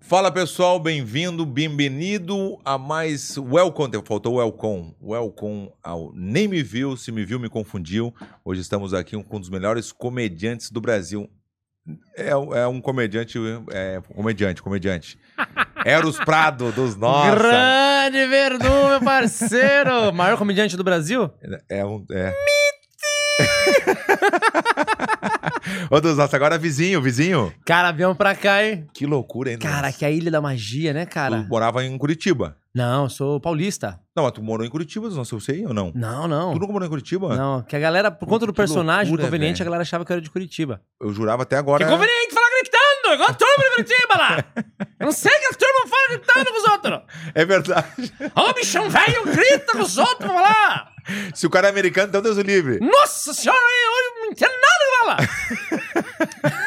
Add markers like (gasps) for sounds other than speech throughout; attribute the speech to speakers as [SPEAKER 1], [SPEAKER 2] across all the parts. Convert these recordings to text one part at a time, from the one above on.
[SPEAKER 1] Fala pessoal, bem-vindo, bem-vindo a mais Welcome. Faltou Welcome. Welcome ao Nem Me Viu, se me viu, me confundiu. Hoje estamos aqui com um dos melhores comediantes do Brasil. É, é um comediante, é, comediante,
[SPEAKER 2] (laughs)
[SPEAKER 1] comediante. Eros Prado dos Nossos.
[SPEAKER 2] Grande Verdun, meu parceiro! (laughs) Maior comediante do Brasil?
[SPEAKER 1] É um. É. Ô, dos Nossos, agora vizinho, vizinho.
[SPEAKER 2] Cara, viemos pra cá, hein?
[SPEAKER 1] Que loucura, hein? dos
[SPEAKER 2] Cara,
[SPEAKER 1] Nossos?
[SPEAKER 2] que é a Ilha da Magia, né, cara?
[SPEAKER 1] Tu morava em Curitiba.
[SPEAKER 2] Não, eu sou paulista.
[SPEAKER 1] Não, mas tu morou em Curitiba, dos Nossos, eu sei ou não?
[SPEAKER 2] Não,
[SPEAKER 1] Tu
[SPEAKER 2] não.
[SPEAKER 1] nunca morou em Curitiba?
[SPEAKER 2] Não, que a galera, por conta do
[SPEAKER 1] Que
[SPEAKER 2] personagem,
[SPEAKER 1] loucura,
[SPEAKER 2] do conveniente,
[SPEAKER 1] velho.
[SPEAKER 2] a galera achava que eu era de Curitiba.
[SPEAKER 1] Eu jurava até agora.
[SPEAKER 2] Que conveniente, fala gritando! Igual a turma de
[SPEAKER 1] (laughs)
[SPEAKER 2] Curitiba lá! Eu não sei que as turmas falam gritando com os outros!
[SPEAKER 1] É verdade. (laughs)
[SPEAKER 2] Ô, bichão velho, grita com os outros, vai lá!
[SPEAKER 1] Se o cara é americano, então Deus o livre.
[SPEAKER 2] Nossa senhora, eu não entendo nada que fala!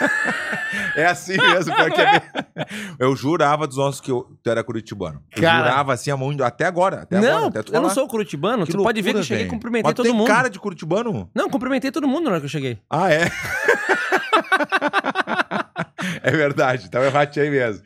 [SPEAKER 1] É assim mesmo. pior que é mesmo.
[SPEAKER 2] (laughs)
[SPEAKER 1] Eu jurava dos nossos que eu, tu era curitibano. Eu
[SPEAKER 2] Cara.
[SPEAKER 1] jurava assim, a mão indo- até agora. Até
[SPEAKER 2] Não,
[SPEAKER 1] agora, até tu
[SPEAKER 2] eu não
[SPEAKER 1] falar.
[SPEAKER 2] sou curitibano,
[SPEAKER 1] Que
[SPEAKER 2] tu pode ver que eu
[SPEAKER 1] loucura,
[SPEAKER 2] cheguei e
[SPEAKER 1] velho.
[SPEAKER 2] cumprimentei
[SPEAKER 1] Mas
[SPEAKER 2] todo
[SPEAKER 1] tem
[SPEAKER 2] mundo.
[SPEAKER 1] cara de curitibano?
[SPEAKER 2] Não, cumprimentei todo mundo na hora que eu cheguei.
[SPEAKER 1] Ah, é? (laughs) é verdade. Então eu ratei mesmo.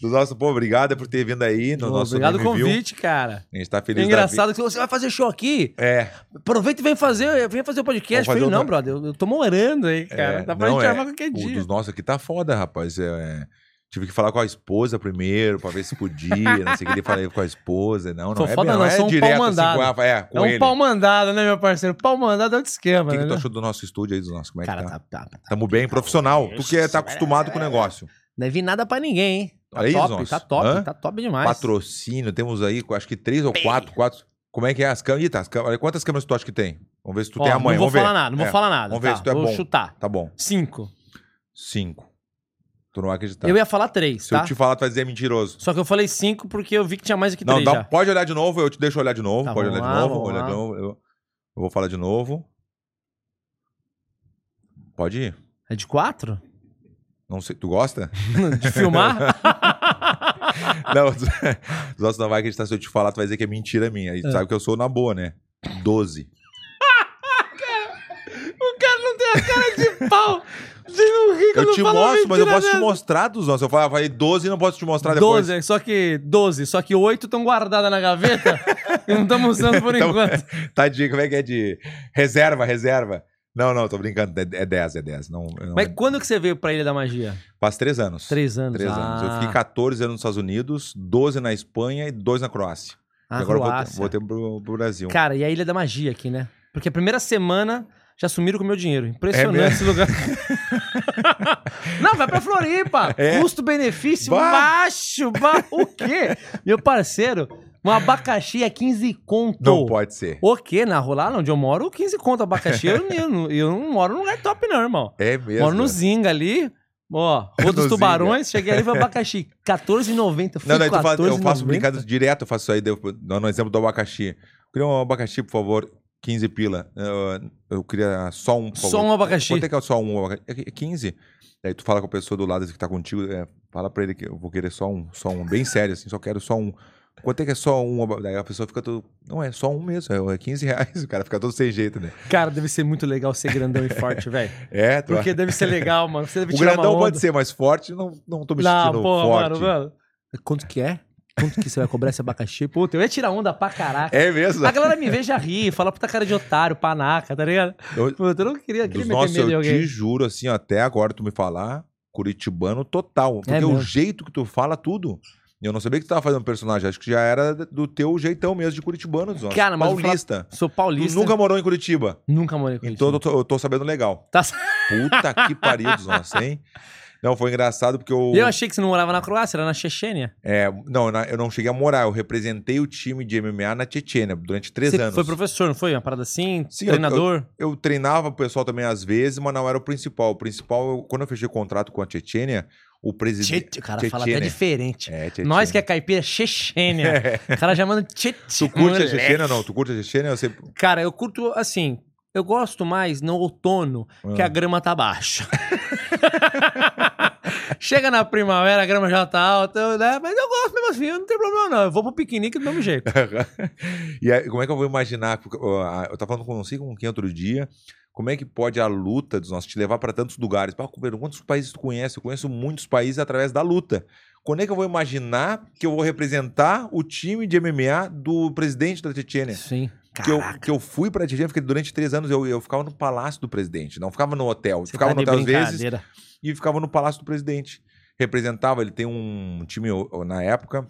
[SPEAKER 1] Do nosso, pô, obrigado por ter vindo aí. No nosso
[SPEAKER 2] Obrigado
[SPEAKER 1] Me
[SPEAKER 2] pelo
[SPEAKER 1] Viu.
[SPEAKER 2] convite, cara.
[SPEAKER 1] A gente tá
[SPEAKER 2] É
[SPEAKER 1] feliz da
[SPEAKER 2] engraçado que você vai fazer show aqui.
[SPEAKER 1] vida. É.
[SPEAKER 2] Aproveita e vem fazer, vem fazer o
[SPEAKER 1] Vamos
[SPEAKER 2] podcast.
[SPEAKER 1] fazer
[SPEAKER 2] Falei, não,
[SPEAKER 1] outra-
[SPEAKER 2] brother, eu, eu tô morando aí, cara.
[SPEAKER 1] É,
[SPEAKER 2] Dá pra
[SPEAKER 1] não,
[SPEAKER 2] gente
[SPEAKER 1] é,
[SPEAKER 2] armar qualquer
[SPEAKER 1] O
[SPEAKER 2] dia.
[SPEAKER 1] dos nossos aqui tá foda, rapaz. É, tive que falar com a esposa primeiro, pra ver se podia. não sei o que ele falei com a esposa. Não, não
[SPEAKER 2] Sou
[SPEAKER 1] é
[SPEAKER 2] foda,
[SPEAKER 1] bem-
[SPEAKER 2] não,
[SPEAKER 1] é
[SPEAKER 2] sou um
[SPEAKER 1] direto
[SPEAKER 2] pau
[SPEAKER 1] assim com
[SPEAKER 2] mandado.
[SPEAKER 1] a- é,
[SPEAKER 2] É
[SPEAKER 1] com
[SPEAKER 2] um
[SPEAKER 1] ele.
[SPEAKER 2] pau mandado, né, meu parceiro? Pau mandado é outro
[SPEAKER 1] O
[SPEAKER 2] esquema,
[SPEAKER 1] que, que
[SPEAKER 2] né?
[SPEAKER 1] tu achou do nosso estúdio aí, dos nossos? Como é
[SPEAKER 2] Cara,
[SPEAKER 1] que tá?
[SPEAKER 2] tá, tá, tá.
[SPEAKER 1] Tamo bem, profissional.
[SPEAKER 2] Isso, é,
[SPEAKER 1] Tu que tá acostumado com o negócio.
[SPEAKER 2] Não vi nada pra ninguém, hein? Tá
[SPEAKER 1] Olha aí,
[SPEAKER 2] top,
[SPEAKER 1] Zonzo.
[SPEAKER 2] tá top,
[SPEAKER 1] Hã?
[SPEAKER 2] tá top demais.
[SPEAKER 1] Patrocínio, temos aí, acho que três ou quatro, quatro. Como é que é as câmeras? Ih, tá, as câmeras. Quantas câmeras tu acha que tem? Vamos ver se tu
[SPEAKER 2] Ó,
[SPEAKER 1] tem a mãe.
[SPEAKER 2] Não vou
[SPEAKER 1] Vamos ver.
[SPEAKER 2] falar nada, não vou
[SPEAKER 1] É,
[SPEAKER 2] falar nada.
[SPEAKER 1] Vamos ver
[SPEAKER 2] tá,
[SPEAKER 1] se tu é
[SPEAKER 2] vou
[SPEAKER 1] bom.
[SPEAKER 2] chutar.
[SPEAKER 1] Tá bom.
[SPEAKER 2] Cinco.
[SPEAKER 1] Cinco. Tu não vai acreditar.
[SPEAKER 2] Eu ia falar três,
[SPEAKER 1] Se
[SPEAKER 2] tá?
[SPEAKER 1] eu te falar, tu vai dizer mentiroso.
[SPEAKER 2] Só que eu falei cinco porque eu vi que tinha mais do que
[SPEAKER 1] Não,
[SPEAKER 2] três
[SPEAKER 1] dá- um-
[SPEAKER 2] já.
[SPEAKER 1] pode olhar de novo, eu te deixo olhar de novo.
[SPEAKER 2] Tá,
[SPEAKER 1] pode olhar
[SPEAKER 2] vamos
[SPEAKER 1] de
[SPEAKER 2] lá,
[SPEAKER 1] novo,
[SPEAKER 2] vamos
[SPEAKER 1] olhar de
[SPEAKER 2] lá.
[SPEAKER 1] novo. Eu, eu vou falar de novo. Pode ir.
[SPEAKER 2] É de quatro?
[SPEAKER 1] Não sei, tu gosta?
[SPEAKER 2] (laughs)
[SPEAKER 1] (laughs)
[SPEAKER 2] De filmar?
[SPEAKER 1] não, os nossos não vai acreditar se eu te falar, tu vai dizer que é mentira minha. E tu sabe que eu sou na boa, né? 12.
[SPEAKER 2] O cara não tem a cara de pau. Vocês não ri
[SPEAKER 1] Eu
[SPEAKER 2] quando
[SPEAKER 1] te
[SPEAKER 2] falo
[SPEAKER 1] mostro, mas eu
[SPEAKER 2] mentira
[SPEAKER 1] posso te
[SPEAKER 2] dessa.
[SPEAKER 1] mostrar dos nossos. Eu falei, eu falei 12 e não posso te mostrar depois.
[SPEAKER 2] 12, é só que 12, só que 8 estão guardadas
[SPEAKER 1] (laughs)
[SPEAKER 2] na gaveta e não estamos usando por
[SPEAKER 1] Então,
[SPEAKER 2] enquanto.
[SPEAKER 1] Tadinho, como é que é de. Reserva, reserva. Não, não, tô brincando. É é 10, é 10. Não, eu não-
[SPEAKER 2] Mas quando que você veio pra Ilha da Magia?
[SPEAKER 1] Faz 3 anos.
[SPEAKER 2] Três Ah. anos.
[SPEAKER 1] Três anos. Eu fiquei 14 anos nos Estados Unidos, 12 na Espanha e 2 na Croácia.
[SPEAKER 2] Ah,
[SPEAKER 1] e agora eu
[SPEAKER 2] Croácia.
[SPEAKER 1] voltei, voltei pro, pro Brasil.
[SPEAKER 2] Cara, e a Ilha da Magia aqui, né? Porque a primeira semana já sumiram com o meu dinheiro.
[SPEAKER 1] É
[SPEAKER 2] Impressionante esse lugar. (laughs) não, vai pra Floripa.
[SPEAKER 1] (laughs) É.
[SPEAKER 2] Custo-benefício
[SPEAKER 1] Bah.
[SPEAKER 2] baixo, ba-
[SPEAKER 1] (laughs)
[SPEAKER 2] O quê? Meu parceiro, um abacaxi é 15 conto.
[SPEAKER 1] Não pode ser.
[SPEAKER 2] O quê? Na rua lá onde eu moro, 15 conto abacaxi. eu, eu, não- eu não moro num lugar top, não, irmão.
[SPEAKER 1] É mesmo.
[SPEAKER 2] Moro no Zinga ali. Ó, Rua
[SPEAKER 1] (laughs) No
[SPEAKER 2] dos Tubarões, cheguei ali e foi abacaxi. 14,90. Fui
[SPEAKER 1] Não, daí tu fala- eu
[SPEAKER 2] 14,90.
[SPEAKER 1] faço brincadeira direto, eu faço isso aí, deu- dou no exemplo do abacaxi. Eu queria um abacaxi, por favor, 15 pila. Eu, eu queria só um, por favor.
[SPEAKER 2] Só um abacaxi.
[SPEAKER 1] Quanto é que é só um abacaxi? É que- é 15. Daí tu fala com a pessoa do lado que tá contigo, é, fala pra ele que eu vou querer só um, só um, bem sério assim, só quero só um. Quanto é que é só um? aba- Daí a pessoa fica todo. Não, é só um mesmo, é é 15 reais. (laughs) O cara fica todo sem jeito, né?
[SPEAKER 2] Cara, deve ser muito legal ser grandão e forte,
[SPEAKER 1] (laughs)
[SPEAKER 2] velho.
[SPEAKER 1] É, tu
[SPEAKER 2] Porque deve ser legal, mano. Você deve
[SPEAKER 1] O
[SPEAKER 2] tirar uma
[SPEAKER 1] grandão
[SPEAKER 2] onda.
[SPEAKER 1] pode ser mais forte, não, não tô me
[SPEAKER 2] Não,
[SPEAKER 1] sentindo
[SPEAKER 2] porra,
[SPEAKER 1] forte.
[SPEAKER 2] mano, mano. Quanto que é? Quanto que você vai cobrar esse abacaxi? Puta, eu ia tirar onda pra caraca.
[SPEAKER 1] É mesmo?
[SPEAKER 2] A galera me veja rir, fala puta cara de otário, panaca, tá ligado?
[SPEAKER 1] Eu-
[SPEAKER 2] Puta, eu não queria, queria
[SPEAKER 1] Dos
[SPEAKER 2] meter
[SPEAKER 1] nossos,
[SPEAKER 2] medo em
[SPEAKER 1] eu
[SPEAKER 2] alguém.
[SPEAKER 1] te juro, assim, ó, até agora tu me falar, curitibano total. Porque o
[SPEAKER 2] É mesmo.
[SPEAKER 1] jeito que tu fala tudo. Eu não sabia que tu tava fazendo um personagem, acho que já era do teu jeitão mesmo de curitibano, dos nossos.
[SPEAKER 2] Cara, mas eu vou
[SPEAKER 1] paulista.
[SPEAKER 2] Sou
[SPEAKER 1] Tu
[SPEAKER 2] paulista.
[SPEAKER 1] nunca morou em Curitiba.
[SPEAKER 2] Nunca morei com
[SPEAKER 1] Então
[SPEAKER 2] isso.
[SPEAKER 1] eu tô, eu tô sabendo legal.
[SPEAKER 2] Tá...
[SPEAKER 1] Puta que pariu dos nossos, hein? Não, foi engraçado porque eu.
[SPEAKER 2] Eu achei que você não morava na Croácia, era na Chechênia.
[SPEAKER 1] é, não, eu na- eu não cheguei a morar. Eu representei o time de MMA na Tchênia durante três
[SPEAKER 2] você
[SPEAKER 1] anos.
[SPEAKER 2] foi professor, não foi? Uma parada assim?
[SPEAKER 1] Sim, eu-
[SPEAKER 2] treinador?
[SPEAKER 1] eu treinava o pessoal também às vezes, mas não era o principal. O principal, eu- quando eu fechei o contrato com a Tchênia, o presidente.
[SPEAKER 2] Tchê- o cara fala até
[SPEAKER 1] Chechênia.
[SPEAKER 2] diferente.
[SPEAKER 1] É, Tchênia.
[SPEAKER 2] Nós é que é
[SPEAKER 1] (laughs)
[SPEAKER 2] caipira, Chechênia. O cara já manda
[SPEAKER 1] Tu
[SPEAKER 2] Chechênia.
[SPEAKER 1] curte a Tchênia ou não? Tu curte a Tchênia? Eu sei.
[SPEAKER 2] Cara, eu curto assim. Eu gosto mais no outono,
[SPEAKER 1] Ah.
[SPEAKER 2] que a grama tá baixa. (laughs) Chega na primavera, a grama já tá alta, eu- né? mas eu gosto mesmo assim, não tem problema não. Eu vou pro piquenique do mesmo jeito.
[SPEAKER 1] e aí, como é que eu vou imaginar? Porque, ó, a- Eu tava falando com não sei com quem outro dia. Como é que pode a luta dos nossos te levar para tantos lugares? Pá, Cubeiro, quantos países tu conhece? Eu conheço muitos países através da luta. Quando é que eu vou imaginar que eu vou representar o time de MMA do presidente da Chechênia?
[SPEAKER 2] Sim.
[SPEAKER 1] É. Que eu, que eu fui pra Tietchan, fiquei durante três anos, eu, eu ficava no palácio do presidente, não ficava no hotel.
[SPEAKER 2] Você
[SPEAKER 1] ficava
[SPEAKER 2] tá
[SPEAKER 1] no
[SPEAKER 2] de
[SPEAKER 1] hotel às vezes
[SPEAKER 2] brincadeira.
[SPEAKER 1] e ficava no palácio do presidente. Representava, ele tem um time ó, na época,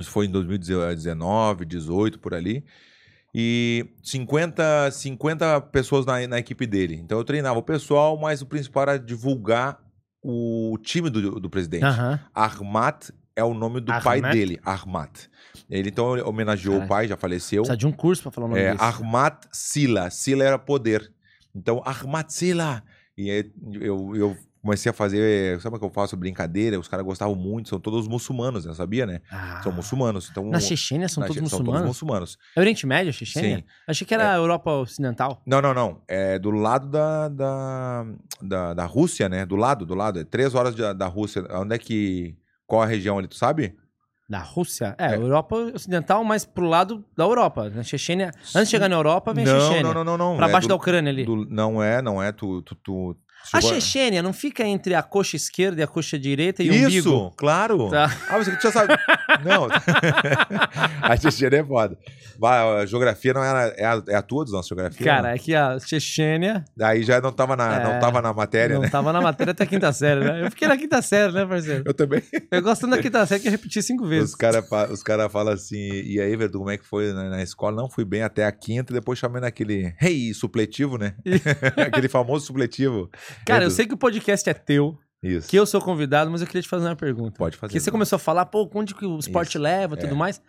[SPEAKER 1] isso foi em 2019, 18, por ali. E 50, 50 pessoas na, na equipe dele. Então eu treinava o pessoal, mas o principal era divulgar o time do, do presidente.
[SPEAKER 2] Aham.
[SPEAKER 1] Armat é o nome do pai
[SPEAKER 2] Ahmat?
[SPEAKER 1] dele, Armat. Ele então homenageou
[SPEAKER 2] Caralho.
[SPEAKER 1] o pai, já faleceu.
[SPEAKER 2] Precisa de um curso pra falar o nome
[SPEAKER 1] É,
[SPEAKER 2] desse.
[SPEAKER 1] Armat Sila. Sila era poder. Então, Armat Sila. E aí eu, eu comecei a fazer. Sabe o que eu faço? Brincadeira. Os caras gostavam muito. São todos muçulmanos, né? Sabia, né?
[SPEAKER 2] Ah.
[SPEAKER 1] São muçulmanos. Então,
[SPEAKER 2] Na Chechênia são
[SPEAKER 1] na
[SPEAKER 2] todos
[SPEAKER 1] Che-
[SPEAKER 2] muçulmanos?
[SPEAKER 1] muçulmanos.
[SPEAKER 2] É Oriente Médio, Chechênia?
[SPEAKER 1] Sim. É.
[SPEAKER 2] Achei que era Europa Ocidental.
[SPEAKER 1] Não, não, não. É do lado da, da, da, da Rússia, né? Do lado, do lado. É três horas da, da Rússia. Onde é que. Qual a região ali, tu sabe?
[SPEAKER 2] Da Rússia? É,
[SPEAKER 1] É.
[SPEAKER 2] Europa Ocidental, mas pro lado da Europa. Na Chechênia. Antes de chegar na Europa, vem a
[SPEAKER 1] não,
[SPEAKER 2] Chechênia.
[SPEAKER 1] não, não, não, não.
[SPEAKER 2] Pra
[SPEAKER 1] É do-
[SPEAKER 2] baixo da Ucrânia ali.
[SPEAKER 1] do- Não é, não é. Tu. tu, tu
[SPEAKER 2] A
[SPEAKER 1] chegou-
[SPEAKER 2] Chechênia não fica entre a coxa esquerda e a coxa direita e o
[SPEAKER 1] Isso,
[SPEAKER 2] umbigo?
[SPEAKER 1] claro.
[SPEAKER 2] Tá.
[SPEAKER 1] Ah, você que já
[SPEAKER 2] (laughs)
[SPEAKER 1] sabe. não. (laughs) a Chechênia é foda. Vai, a geografia não era, é a, é a tua dos nossos geografia? né?
[SPEAKER 2] Cara, é que a Chechênia
[SPEAKER 1] Daí já não tava na,
[SPEAKER 2] É.
[SPEAKER 1] não tava na matéria,
[SPEAKER 2] não
[SPEAKER 1] né?
[SPEAKER 2] tava na matéria até a quinta série, né? Eu fiquei na quinta série, né, parceiro?
[SPEAKER 1] Eu
[SPEAKER 2] (laughs)
[SPEAKER 1] também.
[SPEAKER 2] Eu gosto tanto da quinta série que eu repeti cinco
[SPEAKER 1] Os
[SPEAKER 2] vezes.
[SPEAKER 1] caras os cara falam assim, e aí, Verdu, como é que foi na, na escola? Não, fui bem até a quinta, e depois chamei naquele rei supletivo,
[SPEAKER 2] (laughs)
[SPEAKER 1] né? (laughs) Aquele famoso supletivo.
[SPEAKER 2] Cara, eu
[SPEAKER 1] Edu,
[SPEAKER 2] sei que o podcast é teu,
[SPEAKER 1] Isso.
[SPEAKER 2] que eu sou convidado, mas eu queria te fazer uma pergunta.
[SPEAKER 1] Pode fazer.
[SPEAKER 2] Porque você começou a falar, pô, onde que o esporte leva e
[SPEAKER 1] é.
[SPEAKER 2] tudo mais.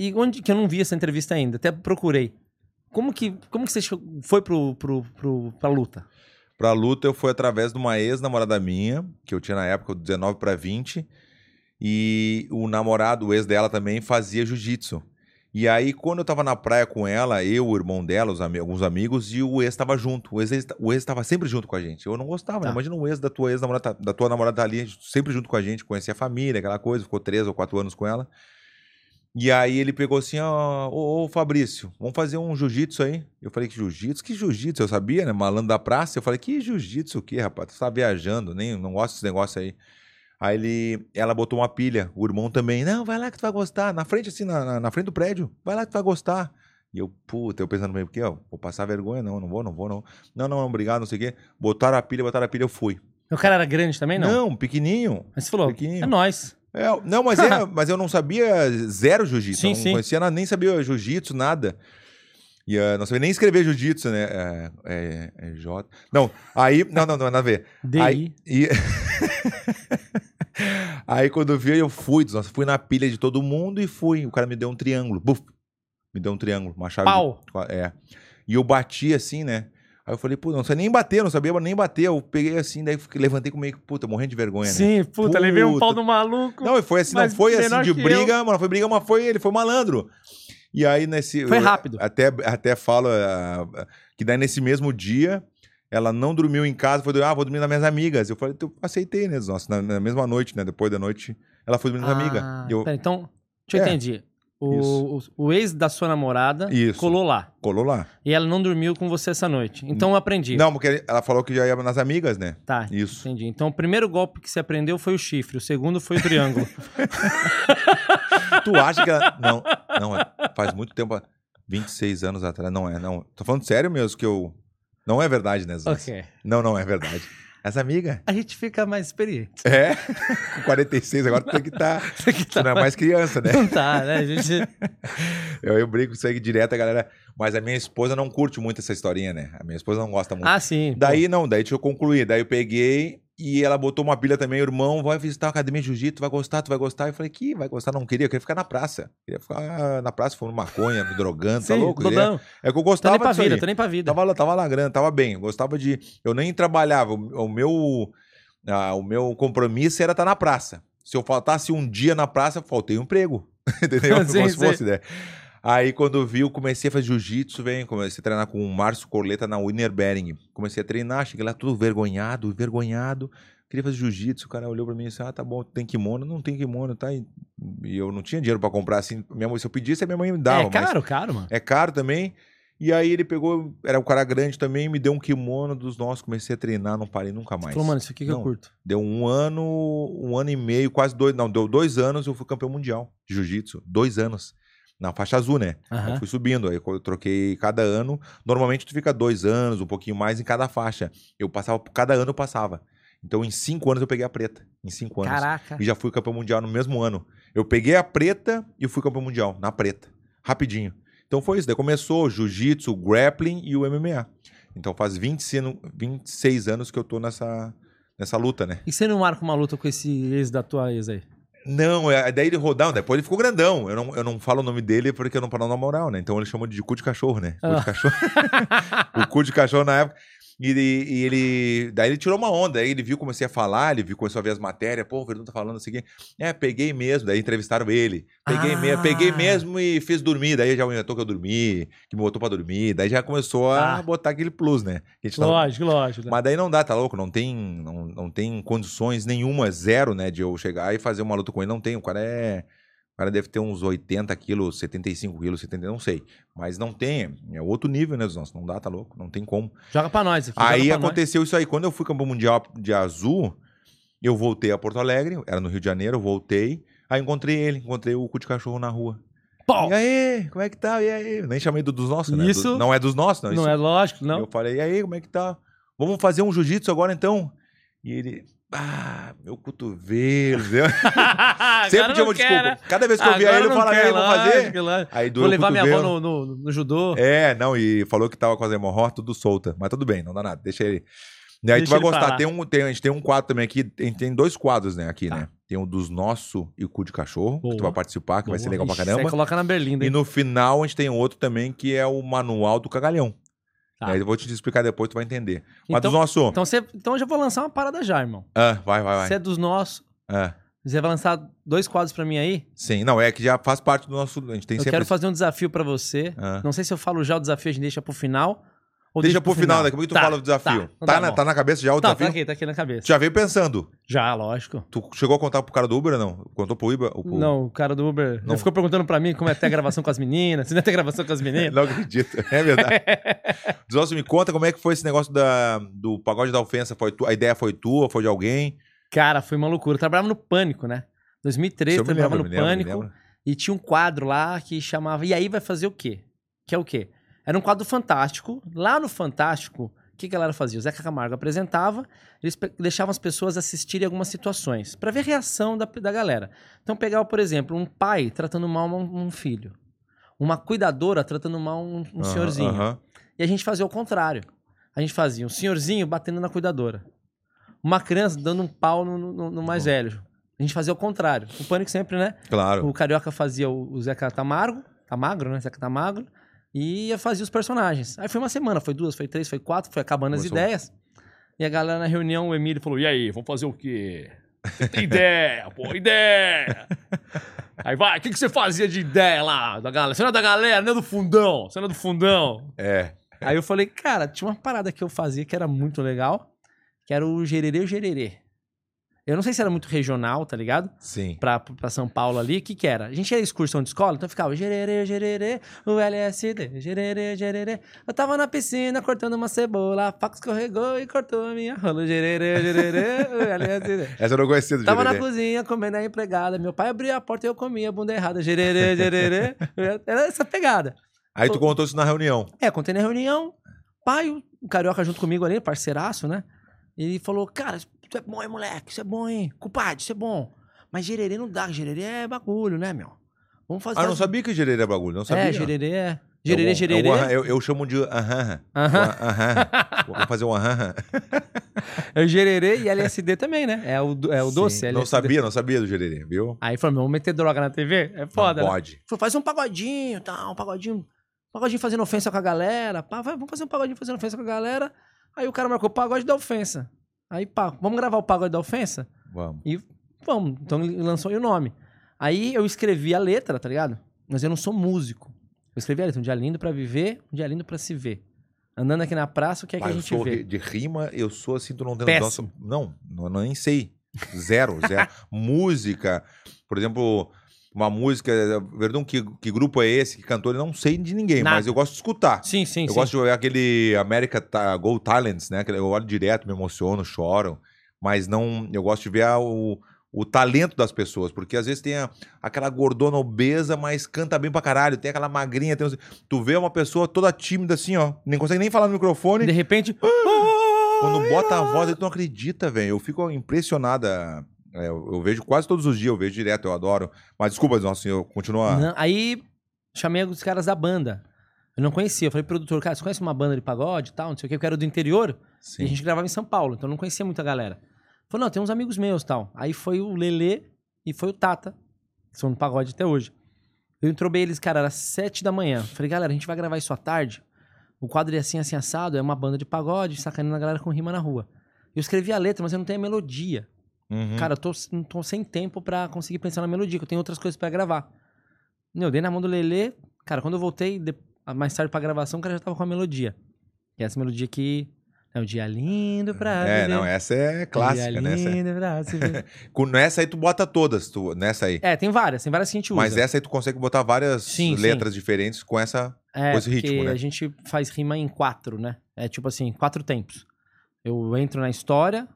[SPEAKER 2] E onde que eu não vi essa entrevista ainda, até procurei. Como que, como que você chegou- foi pro, pro, pro, pra luta?
[SPEAKER 1] Pra luta eu fui através de uma ex-namorada minha, que eu tinha na época 19 pra 20, e o namorado, o ex dela também, fazia jiu-jitsu. E aí, quando eu tava na praia com ela, eu, o irmão dela, os ami- alguns amigos, e o ex tava junto. O ex, o ex tava sempre junto com a gente. Eu não gostava,
[SPEAKER 2] Tá.
[SPEAKER 1] né? Imagina o ex da tua ex-namorada, da tua namorada tá ali, sempre junto com a gente, conhecia a família, aquela coisa, ficou três ou quatro anos com ela. E aí ele pegou assim, ó, ô, ô, Fabrício, vamos fazer um jiu-jitsu aí. Eu falei, que jiu-jitsu? Que jiu-jitsu? Eu sabia, né? Malandro da praça. Eu falei, que jiu-jitsu o quê, rapaz? Tu tá viajando, nem, não gosto desse negócio aí. Aí ele, ela botou uma pilha, o irmão também, não, vai lá que tu vai gostar, na frente assim, na, na- na frente do prédio, vai lá que tu vai gostar. E eu, puta, eu pensando meio, porque, ó, vou passar vergonha, não, não vou, não vou, não. Não, não, não, obrigado, não sei o quê. Botaram a pilha, botaram a pilha, eu fui.
[SPEAKER 2] O cara era grande também, não?
[SPEAKER 1] Não, pequenininho.
[SPEAKER 2] Mas você falou,
[SPEAKER 1] Pequinho.
[SPEAKER 2] é nós.
[SPEAKER 1] É, não, mas,
[SPEAKER 2] (laughs)
[SPEAKER 1] é, mas eu não sabia zero jiu-jitsu.
[SPEAKER 2] Sim,
[SPEAKER 1] eu não
[SPEAKER 2] sim.
[SPEAKER 1] conhecia nada, nem sabia jiu-jitsu, nada. E eh, não sabia nem escrever jiu-jitsu, né? É, é, é J. Não, aí. Não, não, não, nada a ver.
[SPEAKER 2] DI.
[SPEAKER 1] Aí, e- (laughs) Aí, quando eu vi, eu fui, nossa, fui na pilha de todo mundo e fui. O cara me deu um triângulo. Buf, me deu um triângulo, uma chave. de-
[SPEAKER 2] Pau.
[SPEAKER 1] É. E eu bati assim, né? Aí eu falei, pô, não sei nem bater, não sabia nem bater. Eu peguei assim, daí fiquei- levantei com meio que, puta, morrendo de vergonha, né?
[SPEAKER 2] Sim, puta, levei um pau do maluco.
[SPEAKER 1] Não, e foi assim, não
[SPEAKER 2] Mas
[SPEAKER 1] foi assim
[SPEAKER 2] menor
[SPEAKER 1] de
[SPEAKER 2] que
[SPEAKER 1] briga, mas não foi briga, mas foi ele, foi malandro. E aí nesse.
[SPEAKER 2] Foi
[SPEAKER 1] eu
[SPEAKER 2] rápido.
[SPEAKER 1] Até, até falo ah, que daí nesse mesmo dia. Ela não dormiu em casa, foi dormir, ah, vou dormir nas minhas amigas. Eu falei, eu aceitei, né? Nossa, na, na mesma noite, né? Depois da noite, ela foi dormir nas
[SPEAKER 2] Ah,
[SPEAKER 1] amigas. E eu,
[SPEAKER 2] pera, então, deixa eu
[SPEAKER 1] É,
[SPEAKER 2] entender. O, o, o ex da sua namorada
[SPEAKER 1] Isso.
[SPEAKER 2] colou lá.
[SPEAKER 1] colou lá.
[SPEAKER 2] E ela não dormiu com você essa noite. Então eu aprendi.
[SPEAKER 1] Não, porque ela falou que já ia nas amigas, né?
[SPEAKER 2] Tá,
[SPEAKER 1] Isso.
[SPEAKER 2] entendi. Então o primeiro golpe que você aprendeu foi o chifre, o segundo foi
[SPEAKER 1] (laughs)
[SPEAKER 2] o triângulo.
[SPEAKER 1] Tu acha que ela. Não, não, é- faz muito tempo 26 anos atrás. Não é, não. Tô falando sério mesmo que eu. Não é verdade, né, Zan?
[SPEAKER 2] ok.
[SPEAKER 1] Não, não é verdade. Essa amiga.
[SPEAKER 2] A gente fica mais experiente.
[SPEAKER 1] É, com 46 agora tu tem (laughs) que estar.
[SPEAKER 2] Isso aqui
[SPEAKER 1] Tu
[SPEAKER 2] (laughs) tá...
[SPEAKER 1] não é mais criança, né? (laughs)
[SPEAKER 2] Não tá, né? A gente...
[SPEAKER 1] Eu, eu brinco isso aí direto, a galera. Mas a minha esposa não curte muito essa historinha, né? A minha esposa não gosta muito.
[SPEAKER 2] Ah, sim. pô.
[SPEAKER 1] daí não, daí deixa eu concluir. Daí eu peguei e ela botou uma pilha também, irmão, vai visitar a academia de jiu-jitsu, tu vai gostar, tu vai gostar. Eu falei, que vai gostar, não queria, eu queria ficar na praça. Queria ficar na praça, fumando maconha, me drogando, tá
[SPEAKER 2] Sim,
[SPEAKER 1] louco? Queria-
[SPEAKER 2] Dodão,
[SPEAKER 1] É que eu
[SPEAKER 2] tô
[SPEAKER 1] gostava
[SPEAKER 2] nem pra
[SPEAKER 1] disso aí.
[SPEAKER 2] vida, tô nem pra vida.
[SPEAKER 1] Tava lá, tava lá grana, tava bem. eu Gostava de. Eu nem trabalhava. O o meu, ah, o meu compromisso era estar na praça. Se eu faltasse um dia na praça, faltei um emprego. (laughs) Entendeu? Como
[SPEAKER 2] (laughs) Sim,
[SPEAKER 1] se
[SPEAKER 2] sim.
[SPEAKER 1] fosse, né? Aí quando eu vi, eu comecei a fazer jiu-jitsu, vem, comecei a treinar com o Márcio Corleta na Winner Bering. Comecei a treinar, cheguei lá tudo vergonhado, vergonhado. Queria fazer jiu-jitsu, o cara olhou pra mim e disse: Ah, tá bom, tem kimono, não tem kimono, tá? E e eu não tinha dinheiro pra comprar assim. Minha mãe, se eu pedisse, a minha mãe me dava.
[SPEAKER 2] é
[SPEAKER 1] mas-
[SPEAKER 2] caro, caro, mano.
[SPEAKER 1] é caro também. E aí ele pegou, era um cara grande também, me deu um kimono dos nossos, comecei a treinar, não parei nunca mais.
[SPEAKER 2] Falou, mano, isso aqui que eu
[SPEAKER 1] Não.
[SPEAKER 2] curto.
[SPEAKER 1] Deu um ano, um ano e meio, quase dois, não, deu dois anos eu fui campeão mundial de jiu-jitsu, dois anos, na faixa azul, né?
[SPEAKER 2] Aham.
[SPEAKER 1] Eu fui subindo, aí eu troquei cada ano. Normalmente tu fica dois anos, um pouquinho mais em cada faixa. Eu passava, cada ano eu passava. Então em cinco anos eu peguei a preta, em cinco anos.
[SPEAKER 2] Caraca.
[SPEAKER 1] E já fui campeão mundial no mesmo ano. Eu peguei a preta e fui campeão mundial, na preta. Rapidinho. Então foi isso. Daí começou o jiu-jitsu, o grappling e o MMA. Então faz 26 ano- 26 anos que eu tô nessa, nessa luta, né?
[SPEAKER 2] E você não marca uma luta com esse ex da tua ex aí?
[SPEAKER 1] Não, é, daí ele rodou, depois ele ficou grandão. Eu não, eu não falo o nome dele porque eu não falo na moral, né? Então ele chamou de cu de cachorro, né? Cu
[SPEAKER 2] Ah.
[SPEAKER 1] de
[SPEAKER 2] (laughs)
[SPEAKER 1] cachorro. o cu de cachorro na época. E, ele- e ele. Daí ele tirou uma onda. Aí ele viu, comecei a falar, ele viu, começou a ver as matérias. Pô, o Verdun tá falando isso aqui. É, peguei mesmo. Daí entrevistaram ele. Peguei, me-
[SPEAKER 2] Ah.
[SPEAKER 1] peguei mesmo e fiz dormir. Daí já inventou que eu dormi, que me botou pra dormir. Daí já começou a
[SPEAKER 2] Ah.
[SPEAKER 1] botar aquele plus, né? Que a gente tava
[SPEAKER 2] Lógico, lógico. né?
[SPEAKER 1] mas daí não dá, tá louco? Não tem, não, não tem condições nenhuma, zero, né? De eu chegar e fazer uma luta com ele. Não tem. O cara é. O cara deve ter uns 80 quilos, 75 quilos, 70, não sei. Mas não tem. É outro nível, né, dos nossos? Não dá, tá louco? Não tem como.
[SPEAKER 2] Joga pra nós aqui.
[SPEAKER 1] Aí
[SPEAKER 2] joga pra
[SPEAKER 1] aconteceu isso aí. Quando eu fui campeão mundial de azul, eu voltei a Porto Alegre, era no Rio de Janeiro, eu voltei. Aí encontrei ele, encontrei o cu de cachorro na rua.
[SPEAKER 2] nós. Pau!
[SPEAKER 1] E aí, como é que tá? E aí? Nem chamei do, dos nossos, né? Do-
[SPEAKER 2] Isso-
[SPEAKER 1] não é dos nossos, não.
[SPEAKER 2] Não é lógico, não.
[SPEAKER 1] Eu falei, e aí, como é que tá? Vamos fazer um jiu-jitsu agora então? E ele, ah, meu cotovelo. (laughs) viu? Sempre
[SPEAKER 2] (laughs) Agora
[SPEAKER 1] tinha
[SPEAKER 2] não
[SPEAKER 1] uma
[SPEAKER 2] quer,
[SPEAKER 1] desculpa.
[SPEAKER 2] né?
[SPEAKER 1] Cada vez que eu via
[SPEAKER 2] Agora
[SPEAKER 1] ele, eu
[SPEAKER 2] não
[SPEAKER 1] falava, e
[SPEAKER 2] quer,
[SPEAKER 1] aí, vamos fazer?
[SPEAKER 2] lógico, lógico.
[SPEAKER 1] Aí
[SPEAKER 2] Vou
[SPEAKER 1] doeu o
[SPEAKER 2] levar minha avó
[SPEAKER 1] cotovelo.
[SPEAKER 2] no, no, no judô.
[SPEAKER 1] É, não, e falou que tava com as hemorroidas tudo solta. Mas tudo bem, não dá nada, deixa ele. E aí
[SPEAKER 2] Deixa
[SPEAKER 1] tu vai
[SPEAKER 2] ele
[SPEAKER 1] gostar,
[SPEAKER 2] falar.
[SPEAKER 1] tem um, tem, a gente tem um quadro também aqui, tem, tem dois quadros, né, aqui,
[SPEAKER 2] Tá.
[SPEAKER 1] né? Tem um dos nosso e o cu de cachorro, que tu
[SPEAKER 2] Boa.
[SPEAKER 1] vai participar, que vai ser
[SPEAKER 2] Boa.
[SPEAKER 1] legal pra
[SPEAKER 2] Ixi, é
[SPEAKER 1] caramba.
[SPEAKER 2] Você coloca na berlinda.
[SPEAKER 1] E
[SPEAKER 2] hein?
[SPEAKER 1] no final a gente tem outro também, que é o manual do cagalhão.
[SPEAKER 2] Tá.
[SPEAKER 1] Né, Eu vou te explicar depois, tu vai entender. Mas
[SPEAKER 2] Então,
[SPEAKER 1] dos nosso...
[SPEAKER 2] então, você, então eu já vou lançar uma parada já, irmão.
[SPEAKER 1] Ah, vai, vai, vai.
[SPEAKER 2] Você é dos nossos.
[SPEAKER 1] Ah,
[SPEAKER 2] Você vai lançar dois quadros pra mim aí?
[SPEAKER 1] sim, não, é que já faz parte do nosso. A gente tem
[SPEAKER 2] Eu
[SPEAKER 1] sempre.
[SPEAKER 2] quero fazer um desafio pra você.
[SPEAKER 1] Ah.
[SPEAKER 2] Não sei se eu falo já o desafio, a gente deixa pro final. Ou
[SPEAKER 1] Deixa pro final, daqui a pouco tu
[SPEAKER 2] Tá,
[SPEAKER 1] fala o desafio.
[SPEAKER 2] Tá, Então
[SPEAKER 1] Tá,
[SPEAKER 2] tá
[SPEAKER 1] na,
[SPEAKER 2] bom.
[SPEAKER 1] tá na cabeça já o
[SPEAKER 2] Tá, tá
[SPEAKER 1] desafio?
[SPEAKER 2] aqui, tá aqui na cabeça.
[SPEAKER 1] Já veio pensando.
[SPEAKER 2] Já, lógico.
[SPEAKER 1] Tu chegou a contar pro cara do Uber ou não? Contou pro Uber? ou (laughs) pro-
[SPEAKER 2] Não, o cara do Uber
[SPEAKER 1] Não.
[SPEAKER 2] não. ficou perguntando pra mim como é ter a gravação com as meninas, se não é ter gravação com
[SPEAKER 1] (laughs)
[SPEAKER 2] as meninas.
[SPEAKER 1] Não acredito. É
[SPEAKER 2] (laughs)
[SPEAKER 1] verdade. Zosso, me conta como é que foi esse negócio da, do pagode da ofensa. Foi tu, a ideia foi tua, foi de alguém?
[SPEAKER 2] Cara, foi uma loucura. Eu trabalhava no Pânico, né? 2013,
[SPEAKER 1] Isso
[SPEAKER 2] eu trabalhava no Pânico
[SPEAKER 1] lembro.
[SPEAKER 2] e tinha um quadro lá que chamava E aí vai fazer o quê? Que é o quê? Era um quadro fantástico. Lá no Fantástico, o que que a galera fazia? O Zeca Camargo apresentava, eles pe- deixavam as pessoas assistirem algumas situações pra ver a reação da, da galera. Então pegava, por exemplo, um pai tratando mal um, um filho. Uma cuidadora tratando mal um, um
[SPEAKER 1] Aham,
[SPEAKER 2] senhorzinho.
[SPEAKER 1] aham.
[SPEAKER 2] E a gente fazia o contrário. A gente fazia um senhorzinho batendo na cuidadora. Uma criança dando um pau no, no- no mais
[SPEAKER 1] Bom.
[SPEAKER 2] velho. A gente fazia o contrário. O pânico sempre, né?
[SPEAKER 1] Claro.
[SPEAKER 2] O carioca fazia o, o Zeca Tamargo, Tamagro, né? Zeca Tamagro. E eu fazia os personagens. Aí foi uma semana, foi duas, foi três, foi quatro, foi acabando as
[SPEAKER 1] Começou.
[SPEAKER 2] ideias. E a galera na reunião, o Emílio falou: e aí, vamos fazer o quê? Você tem ideia, pô, ideia! Aí vai, o que, que você fazia de ideia lá? Da galera? Você não é da galera, não é do fundão, você não é do fundão.
[SPEAKER 1] É.
[SPEAKER 2] Aí eu falei, cara, tinha uma parada que eu fazia que era muito legal, que era o gererê gererê. Eu não sei se era muito regional, tá ligado?
[SPEAKER 1] Sim.
[SPEAKER 2] Pra, pra São Paulo ali, o que que era? A gente ia excursão de escola, então ficava gererê, gererê, o LSD, gererê, gererê. Eu tava na piscina cortando uma cebola, a faca escorregou e cortou a minha rola, gererê, gererê, o LSD.
[SPEAKER 1] Essa eu não conhecia do
[SPEAKER 2] Tava na
[SPEAKER 1] Jurerê.
[SPEAKER 2] cozinha comendo a empregada, meu pai abria a porta e eu comia a bunda errada, gererê, gererê. Era essa pegada.
[SPEAKER 1] Aí tu contou isso na reunião.
[SPEAKER 2] É, contei na reunião, pai, o- o Carioca junto comigo ali, parceiraço, né? Ele falou, cara, isso é bom, hein, moleque? Isso é bom, hein? Cumpade, isso é bom. Mas gererê não dá, gererê é bagulho, né, meu? Vamos fazer...
[SPEAKER 1] Ah, não sabia que gererê é bagulho. Não sabia.
[SPEAKER 2] É, gererê é... Gererê,
[SPEAKER 1] Eu-
[SPEAKER 2] gererê.
[SPEAKER 1] Eu, eu, eu chamo de aham.
[SPEAKER 2] Aham.
[SPEAKER 1] Aham. Vamos fazer um aham.
[SPEAKER 2] É o gererê e LSD também, né? É o, do- é o doce,
[SPEAKER 1] Sim.
[SPEAKER 2] LSD.
[SPEAKER 1] Não sabia, não sabia do gererê, viu?
[SPEAKER 2] Aí falou, meu, vamos meter droga na TV? É foda,
[SPEAKER 1] não
[SPEAKER 2] né?
[SPEAKER 1] pode.
[SPEAKER 2] Falou, faz um pagodinho, tá, um pagodinho, pagodinho fazendo ofensa com a galera, pá, vai, vamos fazer um pagodinho fazendo ofensa com a galera. Aí o cara marcou pagode da ofensa. Aí, pá, vamos gravar o pagode da ofensa?
[SPEAKER 1] Vamos.
[SPEAKER 2] Vamos, então ele lançou aí o nome. Aí eu escrevi a letra, tá ligado? Mas eu não sou músico. Eu escrevi a letra, um dia lindo pra viver, um dia lindo pra se ver. Andando aqui na praça, o que é que
[SPEAKER 1] Mas
[SPEAKER 2] a
[SPEAKER 1] eu
[SPEAKER 2] gente
[SPEAKER 1] sou
[SPEAKER 2] vê?
[SPEAKER 1] ri- de rima, eu sou assim, tu não tem
[SPEAKER 2] Péssimo.
[SPEAKER 1] noção.
[SPEAKER 2] (laughs)
[SPEAKER 1] Não, não, não, nem sei. Zero, zero. Música, por exemplo, Uma música, Verdun, que, que grupo é esse? Que cantor? Eu não sei de ninguém,
[SPEAKER 2] Nada.
[SPEAKER 1] mas eu gosto de escutar.
[SPEAKER 2] Sim, sim,
[SPEAKER 1] eu
[SPEAKER 2] sim.
[SPEAKER 1] gosto de ver aquele America Ta- Go Talents, né? que Eu olho direto, me emociono, choro. Mas não. Eu gosto de ver a- o, o talento das pessoas. Porque às vezes tem a- aquela gordona obesa, mas canta bem pra caralho. Tem aquela magrinha. Tem, uns- tu vê uma pessoa toda tímida assim, ó. Nem consegue nem falar no microfone.
[SPEAKER 2] De repente.
[SPEAKER 1] Quando bota a
[SPEAKER 2] (laughs)
[SPEAKER 1] voz, tu não acredita, velho. Eu fico impressionada. É, eu, eu vejo quase todos os dias, eu vejo direto, eu adoro. Mas desculpa, nossa, eu continua.
[SPEAKER 2] Não, aí chamei os caras da banda. Eu não conhecia. Eu falei, produtor, cara, você conhece uma banda de pagode e tal? Não sei o que, porque eu era do interior. E
[SPEAKER 1] Sim.
[SPEAKER 2] a gente gravava em São Paulo, então eu não conhecia muita galera. Falei, não, tem uns amigos meus tal. Aí foi o Lelê e foi o Tata, que são no pagode até hoje. Eu entrobei eles, cara, era sete da manhã. Falei, galera, a gente vai gravar isso à tarde. O quadro é assim, assim, assado, é uma banda de pagode, sacaneando a galera com rima na rua. Eu escrevi a letra, mas eu não tenho a melodia.
[SPEAKER 1] Uhum.
[SPEAKER 2] Cara, eu tô, não tô sem tempo pra conseguir pensar na melodia, que eu tenho outras coisas pra gravar. Eu dei na mão do Lelê, cara, quando eu voltei de- mais tarde pra gravação, o cara já tava com a melodia. E essa melodia aqui é o dia lindo pra
[SPEAKER 1] é,
[SPEAKER 2] viver,
[SPEAKER 1] não, essa é clássica,
[SPEAKER 2] dia
[SPEAKER 1] né? Essa,
[SPEAKER 2] lindo pra
[SPEAKER 1] (laughs)
[SPEAKER 2] se ver.
[SPEAKER 1] com- nessa aí tu bota todas, tu, nessa aí.
[SPEAKER 2] é, tem várias, tem várias que a gente usa.
[SPEAKER 1] Mas essa aí tu consegue botar várias
[SPEAKER 2] Sim, sim.
[SPEAKER 1] letras diferentes com essa.
[SPEAKER 2] É,
[SPEAKER 1] com esse
[SPEAKER 2] porque
[SPEAKER 1] ritmo, né?
[SPEAKER 2] a gente faz rima em quatro, né? É tipo assim, quatro tempos. Eu entro na história,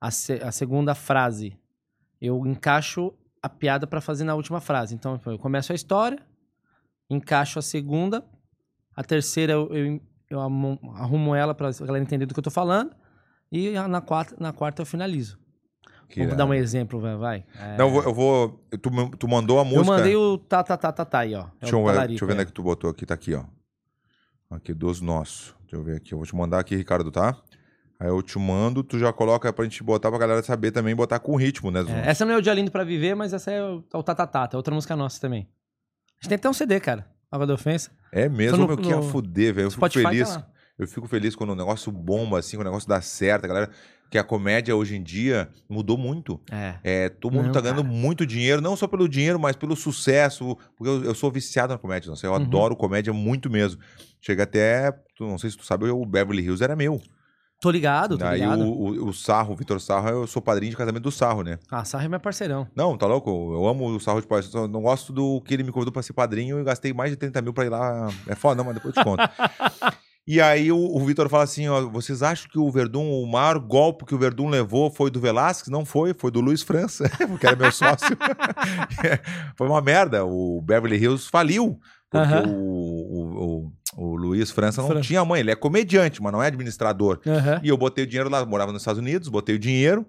[SPEAKER 2] a, se- a segunda frase, eu encaixo a piada pra fazer na última frase. Então, eu começo a história, encaixo a segunda, a terceira eu, eu- eu amo- arrumo ela pra galera entender do que eu tô falando, e a- na quarta, na quarta eu finalizo.
[SPEAKER 1] que
[SPEAKER 2] Vou
[SPEAKER 1] irado.
[SPEAKER 2] dar um exemplo, vai. vai. É,
[SPEAKER 1] né? Não, eu vou. eu vou- tu, me- tu mandou a música.
[SPEAKER 2] eu mandei o tá, tá, tá, tá, tá aí, ó. É
[SPEAKER 1] Deixa
[SPEAKER 2] o
[SPEAKER 1] eu, ver,
[SPEAKER 2] talarico,
[SPEAKER 1] deixa eu ver
[SPEAKER 2] é.
[SPEAKER 1] onde é que tu botou aqui, tá aqui, ó. Aqui, dos nossos. Deixa eu ver aqui, eu vou te mandar aqui, Ricardo, tá? Aí eu te mando, tu já coloca pra gente botar pra galera saber também, botar com ritmo, né? Zon?
[SPEAKER 2] É, essa não é o Dia Lindo Pra Viver, mas essa é o, o Tatatata, outra música nossa também. A gente tem até um CD, cara. Água da Ofensa.
[SPEAKER 1] É, mesmo,
[SPEAKER 2] Só no-
[SPEAKER 1] meu, que ia
[SPEAKER 2] no
[SPEAKER 1] fuder, velho. Eu fico
[SPEAKER 2] Spotify tá
[SPEAKER 1] feliz.
[SPEAKER 2] lá.
[SPEAKER 1] eu fico feliz quando o negócio bomba, assim, quando o negócio dá certo, a galera. Que a comédia hoje em dia mudou muito.
[SPEAKER 2] É.
[SPEAKER 1] É, todo mundo
[SPEAKER 2] Não,
[SPEAKER 1] tá ganhando muito dinheiro, não só pelo dinheiro, mas pelo sucesso. Porque eu, eu sou viciado na comédia, não sei, eu
[SPEAKER 2] Uhum.
[SPEAKER 1] adoro comédia muito mesmo. Chega até, tu, não sei se tu sabe, eu- o Beverly Hills era meu.
[SPEAKER 2] Tô ligado, tô
[SPEAKER 1] Aí
[SPEAKER 2] ligado.
[SPEAKER 1] o, o, o Sarro, o Vitor Sarro, eu sou padrinho de casamento do Sarro, né?
[SPEAKER 2] Ah, Sarra é meu parceirão.
[SPEAKER 1] Não, tá louco? Eu amo o Sarro de Pai, só não gosto do que ele me convidou pra ser padrinho e gastei mais de 30 mil pra ir lá. É foda, não, mas depois eu te
[SPEAKER 2] (laughs)
[SPEAKER 1] conto. e aí o, o Vitor fala assim: ó, vocês acham que o Verdun, o maior golpe que o Verdun levou foi do Velasquez? Não foi, foi do Luiz França, (laughs) porque era meu sócio. (laughs) É, foi uma merda. O Beverly Hills faliu. Porque
[SPEAKER 2] Aham.
[SPEAKER 1] o, o, o, o Luiz França não
[SPEAKER 2] Fran-
[SPEAKER 1] tinha mãe, ele é comediante, mas não é administrador.
[SPEAKER 2] Aham.
[SPEAKER 1] E eu botei o dinheiro lá, morava nos Estados Unidos, botei o dinheiro.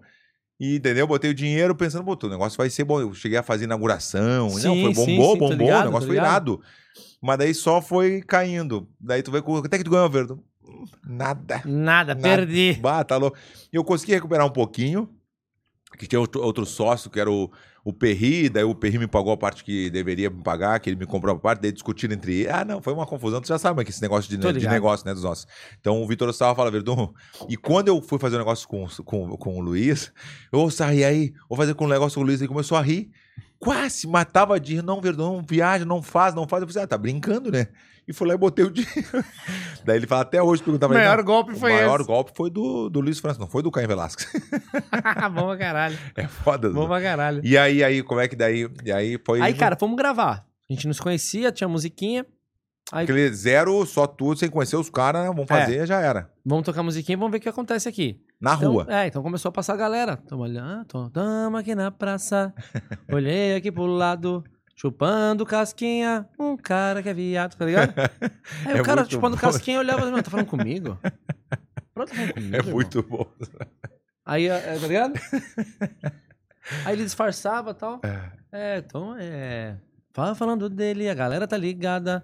[SPEAKER 1] E, entendeu? Botei o dinheiro pensando, pô, o negócio vai ser bom. Eu cheguei a fazer inauguração. e não,
[SPEAKER 2] Sim,
[SPEAKER 1] foi
[SPEAKER 2] sim,
[SPEAKER 1] bombou,
[SPEAKER 2] sim, tô
[SPEAKER 1] bombou,
[SPEAKER 2] ligado,
[SPEAKER 1] o negócio
[SPEAKER 2] tô
[SPEAKER 1] foi
[SPEAKER 2] ligado.
[SPEAKER 1] irado. Mas daí só foi caindo. Daí tu vê com- até que tu ganhou, Verdo. Nada. Nada.
[SPEAKER 2] Nada, perdi.
[SPEAKER 1] Bah, tá louco. E eu consegui recuperar um pouquinho. Que tinha outro, outro sócio, que era o, o Perri, daí o Perri me pagou a parte que deveria me pagar, que ele me comprou a parte, daí discutiram entre. Ah, não, foi uma confusão, tu já sabe mas que esse negócio de,
[SPEAKER 2] Tô
[SPEAKER 1] de
[SPEAKER 2] ligado.
[SPEAKER 1] negócio, né, dos nossos. Então o Vitor Sarro fala, Verdun. E quando eu fui fazer um negócio com, com, com o Luiz, eu, ô, Sarri, e aí, vou fazer com um negócio com o Luiz, ele começou a rir. Quase matava de rir, não, Verdun, não viaja, não faz, não faz. Eu falei, ah, tá brincando, né? E fui lá e botei o dinheiro. (laughs) daí ele fala, até hoje, perguntava ele, "Não,
[SPEAKER 2] golpe
[SPEAKER 1] o maior golpe foi do, do Luiz França, não foi do Caio Velasquez.
[SPEAKER 2] (laughs)
[SPEAKER 1] (laughs)
[SPEAKER 2] Bom pra caralho.
[SPEAKER 1] É foda.
[SPEAKER 2] Bom
[SPEAKER 1] né?
[SPEAKER 2] pra caralho.
[SPEAKER 1] E aí, aí, como é que daí? E aí foi. um
[SPEAKER 2] Aí, cara, fomos gravar. A gente nos conhecia, tinha musiquinha. Aí É.
[SPEAKER 1] Aquele zero, só tu, sem conhecer os caras, né? vamos fazer, já era.
[SPEAKER 2] vamos tocar musiquinha e vamos ver o que acontece aqui.
[SPEAKER 1] Na
[SPEAKER 2] Então,
[SPEAKER 1] rua.
[SPEAKER 2] É, então começou a passar a galera. Tamo olhando, tô- tamo aqui na
[SPEAKER 1] (laughs)
[SPEAKER 2] praça. Olhei aqui pro lado, chupando casquinha. Um cara que é viado,
[SPEAKER 1] (laughs)
[SPEAKER 2] tá ligado? Aí
[SPEAKER 1] É
[SPEAKER 2] o cara
[SPEAKER 1] muito
[SPEAKER 2] chupando
[SPEAKER 1] bom.
[SPEAKER 2] casquinha olhava e tá falando
[SPEAKER 1] (laughs)
[SPEAKER 2] comigo? Pronto, tá falando comigo.
[SPEAKER 1] É
[SPEAKER 2] irmão?"
[SPEAKER 1] muito bom.
[SPEAKER 2] Aí, é, tá
[SPEAKER 1] (laughs)
[SPEAKER 2] ligado? Aí ele disfarçava e tal. É, então é. Fala falando dele, a galera tá ligada.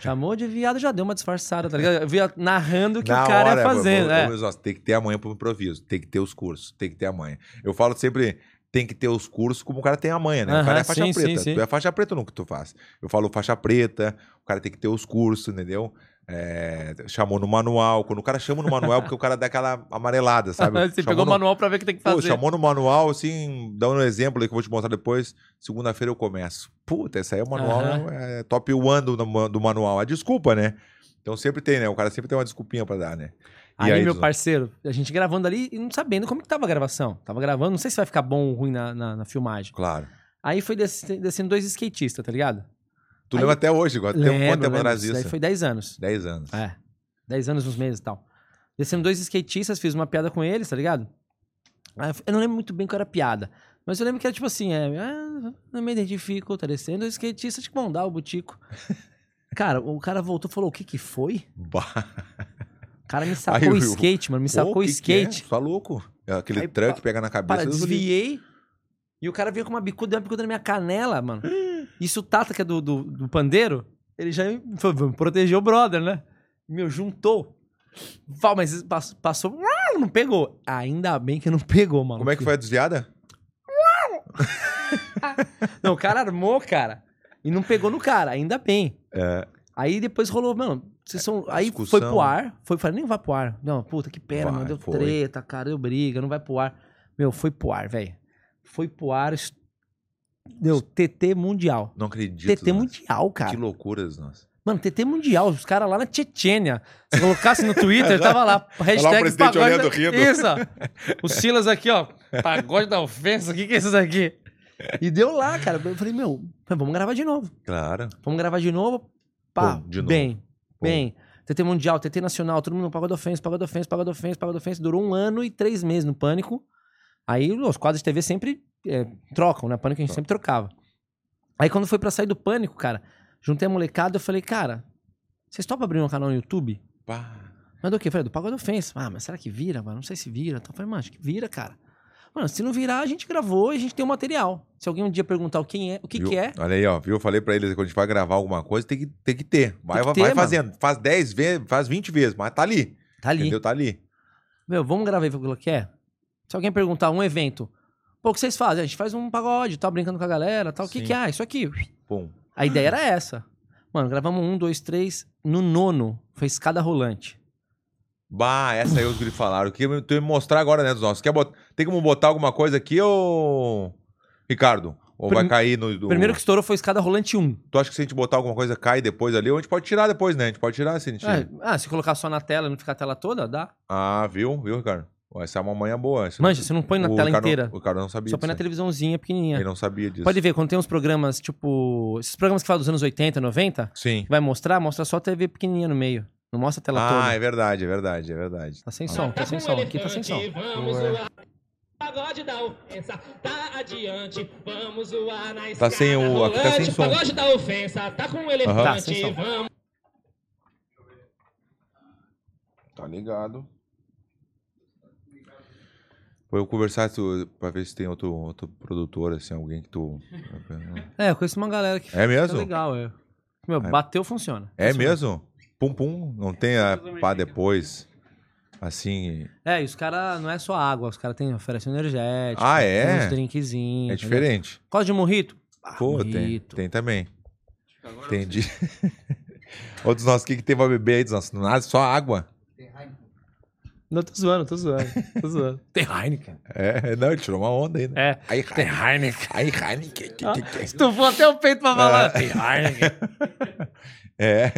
[SPEAKER 2] Chamou de viado, já deu uma disfarçada, tá ligado? Eu via narrando o que
[SPEAKER 1] Na
[SPEAKER 2] o cara
[SPEAKER 1] hora,
[SPEAKER 2] ia fazendo.
[SPEAKER 1] eu- eu-
[SPEAKER 2] é.
[SPEAKER 1] eu- nossa, tem que ter amanhã pro improviso, tem que ter os cursos, tem que ter amanhã. Eu falo sempre, tem que ter os cursos como o cara tem amanhã, né? o cara
[SPEAKER 2] Aham,
[SPEAKER 1] é faixa
[SPEAKER 2] sim, sim,
[SPEAKER 1] preta.
[SPEAKER 2] sim.
[SPEAKER 1] Tu é faixa preta no que tu faz. Eu falo faixa preta, o cara tem que ter os cursos, entendeu? É, chamou no manual. Quando o cara chama no manual, é porque o cara dá aquela amarelada, sabe?
[SPEAKER 2] (laughs) Você
[SPEAKER 1] Chamou
[SPEAKER 2] pegou o
[SPEAKER 1] no-
[SPEAKER 2] manual pra ver o que tem que
[SPEAKER 1] Pô,
[SPEAKER 2] fazer.
[SPEAKER 1] chamou no manual, assim, dá um exemplo aí que eu vou te mostrar depois. Segunda-feira eu começo. Puta, essa aí é o manual,
[SPEAKER 2] Aham.
[SPEAKER 1] é top one do, do manual. A desculpa, né? Então sempre tem, né? O cara sempre tem uma desculpinha pra dar, né? E
[SPEAKER 2] Aí,
[SPEAKER 1] aí,
[SPEAKER 2] meu
[SPEAKER 1] Dudu?
[SPEAKER 2] parceiro, a gente gravando ali e não sabendo como que tava a gravação. Tava gravando, não sei se vai ficar bom ou ruim na, na, na filmagem.
[SPEAKER 1] Claro.
[SPEAKER 2] Aí foi desce- descendo dois skatistas, tá ligado?
[SPEAKER 1] Tu
[SPEAKER 2] Aí-
[SPEAKER 1] lembra até hoje, agora. Tem um
[SPEAKER 2] Lembro,
[SPEAKER 1] quanto tempo
[SPEAKER 2] lembro.
[SPEAKER 1] atrás
[SPEAKER 2] Isso daí
[SPEAKER 1] isso?
[SPEAKER 2] foi 10 anos.
[SPEAKER 1] 10 anos.
[SPEAKER 2] É. 10 anos, uns meses e tal. Descendo dois skatistas, fiz uma piada com eles, tá ligado? Aí eu f- Eu não lembro muito bem qual era a piada. Mas eu lembro que era tipo assim, é, "Ah, não me identifico, tá descendo dois skatistas, tipo, bom, dá o butico. cara, o cara voltou e falou, o que que foi?
[SPEAKER 1] Bah.
[SPEAKER 2] O cara me sacou
[SPEAKER 1] Aí
[SPEAKER 2] o
[SPEAKER 1] eu-
[SPEAKER 2] skate, mano, me sacou
[SPEAKER 1] Ô,
[SPEAKER 2] o
[SPEAKER 1] que que é?
[SPEAKER 2] skate.
[SPEAKER 1] Tá louco. É Aquele
[SPEAKER 2] Aí,
[SPEAKER 1] truck
[SPEAKER 2] pa-
[SPEAKER 1] pega na cabeça.
[SPEAKER 2] Para,
[SPEAKER 1] Deus
[SPEAKER 2] desviei. E o cara veio com uma bicuda, deu uma bicuda na minha
[SPEAKER 1] (gasps)
[SPEAKER 2] canela, mano. Isso o Tata, que é do, do, do pandeiro, ele já me- foi- foi- protegeu o brother, né? Me juntou. Val, mas passou, passou. Não pegou. Ainda bem que não pegou, mano.
[SPEAKER 1] Como é que foi a desviada?
[SPEAKER 2] Não, o cara armou, cara. E não pegou no cara, ainda bem.
[SPEAKER 1] É.
[SPEAKER 2] Aí depois rolou, mano, vocês são. Aí
[SPEAKER 1] discussão.
[SPEAKER 2] foi pro ar. Foi, falei, nem vai pro ar. Não, puta, que pena,
[SPEAKER 1] Vai,
[SPEAKER 2] mano. Deu
[SPEAKER 1] foi.
[SPEAKER 2] treta, cara, deu briga, não vai pro ar. Meu, foi pro ar, velho. Foi pro ar. es- Deu TT Mundial.
[SPEAKER 1] Não acredito.
[SPEAKER 2] TT
[SPEAKER 1] nossa.
[SPEAKER 2] Mundial,
[SPEAKER 1] né? Que
[SPEAKER 2] cara.
[SPEAKER 1] loucuras, nossa.
[SPEAKER 2] Mano, TT Mundial, os caras lá na Tchêtchênia. Se colocasse
[SPEAKER 1] (laughs)
[SPEAKER 2] no Twitter, tava lá. Hashtag
[SPEAKER 1] presidente
[SPEAKER 2] pagode
[SPEAKER 1] olhando,
[SPEAKER 2] da-
[SPEAKER 1] rindo.
[SPEAKER 2] Isso, ó. O Silas aqui, ó. Pagode da ofensa, o que, que é isso daqui? E deu lá, cara. Eu falei, meu, vamos gravar de novo.
[SPEAKER 1] Claro.
[SPEAKER 2] Vamos gravar de novo. Pá,
[SPEAKER 1] Pum, de novo.
[SPEAKER 2] bem,
[SPEAKER 1] Pum.
[SPEAKER 2] bem. TT Mundial, TT Nacional, todo mundo pagou ofensa, pagou ofensa, pagou ofensa, pagou ofensa. Durou um ano e três meses no Pânico. Aí os quadros de TV sempre é, trocam, né? Pânico a
[SPEAKER 1] Tá.
[SPEAKER 2] gente sempre trocava. Aí quando foi pra sair do Pânico, cara, juntei a molecada, eu falei, cara, vocês topam abrir um canal no YouTube?
[SPEAKER 1] Pá.
[SPEAKER 2] Mas do quê? Eu Falei, do Pagode Ofensa. Ah, mas será que vira, mano? Não sei se vira. Então, eu falei, mano, acho que vira, cara. Mano, se não virar, a gente gravou e a gente tem o material. Se alguém um dia perguntar o, quem é, o que,
[SPEAKER 1] Viu?
[SPEAKER 2] que é,
[SPEAKER 1] Olha aí, ó. Viu? Eu falei pra eles que quando a gente vai gravar alguma coisa, tem que, tem que ter. Vai,
[SPEAKER 2] que
[SPEAKER 1] vai
[SPEAKER 2] ter,
[SPEAKER 1] fazendo. Faz 10 vezes, faz 20 vezes, mas tá ali.
[SPEAKER 2] tá ali.
[SPEAKER 1] Entendeu? Tá ali.
[SPEAKER 2] Meu, vamos gravar e ver o que é? Se alguém perguntar um evento, pô, o que vocês fazem? A gente faz um pagode, tá brincando com a galera, tal. O que
[SPEAKER 1] Sim.
[SPEAKER 2] que é? Ah, Isso aqui.
[SPEAKER 1] Pum.
[SPEAKER 2] A ideia era essa. Mano, gravamos um, dois, três. No nono, foi escada rolante.
[SPEAKER 1] Bah, essa aí os guri falaram. Que eu tenho que mostrar agora, né, dos nossos. Quer bot- Tem como botar alguma coisa aqui, ô. Ricardo? Ou vai
[SPEAKER 2] Prim-
[SPEAKER 1] cair no. do-
[SPEAKER 2] O primeiro que estourou foi escada rolante 1.
[SPEAKER 1] Tu acha que se a gente botar alguma coisa, cai depois ali? Ou a gente pode tirar depois, né? A gente pode tirar se a gente.
[SPEAKER 2] Ah, se colocar só na tela e não ficar a tela toda, dá.
[SPEAKER 1] Ah, viu? Viu, Ricardo? Ó, Essa é uma manha boa. Essa...
[SPEAKER 2] Manja, você não põe na
[SPEAKER 1] o
[SPEAKER 2] tela
[SPEAKER 1] Ricardo-
[SPEAKER 2] inteira.
[SPEAKER 1] O cara não sabia.
[SPEAKER 2] Só põe na
[SPEAKER 1] disso,
[SPEAKER 2] televisãozinha
[SPEAKER 1] né? Ele
[SPEAKER 2] pequenininha.
[SPEAKER 1] é. não sabia disso.
[SPEAKER 2] Pode ver, quando tem uns programas, tipo... Esses programas que falam dos anos 80, 90,
[SPEAKER 1] Sim.
[SPEAKER 2] que vai mostrar, mostra só a TV pequenininha no meio. Não mostra a tela
[SPEAKER 1] ah,
[SPEAKER 2] toda.
[SPEAKER 1] é verdade, é verdade, é verdade.
[SPEAKER 2] Tá sem som, tá sem som. Aqui tá sem som.
[SPEAKER 3] Vamos zoar. Pagode da ofensa, tá adiante. Vamos zoar na
[SPEAKER 1] Tá sem o- aqui tá sem
[SPEAKER 3] rolante.
[SPEAKER 1] som.
[SPEAKER 3] Pagode da ofensa, tá com o elefante.
[SPEAKER 1] Tá,
[SPEAKER 2] sem som.
[SPEAKER 3] Vamos
[SPEAKER 1] Tá ligado. Vou eu conversar tu, pra ver se tem outro, outro produtor, assim, alguém que tu.
[SPEAKER 2] É, eu conheço uma galera que
[SPEAKER 1] É
[SPEAKER 2] Tá
[SPEAKER 1] mesmo?
[SPEAKER 2] legal, é. Meu,
[SPEAKER 1] É.
[SPEAKER 2] bateu, funciona.
[SPEAKER 1] É
[SPEAKER 2] Funciona.
[SPEAKER 1] mesmo? Pum pum, não tem a pá depois. Assim.
[SPEAKER 2] É, e os caras não é só água, os caras tem oferecem energético.
[SPEAKER 1] Ah,
[SPEAKER 2] Tem
[SPEAKER 1] é?
[SPEAKER 2] uns drinkzinhos.
[SPEAKER 1] É diferente.
[SPEAKER 2] Gosta de morrito? tá Ah,
[SPEAKER 1] Pô, tem,
[SPEAKER 2] morrito.
[SPEAKER 1] tem também. Entendi. (laughs) Outros nossos, o que, que tem pra beber aí dos nossos? Nada, só água.
[SPEAKER 2] Não, tô zoando, tô zoando. Tô (laughs) zoando. tem Heineken.
[SPEAKER 1] É, (laughs) não, ele tirou uma onda aí, né?
[SPEAKER 2] É.
[SPEAKER 1] Aí, Heineken. Aí, Heineken. que- que- que-
[SPEAKER 2] Estufou até o peito pra falar. Tem Heineken. Ah.
[SPEAKER 1] (laughs) É.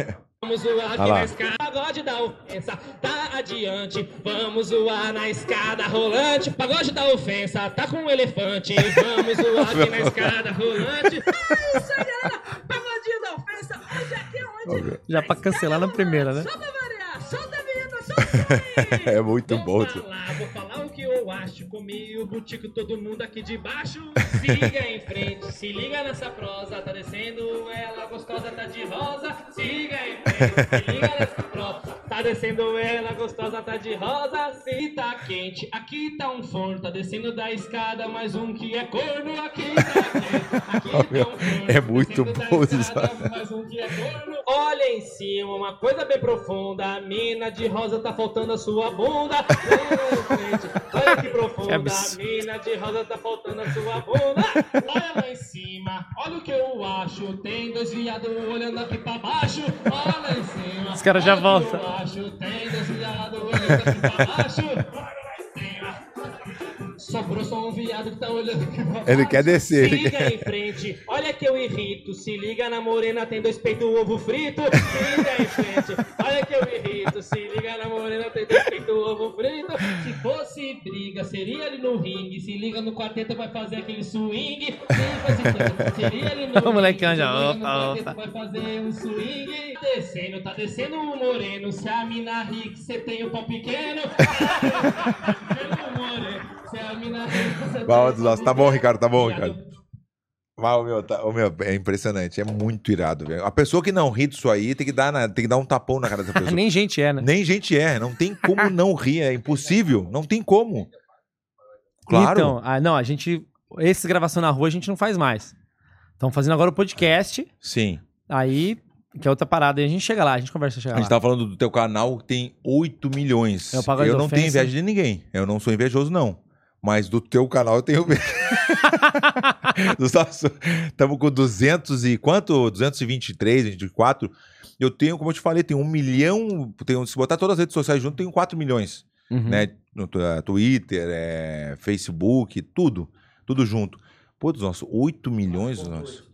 [SPEAKER 1] Ah
[SPEAKER 3] zoar aqui
[SPEAKER 1] lá.
[SPEAKER 3] na escada. Pagode da ofensa, tá adiante. Vamos zoar na escada rolante. Pagode da ofensa, tá com o elefante. Vamos zoar
[SPEAKER 1] (laughs)
[SPEAKER 3] aqui na escada rolante. É isso aí, galera. Pagodinho da ofensa, hoje aqui é onde.
[SPEAKER 2] Já pra cancelar na primeira, né?
[SPEAKER 3] Só pra variar, solta a vinheta, solta aí.
[SPEAKER 1] (laughs) É muito bom.
[SPEAKER 3] Vou
[SPEAKER 1] isso.
[SPEAKER 3] falar, vou falar o que eu acho. Comi o butico, todo mundo aqui de baixo. Se liga em frente, se liga nessa prosa. Tá descendo, ela gostosa, tá de rosa. Se liga em frente, se liga nessa prosa. Tá descendo, ela gostosa, tá de rosa. Se tá quente, aqui tá um forno. Tá descendo da escada, mais um que é corno. Aqui tá quente, aqui tá um
[SPEAKER 1] (laughs)
[SPEAKER 3] forno.
[SPEAKER 1] É muito
[SPEAKER 3] Descendo da
[SPEAKER 1] bom
[SPEAKER 3] escada,
[SPEAKER 1] isso.
[SPEAKER 3] mais um que é corno. Olha em cima, uma coisa bem profunda. A mina de rosa tá faltando a sua bunda. Olha em frente, Olha que profunda.
[SPEAKER 2] Que
[SPEAKER 3] a
[SPEAKER 2] absurdo.
[SPEAKER 3] mina de rosa tá faltando a sua bunda. Olha lá em cima, olha o que eu acho. Tem dois viados olhando aqui pra baixo. Olha em cima.
[SPEAKER 2] Os caras já
[SPEAKER 3] olha o que
[SPEAKER 2] voltam.
[SPEAKER 3] eu acho. Tem dois viados olhando aqui pra baixo. Olha lá em cima. Sobrou só um viado viado que tá olhando aqui pra
[SPEAKER 1] Ele
[SPEAKER 3] baixo.
[SPEAKER 1] quer descer,
[SPEAKER 3] Se
[SPEAKER 1] ele
[SPEAKER 3] liga em frente. Olha que eu irrito. Se liga na morena, tem dois peitos, um ovo frito. Se liga em frente. Olha que eu irrito. Se liga na morena, tem dois peitos, um ovo frito. Se fosse briga, seria ele no ringue. Se liga no quarteto, vai fazer aquele swing. Se fosse dança, seria ele
[SPEAKER 2] (laughs)
[SPEAKER 3] no
[SPEAKER 2] O molecão já,
[SPEAKER 3] Se liga no
[SPEAKER 2] opa,
[SPEAKER 3] quarteto,
[SPEAKER 2] opa.
[SPEAKER 3] Vai fazer um swing. Tá Descendo, tá descendo o moreno. Se a mina rica, você tem o pau pequeno. (laughs) Tá descendo o moreno. Se a mina rica, você tem o
[SPEAKER 1] Pau
[SPEAKER 3] pau
[SPEAKER 1] dos ossos. Tá bom,
[SPEAKER 3] pequeno.
[SPEAKER 1] Ricardo, tá bom,
[SPEAKER 3] Viado,
[SPEAKER 1] Ricardo. Mas, ô, meu, tá- ô, meu, é impressionante, é muito irado, velho. A pessoa que não ri disso aí tem que dar, na- tem que dar um tapão na cara dessa pessoa.
[SPEAKER 2] (laughs) Nem gente é, né?
[SPEAKER 1] Nem gente é, não tem como não rir, é impossível, não tem como. Claro.
[SPEAKER 2] Então, ah, não, a gente. Esse gravação na rua a gente não faz mais. Estamos fazendo agora o podcast.
[SPEAKER 1] Sim.
[SPEAKER 2] Aí, que é outra parada. E a gente chega lá, a gente conversa, chega
[SPEAKER 1] A
[SPEAKER 2] lá.
[SPEAKER 1] gente tava falando do teu canal que tem 8 milhões.
[SPEAKER 2] É o
[SPEAKER 1] Eu
[SPEAKER 2] Pagode
[SPEAKER 1] não
[SPEAKER 2] Ofensa.
[SPEAKER 1] tenho inveja de ninguém. Eu não sou invejoso, não. Mas do teu canal eu tenho
[SPEAKER 2] (laughs)
[SPEAKER 1] inveja. Estamos com 200 e quanto? 223, 24. Eu tenho, como eu te falei, tem um milhão. Tenho, se botar todas as redes sociais junto, tenho 4 milhões.
[SPEAKER 2] Uhum.
[SPEAKER 1] Né? No tu- eh, Twitter, eh, Facebook, tudo. Tudo junto. Pô, dos nossos 8 milhões, nosso.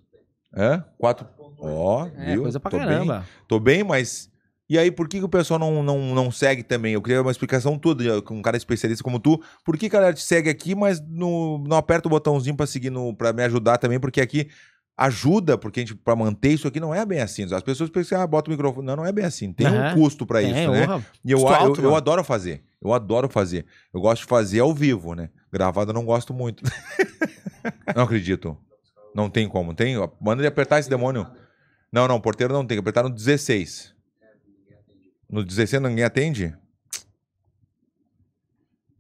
[SPEAKER 1] Hã? 4. Ó,
[SPEAKER 2] É,
[SPEAKER 1] viu?
[SPEAKER 2] coisa pra
[SPEAKER 1] Tô bem-
[SPEAKER 2] caramba.
[SPEAKER 1] Tô bem, mas. E aí, por que, que o pessoal não, não, não segue também? Eu queria uma explicação toda, com um cara especialista como tu. Por que, que a galera te segue aqui, mas não, não aperta o botãozinho pra seguir, no, pra me ajudar também? Porque aqui ajuda, porque a gente, pra manter isso aqui não é bem assim. As pessoas pensam, ah, bota o microfone. Não, não é bem assim. Tem um
[SPEAKER 2] Aham.
[SPEAKER 1] custo pra
[SPEAKER 2] Tem,
[SPEAKER 1] isso, né?
[SPEAKER 2] É, honra.
[SPEAKER 1] E eu,
[SPEAKER 2] Custo
[SPEAKER 1] eu,
[SPEAKER 2] alto,
[SPEAKER 1] eu
[SPEAKER 2] mano.
[SPEAKER 1] adoro fazer. Eu adoro fazer. Eu gosto de fazer ao vivo, né? Gravado eu não gosto muito. não acredito. Não tem como. Tem? Manda ele apertar esse demônio. Não, não, porteiro não tem. Apertar no 16. No 16 ninguém atende?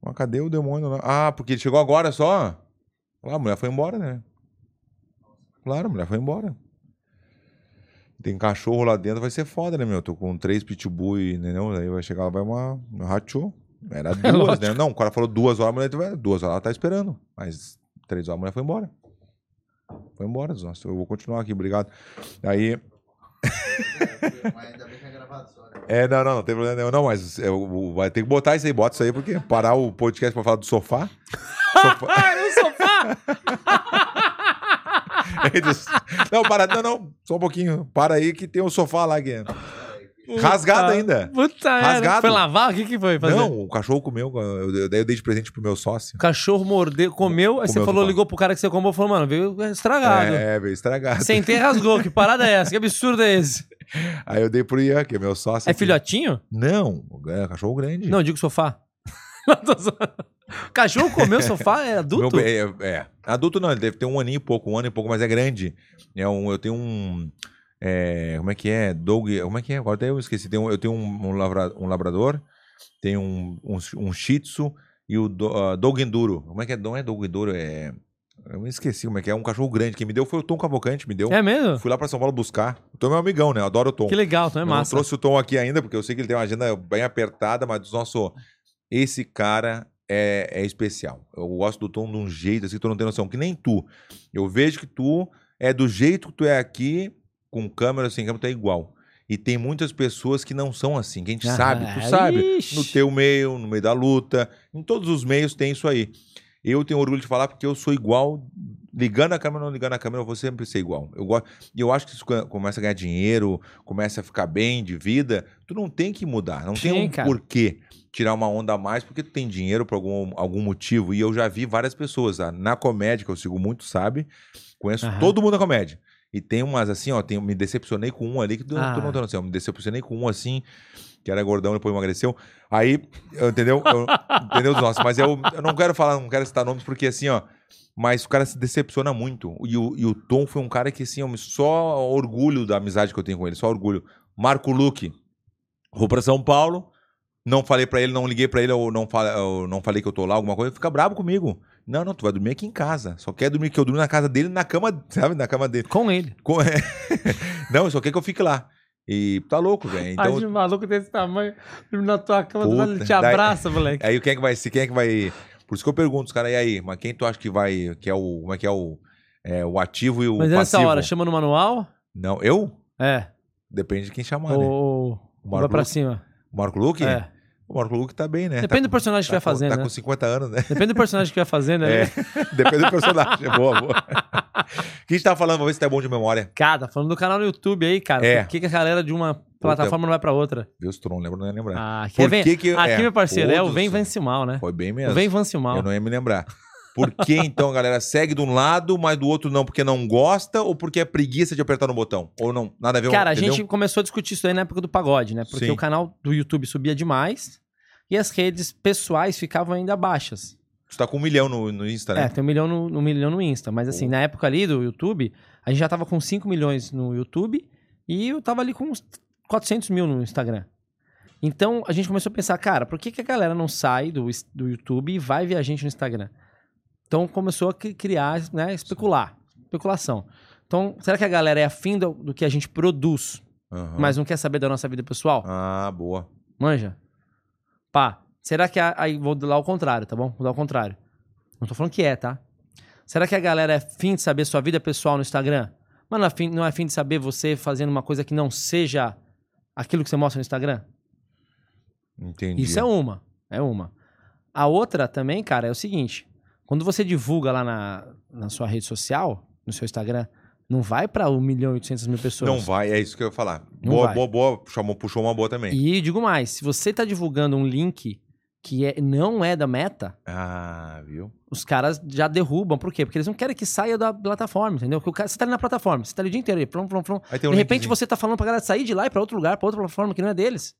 [SPEAKER 1] Mas cadê o demônio? lá? Ah, porque ele chegou agora só? Claro, a mulher foi embora, né? Claro, a mulher foi embora. Tem cachorro lá dentro, vai ser foda, né, meu? Tô com três pitbull e, entendeu? Aí vai chegar lá, vai uma, uma rachô. Era duas, né? Não, o cara falou duas horas, a mulher vai, duas horas ela tá esperando. Mas três horas a mulher foi embora. Foi embora, nossa, eu vou continuar aqui, obrigado. Aí, (laughs)
[SPEAKER 4] Mas ainda bem que é gravado só. né?
[SPEAKER 1] é, não, não, não tem problema nenhum, não, mas é, o- o- vai ter que botar isso aí, bota isso aí, porque parar o podcast pra falar do sofá. sofá (laughs)
[SPEAKER 2] Ah, no sofá!
[SPEAKER 1] Eles- é Não, para, não, não, só um pouquinho. Para aí que tem um sofá lá que é rasgado
[SPEAKER 2] Puta-
[SPEAKER 1] ainda.
[SPEAKER 2] Puta merda.
[SPEAKER 1] Rasgado.
[SPEAKER 2] Foi lavar? O que, que foi fazer?
[SPEAKER 1] Não, o cachorro comeu, eu, eu- daí eu dei de presente pro meu sócio.
[SPEAKER 2] O cachorro mordeu, comeu,
[SPEAKER 1] Comeu
[SPEAKER 2] aí você falou,
[SPEAKER 1] sofá.
[SPEAKER 2] ligou pro cara que você comprou e falou, mano, veio estragado.
[SPEAKER 1] É, veio estragado.
[SPEAKER 2] Sentei e rasgou. Que parada é essa? Que absurdo é esse?
[SPEAKER 1] Aí eu dei pro Ian, que é meu sócio.
[SPEAKER 2] É
[SPEAKER 1] aqui.
[SPEAKER 2] filhotinho?
[SPEAKER 1] Não, é cachorro grande.
[SPEAKER 2] Não, eu digo sofá. (laughs) Não, tô zoando. cachorro comeu sofá? É adulto?
[SPEAKER 1] Meu- é, é. adulto não, ele deve ter um aninho e pouco, um ano e pouco, mas é grande. É um, eu tenho um. é, como é que é? Dog. Como é que é? Agora até eu esqueci. Tem um- eu tenho um, um lavra- um labrador, tenho um, um, um shih tzu e o do, ah, Dog Enduro. Como é que é? Não é Dog Enduro, é. Eu me esqueci como é que é. Um cachorro grande. Quem me deu foi o Tom Cavalcante, me deu.
[SPEAKER 2] É mesmo?
[SPEAKER 1] Fui lá pra São Paulo buscar. O Tom é meu amigão, né? Eu adoro o Tom.
[SPEAKER 2] Que legal, então é
[SPEAKER 1] Eu
[SPEAKER 2] massa.
[SPEAKER 1] não trouxe o Tom aqui ainda, porque eu sei que ele tem uma agenda bem apertada, mas nosso, esse cara é, é especial. Eu gosto do Tom de um jeito assim, que tu não tem noção, que nem tu. Eu vejo que tu é do jeito que tu é aqui, com câmera, sem câmera, tu é igual. E tem muitas pessoas que não são assim, que a gente
[SPEAKER 2] Ah,
[SPEAKER 1] sabe, tu sabe,
[SPEAKER 2] ixi.
[SPEAKER 1] no teu meio, no meio da luta, em todos os meios tem isso aí. Eu tenho orgulho de falar porque eu sou igual, ligando a câmera ou não ligando a câmera, eu vou sempre ser igual. Eu gosto, e eu acho que isso co- começa a ganhar dinheiro, começa a ficar bem de vida, tu não tem que mudar, não tem
[SPEAKER 2] Sim,
[SPEAKER 1] um
[SPEAKER 2] cara.
[SPEAKER 1] porquê tirar uma onda a mais porque tu tem dinheiro por algum, algum motivo. E eu já vi várias pessoas, ah, na comédia, que eu sigo muito, sabe? Conheço
[SPEAKER 2] Aham.
[SPEAKER 1] todo mundo na comédia. E tem umas assim, ó, tem, me decepcionei com um ali que tu,
[SPEAKER 2] Ah.
[SPEAKER 1] tu não tá noção, eu me decepcionei com um assim, que era gordão, depois emagreceu. Aí, eu- entendeu? Eu- entendeu dos nossos, mas eu, eu não quero falar, não quero citar nomes, porque assim, ó. Mas o cara se decepciona muito. E o, e o Tom foi um cara que, assim, eu me- só orgulho da amizade que eu tenho com ele, só orgulho. Marco Luque. Vou pra São Paulo. Não falei pra ele, não liguei pra ele, ou não, fala- ou não falei que eu tô lá, alguma coisa. Ele Fica brabo comigo. Não, não, tu vai dormir aqui em casa. Só quer dormir que eu durmo na casa dele, na cama, sabe? Na cama dele.
[SPEAKER 2] Com ele.
[SPEAKER 1] (laughs) Com- é. não, só quer que eu fique lá. E tá louco, velho.
[SPEAKER 2] Ai,
[SPEAKER 1] Então,
[SPEAKER 2] de maluco desse tamanho, dorme na tua cama, do nada ele te
[SPEAKER 1] Puta, daí-
[SPEAKER 2] abraça, moleque.
[SPEAKER 1] Aí quem é que vai ser? Quem é que vai. Por isso que eu pergunto, os caras, e aí, mas quem tu acha que vai. Que é o. Como é que é o. é, o ativo e o
[SPEAKER 2] Mas nessa
[SPEAKER 1] passivo?
[SPEAKER 2] hora, chama no manual?
[SPEAKER 1] Não, eu?
[SPEAKER 2] É.
[SPEAKER 1] Depende de quem chamar, né?
[SPEAKER 2] Ou, ou
[SPEAKER 1] O
[SPEAKER 2] vai
[SPEAKER 1] Marco
[SPEAKER 2] pra
[SPEAKER 1] Luque?
[SPEAKER 2] cima?
[SPEAKER 1] O Marco Luque?
[SPEAKER 2] É.
[SPEAKER 1] O Marco Luque tá bem, né?
[SPEAKER 2] Depende
[SPEAKER 1] Tá
[SPEAKER 2] do
[SPEAKER 1] com-
[SPEAKER 2] personagem que
[SPEAKER 1] tá
[SPEAKER 2] vai
[SPEAKER 1] com-
[SPEAKER 2] fazendo,
[SPEAKER 1] Tá
[SPEAKER 2] né?
[SPEAKER 1] com 50 anos, né? (laughs)
[SPEAKER 2] Depende do personagem que vai fazer, né?
[SPEAKER 1] É, depende do personagem. (laughs) boa, boa. O que a gente tava falando? Vamos ver se tá bom de memória.
[SPEAKER 2] Cara, tá falando do canal no YouTube aí, cara.
[SPEAKER 1] É.
[SPEAKER 2] Por que, que a galera de uma plataforma não vai pra outra?
[SPEAKER 1] Deus, tu não lembra, não ia lembrar.
[SPEAKER 2] Ah, aqui,
[SPEAKER 1] Por
[SPEAKER 2] é vem,
[SPEAKER 1] que que-
[SPEAKER 2] aqui
[SPEAKER 1] é,
[SPEAKER 2] meu parceiro, é o
[SPEAKER 1] todos-
[SPEAKER 2] Vem Vence Mal, né?
[SPEAKER 1] Foi bem
[SPEAKER 2] O
[SPEAKER 1] mesmo.
[SPEAKER 2] Vem Vence
[SPEAKER 1] Eu
[SPEAKER 2] Mal.
[SPEAKER 1] não ia me lembrar. Por que então a galera segue de um lado, mas do outro não? Porque não gosta ou porque é preguiça de apertar no botão? Ou não? Nada a ver
[SPEAKER 2] Cara, a
[SPEAKER 1] entendeu?
[SPEAKER 2] gente começou a discutir isso aí na época do pagode, né? Porque
[SPEAKER 1] Sim.
[SPEAKER 2] o canal do YouTube subia demais e as redes pessoais ficavam ainda baixas.
[SPEAKER 1] Tu tá com um milhão no, no Insta,
[SPEAKER 2] É,
[SPEAKER 1] né?
[SPEAKER 2] tem um milhão no, um milhão no Insta. Mas assim,
[SPEAKER 1] Pô.
[SPEAKER 2] na época ali do YouTube, a gente já tava com 5 milhões no YouTube e eu tava ali com uns 400 mil no Instagram. Então a gente começou a pensar, cara, por que, que a galera não sai do, is- do YouTube e vai ver a gente no Instagram? Então começou a cri- criar, né, especular, especulação. Então, será que a galera é afim do, do que a gente produz,
[SPEAKER 1] Aham.
[SPEAKER 2] É, mas não quer saber da nossa vida pessoal?
[SPEAKER 1] Ah, boa.
[SPEAKER 2] Manja. Pá, será que a, aí vou dar o contrário, tá bom? Vou dar o contrário. Não tô falando que é, tá? Será que a galera é fim de saber sua vida pessoal no Instagram? Mas não é fim, não é fim de saber você fazendo uma coisa que não seja aquilo que você mostra no Instagram?
[SPEAKER 1] Entendi.
[SPEAKER 2] Isso é uma. É uma. A outra também, cara, é o seguinte: quando você divulga lá na, na sua rede social, no seu Instagram, não vai pra 1 milhão e 800 mil pessoas.
[SPEAKER 1] Não vai, é isso que eu ia falar.
[SPEAKER 2] Não
[SPEAKER 1] boa,
[SPEAKER 2] vai.
[SPEAKER 1] boa, boa. Chamou, puxou uma boa também.
[SPEAKER 2] E digo mais: se você tá divulgando um link que é, não é da meta.
[SPEAKER 1] Ah, viu?
[SPEAKER 2] os caras já derrubam. Por quê? Porque eles não querem que saia da plataforma, entendeu? Porque o cara, você tá ali na plataforma, você tá ali o dia inteiro, aí, plom, plom, plom.
[SPEAKER 1] Aí tem um
[SPEAKER 2] de repente
[SPEAKER 1] linkzinho.
[SPEAKER 2] você tá falando pra galera sair de lá e pra outro lugar, pra outra plataforma que não é deles.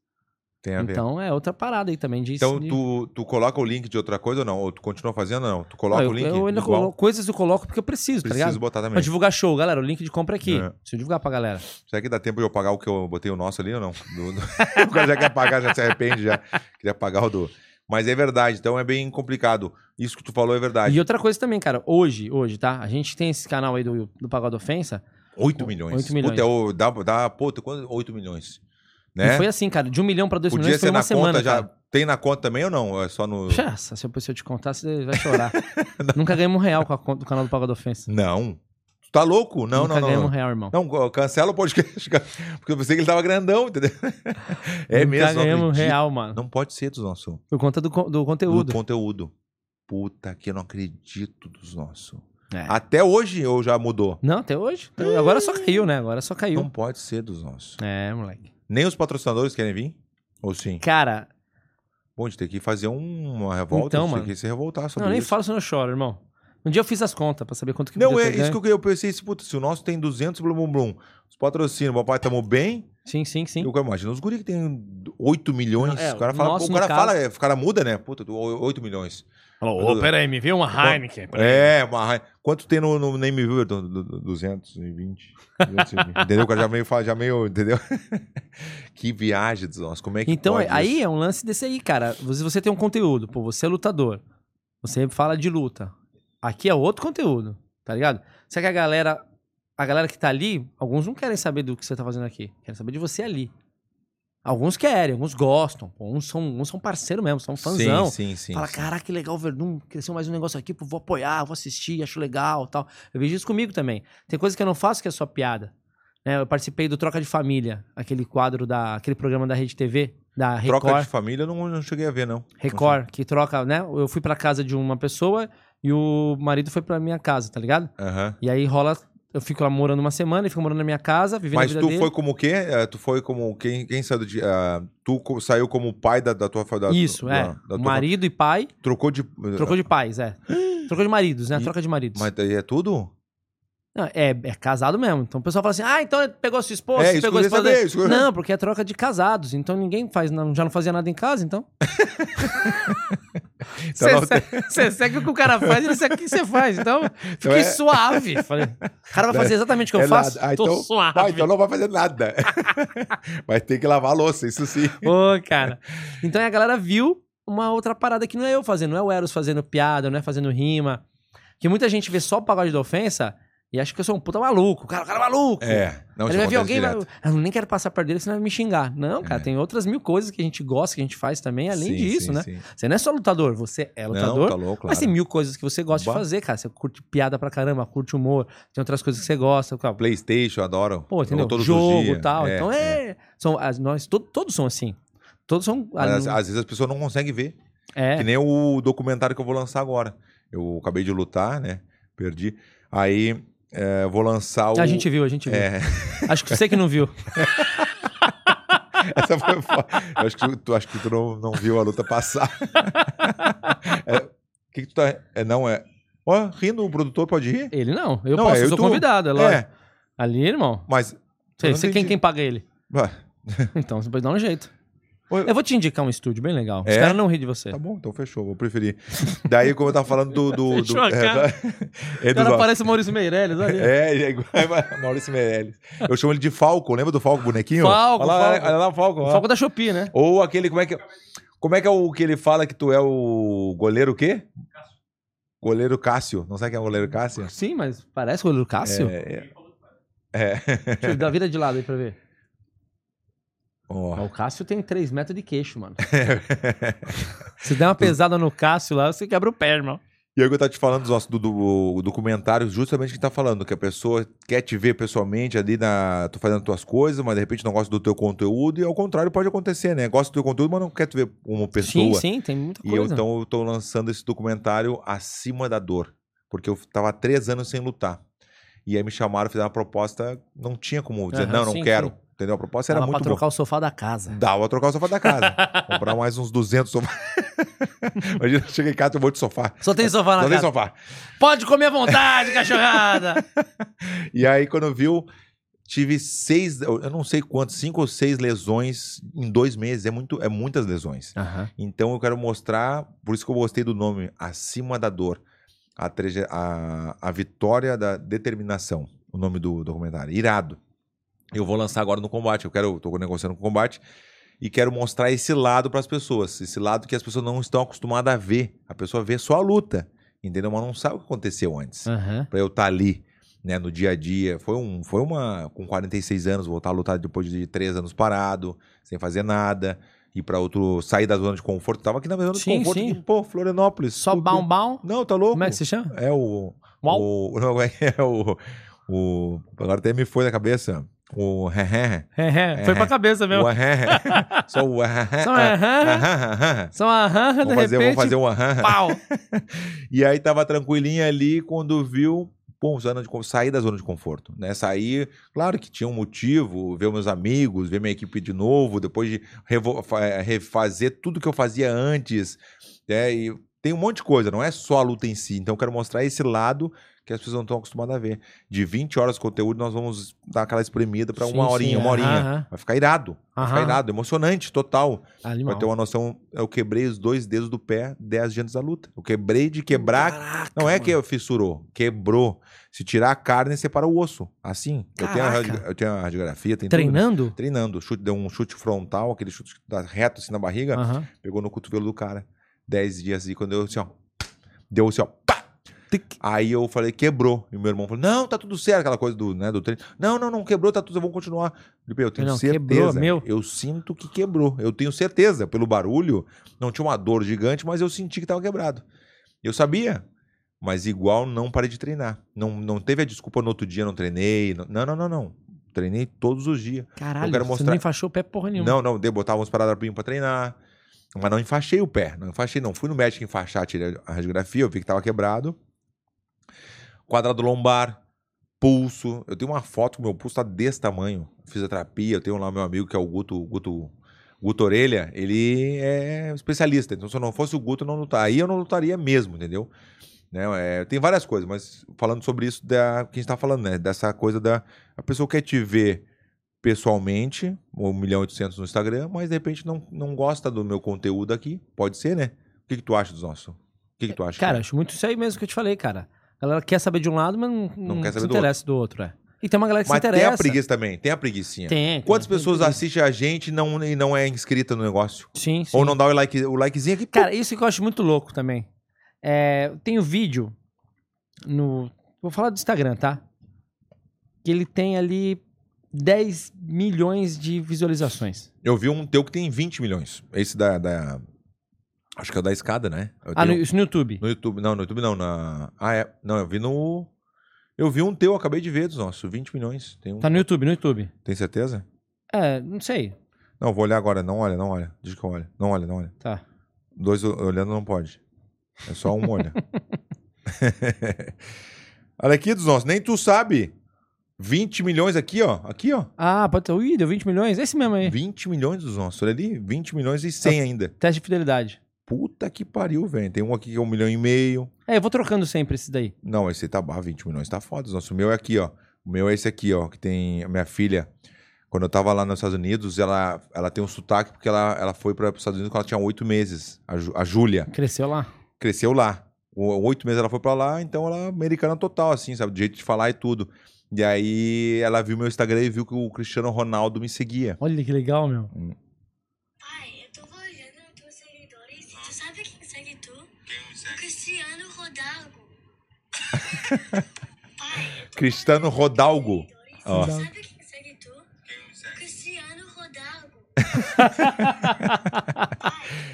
[SPEAKER 1] Tem a ver. Então,
[SPEAKER 2] Então é outra parada aí também disso. de...
[SPEAKER 1] tu, tu coloca o link de outra coisa ou não? Ou tu continua fazendo ou não? Tu coloca
[SPEAKER 2] Não,
[SPEAKER 1] o
[SPEAKER 2] Ah, eu-
[SPEAKER 1] link
[SPEAKER 2] eu ainda
[SPEAKER 1] igual?
[SPEAKER 2] coloco- coisas eu coloco porque eu preciso, tá
[SPEAKER 1] Preciso
[SPEAKER 2] ligado?
[SPEAKER 1] botar
[SPEAKER 2] Pra
[SPEAKER 1] também.
[SPEAKER 2] divulgar show, galera, o link de compra é aqui.
[SPEAKER 1] É.
[SPEAKER 2] Deixa eu divulgar pra galera.
[SPEAKER 1] Será que dá tempo de eu pagar o que eu botei o nosso ali ou não? Do- (laughs) do- o cara já quer pagar, já se arrepende, já queria pagar o do. Mas é verdade, então é bem complicado. Isso que tu falou é verdade.
[SPEAKER 2] E outra coisa também, cara, hoje, hoje, tá? A gente tem esse canal aí do, do Pagode Ofensa.
[SPEAKER 1] 8 milhões.
[SPEAKER 2] Oito milhões.
[SPEAKER 1] Puta, é o- dá, dá, puta, quanto- 8 milhões.
[SPEAKER 2] E
[SPEAKER 1] Né?
[SPEAKER 2] foi assim, cara, de um milhão pra dois
[SPEAKER 1] Podia
[SPEAKER 2] milhões foi
[SPEAKER 1] ser
[SPEAKER 2] uma
[SPEAKER 1] na
[SPEAKER 2] semana.
[SPEAKER 1] conta, já.
[SPEAKER 2] cara.
[SPEAKER 1] Tem na conta também ou não? É só no.
[SPEAKER 2] Nossa, se eu, se eu te contar, você
[SPEAKER 1] (laughs)
[SPEAKER 2] vai chorar. Nunca ganhamos um real com a conta do canal do Pagode Ofensa.
[SPEAKER 1] Não. Tu tá louco? Não,
[SPEAKER 2] Nunca
[SPEAKER 1] não, não.
[SPEAKER 2] ganhamos
[SPEAKER 1] não.
[SPEAKER 2] um real, irmão.
[SPEAKER 1] Não, co- cancela o podcast. (laughs) cara, Porque eu pensei que ele tava grandão, entendeu? É
[SPEAKER 2] Nunca
[SPEAKER 1] mesmo. não
[SPEAKER 2] ganhamos um
[SPEAKER 1] acredito.
[SPEAKER 2] real, mano.
[SPEAKER 1] Não pode ser dos nossos.
[SPEAKER 2] Por conta do, con- do conteúdo.
[SPEAKER 1] Do conteúdo. Puta que eu não acredito dos nossos.
[SPEAKER 2] É.
[SPEAKER 1] Até hoje eu já mudou.
[SPEAKER 2] Não, até hoje. Até- Agora só caiu, né? Agora só caiu.
[SPEAKER 1] Não pode ser dos nossos.
[SPEAKER 2] É, moleque.
[SPEAKER 1] Nem os patrocinadores querem vir? Ou sim?
[SPEAKER 2] Cara,
[SPEAKER 1] Bom, a gente tem que fazer um- uma revolta.
[SPEAKER 2] Então,
[SPEAKER 1] a gente
[SPEAKER 2] mano.
[SPEAKER 1] Tem que se revoltar sobre
[SPEAKER 2] não, nem
[SPEAKER 1] isso.
[SPEAKER 2] falo se eu não choro, irmão. Um dia eu fiz as contas pra saber quanto que
[SPEAKER 1] Não,
[SPEAKER 2] podia
[SPEAKER 1] é
[SPEAKER 2] ter ganho.
[SPEAKER 1] isso que eu, eu pensei. assim, Puta, se o nosso tem 200, blum, blum, blum. Os patrocínios, papai, tamo bem.
[SPEAKER 2] Sim, sim, sim.
[SPEAKER 1] Eu imagino os guri que tem 8 milhões.
[SPEAKER 2] É,
[SPEAKER 1] o cara fala,
[SPEAKER 2] nosso,
[SPEAKER 1] o cara
[SPEAKER 2] no caso-
[SPEAKER 1] fala, é, o cara muda, né? Puta, do- o- 8 milhões.
[SPEAKER 2] Falou, ô, peraí, me viu uma Heineken.
[SPEAKER 1] É, uma ra- Quanto tem no, no Name Viewer? Do- do- do- 220.
[SPEAKER 2] (laughs)
[SPEAKER 1] 220. entendeu? O cara já meio fala, já meio, entendeu? (laughs) que viagem dos nossos. Como é que
[SPEAKER 2] Então,
[SPEAKER 1] pode
[SPEAKER 2] aí
[SPEAKER 1] isso?
[SPEAKER 2] é um lance desse aí, cara. Você, você tem um conteúdo, pô, você é lutador. Você fala de luta. Aqui é outro conteúdo, tá ligado? Só que a galera, a galera que tá ali, alguns não querem saber do que você tá fazendo aqui. Querem saber de você ali. Alguns querem, alguns gostam. pô, Uns são, uns são parceiro mesmo, são fãzão.
[SPEAKER 1] Sim, sim, sim.
[SPEAKER 2] Fala,
[SPEAKER 1] sim.
[SPEAKER 2] caraca, que legal, Verdun, cresceu mais um negócio aqui, pô, vou apoiar, vou assistir, acho legal tal. Eu vejo isso comigo também. Tem coisa que eu não faço que é só piada. né? Eu participei do Troca de Família, aquele quadro, da, aquele programa da Rede TV, da Record.
[SPEAKER 1] Troca de família eu não, não cheguei a ver, não.
[SPEAKER 2] Record, que troca, né? Eu fui pra casa de uma pessoa e o marido foi pra minha casa, tá ligado?
[SPEAKER 1] Aham.
[SPEAKER 2] E aí rola, eu fico lá morando uma semana, ele fica morando na minha casa, vivendo
[SPEAKER 1] Mas
[SPEAKER 2] a vida
[SPEAKER 1] tu
[SPEAKER 2] dele.
[SPEAKER 1] foi como o quê? Eh, Tu foi como quem, quem saiu de. ah, tu co- saiu como pai da, da tua fa- da-
[SPEAKER 2] Isso,
[SPEAKER 1] da-
[SPEAKER 2] é.
[SPEAKER 1] da tua fa-
[SPEAKER 2] marido e pai,
[SPEAKER 1] Trocou de.
[SPEAKER 2] trocou de pais, é. Trocou de maridos, né?
[SPEAKER 1] E-
[SPEAKER 2] Troca de maridos.
[SPEAKER 1] Mas daí é tudo?
[SPEAKER 2] Não, é, é casado mesmo. Então o pessoal fala assim: ah, então ele pegou sua esposa,
[SPEAKER 1] É, isso
[SPEAKER 2] pegou a
[SPEAKER 1] que eu queria
[SPEAKER 2] esposa.
[SPEAKER 1] saber,
[SPEAKER 2] dele."
[SPEAKER 1] isso que eu-
[SPEAKER 2] Não, porque é troca de casados. Então ninguém faz, não- já não fazia nada em
[SPEAKER 1] (laughs)
[SPEAKER 2] casa, então. Você
[SPEAKER 1] Então não tem-
[SPEAKER 2] segue- você segue o que o cara faz, ele segue o que você faz. Então,
[SPEAKER 1] Então
[SPEAKER 2] fiquei
[SPEAKER 1] é-
[SPEAKER 2] suave. Falei, o cara vai fazer exatamente o que eu
[SPEAKER 1] É
[SPEAKER 2] faço.
[SPEAKER 1] nada. Ah,
[SPEAKER 2] Tô
[SPEAKER 1] então,
[SPEAKER 2] suave.
[SPEAKER 1] Ah, então não vai fazer
[SPEAKER 2] (laughs)
[SPEAKER 1] nada. vai ter que lavar a louça, isso sim.
[SPEAKER 2] Ô, cara. Então aí a galera viu uma outra parada que não é eu fazendo, não é o Eros fazendo piada, não é fazendo rima. Que muita gente vê só o pagode da ofensa e acha que eu sou um puta maluco. Cara, o cara é maluco.
[SPEAKER 1] É. Não,
[SPEAKER 2] ele vai ver alguém, vai,
[SPEAKER 1] vai...
[SPEAKER 2] eu nem quero passar perto dele, senão vai me xingar. Não, cara,
[SPEAKER 1] É.
[SPEAKER 2] tem outras mil coisas que a gente gosta, que a gente faz também, além disso, né? Você não é só lutador, você é lutador,
[SPEAKER 1] Não, tá louco, claro.
[SPEAKER 2] mas tem mil coisas que você gosta
[SPEAKER 1] Bah.
[SPEAKER 2] de fazer, cara. Você curte piada pra caramba, curte humor, tem outras coisas que você gosta. Cara.
[SPEAKER 1] Playstation, eu adoro.
[SPEAKER 2] assim, Pô,
[SPEAKER 1] Jogo
[SPEAKER 2] entendeu?
[SPEAKER 1] todos os
[SPEAKER 2] Jogo
[SPEAKER 1] dias.
[SPEAKER 2] e tal.
[SPEAKER 1] É,
[SPEAKER 2] então é. São, as- nós to- todos são assim. Todos são.
[SPEAKER 1] Mas, às,
[SPEAKER 2] alunos-
[SPEAKER 1] às vezes as pessoas não conseguem ver.
[SPEAKER 2] é.
[SPEAKER 1] Que nem o documentário que eu vou lançar agora. Eu acabei de lutar, né? Perdi. Aí é, eu vou lançar o.
[SPEAKER 2] A gente viu, a gente viu.
[SPEAKER 1] É,
[SPEAKER 2] Acho que você que não viu.
[SPEAKER 1] essa foi foda. Eu acho que tu, acho que tu não, não viu a luta passar. (laughs) É, O que, que tu tá. É, não, é. Ó, rindo, o produtor pode rir?
[SPEAKER 2] Ele não. Eu
[SPEAKER 1] Não,
[SPEAKER 2] posso,
[SPEAKER 1] é,
[SPEAKER 2] eu
[SPEAKER 1] eu
[SPEAKER 2] sou
[SPEAKER 1] tô-
[SPEAKER 2] convidado. É lógico.
[SPEAKER 1] É,
[SPEAKER 2] Ali, irmão.
[SPEAKER 1] mas.
[SPEAKER 2] Você,
[SPEAKER 1] não
[SPEAKER 2] você- é quem,
[SPEAKER 1] entendi.
[SPEAKER 2] quem paga ele?
[SPEAKER 1] Ah,
[SPEAKER 2] Então, você pode dar um jeito.
[SPEAKER 1] Oi.
[SPEAKER 2] Eu vou te indicar um estúdio bem legal. Os
[SPEAKER 1] É?
[SPEAKER 2] caras não riem de você.
[SPEAKER 1] Tá bom, então fechou, vou preferir. Daí, como eu tava falando do. do, do
[SPEAKER 2] Fechou
[SPEAKER 1] (laughs)
[SPEAKER 2] a cara.
[SPEAKER 1] é,
[SPEAKER 2] O cara
[SPEAKER 1] do
[SPEAKER 2] parece o Maurício Meirelles ali.
[SPEAKER 1] (laughs) é, ele é igual a Maurício Meirelles. Eu chamo ele de Falco, lembra do Falco, bonequinho?
[SPEAKER 2] Falco,
[SPEAKER 1] olha lá,
[SPEAKER 2] Falco.
[SPEAKER 1] Olha lá o Falco.
[SPEAKER 2] O
[SPEAKER 1] ó.
[SPEAKER 2] foco da Shopee, né?
[SPEAKER 1] Ou aquele, como é que como é que é o que ele fala que tu é o goleiro o quê? Goleiro Cássio. Não sabe quem é o goleiro Cássio?
[SPEAKER 2] Sim, mas parece o olho do Cássio.
[SPEAKER 1] É.
[SPEAKER 2] Deixa eu dar vida de lado aí pra ver. Ó,
[SPEAKER 1] Ó.
[SPEAKER 2] O Cássio tem 3 metros de queixo,
[SPEAKER 1] (laughs)
[SPEAKER 2] mano.
[SPEAKER 1] É.
[SPEAKER 2] Se der uma pesada no Cássio lá, você quebra o pé, irmão.
[SPEAKER 1] E aí que eu tava te falando dos nossos- do, do, do documentário, justamente que tá falando, que a pessoa quer te ver pessoalmente ali na. tu fazendo tuas coisas, mas de repente não gosta do teu conteúdo, e ao contrário pode acontecer, né? Gosta do teu conteúdo, mas não quer te ver como pessoa.
[SPEAKER 2] Sim, sim, tem muita
[SPEAKER 1] E eu,
[SPEAKER 2] coisa.
[SPEAKER 1] então eu tô lançando esse documentário Acima da Dor, porque eu tava há três anos sem lutar. E aí me chamaram, fizeram uma proposta, não tinha como dizer,
[SPEAKER 2] Aham,
[SPEAKER 1] não, não
[SPEAKER 2] sim,
[SPEAKER 1] quero.
[SPEAKER 2] sim.
[SPEAKER 1] Entendeu? A proposta
[SPEAKER 2] Dava
[SPEAKER 1] era
[SPEAKER 2] pra
[SPEAKER 1] muito boa.
[SPEAKER 2] trocar o sofá
[SPEAKER 1] (laughs)
[SPEAKER 2] da casa.
[SPEAKER 1] Dava trocar o sofá da
[SPEAKER 2] (laughs)
[SPEAKER 1] casa. Comprar mais uns 200 sofá. Imagina, eu cheguei em casa, tem um monte de sofá.
[SPEAKER 2] Só tem sofá na
[SPEAKER 1] Não tem
[SPEAKER 2] casa.
[SPEAKER 1] sofá.
[SPEAKER 2] Pode comer à vontade,
[SPEAKER 1] (laughs)
[SPEAKER 2] cachorrada.
[SPEAKER 1] E aí, quando viu, tive seis, eu não sei quantos, cinco ou seis lesões em dois meses. É, muito, é muitas lesões.
[SPEAKER 2] Aham.
[SPEAKER 1] Então eu quero mostrar, por isso que eu gostei do nome, Acima da Dor, a, traje- a- a vitória da determinação, o nome do documentário. Irado. Eu vou lançar agora no combate, eu quero, eu tô negociando com o combate e quero mostrar esse lado para as pessoas, esse lado que as pessoas não estão acostumadas a ver. A pessoa vê só a luta, entendeu? Mas não sabe o que aconteceu antes
[SPEAKER 2] Aham.
[SPEAKER 1] pra eu estar ali, né, no dia a dia. Foi um, foi uma com 46 anos voltar a lutar depois de três anos parado, sem fazer nada, ir pra outro, sair da zona de conforto, tava aqui na zona
[SPEAKER 2] Sim,
[SPEAKER 1] de conforto,
[SPEAKER 2] sim.
[SPEAKER 1] e, pô, Florianópolis.
[SPEAKER 2] Só
[SPEAKER 1] tudo-
[SPEAKER 2] baum baum.
[SPEAKER 1] Não, tá louco?
[SPEAKER 2] Como é que se Um chama?
[SPEAKER 1] É o
[SPEAKER 2] Uau.
[SPEAKER 1] o (laughs) não, é, é o o agora até me foi na cabeça. O
[SPEAKER 2] É, é. Foi pra cabeça
[SPEAKER 1] o
[SPEAKER 2] mesmo. (laughs)
[SPEAKER 1] só o
[SPEAKER 2] Só um
[SPEAKER 1] é,
[SPEAKER 2] aham. Só um aham, de
[SPEAKER 1] Vamos fazer, vamos
[SPEAKER 2] repente.
[SPEAKER 1] fazer um aham. (laughs)
[SPEAKER 2] Pau.
[SPEAKER 1] E aí tava tranquilinha ali quando viu, pô, zona de con- sair da zona de conforto, né? Sair, claro que tinha um motivo, ver meus amigos, ver minha equipe de novo, depois de revo- fa- eh, refazer tudo que eu fazia antes, né? E tem um monte de coisa, não é só a luta em si. Então eu quero mostrar esse lado que as pessoas não estão acostumadas a ver. De 20 horas de conteúdo, nós vamos dar aquela espremida para
[SPEAKER 2] Sim,
[SPEAKER 1] uma
[SPEAKER 2] sim,
[SPEAKER 1] horinha, uma horinha.
[SPEAKER 2] aham.
[SPEAKER 1] Vai ficar irado, vai ficar
[SPEAKER 2] Aham.
[SPEAKER 1] irado, emocionante, total.
[SPEAKER 2] Animal.
[SPEAKER 1] Pra ter uma noção, eu quebrei os dois dedos do pé 10 dias antes da luta. Eu quebrei de quebrar. não é que eu fissurou, quebrou. Se tirar a carne, separa o osso. Assim. Eu tenho, a,
[SPEAKER 2] Caraca.
[SPEAKER 1] radi- eu tenho a radiografia, tem tudo, né?
[SPEAKER 2] Treinando?
[SPEAKER 1] Treinando. Chute, deu um chute frontal, aquele chute que dá reto assim na barriga,
[SPEAKER 2] Aham.
[SPEAKER 1] pegou no cotovelo do cara. 10 dias e quando eu assim, ó. Deu assim, ó. Pá!
[SPEAKER 2] Tic.
[SPEAKER 1] Aí eu falei, quebrou. E meu irmão falou, não, tá tudo certo, aquela coisa do, né, do treino. Não, não, não, quebrou, tá tudo, vamos continuar. Eu falei, Eu tenho
[SPEAKER 2] Não,
[SPEAKER 1] certeza.
[SPEAKER 2] quebrou, meu.
[SPEAKER 1] Eu sinto que quebrou. Eu tenho certeza. Pelo barulho, não tinha uma dor gigante, mas eu senti que tava quebrado. Eu sabia. Mas igual não parei de treinar. Não, não teve a desculpa no outro dia, não treinei. Não, não, não, não. Treinei todos os dias.
[SPEAKER 2] Caralho,
[SPEAKER 1] Eu quero
[SPEAKER 2] você
[SPEAKER 1] mostrar-
[SPEAKER 2] nem fachou o pé porra nenhuma.
[SPEAKER 1] Não, não, de botava uns paradrapinhos pra treinar. Mas não enfaixei o pé. Não enfaixei, não. Fui no médico enfaixar, tirei a radiografia, eu vi que tava quebrado. Quadrado lombar, pulso. Eu tenho uma foto que meu pulso tá desse tamanho. Fisioterapia, eu tenho lá meu amigo que é o Guto, Guto, Guto Orelha, ele é especialista. Então, se eu não fosse o Guto, eu não lutar. Aí eu não lutaria mesmo, entendeu? Né, é, tem várias coisas, mas falando sobre isso da que a gente tá falando, né? Dessa coisa da. A pessoa quer te ver pessoalmente, 1 milhão e 800 no Instagram, mas de repente não, não gosta do meu conteúdo aqui. Pode ser, né? O que, que tu acha dos nossos? O que, que tu acha?
[SPEAKER 2] Cara, acho muito isso aí mesmo que eu te falei, cara. A galera quer saber de um lado, mas não, não
[SPEAKER 1] quer
[SPEAKER 2] se
[SPEAKER 1] saber do
[SPEAKER 2] interessa do outro. é. E tem uma galera que
[SPEAKER 1] mas
[SPEAKER 2] se interessa.
[SPEAKER 1] tem a preguiça também, tem a preguicinha.
[SPEAKER 2] Tem, tem,
[SPEAKER 1] Quantas
[SPEAKER 2] tem
[SPEAKER 1] pessoas
[SPEAKER 2] preguiça.
[SPEAKER 1] assistem a gente e não, e não é inscrita no negócio?
[SPEAKER 2] Sim, sim.
[SPEAKER 1] Ou não dá o, like, o likezinho aqui?
[SPEAKER 2] Cara, isso que eu acho muito louco também. É, tem um vídeo no. Vou falar do Instagram, tá? Que ele tem ali 10 milhões de visualizações.
[SPEAKER 1] Eu vi um teu que tem 20 milhões. Esse da. da- acho que é o da escada, né? Eu
[SPEAKER 2] Ah, no,
[SPEAKER 1] tenho-
[SPEAKER 2] isso no YouTube.
[SPEAKER 1] no YouTube. Não, no YouTube não. Na, ah, é. Não, eu vi no. Eu vi um teu, acabei de ver dos nossos, 20 milhões. Tem, um,
[SPEAKER 2] Tá no YouTube, no YouTube.
[SPEAKER 1] tem certeza?
[SPEAKER 2] É, não sei.
[SPEAKER 1] Não, vou olhar agora. Não olha, não olha. Deixa que eu olho. Não olha, não olha.
[SPEAKER 2] Tá.
[SPEAKER 1] Dois o- olhando não pode. É só um olha. Olha aqui dos nossos. Nem tu sabe. 20 milhões aqui, ó. Aqui, ó.
[SPEAKER 2] Ah, pode ter. Ui, deu 20 milhões? Esse mesmo aí.
[SPEAKER 1] 20 milhões dos nossos. Olha ali. 20 milhões e 100 ainda.
[SPEAKER 2] Teste de fidelidade.
[SPEAKER 1] Puta que pariu, velho. Tem um aqui que é um milhão e meio.
[SPEAKER 2] É, eu vou trocando sempre esse daí.
[SPEAKER 1] Não, esse tá barra, 20 milhões tá foda. Nosso meu é aqui, ó. O meu é esse aqui, ó. Que tem a minha filha. Quando eu tava lá nos Estados Unidos, ela, ela tem um sotaque porque ela, ela foi para os Estados Unidos quando ela tinha oito meses. A, Ju- a Júlia
[SPEAKER 2] Cresceu lá.
[SPEAKER 1] cresceu lá. O- Oito meses ela foi pra lá, então ela é americana total, assim, sabe? Do jeito de falar e tudo. E aí ela viu meu Instagram e viu que o Cristiano Ronaldo me seguia.
[SPEAKER 2] Olha que legal, meu.
[SPEAKER 5] Pai, eu tô olhando os teus seguidores. Tu sabe quem segue tu? Quem me segue? O Cristiano (laughs) Rodalgo. Pai, eu tô
[SPEAKER 1] Cristiano Rodalgo.
[SPEAKER 5] seguidores.
[SPEAKER 1] Ó.
[SPEAKER 5] Tu sabe quem segue tu? Quem me segue? Cristiano Rodalgo.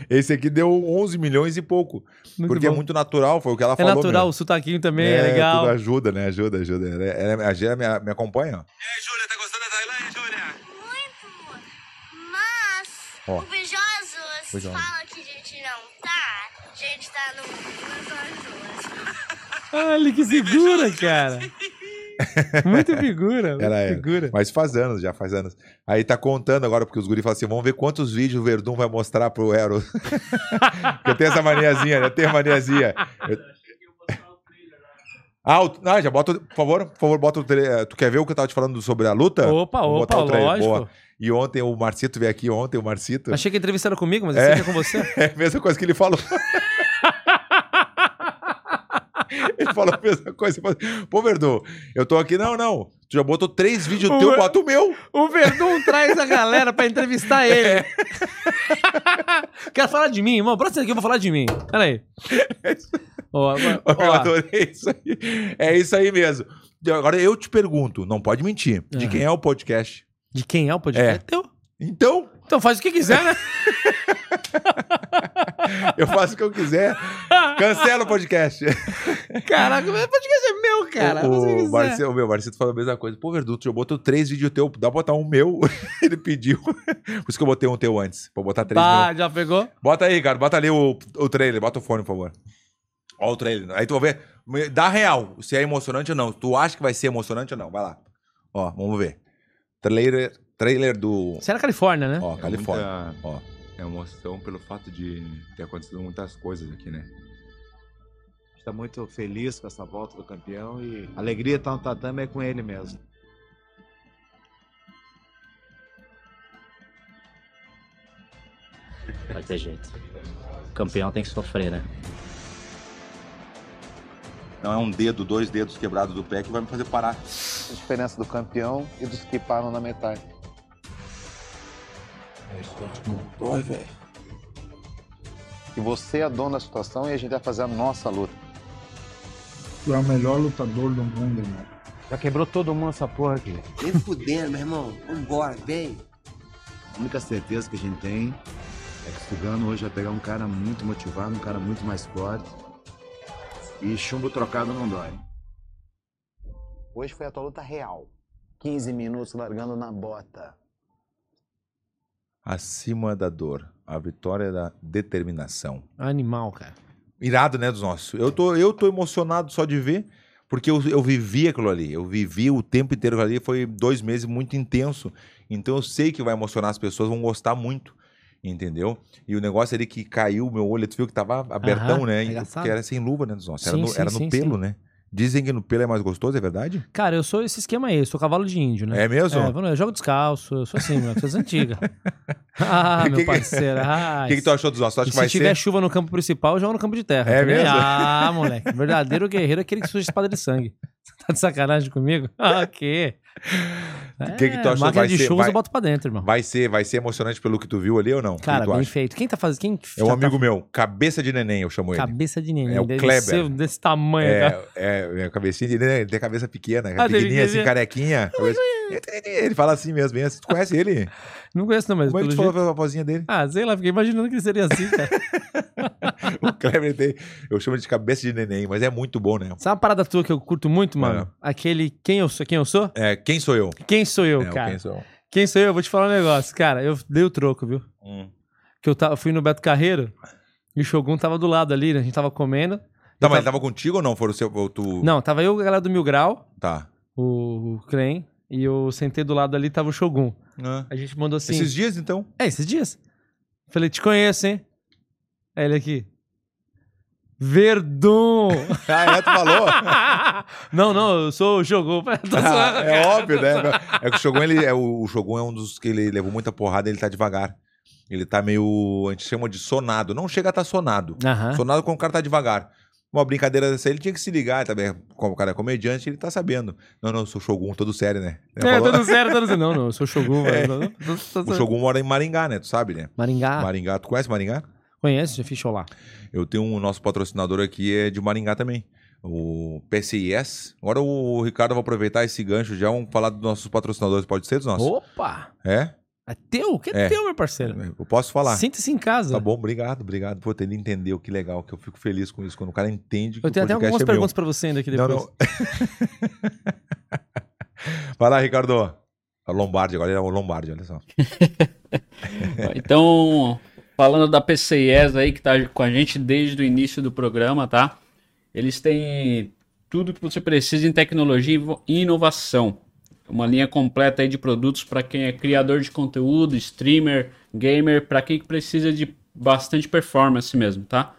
[SPEAKER 1] Esse aqui deu 11 milhões e pouco. porque é
[SPEAKER 2] bom.
[SPEAKER 1] muito natural, foi o que ela
[SPEAKER 2] É
[SPEAKER 1] falou.
[SPEAKER 2] natural,
[SPEAKER 1] meu.
[SPEAKER 2] o sotaquinho também é,
[SPEAKER 1] É,
[SPEAKER 2] legal. (laughs)
[SPEAKER 1] Tudo ajuda, né? Ajuda, ajuda. Ela, ela- é, a Gê me, me acompanha, ó.
[SPEAKER 6] E aí, Júlia, tá gostando da Tailândia, Júlia?
[SPEAKER 5] Muito. Mas
[SPEAKER 1] Ó.
[SPEAKER 5] o Beijosos
[SPEAKER 1] Beijosos.
[SPEAKER 5] fala que a gente não tá. A gente tá no Beijosos.
[SPEAKER 2] Olha Ah, que figura,
[SPEAKER 1] (laughs)
[SPEAKER 2] cara. Muito figura. muito
[SPEAKER 1] Ela é.
[SPEAKER 2] figura.
[SPEAKER 1] Mas faz anos, já faz anos. Aí tá contando agora, porque os guri falam assim: vamos ver quantos vídeos o Verdun vai mostrar pro Ero. (laughs) Porque eu tenho essa maniazinha, né? Eu tenho maniazinha. Eu... Ah, o... não, já bota. o- Por favor, por favor, bota o trailer. Tu quer ver o que eu tava te falando sobre a luta?
[SPEAKER 2] Opa,
[SPEAKER 1] Vou
[SPEAKER 2] opa,
[SPEAKER 1] botar o trailer,
[SPEAKER 2] lógico.
[SPEAKER 1] boa. E ontem o Marcito veio aqui, ontem o Marcito.
[SPEAKER 2] Achei que a entrevista era comigo, mas
[SPEAKER 1] É.
[SPEAKER 2] esse aqui é
[SPEAKER 1] (laughs)
[SPEAKER 2] com você.
[SPEAKER 1] É a mesma coisa que ele
[SPEAKER 2] (laughs)
[SPEAKER 1] falou. ele falou a mesma coisa. Ele falou, assim, Pô, Verdun, eu tô aqui. Não, não. Tu já botou três vídeos
[SPEAKER 2] O
[SPEAKER 1] teu,
[SPEAKER 2] Ver-
[SPEAKER 1] bota o meu.
[SPEAKER 2] O Verdun traz a galera pra entrevistar
[SPEAKER 1] É.
[SPEAKER 2] (laughs) ele. Quero falar de mim, irmão. Próximo aqui eu vou falar de mim.
[SPEAKER 1] (laughs)
[SPEAKER 2] Pera aí. Ó, agora-
[SPEAKER 1] Eu
[SPEAKER 2] ó,
[SPEAKER 1] adorei isso aí. É isso aí mesmo. Agora eu te pergunto, não pode mentir. De
[SPEAKER 2] Aham.
[SPEAKER 1] quem é o podcast?
[SPEAKER 2] de quem é o podcast?
[SPEAKER 1] É.
[SPEAKER 2] É teu.
[SPEAKER 1] Então,
[SPEAKER 2] Então faz o que quiser, né?
[SPEAKER 1] eu faço o que eu quiser. Cancela o podcast.
[SPEAKER 2] (laughs) Caraca, o podcast é meu, cara. Faz o que
[SPEAKER 1] o, é o,
[SPEAKER 2] quiser.
[SPEAKER 1] Marcelo, o meu Marcito falou a mesma coisa. Pô, Verdun, tu já botou três vídeos teu. Dá pra botar um meu? (laughs) ele pediu. Por isso que eu botei um teu antes. Vou botar três meus.
[SPEAKER 2] Bah, já pegou?
[SPEAKER 1] Bota aí, cara. Bota ali o, o trailer. Bota o fone, por favor. Ó o trailer. Aí tu vai ver. Me- Dá real. Se é emocionante ou não. Tu acha que vai ser emocionante ou não. Vai lá. Ó, vamos ver. Trailer, trailer do...
[SPEAKER 2] Você é na Califórnia, né?
[SPEAKER 1] Ó, Califórnia. Ó.
[SPEAKER 7] é emoção pelo fato de ter acontecido muitas coisas aqui, né?
[SPEAKER 8] A gente está muito feliz com essa volta do campeão e a alegria tá no tatame é com ele mesmo.
[SPEAKER 9] Vai ter jeito. Campeão tem que sofrer, né?
[SPEAKER 7] Não é um dedo, dois dedos quebrados do pé que vai me fazer parar.
[SPEAKER 8] A diferença do campeão e dos que param na metade. E você é dono da situação e a gente vai fazer a nossa luta.
[SPEAKER 10] Tu é o melhor lutador do mundo, irmão.
[SPEAKER 8] Já quebrou todo mundo essa porra aqui.
[SPEAKER 4] Nem fudendo, meu irmão. Vambora, vem.
[SPEAKER 8] A única certeza que a gente tem é que o Sugano hoje vai pegar um cara muito motivado, um cara muito mais forte. E chumbo trocado não dói. Hoje foi a tua luta real. 15 minutos largando na bota.
[SPEAKER 1] Acima da dor. A vitória da determinação.
[SPEAKER 2] Animal, cara.
[SPEAKER 1] Irado, né, dos nossos. Eu tô, eu tô emocionado só de ver. Porque eu, eu vivi aquilo ali. Eu vivi o tempo inteiro aquilo ali. Foi dois meses muito intenso. Então eu sei que vai emocionar as pessoas. Vão gostar muito. Entendeu? E o negócio ali que caiu meu olho, tu viu que tava abertão,
[SPEAKER 2] Aham,
[SPEAKER 1] né? E-
[SPEAKER 2] arregaçado.
[SPEAKER 1] Porque era sem luva, né, dos nossos. Era
[SPEAKER 2] Sim,
[SPEAKER 1] no,
[SPEAKER 2] sim,
[SPEAKER 1] era no
[SPEAKER 2] sim,
[SPEAKER 1] pelo, né? Dizem que no pelo é mais gostoso, é verdade?
[SPEAKER 2] Cara, eu sou esse esquema aí, eu sou cavalo de índio, né?
[SPEAKER 1] É mesmo?
[SPEAKER 2] É, mano, eu jogo descalço, eu sou assim, mano,
[SPEAKER 1] (laughs)
[SPEAKER 2] coisa antiga. Ah,
[SPEAKER 1] Que
[SPEAKER 2] meu
[SPEAKER 1] (laughs) que-
[SPEAKER 2] parceiro.
[SPEAKER 1] O
[SPEAKER 2] Ah,
[SPEAKER 1] que, que tu achou dos nossos? Tu acha
[SPEAKER 2] e
[SPEAKER 1] que vai
[SPEAKER 2] se tiver
[SPEAKER 1] ser?
[SPEAKER 2] chuva no campo principal, eu jogo no campo de terra.
[SPEAKER 1] É
[SPEAKER 2] Também-
[SPEAKER 1] mesmo? (laughs)
[SPEAKER 2] Ah, moleque. Verdadeiro guerreiro é aquele que suja espada de sangue. Tá de sacanagem comigo? (laughs) Ah, o quê? É,
[SPEAKER 1] O que que tu achou?
[SPEAKER 2] Máquina
[SPEAKER 1] Vai
[SPEAKER 2] de
[SPEAKER 1] ser-
[SPEAKER 2] shows
[SPEAKER 1] vai-
[SPEAKER 2] eu boto pra dentro, irmão.
[SPEAKER 1] Vai ser, vai ser emocionante pelo que tu viu ali ou não? O que
[SPEAKER 2] Cara,
[SPEAKER 1] tu
[SPEAKER 2] bem
[SPEAKER 1] acha?
[SPEAKER 2] feito. Quem tá fazendo? Quem
[SPEAKER 1] É um amigo meu, cabeça de neném, eu chamo ele.
[SPEAKER 2] Cabeça de neném.
[SPEAKER 1] É o
[SPEAKER 2] deve
[SPEAKER 1] Kleber.
[SPEAKER 2] ser desse tamanho, cara.
[SPEAKER 1] É, é, é, cabecinha de neném, ele tem a cabeça pequena,
[SPEAKER 2] né? Ah, tem
[SPEAKER 1] pequenininha, assim,
[SPEAKER 2] pequenininha.
[SPEAKER 1] carequinha. cabeça- Ele fala assim mesmo, bem assim. Tu conhece ele?
[SPEAKER 2] Não conheço, não, mas.
[SPEAKER 1] Como é que tu
[SPEAKER 2] pelo
[SPEAKER 1] falou
[SPEAKER 2] jeito...
[SPEAKER 1] pela vozinha
[SPEAKER 2] (laughs)
[SPEAKER 1] dele?
[SPEAKER 2] Ah, sei lá, fiquei imaginando que ele seria assim,
[SPEAKER 1] (laughs)
[SPEAKER 2] cara.
[SPEAKER 1] O Kleber ele tem. Eu chamo ele de cabeça de neném, mas é muito bom, né?
[SPEAKER 2] Sabe uma parada
[SPEAKER 1] Ah.
[SPEAKER 2] tua que eu curto muito, mano? Aquele quem eu sou, quem eu sou?
[SPEAKER 1] É, quem sou eu?
[SPEAKER 2] Quem sou eu,
[SPEAKER 1] é, o
[SPEAKER 2] cara?
[SPEAKER 1] quem sou eu.
[SPEAKER 2] Quem sou eu? Eu Vou te falar um negócio. Cara, eu dei o troco, viu?
[SPEAKER 1] Hum.
[SPEAKER 2] Que eu tava, fui no Beto Carreiro e o Shogun tava do lado ali, né? A gente tava comendo.
[SPEAKER 1] Tá,
[SPEAKER 2] Eu
[SPEAKER 1] mas
[SPEAKER 2] tava-
[SPEAKER 1] ele tava contigo ou não? Foram o seu. ou tu...
[SPEAKER 2] Então Não, tava eu, a galera do Mil Grau,
[SPEAKER 1] Tá.
[SPEAKER 2] o, o Clem, e eu sentei do lado ali, tava o Shogun. A gente mandou assim...
[SPEAKER 1] Esses dias, então? (laughs)
[SPEAKER 2] É, esses dias. Falei, te conheço, hein? Aí ele aqui... Verdun! (laughs)
[SPEAKER 1] ah, é, tu falou?
[SPEAKER 2] não, não, eu sou o Shogun. (laughs) Tô zoando,
[SPEAKER 1] é
[SPEAKER 2] cara.
[SPEAKER 1] óbvio, né? É que o Shogun, ele, é, o Shogun é um dos que ele levou muita porrada ele tá devagar. Ele tá meio. A gente chama de sonado. Não chega a estar sonado.
[SPEAKER 2] Aham.
[SPEAKER 1] Sonado quando o cara tá devagar. Uma brincadeira dessa, aí, ele tinha que se ligar também. Como o cara é comediante, ele tá sabendo. Não, não, eu sou Shogun, todo sério, né? Ele
[SPEAKER 2] É,
[SPEAKER 1] falou- (laughs)
[SPEAKER 2] todo zero, todo zero. Não, não, eu sou o Shogun. velho. Tô- tô- tô-
[SPEAKER 1] É. O Shogun mora em Maringá, né? Tu sabe, né?
[SPEAKER 2] Maringá.
[SPEAKER 1] Maringá, tu conhece Maringá?
[SPEAKER 2] Conheço, já fiz show lá.
[SPEAKER 1] Eu tenho um nosso patrocinador aqui, é de Maringá também. O PCIS. Agora o Ricardo vai aproveitar esse gancho já. Vamos falar dos nossos patrocinadores. Pode ser dos nossos?
[SPEAKER 2] Opa!
[SPEAKER 1] É?
[SPEAKER 2] É teu? O que é,
[SPEAKER 1] É.
[SPEAKER 2] teu, meu parceiro?
[SPEAKER 1] Eu posso falar.
[SPEAKER 2] Sinta-se em casa.
[SPEAKER 1] Tá bom, obrigado, obrigado. Pô, ele entendeu, que legal, que eu fico feliz com isso, quando o cara entende que
[SPEAKER 2] Eu tenho
[SPEAKER 1] o
[SPEAKER 2] até
[SPEAKER 1] podcast
[SPEAKER 2] algumas
[SPEAKER 1] é meu.
[SPEAKER 2] perguntas pra você ainda aqui depois.
[SPEAKER 1] Não, não. (laughs) vai lá, Ricardo. A Lombardi, agora ele é o Lombardi, olha só.
[SPEAKER 11] Então, falando da PCIES aí, que tá com a gente desde o início do programa, tá? Eles têm tudo que você precisa em tecnologia e vo- e inovação. Uma linha completa aí de produtos para quem é criador de conteúdo, streamer, gamer, para quem que precisa de bastante performance mesmo, tá?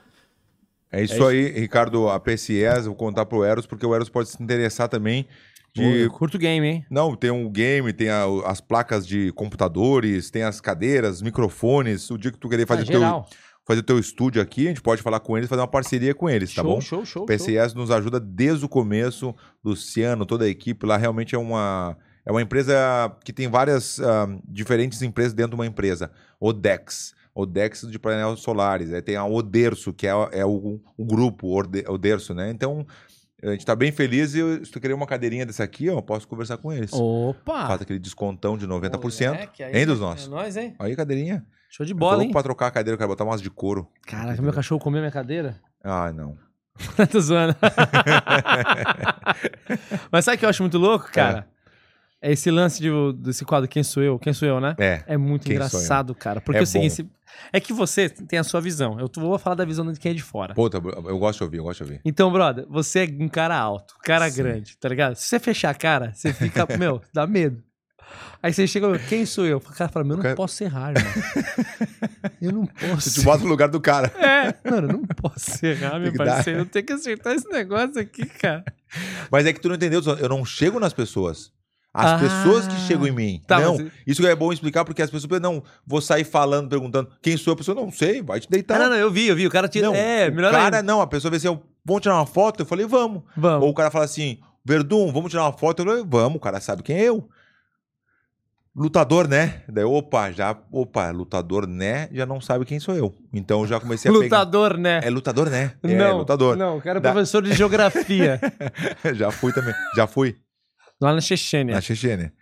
[SPEAKER 1] É isso aí, Ricardo, a PCIS, vou contar pro Eros, porque o Eros pode se interessar também de
[SPEAKER 2] Eu curto game, hein?
[SPEAKER 1] Não, tem um game, tem a- as placas de computadores, tem as cadeiras, microfones. O dia que tu querer fazer,
[SPEAKER 2] Ah,
[SPEAKER 1] o teu,
[SPEAKER 2] geral.
[SPEAKER 1] fazer o teu estúdio aqui, a gente pode falar com eles, fazer uma parceria com eles, tá
[SPEAKER 2] show,
[SPEAKER 1] bom?
[SPEAKER 2] show, show,
[SPEAKER 1] O
[SPEAKER 2] show.
[SPEAKER 1] PCS nos ajuda desde o começo, Luciano, toda a equipe lá, realmente é uma, é uma empresa que tem várias ah, diferentes empresas dentro de uma empresa. Odex, Odex de painéis solares, aí tem a Oderso, que é, a- é o, o grupo Orde- Oderso, né? Então, a gente tá bem feliz e eu- se tu querer uma cadeirinha dessa aqui, ó, eu posso conversar com eles.
[SPEAKER 2] Opa!
[SPEAKER 1] Faz aquele descontão de 90%,
[SPEAKER 2] Moleque, aí
[SPEAKER 1] hein, dos
[SPEAKER 2] é-
[SPEAKER 1] nossos.
[SPEAKER 2] É nóis, hein?
[SPEAKER 1] Aí, cadeirinha.
[SPEAKER 2] Show de
[SPEAKER 1] Eu tô
[SPEAKER 2] bola,
[SPEAKER 1] louco
[SPEAKER 2] hein?
[SPEAKER 1] pra trocar a cadeira, eu quero botar umas de couro.
[SPEAKER 2] Caraca, meu cachorro comeu minha cadeira.
[SPEAKER 1] Ah, não.
[SPEAKER 2] (laughs) Tô zoando. (laughs) Mas sabe o que eu acho muito louco, cara? É esse lance de, desse quadro Quem Sou Eu? Quem Sou Eu, né?
[SPEAKER 1] É.
[SPEAKER 2] É muito
[SPEAKER 1] Quem sou eu?
[SPEAKER 2] engraçado, cara. Porque
[SPEAKER 1] É
[SPEAKER 2] é o seguinte, se- é que você tem a sua visão. Eu tô- vou falar da visão de quem é de fora.
[SPEAKER 1] Puta, eu gosto de ouvir, eu gosto de ouvir.
[SPEAKER 2] Então, brother, você é um cara alto, cara
[SPEAKER 1] Sim.
[SPEAKER 2] grande, tá ligado? Se você fechar a cara, você (laughs) fica, meu, dá medo. Aí você chega, meu, quem sou eu? O cara fala, meu, eu não
[SPEAKER 1] cara-
[SPEAKER 2] posso errar, (laughs) irmão. Eu não
[SPEAKER 1] Tu
[SPEAKER 2] posso.
[SPEAKER 1] te bota no lugar do cara.
[SPEAKER 2] É, mano, eu não posso errar, meu
[SPEAKER 1] que dar.
[SPEAKER 2] parceiro. Eu tenho que acertar esse negócio aqui, cara.
[SPEAKER 1] Mas é que tu não entendeu, eu não chego nas pessoas. As
[SPEAKER 2] Ah.
[SPEAKER 1] pessoas que chegam em mim.
[SPEAKER 2] Tá,
[SPEAKER 1] não,
[SPEAKER 2] mas-
[SPEAKER 1] isso é bom explicar porque as pessoas pensam, não, vou sair falando, perguntando quem sou eu, a pessoa, não sei, vai te deitar.
[SPEAKER 2] Ah, não, não, eu vi, eu vi. O cara tira.
[SPEAKER 1] Não,
[SPEAKER 2] é,
[SPEAKER 1] o
[SPEAKER 2] melhor
[SPEAKER 1] cara,
[SPEAKER 2] ainda.
[SPEAKER 1] não, a pessoa vê assim, eu- vamos tirar uma foto? Eu falei, vamos.
[SPEAKER 2] Vamos.
[SPEAKER 1] Ou o cara fala assim, Verdun, vamos tirar uma foto? Eu falei, vamos, o cara sabe quem é eu. Lutador, né? Daí, opa, já, opa, lutador, né? Já não sabe quem sou eu. Então eu já comecei a pegar.
[SPEAKER 2] Lutador, né?
[SPEAKER 1] É lutador, né? é,
[SPEAKER 2] não,
[SPEAKER 1] lutador.
[SPEAKER 2] Não, o cara é
[SPEAKER 1] Da-
[SPEAKER 2] professor de geografia.
[SPEAKER 1] (laughs) já fui também. Já fui.
[SPEAKER 2] lá na Chechênia.
[SPEAKER 1] Na Chechênia.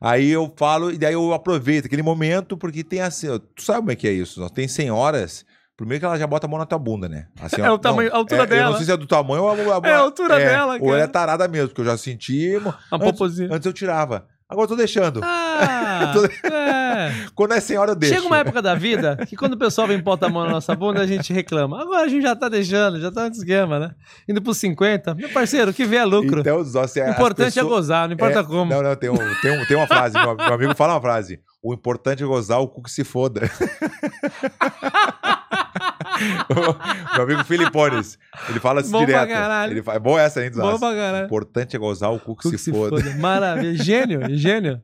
[SPEAKER 1] Aí eu falo, e daí eu aproveito aquele momento, porque tem assim, ó, tu sabe como é que é isso? Nós tem senhoras, primeiro que ela já bota a mão na tua bunda, né? Assim,
[SPEAKER 2] É
[SPEAKER 1] ó,
[SPEAKER 2] o tamanho- a altura
[SPEAKER 1] é, Eu
[SPEAKER 2] dela.
[SPEAKER 1] não sei se é do tamanho ou a,
[SPEAKER 2] É a altura dela,
[SPEAKER 1] Ou ela é
[SPEAKER 2] cara.
[SPEAKER 1] tarada mesmo, porque eu já senti. mo-
[SPEAKER 2] A popozinha.
[SPEAKER 1] Antes eu tirava. Agora eu tô deixando. (laughs)
[SPEAKER 2] Ah, é.
[SPEAKER 1] Quando é senhora, eu deixo.
[SPEAKER 2] Chega uma época da vida que quando o pessoal vem botar a mão na nossa bunda, a gente reclama. Agora a gente já tá deixando, já tá no esquema, né? Indo pros 50. Meu parceiro, o que vê é lucro.
[SPEAKER 1] Então, só se
[SPEAKER 2] o
[SPEAKER 1] as
[SPEAKER 2] importante é
[SPEAKER 1] pessoas-
[SPEAKER 2] gozar, não importa
[SPEAKER 1] É,
[SPEAKER 2] como.
[SPEAKER 1] Não, não, tem, um, tem, um- tem uma frase. meu, meu amigo fala uma frase. O importante é gozar, o cu que se foda. (laughs) meu amigo Filipones. Ele fala isso
[SPEAKER 2] Bom pra
[SPEAKER 1] direto.
[SPEAKER 2] caralho.
[SPEAKER 1] Ele fala, é bom essa, hein, Zaz?
[SPEAKER 2] Boa pra
[SPEAKER 1] O
[SPEAKER 2] caralho.
[SPEAKER 1] importante é gozar, o cu que,
[SPEAKER 2] O
[SPEAKER 1] se, foda.
[SPEAKER 2] Maravilha.
[SPEAKER 1] (laughs)
[SPEAKER 2] Gênio, gênio.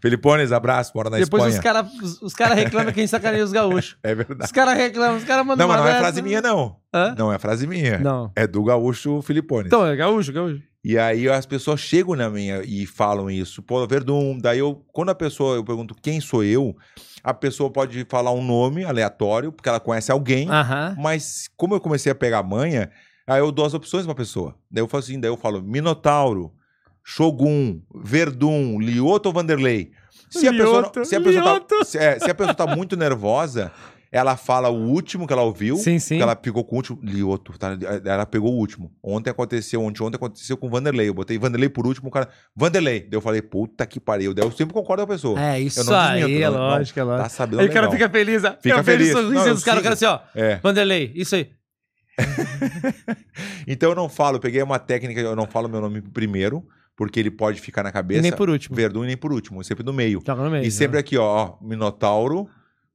[SPEAKER 1] Filipones, abraço, mora na
[SPEAKER 2] Depois os
[SPEAKER 1] Espanha.
[SPEAKER 2] caras os, os cara reclamam que a gente sacaneia os gaúchos.
[SPEAKER 1] É
[SPEAKER 2] Os
[SPEAKER 1] verdade.
[SPEAKER 2] caras reclamam, os caras mandam
[SPEAKER 1] Não, mas
[SPEAKER 2] uma
[SPEAKER 1] não é
[SPEAKER 2] dessa. né?
[SPEAKER 1] frase minha, não.
[SPEAKER 2] Hã?
[SPEAKER 1] Não é frase minha.
[SPEAKER 2] Não.
[SPEAKER 1] É do gaúcho Filipones.
[SPEAKER 2] Então, é gaúcho, gaúcho.
[SPEAKER 1] E aí as pessoas chegam na minha e falam isso. Pô, Verdun, daí eu, quando a pessoa, eu pergunto quem sou eu, a pessoa pode falar um nome aleatório, porque ela conhece alguém,
[SPEAKER 2] Aham.
[SPEAKER 1] mas como eu comecei a pegar manha, aí eu dou as opções pra pessoa. Daí eu falo assim, daí eu falo Minotauro, Shogun, Verdun, Lioto ou Vanderlei. Se a pessoa, não-
[SPEAKER 2] Lioto,
[SPEAKER 1] se a pessoa tá,
[SPEAKER 2] Lioto.
[SPEAKER 1] se, é, se a pessoa tá muito nervosa, Ela fala o último que ela ouviu.
[SPEAKER 2] Sim, sim.
[SPEAKER 1] que Ela pegou com o último. Li outro, tá? Ela pegou o último. Ontem aconteceu, ontem, ontem aconteceu com o Vanderlei. Eu botei Vanderlei por último, o cara. Vanderlei. Daí eu falei, puta que pariu. Daí eu sempre concordo com a pessoa.
[SPEAKER 2] É, isso
[SPEAKER 1] eu não
[SPEAKER 2] aí,
[SPEAKER 1] desminto,
[SPEAKER 2] é
[SPEAKER 1] não- não-
[SPEAKER 2] lógico, é lógico.
[SPEAKER 1] Tá sabendo
[SPEAKER 2] Aí o cara
[SPEAKER 1] legal.
[SPEAKER 2] fica feliz. ó.
[SPEAKER 1] Fica
[SPEAKER 2] eu vejo
[SPEAKER 1] feliz.
[SPEAKER 2] o sorriso
[SPEAKER 1] Não, eu
[SPEAKER 2] dos caras, o cara assim,
[SPEAKER 1] sigo.
[SPEAKER 2] ó.
[SPEAKER 1] É.
[SPEAKER 2] Vanderlei, isso aí.
[SPEAKER 1] Então eu não falo, eu peguei uma técnica, eu não falo meu nome primeiro, porque ele pode ficar na cabeça.
[SPEAKER 2] E nem por último.
[SPEAKER 1] Verdun e nem por último, sempre no meio.
[SPEAKER 2] Joga no meio. né?
[SPEAKER 1] E sempre é aqui, ó, ó, Minotauro,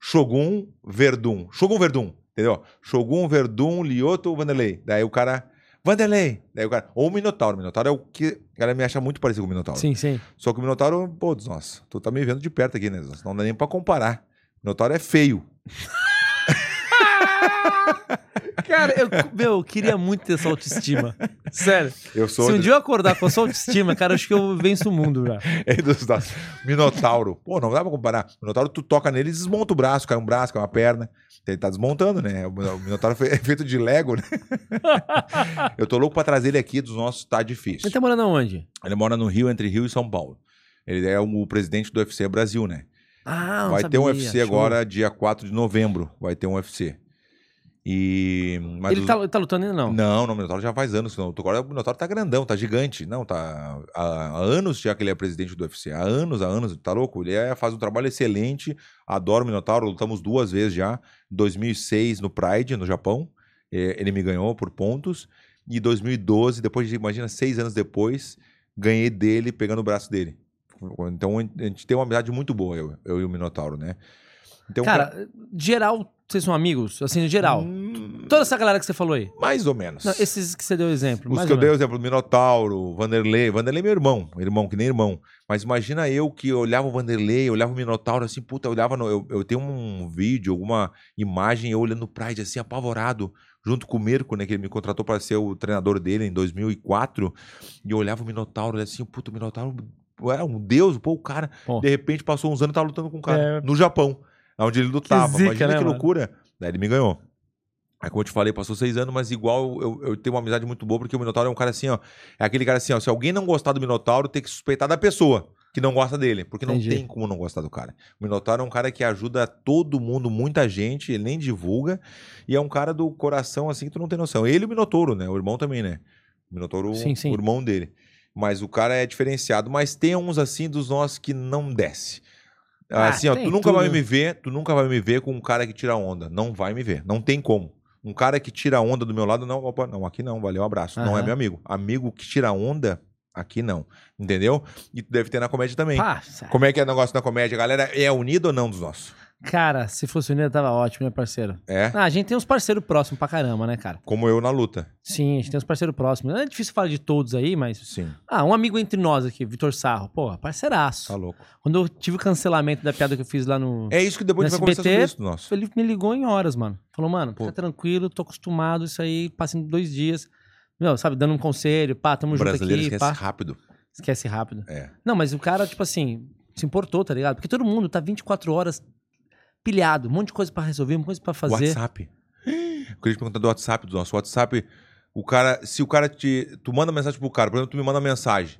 [SPEAKER 1] Shogun, Verdun. Shogun, Verdun, entendeu? Shogun, Verdun, Lioto, Vanderlei. Daí o cara, Vanderlei. Daí o cara, ou Minotauro. Minotauro é o que a galera me acha muito parecido com o Minotauro.
[SPEAKER 2] Sim, sim.
[SPEAKER 1] Só que o Minotauro, pô, nossa, tu tá me vendo de perto aqui, né? Deus? Não dá nem pra comparar. Minotauro é feio.
[SPEAKER 2] Cara, eu, meu, eu queria muito ter essa
[SPEAKER 1] (laughs)
[SPEAKER 2] autoestima. Sério.
[SPEAKER 1] Eu sou
[SPEAKER 2] Se um dia eu acordar com essa autoestima, cara, eu acho que eu venço o mundo já.
[SPEAKER 1] (laughs) É dos nossos. Minotauro. Pô, não dá pra comparar. Minotauro, tu toca nele e desmonta o braço, cai um braço, cai uma perna. Ele tá desmontando, né? O Minotauro fe- é (laughs) feito de Lego, né? Eu tô louco pra trazer ele aqui dos nossos, tá difícil.
[SPEAKER 2] Ele tá morando aonde?
[SPEAKER 1] Ele mora no Rio, entre Rio e São Paulo. Ele é o presidente do UFC Brasil, né?
[SPEAKER 2] Ah, não
[SPEAKER 1] Vai ter um
[SPEAKER 2] sabia,
[SPEAKER 1] UFC
[SPEAKER 2] show.
[SPEAKER 1] agora, dia 4 de novembro. Vai ter um UFC. E. mas
[SPEAKER 2] Ele
[SPEAKER 1] os-
[SPEAKER 2] tá, ele tá lutando ainda não?
[SPEAKER 1] não, não, o Minotauro já faz anos. que não. Agora o Minotauro tá grandão, tá gigante. Não, tá. Há, há anos já que ele é presidente do UFC. Há anos, há anos, tá louco? Ele é- faz um trabalho excelente. Adoro o Minotauro, lutamos duas vezes já. 2006 no Pride, no Japão. eh, Ele me ganhou por pontos. E 2012, depois de, imagina, seis anos depois, ganhei dele pegando o braço dele. Então a gente tem uma amizade muito boa, eu, eu e o Minotauro, né? Então,
[SPEAKER 2] Cara, geral, vocês são amigos? Assim, no geral.
[SPEAKER 1] Hum.
[SPEAKER 2] Toda essa galera que você falou aí.
[SPEAKER 1] mais ou menos.
[SPEAKER 2] Não, esses que você deu exemplo.
[SPEAKER 1] Os
[SPEAKER 2] mais
[SPEAKER 1] que eu
[SPEAKER 2] ou
[SPEAKER 1] dei o
[SPEAKER 2] menos.
[SPEAKER 1] exemplo, Minotauro, Vanderlei. Vanderlei é meu irmão, irmão que nem irmão. Mas imagina eu que eu olhava o Vanderlei, eu olhava o Minotauro assim, puta, eu olhava. no- eu, eu tenho um vídeo, alguma imagem, eu olhando o Pride assim, apavorado, junto com o Mirko, né, que ele me contratou para ser o treinador dele em 2004. E eu olhava o Minotauro ele assim, puta, o Minotauro era um deus, pô, o cara.
[SPEAKER 2] Pô.
[SPEAKER 1] De repente passou uns anos e tava lutando com o cara,
[SPEAKER 2] É.
[SPEAKER 1] no Japão, onde ele lutava.
[SPEAKER 2] zica,
[SPEAKER 1] imagina
[SPEAKER 2] né,
[SPEAKER 1] que
[SPEAKER 2] mano?
[SPEAKER 1] loucura. Daí ele me ganhou. Aí, como eu te falei, passou seis anos, mas igual eu, eu tenho uma amizade muito boa, porque o Minotauro é um cara assim, ó. É aquele cara assim, ó. Se alguém não gostar do Minotauro, tem que suspeitar da pessoa que não gosta dele. Porque não
[SPEAKER 2] Entendi.
[SPEAKER 1] tem como não gostar do cara. O Minotauro é um cara que ajuda todo mundo, muita gente, ele nem divulga. E é um cara do coração, assim, que tu não tem noção. Ele e o Minotauro, né? O irmão também, né? O Minotauro,
[SPEAKER 2] Sim, sim.
[SPEAKER 1] o irmão dele. Mas o cara é diferenciado. Mas tem uns, assim, dos nossos que não desce.
[SPEAKER 2] Ah,
[SPEAKER 1] assim, ó,
[SPEAKER 2] tem
[SPEAKER 1] tu nunca vai
[SPEAKER 2] tudo.
[SPEAKER 1] me ver, tu nunca vai me ver com um cara que tira onda. Não vai me ver. Não tem como. Um cara que tira onda do meu lado, não, opa, não, aqui não, valeu, abraço. Não é
[SPEAKER 2] Aham.
[SPEAKER 1] meu amigo. Amigo que tira onda, aqui não. Entendeu? E tu deve ter na comédia também.
[SPEAKER 2] Passa.
[SPEAKER 1] Como é que é o negócio na comédia? Galera, é unido ou não dos nossos?
[SPEAKER 2] Cara, se fosse unido, tava ótimo, né, parceiro?
[SPEAKER 1] É?
[SPEAKER 2] Ah, a gente tem uns parceiros próximos pra caramba, né, cara?
[SPEAKER 1] Como eu na luta.
[SPEAKER 2] Sim, a gente tem uns parceiros próximos. Não é difícil falar de todos aí, mas.
[SPEAKER 1] Sim.
[SPEAKER 2] Ah, um amigo entre nós aqui, Vitor Sarro. Pô, parceiraço.
[SPEAKER 1] Tá louco.
[SPEAKER 2] Quando eu tive o cancelamento da piada que eu fiz lá no.
[SPEAKER 1] É isso que depois a gente vai
[SPEAKER 2] No
[SPEAKER 1] conversar sobre
[SPEAKER 2] SBT,
[SPEAKER 1] isso, nosso.
[SPEAKER 2] Ele me ligou em horas, mano. Falou, mano,
[SPEAKER 1] Pô.
[SPEAKER 2] fica tranquilo, tô acostumado, isso aí, passando dois dias. Meu, sabe, dando um conselho, pá, tamo
[SPEAKER 1] O
[SPEAKER 2] junto
[SPEAKER 1] brasileiro
[SPEAKER 2] aqui,
[SPEAKER 1] esquece
[SPEAKER 2] pá.
[SPEAKER 1] rápido.
[SPEAKER 2] Esquece rápido.
[SPEAKER 1] É.
[SPEAKER 2] Não, mas o cara, tipo assim, se importou, tá ligado? Porque todo mundo tá 24 horas pilhado, um monte de coisa pra resolver, um monte de coisa pra fazer.
[SPEAKER 1] WhatsApp. Eu queria te perguntar do WhatsApp, do nosso WhatsApp. O cara, se o cara te. Tu manda mensagem pro cara, por exemplo, tu me manda mensagem.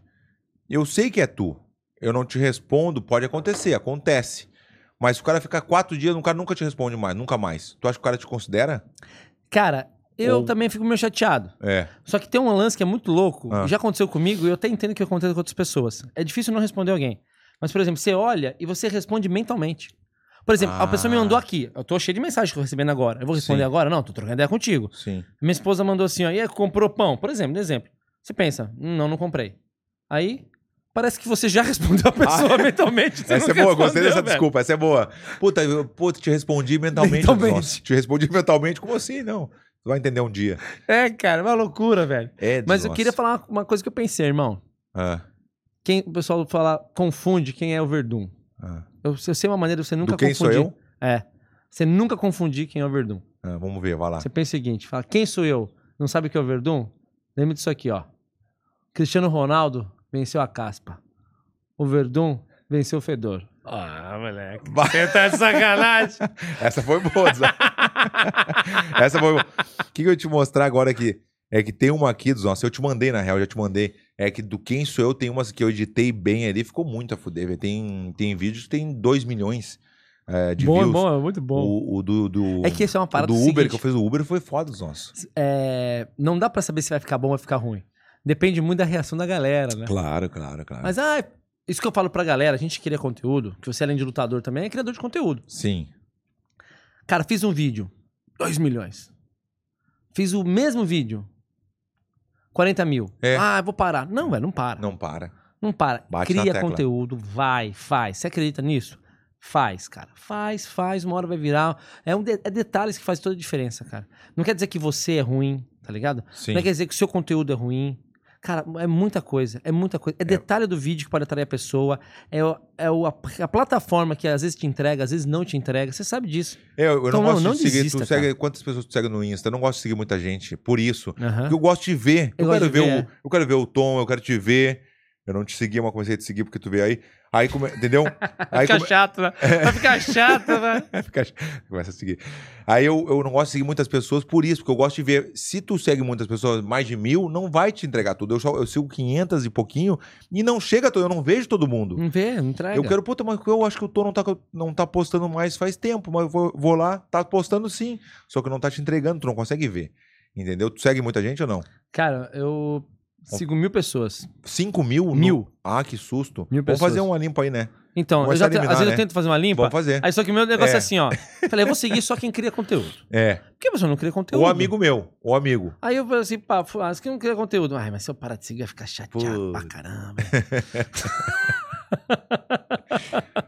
[SPEAKER 1] Eu sei que é tu. Eu não te respondo, pode acontecer, acontece. Mas se o cara ficar quatro dias, o cara nunca te responde mais, nunca mais. Tu acha que o cara te considera?
[SPEAKER 2] Cara, eu
[SPEAKER 1] Ou-
[SPEAKER 2] também fico meio chateado.
[SPEAKER 1] É.
[SPEAKER 2] Só que tem um lance que é muito louco,
[SPEAKER 1] Ah.
[SPEAKER 2] já aconteceu comigo e eu até entendo que acontece com outras pessoas. É difícil não responder alguém. Mas, por exemplo, você olha e você responde mentalmente. Por exemplo,
[SPEAKER 1] Ah.
[SPEAKER 2] a pessoa me mandou aqui. Eu tô cheio de mensagem que eu tô recebendo agora. Eu vou responder
[SPEAKER 1] Sim.
[SPEAKER 2] agora? Não, tô trocando ideia contigo.
[SPEAKER 1] Sim.
[SPEAKER 2] Minha esposa mandou assim, ó, e aí, comprou pão? Por exemplo, de exemplo. Você pensa, "Hum, não, não comprei. Aí, parece que você já (laughs) respondeu a pessoa mentalmente. Você
[SPEAKER 1] essa é
[SPEAKER 2] nunca
[SPEAKER 1] boa, gostei
[SPEAKER 2] respondeu,
[SPEAKER 1] dessa
[SPEAKER 2] velho.
[SPEAKER 1] desculpa, essa é boa. Puta, eu, puta, te respondi mentalmente.
[SPEAKER 2] Mentalmente.
[SPEAKER 1] Nossa, te respondi mentalmente, como assim? Não. Tu vai entender um dia.
[SPEAKER 2] É, cara, uma loucura, velho.
[SPEAKER 1] É,
[SPEAKER 2] Mas eu
[SPEAKER 1] nossa.
[SPEAKER 2] queria falar uma- uma coisa que eu pensei, irmão.
[SPEAKER 1] Ah,
[SPEAKER 2] Quem, o pessoal fala, confunde quem é o Verdun.
[SPEAKER 1] ah.
[SPEAKER 2] Eu, eu sei uma maneira de você nunca
[SPEAKER 1] Do quem sou
[SPEAKER 2] confundir.
[SPEAKER 1] eu?
[SPEAKER 2] É. Você nunca confundir quem é o Verdun.
[SPEAKER 1] Ah, vamos ver, vai lá.
[SPEAKER 2] Você pensa o seguinte: fala, quem sou eu? Não sabe o que é o Verdun? Lembra disso aqui, ó. Cristiano Ronaldo venceu a caspa. O Verdun venceu o Fedor. Ah, moleque. Você tá de sacanagem.
[SPEAKER 1] Essa foi boa.
[SPEAKER 2] (laughs)
[SPEAKER 1] Zé. Essa foi boa. O que, que eu ia te mostrar agora aqui? É que tem uma aqui dos nossos. Eu te mandei, na real, já te mandei. É que do Quem Sou Eu tem umas que eu editei bem ali. Ficou muito a fuder, velho. Tem, tem vídeos que tem 2 milhões. é, de
[SPEAKER 2] Bom,
[SPEAKER 1] views.
[SPEAKER 2] bom, é muito bom.
[SPEAKER 1] O, o do, do-
[SPEAKER 2] É que isso é uma parada
[SPEAKER 1] do Uber
[SPEAKER 2] seguinte.
[SPEAKER 1] que eu fiz o Uber foi foda dos nossos.
[SPEAKER 2] É, não dá pra saber se vai ficar bom ou vai ficar ruim. Depende muito da reação da galera, né?
[SPEAKER 1] Claro, claro, claro.
[SPEAKER 2] Mas ah, isso que eu falo pra galera, a gente cria conteúdo, que você além de lutador também é criador de conteúdo.
[SPEAKER 1] Sim.
[SPEAKER 2] Cara, fiz um vídeo, 2 milhões. Fiz o mesmo vídeo, 40 mil. Ah, eu vou parar. Não, velho, não para.
[SPEAKER 1] É. Não para.
[SPEAKER 2] Não para.
[SPEAKER 1] Bate na
[SPEAKER 2] Cria
[SPEAKER 1] tecla.
[SPEAKER 2] conteúdo, vai, faz. Você acredita nisso? Faz, cara. Faz, faz, uma hora vai virar. É, um de- é detalhes que faz toda a diferença, cara. Não quer dizer que você é ruim, tá ligado?
[SPEAKER 1] Sim.
[SPEAKER 2] Não quer dizer que o seu conteúdo é ruim. Cara, é muita coisa, é muita coisa. É, detalhe do vídeo que pode atrair a pessoa. É, o- é o- a, a plataforma que às vezes te entrega, às vezes não te entrega. Você sabe disso.
[SPEAKER 1] É, eu eu
[SPEAKER 2] Então,
[SPEAKER 1] não gosto de seguir.
[SPEAKER 2] desista,
[SPEAKER 1] tu segue-
[SPEAKER 2] cara.
[SPEAKER 1] quantas pessoas tu segue no Insta? Eu não gosto de seguir muita gente. Por isso.
[SPEAKER 2] Aham.
[SPEAKER 1] Porque eu gosto de ver. Eu, quero
[SPEAKER 2] Eu gosto
[SPEAKER 1] ver,
[SPEAKER 2] de ver, é.
[SPEAKER 1] o, eu quero ver o tom, eu quero te ver. Eu não te segui, mas comecei a te seguir porque tu veio aí. Aí come-
[SPEAKER 2] (laughs)
[SPEAKER 1] entendeu? Aí
[SPEAKER 2] fica
[SPEAKER 1] come-
[SPEAKER 2] chato, né? Vai ficar chato, né?
[SPEAKER 1] (laughs) Fica ch- Começa a seguir. Aí eu, eu não gosto de seguir muitas pessoas por isso, porque eu gosto de ver. Se tu segue muitas pessoas, mais de mil, não vai te entregar tudo. Eu, só- eu sigo 500 e pouquinho e não chega todo, eu não vejo todo mundo.
[SPEAKER 2] (laughs) Não vê, não entrega.
[SPEAKER 1] Eu quero, puta, mas eu acho que o Tom não tá, não tá postando mais faz tempo, mas eu vou, vou lá, tá postando sim, só que não tá te entregando, tu não consegue ver. Entendeu? Tu segue muita gente ou não?
[SPEAKER 2] Cara, eu sigo mil pessoas.
[SPEAKER 1] 5 mil? no-
[SPEAKER 2] Mil.
[SPEAKER 1] Ah, que susto.
[SPEAKER 2] Mil
[SPEAKER 1] Vamos fazer
[SPEAKER 2] pessoas.
[SPEAKER 1] uma limpa aí, né?
[SPEAKER 2] Então,
[SPEAKER 1] Vamos
[SPEAKER 2] eu já te-
[SPEAKER 1] eliminar,
[SPEAKER 2] às vezes
[SPEAKER 1] né?
[SPEAKER 2] eu tento fazer uma limpa.
[SPEAKER 1] Vamos fazer.
[SPEAKER 2] Aí só que o meu negócio é,
[SPEAKER 1] É.
[SPEAKER 2] assim, ó. Eu Falei, eu vou seguir só quem cria conteúdo.
[SPEAKER 1] É.
[SPEAKER 2] Por que a pessoa não cria conteúdo?
[SPEAKER 1] O amigo meu, o amigo.
[SPEAKER 2] Aí eu falei assim, pá, acho que não cria conteúdo. Ai, mas se eu parar de seguir, vai ficar chateado pra caramba.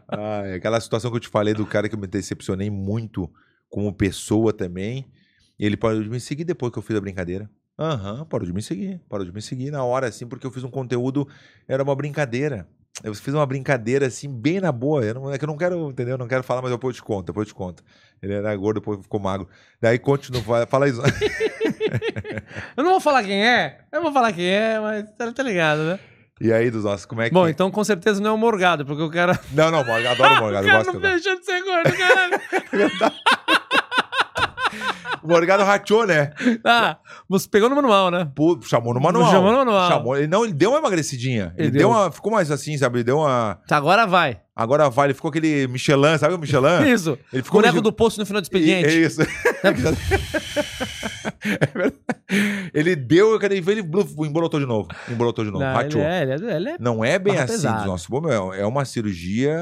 [SPEAKER 1] Ah, é aquela situação que eu te falei do cara que eu me decepcionei muito como pessoa também. Ele parou de me seguir depois que eu fiz a brincadeira. Aham, parou de me seguir. Parou de me seguir na hora, assim, porque eu fiz um conteúdo, era uma brincadeira. Eu fiz uma brincadeira, assim, bem na boa. Eu não- é que eu não quero, entendeu? Eu não quero falar, mas depois eu te conto, depois eu te conto. Ele era gordo, depois ficou magro. Daí continua, fala- fala isso. (laughs)
[SPEAKER 2] Eu não vou falar quem é, eu não vou falar quem é, mas tá, tá ligado, né?
[SPEAKER 1] e aí, dos nossos, como é que.
[SPEAKER 2] Bom, então com certeza não é o Morgado, porque o cara.
[SPEAKER 1] Não, não, Morgado, adoro o Morgado, eu
[SPEAKER 2] Ah, cara
[SPEAKER 1] gosto.
[SPEAKER 2] não
[SPEAKER 1] do Morgado.
[SPEAKER 2] deixa de ser gordo, caralho. (laughs)
[SPEAKER 1] O Morgado rachou, né?
[SPEAKER 2] Ah, você pegou no manual, né?
[SPEAKER 1] Pô, chamou no manual.
[SPEAKER 2] Chamou no manual.
[SPEAKER 1] Chamou. Ele não, ele deu uma emagrecidinha. Ele,
[SPEAKER 2] Ele
[SPEAKER 1] deu
[SPEAKER 2] deu.
[SPEAKER 1] uma. Ficou mais assim, sabe? Ele deu uma.
[SPEAKER 2] Tá, agora vai.
[SPEAKER 1] Agora vai, ele ficou aquele Michelin, sabe o
[SPEAKER 2] (laughs)
[SPEAKER 1] Michelin?
[SPEAKER 2] Isso.
[SPEAKER 1] Ele ficou
[SPEAKER 2] Boneco
[SPEAKER 1] no-
[SPEAKER 2] do posto no final do
[SPEAKER 1] E- É
[SPEAKER 2] expediente.
[SPEAKER 1] isso. (laughs) ele deu, eu queria ver, ele bluf, embolotou de novo. Embolotou de novo.
[SPEAKER 2] Não, ele
[SPEAKER 1] rachou.
[SPEAKER 2] é, ele é, ele é
[SPEAKER 1] Não é bem
[SPEAKER 2] barra
[SPEAKER 1] assim
[SPEAKER 2] pesada.
[SPEAKER 1] do nosso bom, meu, é uma cirurgia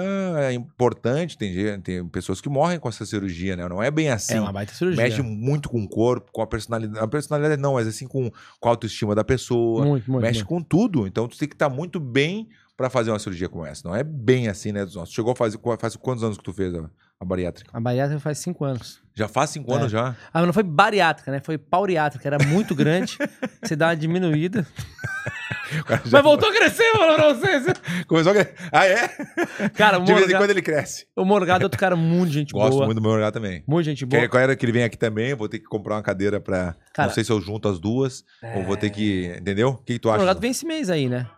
[SPEAKER 1] importante, tem, gente- tem pessoas que morrem com essa cirurgia, né? Não é bem assim.
[SPEAKER 2] É uma baita cirurgia.
[SPEAKER 1] Mexe muito com o corpo, com a personalidade. A personalidade não, mas assim com, com a autoestima da pessoa.
[SPEAKER 2] Muito, muito,
[SPEAKER 1] mexe
[SPEAKER 2] muito.
[SPEAKER 1] com tudo. Então tu tem que estar muito bem pra fazer uma cirurgia como essa. Não é bem assim, né, dos nossos. Chegou a fazer faz quantos anos que tu fez a, a bariátrica?
[SPEAKER 2] A bariátrica faz cinco anos.
[SPEAKER 1] Já faz cinco
[SPEAKER 2] É.
[SPEAKER 1] anos
[SPEAKER 2] (laughs)
[SPEAKER 1] já?
[SPEAKER 2] Ah, mas não foi bariátrica, né? Foi pauriátrica. Era
[SPEAKER 1] (laughs)
[SPEAKER 2] muito grande. você dá uma diminuída.
[SPEAKER 1] já-
[SPEAKER 2] Mas voltou a crescer, mano, pra vocês.
[SPEAKER 1] Começou a... cre- Ah, é?
[SPEAKER 2] Cara, o
[SPEAKER 1] De vez em
[SPEAKER 2] Morgado-
[SPEAKER 1] quando ele cresce.
[SPEAKER 2] O Morgado é outro cara muito gente
[SPEAKER 1] Gosto
[SPEAKER 2] boa.
[SPEAKER 1] muito do meu olhar também.
[SPEAKER 2] Muito gente
[SPEAKER 1] Quer-
[SPEAKER 2] boa.
[SPEAKER 1] Qual era que ele vem aqui também? Vou ter que comprar uma cadeira pra.
[SPEAKER 2] Cara- É.
[SPEAKER 1] não sei se eu junto as duas. Ou vou ter que. Entendeu? O que, que tu
[SPEAKER 2] O
[SPEAKER 1] acha?
[SPEAKER 2] Morgado vem esse mês aí, né?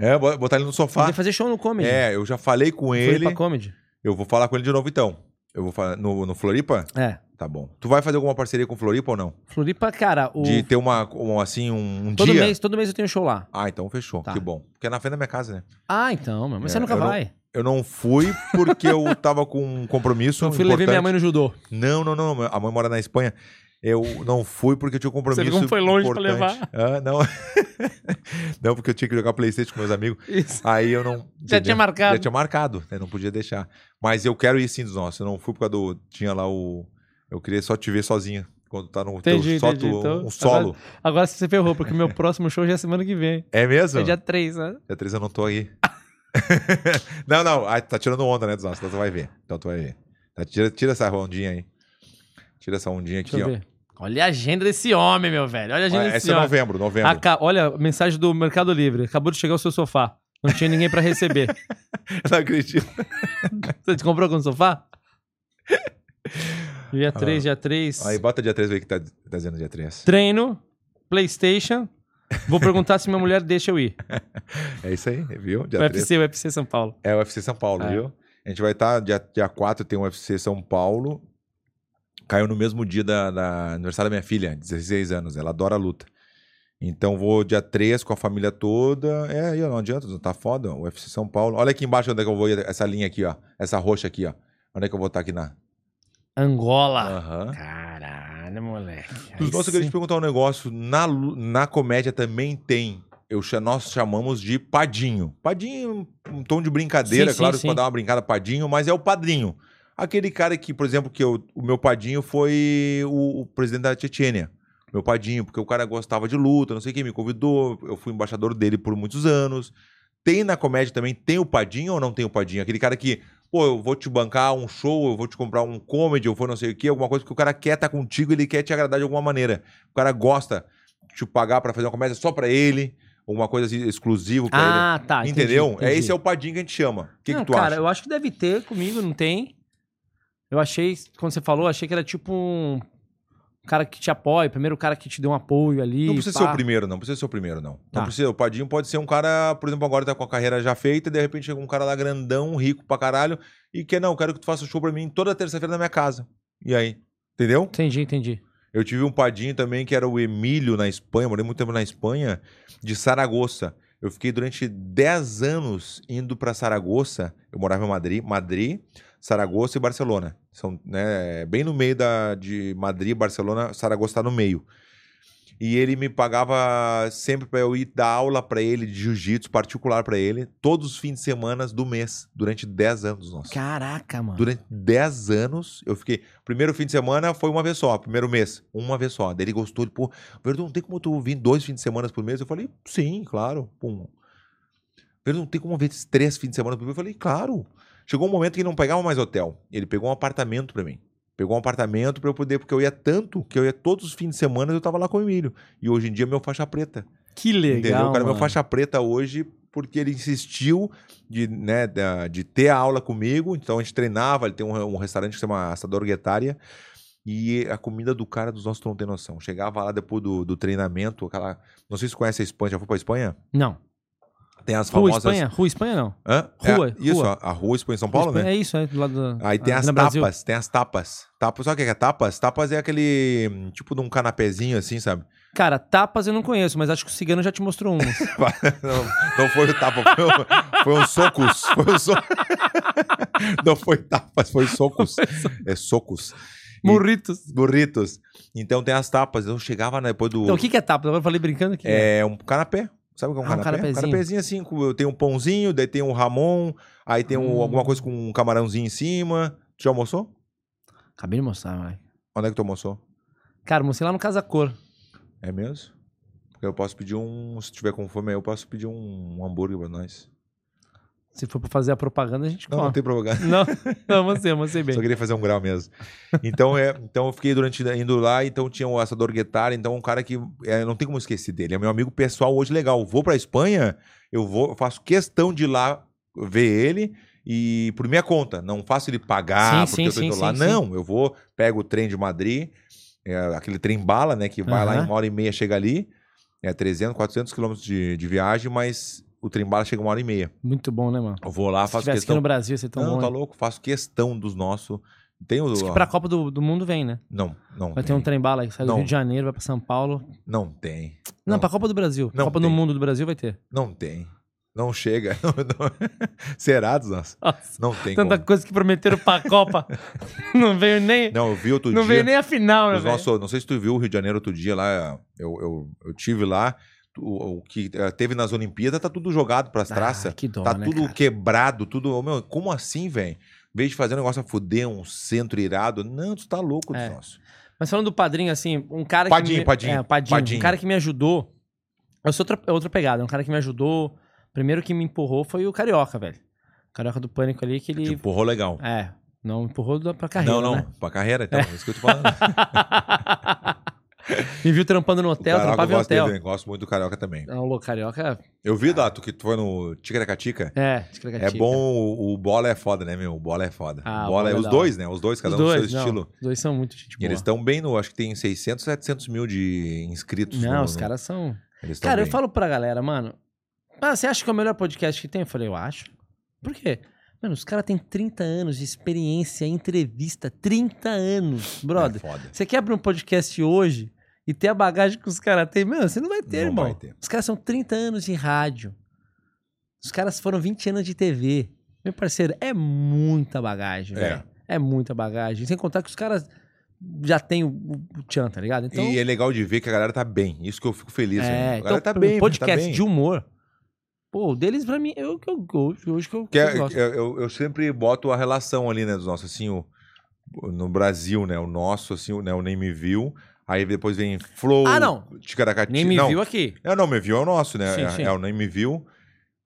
[SPEAKER 1] É, bo- botar ele no
[SPEAKER 2] Ele
[SPEAKER 1] sofá.
[SPEAKER 2] vai fazer show no comedy.
[SPEAKER 1] É, eu já falei com
[SPEAKER 2] Floripa
[SPEAKER 1] ele.
[SPEAKER 2] Comedy.
[SPEAKER 1] Eu vou falar com ele de novo então. Eu vou falar. No, no Floripa?
[SPEAKER 2] É.
[SPEAKER 1] Tá bom. Tu vai fazer alguma parceria com o Floripa ou não?
[SPEAKER 2] Floripa, cara, o...
[SPEAKER 1] De ter uma. um, assim, um, um
[SPEAKER 2] todo,
[SPEAKER 1] dia.
[SPEAKER 2] mês, Tá. todo mês eu tenho show lá.
[SPEAKER 1] Ah, então fechou. Que bom. Porque é na frente da minha casa, né?
[SPEAKER 2] Ah, então, meu. Mas você
[SPEAKER 1] É,
[SPEAKER 2] nunca
[SPEAKER 1] eu não-
[SPEAKER 2] vai.
[SPEAKER 1] eu não fui porque eu tava com um compromisso.
[SPEAKER 2] Eu fui levar
[SPEAKER 1] importante.
[SPEAKER 2] minha mãe no judô.
[SPEAKER 1] Não, não, não. A mãe mora na Espanha. Eu não fui porque eu tinha um compromisso.
[SPEAKER 2] Você viu como foi longe pra
[SPEAKER 1] importante. Ah, não. (laughs) não, porque eu tinha que jogar Playstation com meus amigos.
[SPEAKER 2] Isso.
[SPEAKER 1] Aí eu não.
[SPEAKER 2] (laughs) Já tinha
[SPEAKER 1] entendeu?
[SPEAKER 2] marcado.
[SPEAKER 1] Já tinha marcado, né? Não podia deixar. Mas eu quero ir sim dos nossos. Eu não fui por causa do. Tinha lá o. Eu queria só te ver sozinho. Quando tá no
[SPEAKER 2] Entendi,
[SPEAKER 1] teu só
[SPEAKER 2] entendi.
[SPEAKER 1] tu-
[SPEAKER 2] Então,
[SPEAKER 1] um solo.
[SPEAKER 2] Agora, agora você se ferrou, porque meu próximo show já é semana que vem.
[SPEAKER 1] É mesmo?
[SPEAKER 2] É dia 3, né?
[SPEAKER 1] Dia 3 eu não tô aí. (laughs) não, não. Ah, tá tirando onda, né, dos nossos? Então tu vai ver. Então tu vai ver. Tá, tira, tira essa ondinha aí. Tira essa ondinha aqui,
[SPEAKER 2] Deixa eu
[SPEAKER 1] ó.
[SPEAKER 2] ver. Olha a agenda desse homem, meu velho. Olha a agenda
[SPEAKER 1] Olha,
[SPEAKER 2] desse
[SPEAKER 1] essa é
[SPEAKER 2] homem.
[SPEAKER 1] novembro, novembro.
[SPEAKER 2] Aca- Olha a mensagem do Mercado Livre. Acabou de chegar o seu sofá. Não tinha ninguém
[SPEAKER 1] (laughs)
[SPEAKER 2] pra receber.
[SPEAKER 1] não acredito.
[SPEAKER 2] Você te comprou com sofá? Dia 3,
[SPEAKER 1] Ah.
[SPEAKER 2] dia 3.
[SPEAKER 1] Aí bota dia 3 aí que tá, tá dizendo dia 3.
[SPEAKER 2] Treino, Playstation. Vou perguntar se minha mulher deixa eu ir.
[SPEAKER 1] É isso aí, viu? Dia
[SPEAKER 2] UFC,
[SPEAKER 1] 3.
[SPEAKER 2] UFC São Paulo.
[SPEAKER 1] É o UFC São Paulo,
[SPEAKER 2] É.
[SPEAKER 1] viu? A gente vai estar, dia, dia 4 tem o UFC São Paulo. Caiu no mesmo dia da, da aniversário da minha filha, 16 anos. Ela adora a luta. Então vou dia 3 com a família toda. É, aí, ó, não adianta, não tá foda. ó, UFC São Paulo. Olha aqui embaixo onde é que eu vou, essa linha aqui, ó. Essa roxa aqui, ó. Onde é que eu vou estar aqui na.
[SPEAKER 2] Angola.
[SPEAKER 1] Aham.
[SPEAKER 2] Caralho, moleque.
[SPEAKER 1] Dos nossos, eu queria te perguntar um negócio. Na, lu- na comédia também tem. Eu, cha- nós chamamos de padinho. Padinho, é um tom de brincadeira,
[SPEAKER 7] Sim, sim,
[SPEAKER 1] claro,
[SPEAKER 7] sim.
[SPEAKER 1] para dar uma brincada padinho, mas é o padrinho. Aquele cara que, por exemplo, que eu- o meu padinho foi o, o presidente da Tchênia. Meu padinho, porque o cara gostava de luta, não sei quem me convidou, eu fui embaixador dele por muitos anos. Tem na comédia também, tem o padinho ou não tem o padinho? Aquele cara que, pô, eu vou te bancar um show, eu vou te comprar um comedy, eu vou não sei o quê, alguma coisa que o cara quer estar contigo, ele quer te agradar de alguma maneira. O cara gosta de te pagar pra fazer uma comédia só pra ele, alguma coisa assim, exclusivo pra ele.
[SPEAKER 2] Ah, tá, entendi,
[SPEAKER 1] Entendeu? É
[SPEAKER 2] entendi.
[SPEAKER 1] esse é o padinho que a gente chama. O que,
[SPEAKER 2] Não,
[SPEAKER 1] que tu
[SPEAKER 2] cara,
[SPEAKER 1] acha?
[SPEAKER 2] eu acho que deve ter, comigo não tem. Eu achei, quando você falou, achei que era tipo um cara que te apoia, primeiro o cara que te deu um apoio ali.
[SPEAKER 1] Não precisa
[SPEAKER 2] pá.
[SPEAKER 1] ser o primeiro, não. Precisa ser o primeiro, não.
[SPEAKER 2] Tá.
[SPEAKER 1] Não precisa. O Padinho pode ser um cara, por exemplo, agora tá com a carreira já feita, e de repente chega um cara lá grandão, rico pra caralho, e quer, não, eu quero que tu faça um show pra mim toda terça-feira na minha casa. E aí? Entendeu?
[SPEAKER 2] Entendi, entendi.
[SPEAKER 1] Eu tive um padinho também que era o Emílio na Espanha, morei muito tempo na Espanha, de Saragoça. Eu fiquei durante 10 anos indo pra Saragoça. Eu morava em Madrid, Madrid, Saragoça e Barcelona. São, né, bem no meio da, de Madrid, Barcelona, Saragoça tá no meio. E ele me pagava sempre para eu ir dar aula para ele de jiu-jitsu particular para ele, todos os fins de semana do mês, durante 10 anos, nossa.
[SPEAKER 2] Caraca, mano.
[SPEAKER 1] Durante 10 anos, eu fiquei. Primeiro fim de semana foi uma vez só, primeiro mês, uma vez só. Daí ele gostou, ele, pô, Verdun, não tem como tu vir dois fins de semana por mês? Eu falei, sim, claro. Pum. Verdun, não tem como vir três fins de semana por mês? Eu falei, claro. Chegou um momento que ele não pegava mais hotel. Ele pegou um apartamento pra mim. Pegou um apartamento pra eu poder, porque eu ia tanto que eu ia todos os fins de semana eu tava lá com o Emílio. E hoje em dia é meu faixa preta.
[SPEAKER 2] Que legal,
[SPEAKER 1] Entendeu? O cara é meu
[SPEAKER 2] mano.
[SPEAKER 1] faixa preta hoje porque ele insistiu de, né, da- de ter a aula comigo. Então a gente treinava, ele tem um, um restaurante que se chama Assador Guetária. E a comida do cara dos nossos tu não tem noção. Chegava lá depois do, do treinamento, aquela. Não sei se conhece a Espanha, já foi pra Espanha?
[SPEAKER 2] Não.
[SPEAKER 1] Tem as
[SPEAKER 2] Rua
[SPEAKER 1] famosas.
[SPEAKER 2] Espanha? Rua Espanha não.
[SPEAKER 1] Hã?
[SPEAKER 2] Rua,
[SPEAKER 1] É, isso,
[SPEAKER 2] rua.
[SPEAKER 1] a rua Espanha em São Paulo,
[SPEAKER 2] Espanha,
[SPEAKER 1] né?
[SPEAKER 2] É isso, é do lado da.
[SPEAKER 1] Aí tem
[SPEAKER 2] da
[SPEAKER 1] as
[SPEAKER 2] Avenida
[SPEAKER 1] tapas,
[SPEAKER 2] Brasil.
[SPEAKER 1] tem as tapas. Tapas, sabe o que é tapas? Tapas é aquele hum, tipo de um canapézinho assim, sabe?
[SPEAKER 2] Cara, tapas eu não conheço, mas acho que o cigano já te mostrou
[SPEAKER 1] (laughs)
[SPEAKER 2] um. umas.
[SPEAKER 1] não, não foi o tapa, foi um, foi um socos. Foi um so... (laughs) Não foi tapas, foi socos. É socos.
[SPEAKER 2] Burritos.
[SPEAKER 1] Burritos. Então tem as tapas. Eu chegava né, depois do.
[SPEAKER 2] Então, o que, que é tapa? Agora eu falei brincando aqui.
[SPEAKER 1] É um canapé. Sabe o que é um
[SPEAKER 2] Ah, um
[SPEAKER 1] canapé?
[SPEAKER 2] canapézinho.
[SPEAKER 1] canapézinho assim, com- tem um pãozinho, daí tem um ramon, aí tem
[SPEAKER 2] Hum.
[SPEAKER 1] um- alguma coisa com um camarãozinho em cima. Tu já almoçou?
[SPEAKER 2] Acabei de mostrar, moleque.
[SPEAKER 1] Onde é que tu almoçou?
[SPEAKER 2] Cara, mostrei lá no Casa Cor.
[SPEAKER 1] É mesmo? Porque eu posso pedir um. Se tiver com fome, aí eu posso pedir um, hambúrguer pra nós.
[SPEAKER 2] Se for pra fazer a propaganda, a gente
[SPEAKER 1] Não,
[SPEAKER 2] come.
[SPEAKER 1] não tem propaganda.
[SPEAKER 2] Não, (laughs) não, você, você bem.
[SPEAKER 1] Só queria fazer um grau mesmo. Então, é, então eu fiquei durante indo lá, então tinha o assador Guetar, então um cara que é, não tem como esquecer dele. É meu amigo pessoal hoje legal. Vou pra Espanha, eu vou, eu faço questão de ir lá ver ele e por minha conta, não faço ele pagar
[SPEAKER 7] Sim,
[SPEAKER 1] porque
[SPEAKER 7] sim,
[SPEAKER 1] eu tô indo
[SPEAKER 7] sim,
[SPEAKER 1] lá.
[SPEAKER 7] sim,
[SPEAKER 1] não,
[SPEAKER 7] sim.
[SPEAKER 1] eu vou, pego o trem de Madrid, é, aquele trem bala, né, que vai lá em
[SPEAKER 7] Aham.
[SPEAKER 1] uma hora e meia chega ali. É 300, 400 quilômetros de, de viagem, mas o trem bala chega uma hora e meia.
[SPEAKER 2] Muito bom, né, mano?
[SPEAKER 1] Eu vou lá,
[SPEAKER 2] Se
[SPEAKER 1] faço
[SPEAKER 2] tivesse
[SPEAKER 1] Ah, questão.
[SPEAKER 2] aqui no Brasil, ia ser tão
[SPEAKER 1] não,
[SPEAKER 2] bom,
[SPEAKER 1] tá
[SPEAKER 2] hein?
[SPEAKER 1] louco, faço questão dos nossos. Tem o.
[SPEAKER 2] Então, é. Diz que pra Copa do, do Mundo vem, né?
[SPEAKER 1] Não, não.
[SPEAKER 2] Vai ter um trem bala que sai do
[SPEAKER 1] Não.
[SPEAKER 2] Rio de Janeiro, vai pra São Paulo.
[SPEAKER 1] Não tem.
[SPEAKER 2] Não, pra Copa do Brasil.
[SPEAKER 1] Não
[SPEAKER 2] Copa do Mundo do Brasil vai ter.
[SPEAKER 1] Não tem. Não chega. (laughs) Não, não. Cerados, nossa. Não tem
[SPEAKER 2] Tanta
[SPEAKER 1] como.
[SPEAKER 2] coisa que prometeram pra
[SPEAKER 1] (laughs)
[SPEAKER 2] Copa. não veio nem.
[SPEAKER 1] Não, eu vi outro
[SPEAKER 2] não
[SPEAKER 1] dia.
[SPEAKER 2] veio nem a final, né?
[SPEAKER 1] Os
[SPEAKER 2] velho?
[SPEAKER 1] nosso- não sei se tu viu o Rio de Janeiro outro dia lá. Eu, eu, eu tive lá. O, o que eh, teve nas Olimpíadas tá tudo jogado pras traças.
[SPEAKER 2] que dó,
[SPEAKER 1] tá
[SPEAKER 2] Ah, né,
[SPEAKER 1] tudo quebrado, tudo. ô, Meu, como assim, velho? Em vez de fazer um negócio a fuder, um centro irado. Não, tu tá louco,
[SPEAKER 2] É.
[SPEAKER 1] nosso.
[SPEAKER 2] Mas falando do padrinho, assim, um cara
[SPEAKER 1] Padinho,
[SPEAKER 2] que. Me...
[SPEAKER 1] padinho,
[SPEAKER 2] É, padinho.
[SPEAKER 1] padinho.
[SPEAKER 2] Um cara que me ajudou. Essa é outra, é outra pegada. Um cara que me ajudou. Primeiro que me empurrou foi o Carioca, velho. O Carioca do Pânico ali, que ele. Te
[SPEAKER 1] empurrou legal.
[SPEAKER 2] É. Não empurrou da- pra carreira.
[SPEAKER 1] Tipo. não, não.
[SPEAKER 2] Né?
[SPEAKER 1] Pra carreira, então. É. isso que eu tô falando.
[SPEAKER 2] (laughs) Me viu trampando no hotel, um
[SPEAKER 1] Carioca, eu
[SPEAKER 2] trampava em
[SPEAKER 1] gosto dele,
[SPEAKER 2] hotel.
[SPEAKER 1] eu gosto muito do Carioca também.
[SPEAKER 2] Não, louco, Carioca.
[SPEAKER 1] Eu vi, Dato, que tu foi no Ticaracatica.
[SPEAKER 2] É, Ticaracatica.
[SPEAKER 1] É bom, o, o bola é foda, né, meu? O bola é foda. O
[SPEAKER 2] Ah, o
[SPEAKER 1] bola
[SPEAKER 2] Bola
[SPEAKER 1] é
[SPEAKER 2] é
[SPEAKER 1] os
[SPEAKER 2] da
[SPEAKER 1] dois,
[SPEAKER 2] hora.
[SPEAKER 1] né? Os dois, cada
[SPEAKER 2] Os
[SPEAKER 1] um no
[SPEAKER 2] dois,
[SPEAKER 1] seu
[SPEAKER 2] não.
[SPEAKER 1] estilo.
[SPEAKER 2] Os dois são muito gente
[SPEAKER 1] E Eles
[SPEAKER 2] boa.
[SPEAKER 1] estão bem no, acho que tem 600, 700 mil de inscritos.
[SPEAKER 2] Não,
[SPEAKER 1] no-
[SPEAKER 2] os
[SPEAKER 1] no-
[SPEAKER 2] caras são.
[SPEAKER 1] né? Eles tão
[SPEAKER 2] Cara, eu
[SPEAKER 1] bem.
[SPEAKER 2] falo pra galera, mano. Ah, você acha que é o melhor podcast que tem? Eu falei, eu acho. Por quê? Mano, os caras têm 30 anos de experiência em entrevista. 30 anos,
[SPEAKER 1] É
[SPEAKER 2] brother. Você quer abrir um podcast hoje e ter a bagagem que os caras têm? Mano, você não vai ter,
[SPEAKER 1] Não
[SPEAKER 2] irmão.
[SPEAKER 1] vai ter.
[SPEAKER 2] Os caras são 30 anos de rádio. Os caras foram 20 anos de TV. Meu parceiro, é muita bagagem,
[SPEAKER 1] É.
[SPEAKER 2] velho. É muita bagagem. Sem contar que os caras já têm o, o tchan, tá ligado? Então,
[SPEAKER 1] E é legal de ver que a galera tá bem. Isso que eu fico feliz. né?
[SPEAKER 2] é,
[SPEAKER 1] a galera
[SPEAKER 2] então
[SPEAKER 1] tá
[SPEAKER 2] um
[SPEAKER 1] bem,
[SPEAKER 2] podcast
[SPEAKER 1] tá bem.
[SPEAKER 2] de humor. Pô, o deles pra mim, eu que eu gosto, hoje que eu,
[SPEAKER 1] Que
[SPEAKER 2] que eu
[SPEAKER 1] é-
[SPEAKER 2] gosto.
[SPEAKER 1] eu, eu- eu sempre boto a relação ali, né, dos nossos, assim, o- no Brasil, né, o nosso, assim, o, né, o Nem Me Viu, aí depois vem Flow,
[SPEAKER 2] Ah, não.
[SPEAKER 1] Ticaracati.
[SPEAKER 2] Nem me
[SPEAKER 1] não.
[SPEAKER 2] viu aqui.
[SPEAKER 1] É, não, Me Viu é o nosso, né,
[SPEAKER 2] Sim,
[SPEAKER 1] é,
[SPEAKER 2] sim.
[SPEAKER 1] é o Nem Me Viu,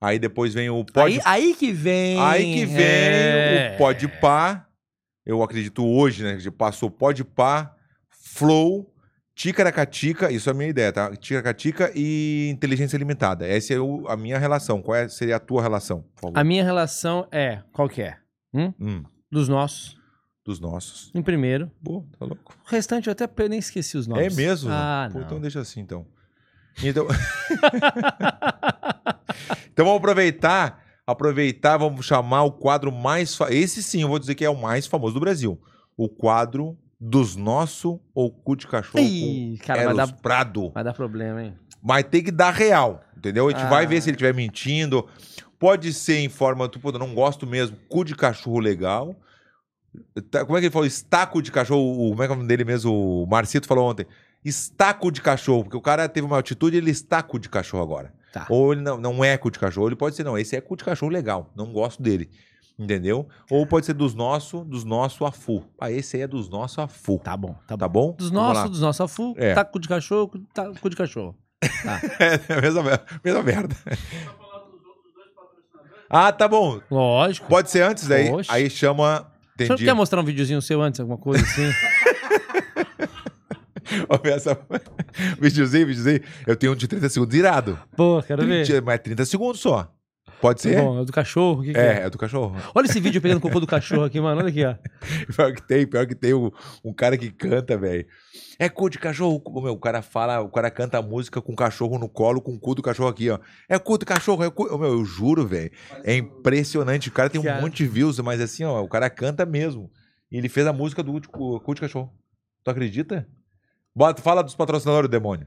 [SPEAKER 1] aí depois vem o
[SPEAKER 2] Aí,
[SPEAKER 1] Pode...
[SPEAKER 2] aí que vem.
[SPEAKER 1] aí que vem
[SPEAKER 2] é.
[SPEAKER 1] o Pode Pá, eu acredito hoje, né, que passou Pode Pá, Flow, Ticaracatica, isso é a minha ideia, tá? Ticaracatica e Inteligência Limitada. Essa é o- a minha relação. Qual é- seria a tua relação, por favor?
[SPEAKER 2] A minha relação é. Qual que é? Hum?
[SPEAKER 1] Hum.
[SPEAKER 2] Dos nossos.
[SPEAKER 1] Dos nossos.
[SPEAKER 2] Em primeiro.
[SPEAKER 1] Pô, tá louco.
[SPEAKER 2] O restante eu até pe- nem esqueci os nomes.
[SPEAKER 1] É mesmo?
[SPEAKER 2] Ah,
[SPEAKER 1] Pô,
[SPEAKER 2] não.
[SPEAKER 1] Então deixa assim, então. Então, (laughs) Então vamos aproveitar, aproveitar, vamos chamar o quadro mais... Fa... Esse sim, eu vou dizer que é o mais famoso do Brasil. O quadro dos nosso ou cu de cachorro
[SPEAKER 2] Ih,
[SPEAKER 1] com
[SPEAKER 2] cara, vai
[SPEAKER 1] Eros
[SPEAKER 2] dar-
[SPEAKER 1] Prado.
[SPEAKER 2] Vai dar problema, hein?
[SPEAKER 1] Mas tem que dar real, entendeu? A gente
[SPEAKER 2] Ah.
[SPEAKER 1] vai ver se ele estiver mentindo. Pode ser em forma, tipo, eu não gosto mesmo, cu de cachorro legal. Tá- Como é que ele falou? Estaco de cachorro, o- como é que é o nome dele mesmo? O Marcito falou ontem. Estaco de cachorro, porque o cara teve uma atitude, ele estaco de cachorro agora.
[SPEAKER 2] Tá.
[SPEAKER 1] Ou ele não, não é cu de cachorro, ele pode ser, não, esse é cu de cachorro legal, não gosto dele. Entendeu? Ou pode ser dos nossos, dos nossos afu. Ah, esse aí é dos nossos afu.
[SPEAKER 2] Tá bom, tá bom.
[SPEAKER 1] Tá bom?
[SPEAKER 2] Dos
[SPEAKER 1] Vamos
[SPEAKER 2] nossos,
[SPEAKER 1] lá.
[SPEAKER 2] dos nossos afu,
[SPEAKER 1] É.
[SPEAKER 2] taco de cachorro, cu- tá- cu de cachorro.
[SPEAKER 1] É, (laughs) é a mesma, mer- mesma merda. (laughs) Ah, tá bom.
[SPEAKER 2] Lógico.
[SPEAKER 1] Pode ser antes, aí,
[SPEAKER 2] Oxe.
[SPEAKER 1] aí chama.
[SPEAKER 2] Você não
[SPEAKER 1] Entendi. (laughs)
[SPEAKER 2] quer mostrar um videozinho seu antes, alguma coisa assim?
[SPEAKER 1] Vamos ver essa... (laughs) videozinho, videozinho. Eu tenho um de 30 segundos irado.
[SPEAKER 2] Pô, quero ver.
[SPEAKER 1] 30, mas 30 segundos só. Pode
[SPEAKER 2] Tá
[SPEAKER 1] ser?
[SPEAKER 2] bom, é do cachorro, o que que
[SPEAKER 1] é,
[SPEAKER 2] é?
[SPEAKER 1] é do cachorro.
[SPEAKER 2] Olha esse vídeo pegando o cocô do cachorro aqui, mano. Olha aqui, ó.
[SPEAKER 1] Pior que tem, pior que tem um, um cara que canta, velho. É cu de cachorro. cu- Meu, o cara fala, o cara canta a música com o cachorro no colo, com o cu do cachorro aqui, ó. É cu do cachorro, é cu. Ô, Meu, eu juro, velho. É impressionante. O cara tem um
[SPEAKER 2] Cara.
[SPEAKER 1] monte de views, mas assim, ó, o cara canta mesmo. E ele fez a música do cu cu de cachorro. Tu acredita? Bota, fala dos patrocinadores, demônio.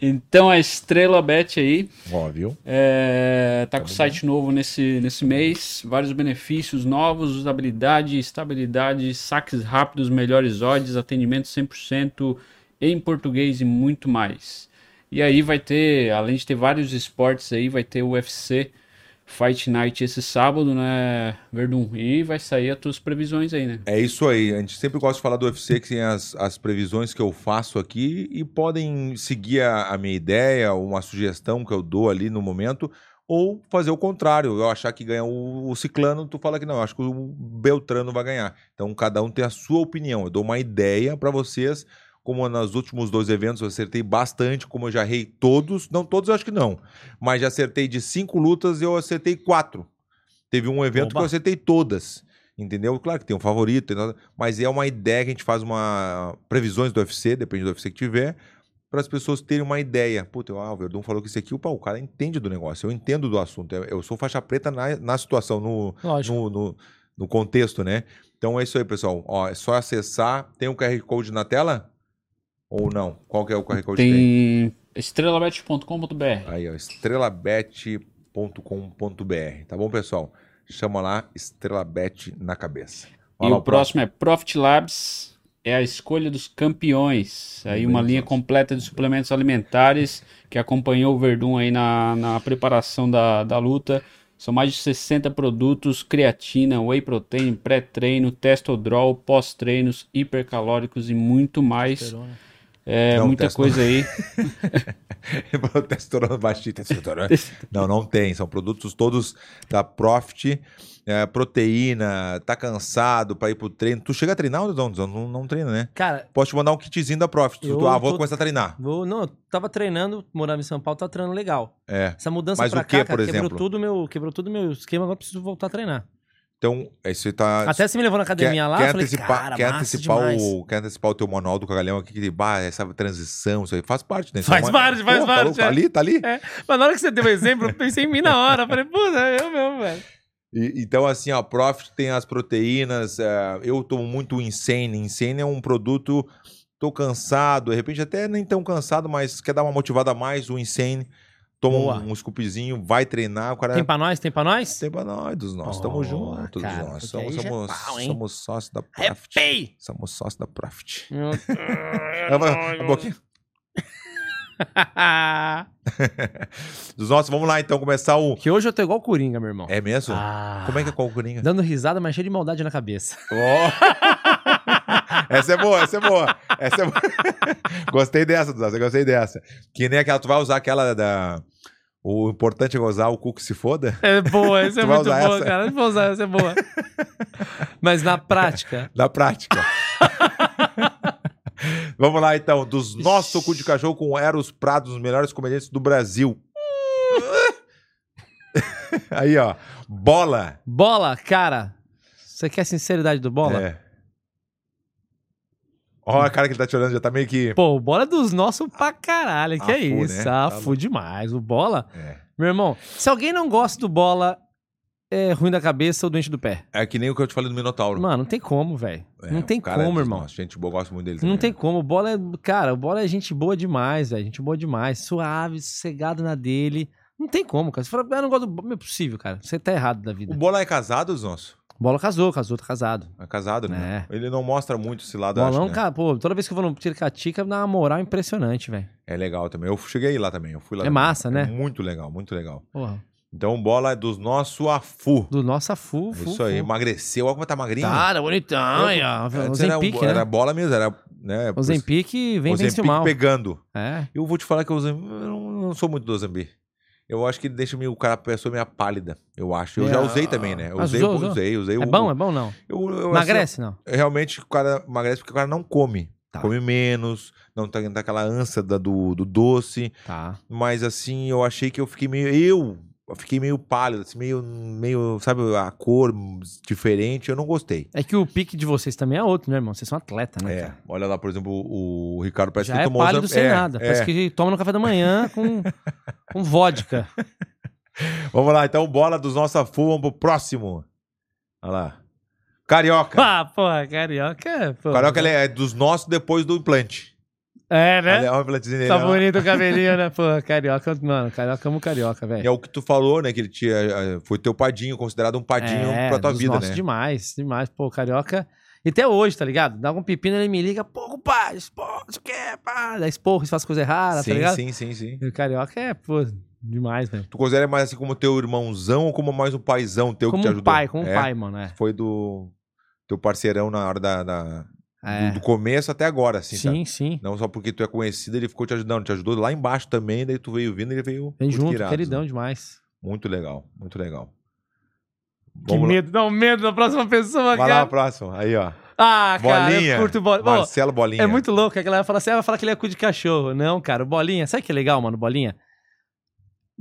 [SPEAKER 11] Então a Estrela Bet aí
[SPEAKER 1] Ó, viu?
[SPEAKER 11] é, tá com site novo nesse, nesse mês, vários benefícios novos, usabilidade, estabilidade, saques rápidos, melhores odds, atendimento 100% em português e muito mais. E aí vai ter, além de ter vários esportes aí, vai ter o UFC Fight Night esse sábado, né, Verdun? E vai sair as tuas previsões aí, né?
[SPEAKER 1] É isso aí. A gente sempre gosta de falar do UFC, que tem as, as previsões que eu faço aqui e podem seguir a, a minha ideia, uma sugestão que eu dou ali no momento, ou fazer o contrário. Eu achar que ganha o, o Ciclano, tu fala que não, eu acho que o Beltrano vai ganhar. Então cada um tem a sua opinião. Eu dou uma ideia pra vocês. Como nos últimos dois eventos eu acertei bastante, como eu já errei todos. Não todos, eu acho que não. Mas já acertei de cinco lutas, eu acertei quatro. Teve um evento que
[SPEAKER 2] Oba.
[SPEAKER 1] eu acertei todas. Entendeu? Claro que tem um favorito, tem nada- mas é uma ideia que a gente faz uma. Previsões do UFC, depende do UFC que tiver, para as pessoas terem uma ideia. Puta, ah, o Verdun falou que isso aqui, opa, o cara entende do negócio, eu entendo do assunto. eu- Eu sou faixa preta na, na situação, no,
[SPEAKER 2] Lógico.
[SPEAKER 1] no, no, no contexto, né? Então é isso aí, pessoal. Ó, é só acessar. Tem o QR Code na tela? Ou não? Qual que é o QR Code que tem?
[SPEAKER 11] Tem estrelabet.com.br.
[SPEAKER 1] Aí, ó, estrelabet.com.br. Tá bom, pessoal? Chama lá, Estrelabet na cabeça. Ó
[SPEAKER 11] E
[SPEAKER 1] lá (laughs)
[SPEAKER 11] o próximo é Profit Labs, é a escolha dos campeões. Aí uma linha completa de suplementos alimentares que acompanhou o Verdun aí na, na preparação da, da luta. São mais de 60 produtos, creatina, whey protein, pré-treino, testodrol, pós-treinos, hipercalóricos e muito mais. É,
[SPEAKER 1] Não,
[SPEAKER 11] muita
[SPEAKER 1] testo-
[SPEAKER 11] coisa aí.
[SPEAKER 1] Ele falou testosterona baixinha, testosterona. tá né? Não, não tem. São produtos todos da Profit. é, proteína, tá cansado pra ir pro treino. Tu chega a treinar ou não? Não, não, não treina, né?
[SPEAKER 2] Cara,
[SPEAKER 1] Posso te mandar um kitzinho da Profit. Tu-
[SPEAKER 2] Eu
[SPEAKER 1] tu- ah, vou
[SPEAKER 2] tô-
[SPEAKER 1] começar a treinar.
[SPEAKER 2] vou. Não, eu tava treinando, morava em São Paulo, tava treinando legal.
[SPEAKER 1] É.
[SPEAKER 2] Essa mudança
[SPEAKER 1] Mas
[SPEAKER 2] pra
[SPEAKER 1] o quê,
[SPEAKER 2] cá,
[SPEAKER 1] por
[SPEAKER 2] cara,
[SPEAKER 1] exemplo?
[SPEAKER 2] quebrou tudo meu, quebrou todo meu esquema, agora eu preciso voltar a treinar.
[SPEAKER 1] Então, aí você tá.
[SPEAKER 2] Até você me levou na academia lá, eu falei, cara,
[SPEAKER 1] quer
[SPEAKER 2] massa
[SPEAKER 1] antecipar
[SPEAKER 2] demais.
[SPEAKER 1] o, quer antecipar o teu manual do cagalhão aqui, que bah, essa transição, isso aí faz parte, né? Isso é
[SPEAKER 2] Faz
[SPEAKER 1] uma-
[SPEAKER 2] parte, faz
[SPEAKER 1] Pô, tá
[SPEAKER 2] parte,
[SPEAKER 1] louco,
[SPEAKER 2] é.
[SPEAKER 1] Tá ali, tá ali.
[SPEAKER 2] É, mas na hora que você deu o exemplo, eu pensei em mim na hora. Eu falei, puta, é eu mesmo, velho.
[SPEAKER 1] E- então, assim, a Profit tem as proteínas. é, eu tomo muito Insane. Insane é um produto. Tô cansado, de repente até nem tão cansado, mas quer dar uma motivada a mais, o Insane. toma
[SPEAKER 2] Boa.
[SPEAKER 1] um, um scoopzinho, vai treinar, o cara...
[SPEAKER 2] Tem pra nós? Tem pra nós?
[SPEAKER 1] Tem pra nós, dos nós. Tamo juntos,
[SPEAKER 2] cara,
[SPEAKER 1] nós. Somos,
[SPEAKER 2] porque aí já é
[SPEAKER 1] somos,
[SPEAKER 2] pau, hein?
[SPEAKER 1] somos sócios da Praft.
[SPEAKER 2] Repei!
[SPEAKER 1] Somos sócios da Praft.
[SPEAKER 2] Meu Deus.
[SPEAKER 1] Ela vai- um pouquinho. dos nossos, vamos lá então começar o...
[SPEAKER 2] (laughs) Que hoje eu tô igual o Coringa, meu irmão. Ah.
[SPEAKER 1] É mesmo? Como é que é qual o
[SPEAKER 2] (laughs)
[SPEAKER 1] Coringa?
[SPEAKER 2] Dando risada, mas cheio de maldade na cabeça.
[SPEAKER 1] Essa é boa, essa é boa. Essa é boa. (laughs) gostei dessa, Dudas, eu gostei dessa. Que nem aquela, tu vai usar aquela da... O importante é gozar, o cu que se foda?
[SPEAKER 2] É boa, essa é
[SPEAKER 1] Tu vai
[SPEAKER 2] muito boa,
[SPEAKER 1] usar essa?
[SPEAKER 2] cara. Eu Vou usar, essa é boa. Mas na prática,
[SPEAKER 1] Na prática. Vamos lá, então. Dos nosso cu de cachorro com Eros Prado, os melhores comediantes do Brasil. (laughs) Aí, ó. Bola.
[SPEAKER 2] bola, cara. Você quer sinceridade do bola?
[SPEAKER 1] É. Ó, a cara que ele tá te olhando, já tá meio que.
[SPEAKER 2] Pô, o bola é dos nossos pra caralho. Que é
[SPEAKER 1] Afu, né?
[SPEAKER 2] isso?
[SPEAKER 1] Tá
[SPEAKER 2] Afu
[SPEAKER 1] louco.
[SPEAKER 2] demais. O bola.
[SPEAKER 1] É.
[SPEAKER 2] Meu irmão, se alguém não gosta do bola, é ruim da cabeça ou doente do pé.
[SPEAKER 1] É que nem o que eu te falei do Minotauro.
[SPEAKER 2] Mano, não tem como, velho.
[SPEAKER 1] É,
[SPEAKER 2] não
[SPEAKER 1] o
[SPEAKER 2] tem
[SPEAKER 1] cara é
[SPEAKER 2] como,
[SPEAKER 1] dos
[SPEAKER 2] irmão.
[SPEAKER 1] nossos. né? Gente boa, eu gosto muito dele.
[SPEAKER 2] Não
[SPEAKER 1] também.
[SPEAKER 2] tem como. O bola é. Cara, o bola é gente boa demais, velho. Gente boa demais. Suave, sossegado na dele. Não tem como, cara. Você fala, eu não gosto do bola. Não é possível, cara. Você tá errado da vida.
[SPEAKER 1] O Bola é casado, dos nossos?
[SPEAKER 2] Bola casou, casou, tá casado.
[SPEAKER 1] É casado, né? Ele não mostra muito esse lado, eu
[SPEAKER 2] Bolão,
[SPEAKER 1] acho, né?
[SPEAKER 2] cara, pô, toda vez que eu vou no Tircatica, dá uma moral impressionante, velho.
[SPEAKER 1] É legal também. Eu cheguei lá também. Eu fui lá.
[SPEAKER 2] É
[SPEAKER 1] também.
[SPEAKER 2] massa, né?
[SPEAKER 1] Muito legal, muito legal.
[SPEAKER 2] Porra.
[SPEAKER 1] Então, bola é dos nosso Afu.
[SPEAKER 2] Do nosso Afu.
[SPEAKER 1] É Isso aí, emagreceu. Olha como tá magrinho.
[SPEAKER 2] Cara, bonitão, aí, ó.
[SPEAKER 1] Antes era, um-
[SPEAKER 2] Ozempic,
[SPEAKER 1] era
[SPEAKER 2] né?
[SPEAKER 1] bola mesmo, era. Né, por isso-
[SPEAKER 2] Ozempic vem vence o
[SPEAKER 1] Ozempic
[SPEAKER 2] mal.
[SPEAKER 1] pegando.
[SPEAKER 2] É.
[SPEAKER 1] Eu vou te falar que eu, usei- eu não, não sou muito do Ozempic. Eu acho que ele deixa meio- o cara, a pessoa meio pálida, eu acho. Eu
[SPEAKER 2] É.
[SPEAKER 1] já usei também, né? Eu
[SPEAKER 2] Ah,
[SPEAKER 1] usei,
[SPEAKER 2] usou,
[SPEAKER 1] um
[SPEAKER 2] usou?
[SPEAKER 1] pouco, usei, usei.
[SPEAKER 2] É
[SPEAKER 1] o-
[SPEAKER 2] bom, é bom não?
[SPEAKER 1] Eu, eu, assim,
[SPEAKER 2] Emagrece, Tá. não?
[SPEAKER 1] Realmente o cara emagrece porque o cara não come. Come menos, não tá, não tá aquela ânsia da- do, do doce.
[SPEAKER 2] Tá.
[SPEAKER 1] Mas assim, eu achei que eu fiquei meio. Eu fiquei meio pálido, assim, meio, meio, sabe, a cor diferente. Eu não gostei.
[SPEAKER 2] É que o pique de vocês também é outro, né, irmão? Vocês são atleta, né?
[SPEAKER 1] É, olha lá, por exemplo, o o Ricardo parece
[SPEAKER 2] Já
[SPEAKER 1] que
[SPEAKER 2] é
[SPEAKER 1] tomou os
[SPEAKER 2] pálido
[SPEAKER 1] am-
[SPEAKER 2] sem
[SPEAKER 1] é,
[SPEAKER 2] nada. Parece
[SPEAKER 1] é.
[SPEAKER 2] que toma no café da manhã
[SPEAKER 1] (laughs)
[SPEAKER 2] com, com vodka.
[SPEAKER 1] Vamos lá, então, bola dos nossos afu, vamos pro próximo. Olha lá. Carioca.
[SPEAKER 2] Ah, porra, carioca. Pô,
[SPEAKER 1] Carioca ele é dos nossos depois do implante.
[SPEAKER 2] É, né?
[SPEAKER 1] Olha, um- olha o implantezinho dele,
[SPEAKER 2] Tá
[SPEAKER 1] olha lá.
[SPEAKER 2] bonito o cabelinho, né? Pô, carioca, mano, carioca, amo carioca, velho.
[SPEAKER 1] É o que tu falou, né? Que ele tinha, eh, foi teu padinho, considerado um padinho pra tua
[SPEAKER 2] É, dos
[SPEAKER 1] vida,
[SPEAKER 2] nossos
[SPEAKER 1] né?
[SPEAKER 2] demais, demais. Pô, carioca. E até hoje, tá ligado? Dá algum pepino, ele me liga, pô, compadre, esporra, isso que é, pá. Dá esporro, faz coisa errada,
[SPEAKER 1] sim,
[SPEAKER 2] tá ligado?
[SPEAKER 1] sim, sim, sim.
[SPEAKER 2] E o carioca é, pô, demais, velho.
[SPEAKER 1] Tu considera mais assim como teu irmãozão ou como mais um paizão teu
[SPEAKER 2] Como
[SPEAKER 1] que te
[SPEAKER 2] um
[SPEAKER 1] ajudou?
[SPEAKER 2] pai, como um pai, mano, é.
[SPEAKER 1] Foi do teu parceirão na hora da, da-
[SPEAKER 2] É.
[SPEAKER 1] do, do começo até agora, assim,
[SPEAKER 2] Sim,
[SPEAKER 1] sabe?
[SPEAKER 2] sim.
[SPEAKER 1] Não só porque tu é conhecido, ele ficou te ajudando, te ajudou lá embaixo também, daí tu veio vindo, ele veio...
[SPEAKER 2] Vem
[SPEAKER 1] muito
[SPEAKER 2] junto,
[SPEAKER 1] irado,
[SPEAKER 2] queridão
[SPEAKER 1] né?
[SPEAKER 2] demais.
[SPEAKER 1] Muito legal, muito legal.
[SPEAKER 2] Que
[SPEAKER 1] Vamos lá.
[SPEAKER 2] medo, dá um medo da próxima
[SPEAKER 1] Vai
[SPEAKER 2] pessoa, cara.
[SPEAKER 1] lá, próximo. Aí, ó.
[SPEAKER 2] Ah, cara,
[SPEAKER 1] Bolinha.
[SPEAKER 2] eu curto bola. Pô,
[SPEAKER 1] Marcelo Bolinha.
[SPEAKER 2] É muito louco, a galera fala assim, ah, vai falar que ele é cu de cachorro. Não, cara, o Bolinha, sabe que é legal, mano, o Bolinha?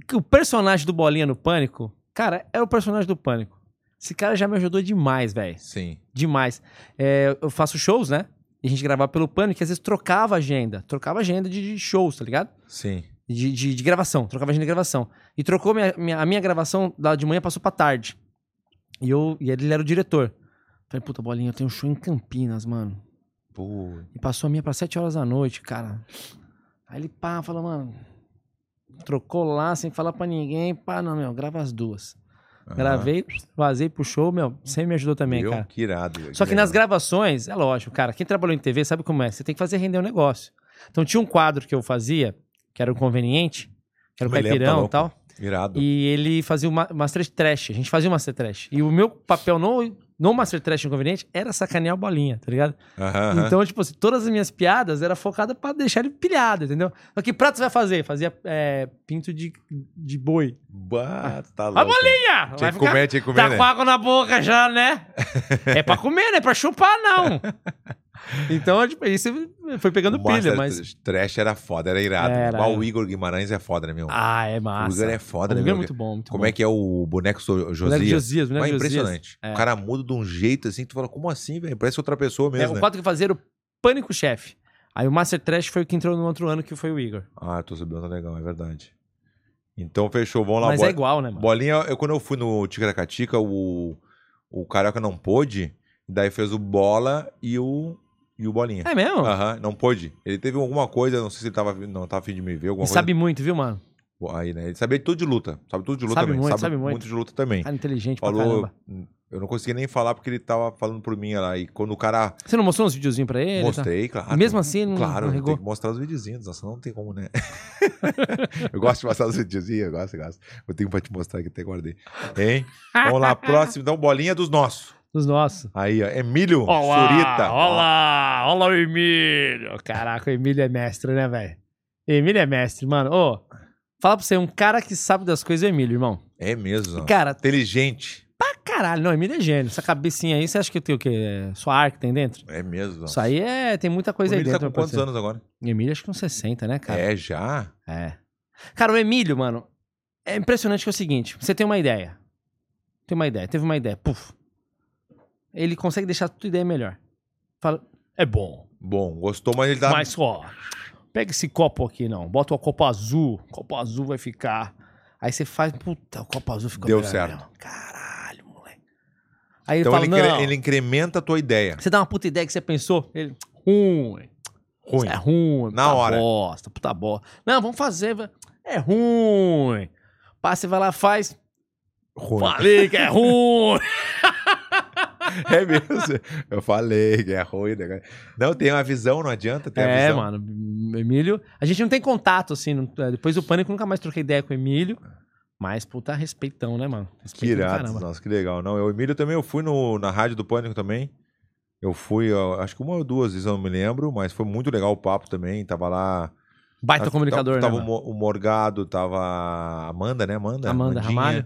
[SPEAKER 2] Que o personagem do Bolinha no Pânico, cara, era o personagem do Pânico. Esse cara já me ajudou demais, velho.
[SPEAKER 1] Sim.
[SPEAKER 2] Demais. É, eu faço shows, né? E a gente gravava pelo Pânico, e às vezes trocava agenda. Trocava agenda de, de shows, tá ligado?
[SPEAKER 1] Sim.
[SPEAKER 2] De, de, de gravação, trocava agenda de gravação. E trocou minha- minha- a minha gravação da de manhã, passou pra tarde. E, eu, e ele era o diretor. Falei, puta, Bolinha, eu tenho um show em Campinas, mano.
[SPEAKER 1] Pô,
[SPEAKER 2] E passou a minha pra 7 horas da noite, cara. Aí ele pá, falou, mano. Trocou lá sem falar pra ninguém. Pá, não, meu, grava as duas. Gravei, vazei pro show, meu. Você me ajudou também,
[SPEAKER 1] Viu?
[SPEAKER 2] cara.
[SPEAKER 1] Que irado. velho,
[SPEAKER 2] Só que
[SPEAKER 1] legal.
[SPEAKER 2] nas gravações, é lógico, cara. Quem trabalhou em TV sabe como é. Você tem que fazer render o negócio. Então tinha um quadro que eu fazia, que era o conveniente, que era o
[SPEAKER 1] Me lembro, tá
[SPEAKER 2] caipirão e
[SPEAKER 1] louco.
[SPEAKER 2] tal.
[SPEAKER 1] Irado.
[SPEAKER 2] E ele fazia o ma- Master Trash. A gente fazia o Master Trash. E o meu papel no, no Master Trash Inconveniente era sacanear o bolinha, tá ligado?
[SPEAKER 1] Aham, aham.
[SPEAKER 2] Então, tipo assim, todas as minhas piadas era focada pra deixar ele pilhado, entendeu? Então, que prato você vai fazer? Fazia é, pinto de, de boi.
[SPEAKER 1] Bah, tá louco.
[SPEAKER 2] A bolinha!
[SPEAKER 1] Tinha
[SPEAKER 2] vai
[SPEAKER 1] que
[SPEAKER 2] ficar-
[SPEAKER 1] comer, tinha que comer,
[SPEAKER 2] Tá
[SPEAKER 1] né?
[SPEAKER 2] com água na boca já,
[SPEAKER 1] (laughs)
[SPEAKER 2] né? é pra comer, não é pra chupar, não. Então, tipo, isso foi pegando pilha,
[SPEAKER 1] Master
[SPEAKER 2] mas...
[SPEAKER 1] Trash era foda, era irado.
[SPEAKER 2] Era,
[SPEAKER 1] Igual o
[SPEAKER 2] era.
[SPEAKER 1] Igor Guimarães é foda, né, meu?
[SPEAKER 2] Ah, é massa.
[SPEAKER 1] O Igor é foda,
[SPEAKER 2] O
[SPEAKER 1] né,
[SPEAKER 2] Igor é
[SPEAKER 1] meu?
[SPEAKER 2] muito bom, muito
[SPEAKER 1] Como
[SPEAKER 2] bom.
[SPEAKER 1] é que é o boneco so- Josias?
[SPEAKER 2] Josias, o boneco
[SPEAKER 1] Mas é
[SPEAKER 2] Josias.
[SPEAKER 1] impressionante.
[SPEAKER 2] É.
[SPEAKER 1] O cara muda de um jeito assim, tu fala, como assim, velho? Parece outra pessoa
[SPEAKER 2] É,
[SPEAKER 1] mesmo.
[SPEAKER 2] o
[SPEAKER 1] né?
[SPEAKER 2] quadro que fazia era o Pânico Chefe. Aí o Master Trash foi o que entrou no outro ano, que foi o Igor.
[SPEAKER 1] Ah, tô subindo, tá legal, é verdade. Então fechou, vamos lá.
[SPEAKER 2] Mas é igual, né, mano?
[SPEAKER 1] Bolinha, eu, quando eu fui no Ticaracatica, o, o Carioca não pôde, daí fez o Bola e o, e o Bolinha.
[SPEAKER 2] É mesmo?
[SPEAKER 1] Ah, Aham, não pôde. Ele teve alguma coisa, não sei se ele tava, não tava afim de me ver, alguma
[SPEAKER 2] E
[SPEAKER 1] coisa.
[SPEAKER 2] sabe muito, viu, mano?
[SPEAKER 1] O aí, né? Ele sabia de tudo de luta. Sabe tudo de luta
[SPEAKER 2] Sabe
[SPEAKER 1] também.
[SPEAKER 2] muito, sabe muito.
[SPEAKER 1] de luta também.
[SPEAKER 2] Cara inteligente pra
[SPEAKER 1] Falou.
[SPEAKER 2] caramba.
[SPEAKER 1] Eu não consegui nem falar porque ele tava falando por mim lá. E quando o cara.
[SPEAKER 2] Você não mostrou uns videozinhos pra ele? tá?
[SPEAKER 1] Mostrei, claro.
[SPEAKER 2] Mesmo assim, ele não,
[SPEAKER 1] Claro,
[SPEAKER 2] não
[SPEAKER 1] eu
[SPEAKER 2] regou.
[SPEAKER 1] tenho que mostrar os videozinhos, nossa, não tem como, né? (laughs) eu gosto de mostrar os videozinhos, eu gosto, eu gosto. Eu tenho pra te mostrar que até guardei. Hein? Vamos lá, próximo, então, bolinha dos nossos.
[SPEAKER 2] Dos nossos.
[SPEAKER 1] Aí, ó, Emílio
[SPEAKER 2] Olá,
[SPEAKER 1] Surita.
[SPEAKER 2] Olá, olá o Emílio. Caraca, o Emílio é mestre, né, velho? Emílio é mestre, mano. Ô, fala pra você, um cara que sabe das coisas é o Emílio, irmão.
[SPEAKER 1] É mesmo. ó.
[SPEAKER 2] Cara-
[SPEAKER 1] Inteligente.
[SPEAKER 2] Pra caralho, não, o Emílio é gênio. Essa cabecinha aí, você acha que tem o quê? É Sua ar que tem dentro?
[SPEAKER 1] É mesmo. ó.
[SPEAKER 2] Isso aí é, tem muita
[SPEAKER 1] O
[SPEAKER 2] coisa aí
[SPEAKER 1] Emílio
[SPEAKER 2] dentro.
[SPEAKER 1] tá com
[SPEAKER 2] meu
[SPEAKER 1] quantos
[SPEAKER 2] parceiro.
[SPEAKER 1] anos agora?
[SPEAKER 2] Emílio, acho que uns 60, né, cara?
[SPEAKER 1] É, já?
[SPEAKER 2] É. Cara, o Emílio, mano, é impressionante que é o seguinte: você tem uma ideia. Tem uma ideia, teve uma ideia, puf. Ele consegue deixar a tua ideia melhor. Fala, é bom.
[SPEAKER 1] Bom, gostou, mas ele tá.
[SPEAKER 2] Mas, ó, pega esse copo aqui, não. Bota o copo azul. O copo azul vai ficar. Aí você faz, puta, o copo azul ficou
[SPEAKER 1] Deu
[SPEAKER 2] melhor
[SPEAKER 1] certo.
[SPEAKER 2] mesmo. Caralho, moleque. Aí
[SPEAKER 1] então
[SPEAKER 2] ele
[SPEAKER 1] ele,
[SPEAKER 2] fala,
[SPEAKER 1] incre-
[SPEAKER 2] não.
[SPEAKER 1] ele incrementa a tua ideia.
[SPEAKER 2] Você dá uma puta ideia que você pensou, ele. Ruim.
[SPEAKER 1] Ruim.
[SPEAKER 2] É ruim.
[SPEAKER 1] Na
[SPEAKER 2] puta
[SPEAKER 1] hora.
[SPEAKER 2] Bosta, puta bosta. Não, vamos fazer. vai- É ruim. Pá, você vai lá, faz.
[SPEAKER 1] Ruim.
[SPEAKER 2] Falei que é ruim.
[SPEAKER 1] (laughs) É mesmo. Eu falei que é ruim. né, cara? Não, tem uma visão, não adianta ter a
[SPEAKER 2] É,
[SPEAKER 1] visão.
[SPEAKER 2] mano. Emílio. A gente não tem contato, assim. não- é, depois do pânico, nunca mais troquei ideia com o Emílio. Mas, puta, respeitão, né, mano?
[SPEAKER 1] Que
[SPEAKER 2] Respeito do
[SPEAKER 1] irado,
[SPEAKER 2] caramba.
[SPEAKER 1] nossa, que legal. Não, eu, Emílio, também eu fui no, na Rádio do Pânico também. Eu fui, ó, acho que uma ou duas vezes, eu não me lembro, mas foi muito legal o papo também. Tava lá.
[SPEAKER 2] Baita
[SPEAKER 1] Acho que
[SPEAKER 2] Ah, comunicador,
[SPEAKER 1] tava,
[SPEAKER 2] né,
[SPEAKER 1] Tava o Mo- o Morgado, tava a Amanda, né? Amanda.
[SPEAKER 2] Amanda
[SPEAKER 1] Amandinha.
[SPEAKER 2] Ramalho.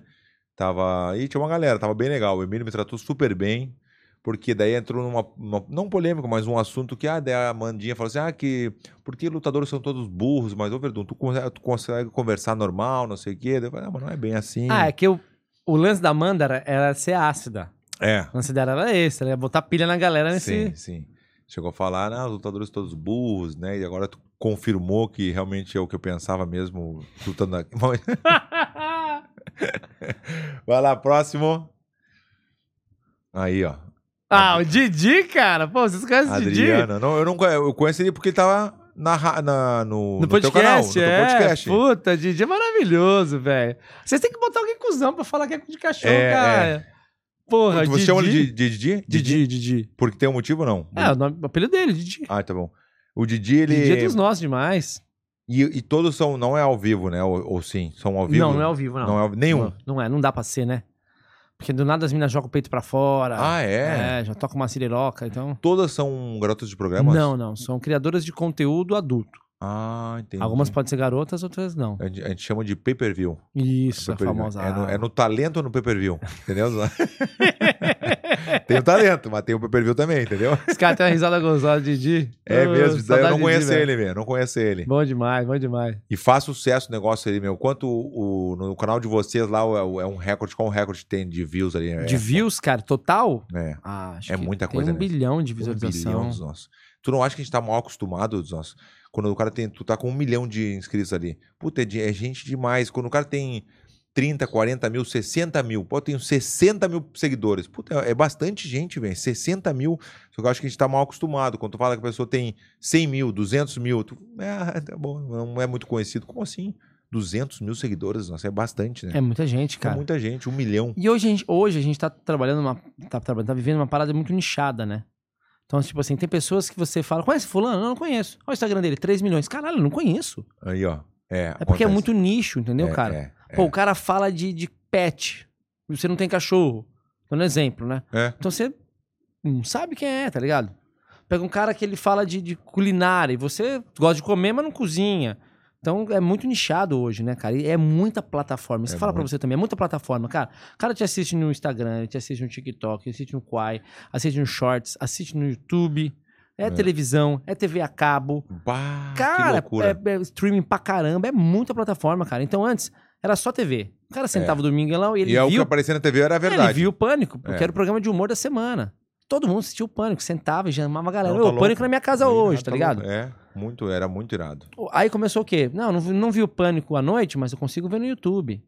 [SPEAKER 1] Tava. E tinha uma galera, tava bem legal. O Emílio me tratou super bem. Porque daí entrou numa, numa- não polêmica, mas um assunto que ah, daí a Mandinha falou assim: ah, que. Por que lutadores são todos burros? Mas, ô Verdun, tu consegue, tu consegue conversar normal, não sei o quê. Daí eu falei, ah, mas não é bem assim.
[SPEAKER 2] Ah, é que eu, o lance da Amanda era, era ser ácida.
[SPEAKER 1] É.
[SPEAKER 2] O lance dela era esse. Ela ia botar pilha na galera nesse.
[SPEAKER 1] Sim, sim. Chegou a falar, ah, os lutadores todos burros, né? E agora tu confirmou que realmente é o que eu pensava mesmo, lutando aqui. (laughs)
[SPEAKER 2] (laughs)
[SPEAKER 1] Vai lá, próximo. Aí, ó.
[SPEAKER 2] Ah, o Didi, cara. Pô, vocês conhecem o Didi?
[SPEAKER 1] Adriana. Não, eu, não, conhe- eu conheci ele porque ele tava na, ra- na- no,
[SPEAKER 2] No
[SPEAKER 1] no teu canal, no
[SPEAKER 2] podcast,
[SPEAKER 1] teu
[SPEAKER 2] é.
[SPEAKER 1] podcast.
[SPEAKER 2] Puta, Didi é maravilhoso, velho. Vocês têm que botar alguém cuzão pra falar que é de cachorro,
[SPEAKER 1] É,
[SPEAKER 2] cara.
[SPEAKER 1] é.
[SPEAKER 2] Porra,
[SPEAKER 1] tu,
[SPEAKER 2] Didi.
[SPEAKER 1] Você chama ele de, de Didi?
[SPEAKER 2] Didi, Didi.
[SPEAKER 1] Porque tem um motivo ou não?
[SPEAKER 2] É, o, nome, o apelido dele, Didi.
[SPEAKER 1] Ah, tá bom. O Didi, ele...
[SPEAKER 2] Didi é dos nossos demais.
[SPEAKER 1] E, e todos são... Não é ao vivo, né? Ou, ou sim? São ao vivo?
[SPEAKER 2] Não, não é ao vivo, não.
[SPEAKER 1] Não é ao, nenhum?
[SPEAKER 2] Não, não é, não dá pra ser, né? Porque do nada as meninas jogam o peito pra fora.
[SPEAKER 1] Ah, é?
[SPEAKER 2] É, já toca uma cireroca, então.
[SPEAKER 1] Todas são garotas de programas?
[SPEAKER 2] Não, não. São criadoras de conteúdo adulto.
[SPEAKER 1] Ah, entendi.
[SPEAKER 2] Algumas podem ser garotas, outras não.
[SPEAKER 1] A gente, a gente chama de pay-per-view.
[SPEAKER 2] Isso,
[SPEAKER 1] É
[SPEAKER 2] a
[SPEAKER 1] pay-per-view.
[SPEAKER 2] famosa.
[SPEAKER 1] É no, é no talento ou no pay-per-view? Entendeu? (laughs) tem o talento, mas tem o pay-per-view também, entendeu?
[SPEAKER 2] Esse cara tem uma risada gozada, Didi.
[SPEAKER 1] É
[SPEAKER 2] Ô,
[SPEAKER 1] mesmo, daí eu
[SPEAKER 2] Ah, saudade
[SPEAKER 1] não
[SPEAKER 2] de
[SPEAKER 1] conheço
[SPEAKER 2] Didi, velho.
[SPEAKER 1] ele, meu. Não conheço ele.
[SPEAKER 2] Bom demais, bom demais.
[SPEAKER 1] E faz sucesso o negócio ali, meu. Quanto o, o- no canal de vocês lá é, o- é um recorde? Qual o recorde tem de views ali? É,
[SPEAKER 2] De views, cara, total?
[SPEAKER 1] É,
[SPEAKER 2] Ah, acho
[SPEAKER 1] é
[SPEAKER 2] que
[SPEAKER 1] muita
[SPEAKER 2] tem
[SPEAKER 1] coisa,
[SPEAKER 2] um
[SPEAKER 1] né?
[SPEAKER 2] bilhão de
[SPEAKER 1] Um
[SPEAKER 2] visualização.
[SPEAKER 1] bilhão dos nossos. Tu não acha que a gente tá mal acostumado dos nossos? Quando o cara tem. Tu tá com um milhão de inscritos ali. Puta, é, de- é gente demais. Quando o cara tem 30, 40 mil, 60 mil. Pô, eu tenho 60 mil seguidores. Puta, é bastante gente, velho. 60 mil. Só que eu acho que a gente tá mal acostumado. Quando tu fala que a pessoa tem 100 mil, 200 mil. Tu, ah, tá bom, não é muito conhecido. Como assim? 200 mil seguidores, nossa, é bastante, né?
[SPEAKER 2] É muita gente,
[SPEAKER 1] É
[SPEAKER 2] cara.
[SPEAKER 1] muita gente, um milhão.
[SPEAKER 2] E hoje a, gente, hoje a gente tá trabalhando uma. Tá, trabalhando, tá vivendo uma parada muito nichada, né? Então, tipo assim, tem pessoas que você fala, conhece Fulano? Não, não conheço. Olha o Instagram dele, 3 milhões. Caralho, eu não conheço.
[SPEAKER 1] Aí, ó. É,
[SPEAKER 2] É porque
[SPEAKER 1] acontece.
[SPEAKER 2] é muito nicho, entendeu,
[SPEAKER 1] É,
[SPEAKER 2] cara?
[SPEAKER 1] é,
[SPEAKER 2] Pô, o cara fala de, de pet. Você não tem cachorro. Dando exemplo, né?
[SPEAKER 1] É.
[SPEAKER 2] Então você não sabe quem é, tá ligado? Pega um cara que ele fala de, de culinária e você gosta de comer, mas não cozinha. Então é muito nichado hoje, né, cara? E é muita plataforma. Isso
[SPEAKER 1] É
[SPEAKER 2] fala pra
[SPEAKER 1] muito.
[SPEAKER 2] você também, é muita plataforma, cara. O cara te assiste no Instagram, ele te assiste no TikTok, ele assiste no Quai, assiste no Shorts, assiste no YouTube. É,
[SPEAKER 1] É.
[SPEAKER 2] televisão, é TV a cabo.
[SPEAKER 1] Bah, Ah, que
[SPEAKER 2] Cara,
[SPEAKER 1] loucura.
[SPEAKER 2] é, é streaming pra caramba, é muita plataforma, cara. Então antes era só TV. O cara sentava o domingo lá e ele
[SPEAKER 1] e é o que
[SPEAKER 2] viu
[SPEAKER 1] aparecia na TV era a
[SPEAKER 2] ele
[SPEAKER 1] verdade.
[SPEAKER 2] viu o Pânico, porque
[SPEAKER 1] É.
[SPEAKER 2] era o programa de humor da semana. Todo mundo assistia o Pânico, sentava e chamava a galera.
[SPEAKER 1] Não,
[SPEAKER 2] Ô,
[SPEAKER 1] tá
[SPEAKER 2] o
[SPEAKER 1] louco.
[SPEAKER 2] Pânico na minha casa
[SPEAKER 1] Não,
[SPEAKER 2] hoje,
[SPEAKER 1] tá
[SPEAKER 2] tá ligado?
[SPEAKER 1] louco. É, muito, era muito irado.
[SPEAKER 2] Aí começou o quê? Não, não, vi- não vi o Pânico à noite, mas eu consigo ver no YouTube.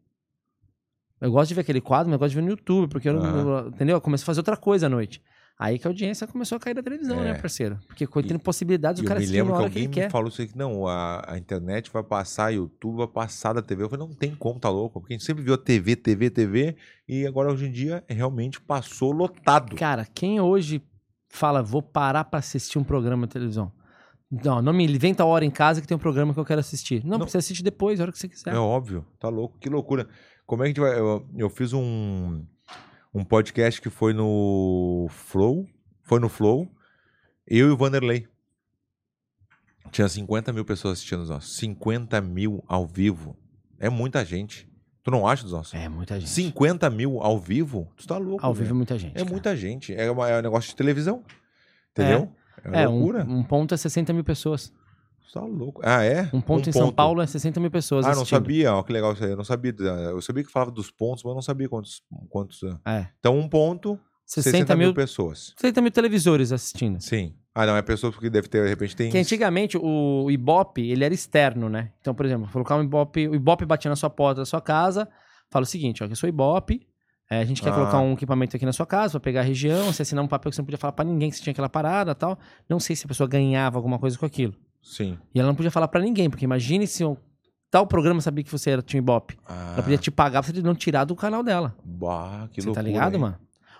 [SPEAKER 2] Eu gosto de ver aquele quadro, mas eu gosto de ver no YouTube, porque eu, não-
[SPEAKER 1] Aham.
[SPEAKER 2] eu- entendeu? Eu comecei a fazer outra coisa à noite. Aí que a audiência começou a cair da televisão,
[SPEAKER 1] É.
[SPEAKER 2] né, parceiro? Porque co- tendo possibilidades,
[SPEAKER 1] E
[SPEAKER 2] o
[SPEAKER 1] eu
[SPEAKER 2] cara
[SPEAKER 1] me
[SPEAKER 2] assiste na
[SPEAKER 1] lembro que
[SPEAKER 2] hora que
[SPEAKER 1] alguém
[SPEAKER 2] é? ele
[SPEAKER 1] me
[SPEAKER 2] quer.
[SPEAKER 1] falou isso aqui, não, a, a internet vai passar, YouTube vai passar da TV. Eu falei, não tem como, tá louco, porque a gente sempre viu a TV, TV, TV, e agora hoje em dia realmente passou lotado.
[SPEAKER 2] Cara, quem hoje fala, vou parar pra assistir um programa de televisão? Não, não me inventa a hora em casa que tem um programa que eu quero assistir. Não, você assiste depois, a hora que você quiser.
[SPEAKER 1] É óbvio, tá louco, que loucura. Como é que a gente vai. Eu, eu fiz um, um podcast que foi no Flow. Foi no Flow. Eu e o Vanderlei. Tinha 50 mil pessoas assistindo nós. 50 mil ao vivo. É muita gente. Tu não acha dos nossos?
[SPEAKER 2] É muita gente.
[SPEAKER 1] 50 mil ao vivo? Tu tá louco.
[SPEAKER 2] Ao vivo
[SPEAKER 1] velho.
[SPEAKER 2] é muita gente,
[SPEAKER 1] É muita gente. É, uma- é um negócio de televisão. Entendeu? É, uma
[SPEAKER 2] É, um-
[SPEAKER 1] loucura.
[SPEAKER 2] Um, ponto é 60 mil pessoas.
[SPEAKER 1] Tá louco. Ah, é?
[SPEAKER 2] Um ponto
[SPEAKER 1] Um
[SPEAKER 2] em São
[SPEAKER 1] ponto.
[SPEAKER 2] Paulo é 60 mil pessoas.
[SPEAKER 1] Ah, não
[SPEAKER 2] assistindo.
[SPEAKER 1] sabia. Ó, que legal isso aí. Eu não sabia. da- Eu sabia que falava dos pontos, mas não sabia quantos. quantos ah.
[SPEAKER 2] É.
[SPEAKER 1] Então, um ponto, 60,
[SPEAKER 2] 60
[SPEAKER 1] mil
[SPEAKER 2] mil-
[SPEAKER 1] pessoas.
[SPEAKER 2] 60 mil televisores assistindo.
[SPEAKER 1] Sim. Ah, não. É pessoas que deve ter, de repente, tem.
[SPEAKER 2] Que é antigamente o Ibope, ele era externo, né? Então, por exemplo, colocar um Ibope, o Ibope batia na sua porta da sua casa, fala o seguinte, ó, que eu sou Ibope, é, a gente quer
[SPEAKER 1] Ah.
[SPEAKER 2] colocar um equipamento aqui na sua casa pra pegar a região, você assinar um papel que você não podia falar pra ninguém que você tinha aquela parada tal. Não sei se a pessoa ganhava alguma coisa com aquilo.
[SPEAKER 1] Sim.
[SPEAKER 2] E ela não podia falar pra ninguém, porque imagine se um tal programa sabia que você era tinha um Ibope. Ela podia te pagar pra você não tirar do canal dela.
[SPEAKER 1] Bah, Ah, que
[SPEAKER 2] você
[SPEAKER 1] loucura.
[SPEAKER 2] tá ligado,
[SPEAKER 1] hein?
[SPEAKER 2] mano?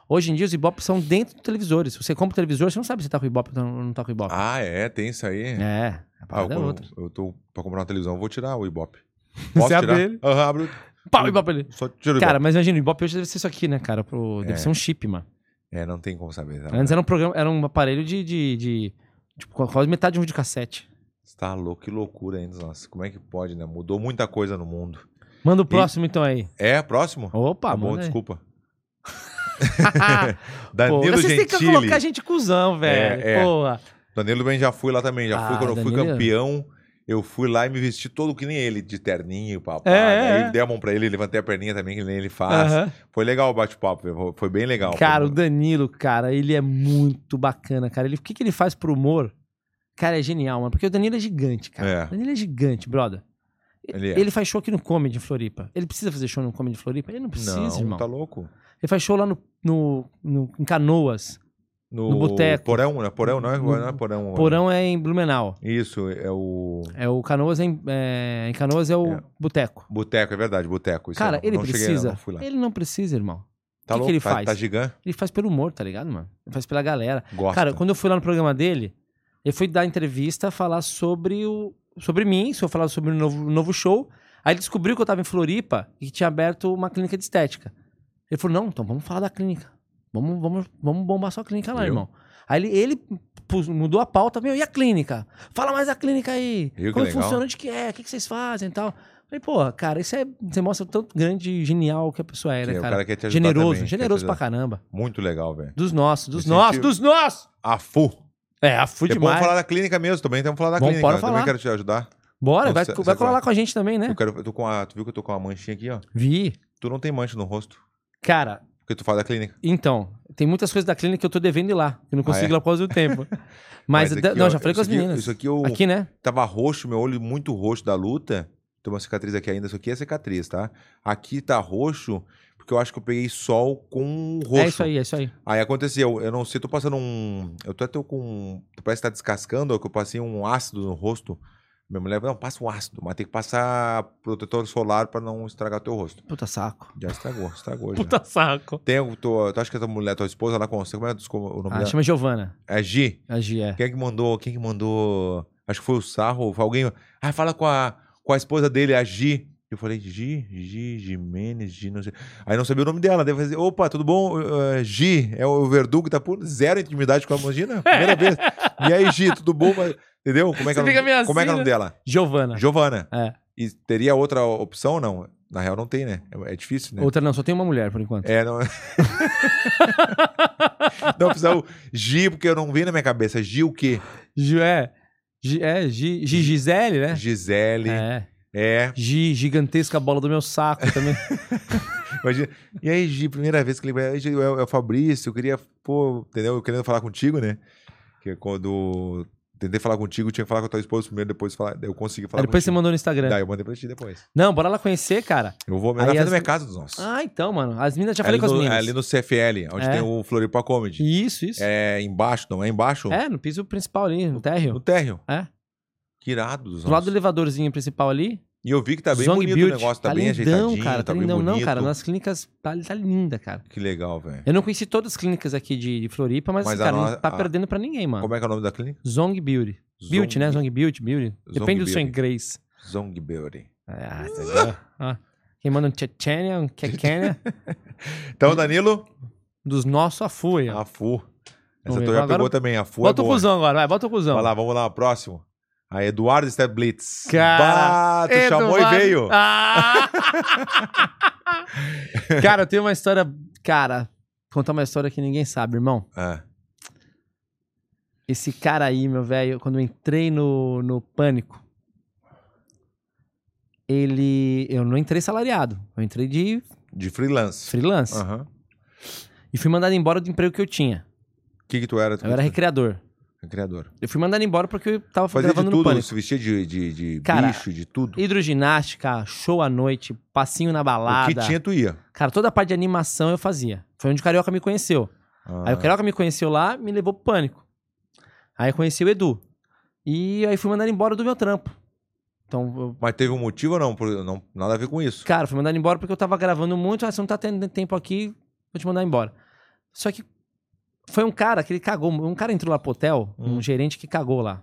[SPEAKER 2] Hoje em dia os Ibope são dentro dos televisores. Você compra o televisor, você não sabe se tá com Ibope ou não tá com Ibope.
[SPEAKER 1] Ah, é? Tem isso aí?
[SPEAKER 2] É. A
[SPEAKER 1] Ah, eu,
[SPEAKER 2] parada é outra.
[SPEAKER 1] eu tô pra comprar uma televisão, eu vou tirar o Ibope.
[SPEAKER 2] (laughs) Você abre ele.
[SPEAKER 1] Aham, abro.
[SPEAKER 2] Pau, Ibope ali.
[SPEAKER 1] Só tiro o
[SPEAKER 2] Cara,
[SPEAKER 1] Ibope.
[SPEAKER 2] mas imagina, o Ibope hoje deve ser isso aqui, né, cara? Pro- Deve
[SPEAKER 1] É.
[SPEAKER 2] ser um chip, mano.
[SPEAKER 1] É, não tem como saber. Tá,
[SPEAKER 2] Antes era um programa, era um aparelho de. de, de- tipo, quase metade de um videocassete.
[SPEAKER 1] tá louco, que loucura ainda. Nossa, como é que pode, né? Mudou muita coisa no mundo.
[SPEAKER 2] Manda o
[SPEAKER 1] E-
[SPEAKER 2] próximo, então, aí.
[SPEAKER 1] É, próximo?
[SPEAKER 2] Opa,
[SPEAKER 1] tá bom,
[SPEAKER 2] manda aí.
[SPEAKER 1] desculpa. (laughs)
[SPEAKER 2] (laughs) Pô,
[SPEAKER 1] Danilo
[SPEAKER 2] vocês têm que
[SPEAKER 1] Gentili.
[SPEAKER 2] colocar a gente cuzão, velho.
[SPEAKER 1] É, é.
[SPEAKER 2] Porra.
[SPEAKER 1] Danilo bem já fui lá também, já fui
[SPEAKER 2] Ah,
[SPEAKER 1] quando eu fui
[SPEAKER 2] Danilo.
[SPEAKER 1] campeão. Eu fui lá e me vesti todo que nem ele, de terninho, papo.
[SPEAKER 2] É, é,
[SPEAKER 1] Aí
[SPEAKER 2] é.
[SPEAKER 1] dei a mão pra ele, levantei a perninha também, que nem ele faz.
[SPEAKER 2] Aham.
[SPEAKER 1] Foi legal o bate-papo, foi- foi bem legal.
[SPEAKER 2] Cara, o
[SPEAKER 1] Foi-
[SPEAKER 2] Danilo, cara, ele é muito bacana, cara. Ele, o que, que ele faz pro humor? Cara, é genial, mano. Porque o Danilo é gigante, cara.
[SPEAKER 1] É.
[SPEAKER 2] O Danilo é gigante, brother.
[SPEAKER 1] Ele é.
[SPEAKER 2] faz show aqui no Comedy em Floripa. Ele precisa fazer show no Comedy em Floripa? Ele não precisa,
[SPEAKER 1] não,
[SPEAKER 2] irmão.
[SPEAKER 1] tá louco.
[SPEAKER 2] Ele faz show lá no, no, no- em Canoas.
[SPEAKER 1] No,
[SPEAKER 2] No boteco.
[SPEAKER 1] Porão, né? Porão, não é,
[SPEAKER 2] No-
[SPEAKER 1] não é porão.
[SPEAKER 2] Porão é em Blumenau.
[SPEAKER 1] Isso, é o
[SPEAKER 2] É o Canoas é em, é, em Canoas é o boteco.
[SPEAKER 1] boteco, é verdade, boteco. isso
[SPEAKER 2] Cara,
[SPEAKER 1] aí, não-
[SPEAKER 2] ele
[SPEAKER 1] não cheguei,
[SPEAKER 2] precisa.
[SPEAKER 1] não fui lá.
[SPEAKER 2] Ele não precisa, irmão.
[SPEAKER 1] Tá
[SPEAKER 2] o que,
[SPEAKER 1] louco,
[SPEAKER 2] que ele
[SPEAKER 1] tá-
[SPEAKER 2] faz?
[SPEAKER 1] tá gigante?
[SPEAKER 2] Ele faz pelo humor, tá ligado, mano? Ele faz pela galera.
[SPEAKER 1] Gosta.
[SPEAKER 2] Cara, quando eu fui lá no programa dele, eu fui dar entrevista, falar sobre o sobre mim, se eu falar sobre o novo, o novo show. Aí ele descobriu que eu tava em Floripa e que tinha aberto uma clínica de estética. Ele falou: "Não, então vamos falar da clínica. Vamos, vamos, vamos bombar sua clínica lá,
[SPEAKER 1] Viu?
[SPEAKER 2] irmão." Aí ele, ele pus- mudou a pauta, meu, e a clínica? Fala mais da clínica aí.
[SPEAKER 1] Viu que
[SPEAKER 2] Como
[SPEAKER 1] legal?
[SPEAKER 2] funciona, onde que é, o que, que vocês fazem e tal. Falei, porra, cara, isso é. Você mostra o tanto grande e genial que a pessoa é,
[SPEAKER 1] Que
[SPEAKER 2] né,
[SPEAKER 1] é, o
[SPEAKER 2] cara?
[SPEAKER 1] cara quer te ajudar
[SPEAKER 2] generoso,
[SPEAKER 1] também, quer te
[SPEAKER 2] generoso pra
[SPEAKER 1] ajudar.
[SPEAKER 2] caramba.
[SPEAKER 1] Muito legal, velho.
[SPEAKER 2] Dos nossos, dos
[SPEAKER 1] Me
[SPEAKER 2] nossos,
[SPEAKER 1] senti-
[SPEAKER 2] dos nossos!
[SPEAKER 1] A FU.
[SPEAKER 2] É, a FU
[SPEAKER 1] Depois
[SPEAKER 2] demais.
[SPEAKER 1] vamos falar da clínica mesmo também, então vamos falar da
[SPEAKER 2] Vamos,
[SPEAKER 1] clínica.
[SPEAKER 2] bora
[SPEAKER 1] eu
[SPEAKER 2] falar.
[SPEAKER 1] também quero te ajudar.
[SPEAKER 2] Bora,
[SPEAKER 1] Não,
[SPEAKER 2] vai,
[SPEAKER 1] cê-
[SPEAKER 2] vai
[SPEAKER 1] cê
[SPEAKER 2] colar lá com a gente também, né?
[SPEAKER 1] Eu quero, eu tô com a, tu viu que eu tô com uma manchinha aqui, ó?
[SPEAKER 2] Vi.
[SPEAKER 1] Tu não tem mancha no rosto,
[SPEAKER 2] Cara,
[SPEAKER 1] porque tu fala da clínica.
[SPEAKER 2] então, tem muitas coisas da clínica que eu tô devendo ir lá. que Eu não consigo
[SPEAKER 1] Ah, é?
[SPEAKER 2] ir lá por causa
[SPEAKER 1] (laughs)
[SPEAKER 2] do tempo. (laughs) Mas, da-
[SPEAKER 1] aqui,
[SPEAKER 2] não,
[SPEAKER 1] ó,
[SPEAKER 2] já falei
[SPEAKER 1] isso
[SPEAKER 2] com as
[SPEAKER 1] aqui-
[SPEAKER 2] meninas.
[SPEAKER 1] Isso aqui é eu
[SPEAKER 2] Aqui, né?
[SPEAKER 1] tava roxo, meu olho muito roxo da luta. Tem uma cicatriz aqui ainda, isso aqui é cicatriz, tá? Aqui tá roxo, porque eu acho que eu peguei sol com roxo.
[SPEAKER 2] É isso aí, é isso aí.
[SPEAKER 1] Aí aconteceu, eu não sei, tô passando um. Eu tô até com. Parece que tá descascando, ó, que eu passei um ácido no rosto. Minha mulher falou, não, passa um ácido, mas tem que passar protetor solar pra não estragar teu rosto.
[SPEAKER 2] Puta saco.
[SPEAKER 1] Já estragou, estragou. já.
[SPEAKER 2] Puta saco.
[SPEAKER 1] Tem, o- tu, tu acha que a tua mulher, tua esposa, ela consegue. Como é desculpa, o nome
[SPEAKER 2] Ah,
[SPEAKER 1] dela?
[SPEAKER 2] chama Giovana.
[SPEAKER 1] É Gi.
[SPEAKER 2] A Gi, é.
[SPEAKER 1] Quem é que mandou? Quem é que mandou? Acho que foi o Sarro, foi alguém. Ah, fala com a, com a esposa dele, a Gi. Eu falei, Gi, Gi, Jimenez, Gi, não sei. Aí não sabia o nome dela. né? Deve fazer, assim, opa, tudo bom? Eh, Gi, é o Verdugo que tá por zero intimidade com a imagina? Primeira vez. E aí, Gi, tudo bom? Mas- entendeu? Como é que,
[SPEAKER 2] Você
[SPEAKER 1] é o nome-
[SPEAKER 2] fica meio
[SPEAKER 1] como é que é o nome
[SPEAKER 2] assim, né?
[SPEAKER 1] dela?
[SPEAKER 2] Giovana.
[SPEAKER 1] Giovana.
[SPEAKER 2] É.
[SPEAKER 1] E teria outra opção ou não? Na real, não tem, né? É, é difícil, né?
[SPEAKER 2] Outra não, só tem uma mulher por enquanto.
[SPEAKER 1] É, não. (laughs) não precisava. Gi, porque eu não vi na minha cabeça. Gi o quê?
[SPEAKER 2] Gi, é. Gi, é, Gi, Gi- Gisele, né?
[SPEAKER 1] Gisele.
[SPEAKER 2] É.
[SPEAKER 1] É.
[SPEAKER 2] Gi, gigantesca bola do meu saco
[SPEAKER 1] (laughs)
[SPEAKER 2] também.
[SPEAKER 1] Imagina. E aí, Gi, primeira vez que ele vai. "Ei, Gi, É o é o Fabrício, eu queria. Pô, entendeu? Eu querendo falar contigo, né? Que é quando. Tentei falar contigo, tinha que falar com a tua esposa primeiro, depois falar. daí Eu consegui falar
[SPEAKER 2] Aí
[SPEAKER 1] contigo.
[SPEAKER 2] depois você mandou no Instagram.
[SPEAKER 1] Daí eu mandei pra ti depois.
[SPEAKER 2] Não, bora lá conhecer, cara.
[SPEAKER 1] Eu vou na
[SPEAKER 2] Aí
[SPEAKER 1] frente
[SPEAKER 2] as-
[SPEAKER 1] da minha casa dos nossos.
[SPEAKER 2] Ah, então, mano. As minas já
[SPEAKER 1] É ali
[SPEAKER 2] falei com as
[SPEAKER 1] no-
[SPEAKER 2] minas.
[SPEAKER 1] é ali no CFL, onde
[SPEAKER 2] É.
[SPEAKER 1] tem o Floripa Comedy.
[SPEAKER 2] Isso, isso.
[SPEAKER 1] É embaixo, não é embaixo?
[SPEAKER 2] É, no piso principal ali, no térreo.
[SPEAKER 1] No térreo.
[SPEAKER 2] É.
[SPEAKER 1] Que irado dos
[SPEAKER 2] Do lado do
[SPEAKER 1] nossos.
[SPEAKER 2] elevadorzinho principal ali.
[SPEAKER 1] E eu vi que tá bem
[SPEAKER 2] Zong
[SPEAKER 1] bonito
[SPEAKER 2] Build.
[SPEAKER 1] o negócio, tá, bem
[SPEAKER 2] lindão,
[SPEAKER 1] ajeitadinho,
[SPEAKER 2] cara.
[SPEAKER 1] tá bem
[SPEAKER 2] lindão.
[SPEAKER 1] bonito.
[SPEAKER 2] Não, cara, É, nas clínicas tá, tá linda, cara.
[SPEAKER 1] Que legal, velho.
[SPEAKER 2] Eu não conheci todas as clínicas aqui de, de Floripa, mas,
[SPEAKER 1] Mas a
[SPEAKER 2] cara,
[SPEAKER 1] nossa-
[SPEAKER 2] não tá
[SPEAKER 1] a-
[SPEAKER 2] perdendo pra ninguém, mano.
[SPEAKER 1] Como é que é o nome da clínica?
[SPEAKER 2] Zong Beauty.
[SPEAKER 1] Zong-
[SPEAKER 2] Beauty, né? Zong Beauty, Beauty. Depende do seu
[SPEAKER 1] Beauty. (laughs)
[SPEAKER 2] inglês.
[SPEAKER 1] Zong Beauty.
[SPEAKER 2] Ah, você viu? Ah, Quem manda um Chechênia, um
[SPEAKER 1] (laughs)
[SPEAKER 2] Kekênia.
[SPEAKER 1] Então, Danilo?
[SPEAKER 2] Dos nossos, a FU. aí, ó.
[SPEAKER 1] A Fu.
[SPEAKER 2] Vamos
[SPEAKER 1] Essa
[SPEAKER 2] ver.
[SPEAKER 1] tu já
[SPEAKER 2] Agora-
[SPEAKER 1] pegou também, a Fu. é
[SPEAKER 2] Bota o
[SPEAKER 1] boa.
[SPEAKER 2] cuzão agora, vai, bota o cuzão.
[SPEAKER 1] Vai lá, vamos lá, próximo. A Eduardo Steblitz.
[SPEAKER 2] Cara,
[SPEAKER 1] Bah, tu chamou e
[SPEAKER 2] Eduardo-
[SPEAKER 1] veio.
[SPEAKER 2] Ah! (laughs) cara, eu tenho uma história. Cara, contar uma história que ninguém sabe, irmão.
[SPEAKER 1] É.
[SPEAKER 2] Esse cara aí, meu velho, quando eu entrei no, no pânico, ele. Eu não entrei salariado. Eu entrei de
[SPEAKER 1] De freelance.
[SPEAKER 2] freelance.
[SPEAKER 1] Aham.
[SPEAKER 2] E fui mandado embora do emprego que eu tinha.
[SPEAKER 1] O que que tu era? Tu
[SPEAKER 2] Eu era
[SPEAKER 1] que-
[SPEAKER 2] recreador.
[SPEAKER 1] Criador.
[SPEAKER 2] Eu fui mandado embora porque eu tava
[SPEAKER 1] Fazia de
[SPEAKER 2] gravando no
[SPEAKER 1] tudo,
[SPEAKER 2] pânico.
[SPEAKER 1] se vestia de, de, de
[SPEAKER 2] Cara,
[SPEAKER 1] bicho, de tudo.
[SPEAKER 2] Hidroginástica, show à noite, passinho na
[SPEAKER 1] O
[SPEAKER 2] balada.
[SPEAKER 1] que tinha, tu ia.
[SPEAKER 2] Cara, toda a parte de animação eu fazia. Foi onde o Carioca me conheceu.
[SPEAKER 1] Ah.
[SPEAKER 2] Aí o Carioca me conheceu lá, me levou pro pânico. Aí eu conheci o Edu. E aí fui mandado embora do meu trampo. Então, eu-
[SPEAKER 1] Mas teve um motivo ou não? Por- não? Nada a ver com isso.
[SPEAKER 2] cara, fui mandado embora porque eu tava gravando muito. Ah, você não tá tendo tempo aqui, vou te mandar embora. Só que foi um cara que ele cagou. Um cara entrou lá pro hotel, um gerente que cagou lá.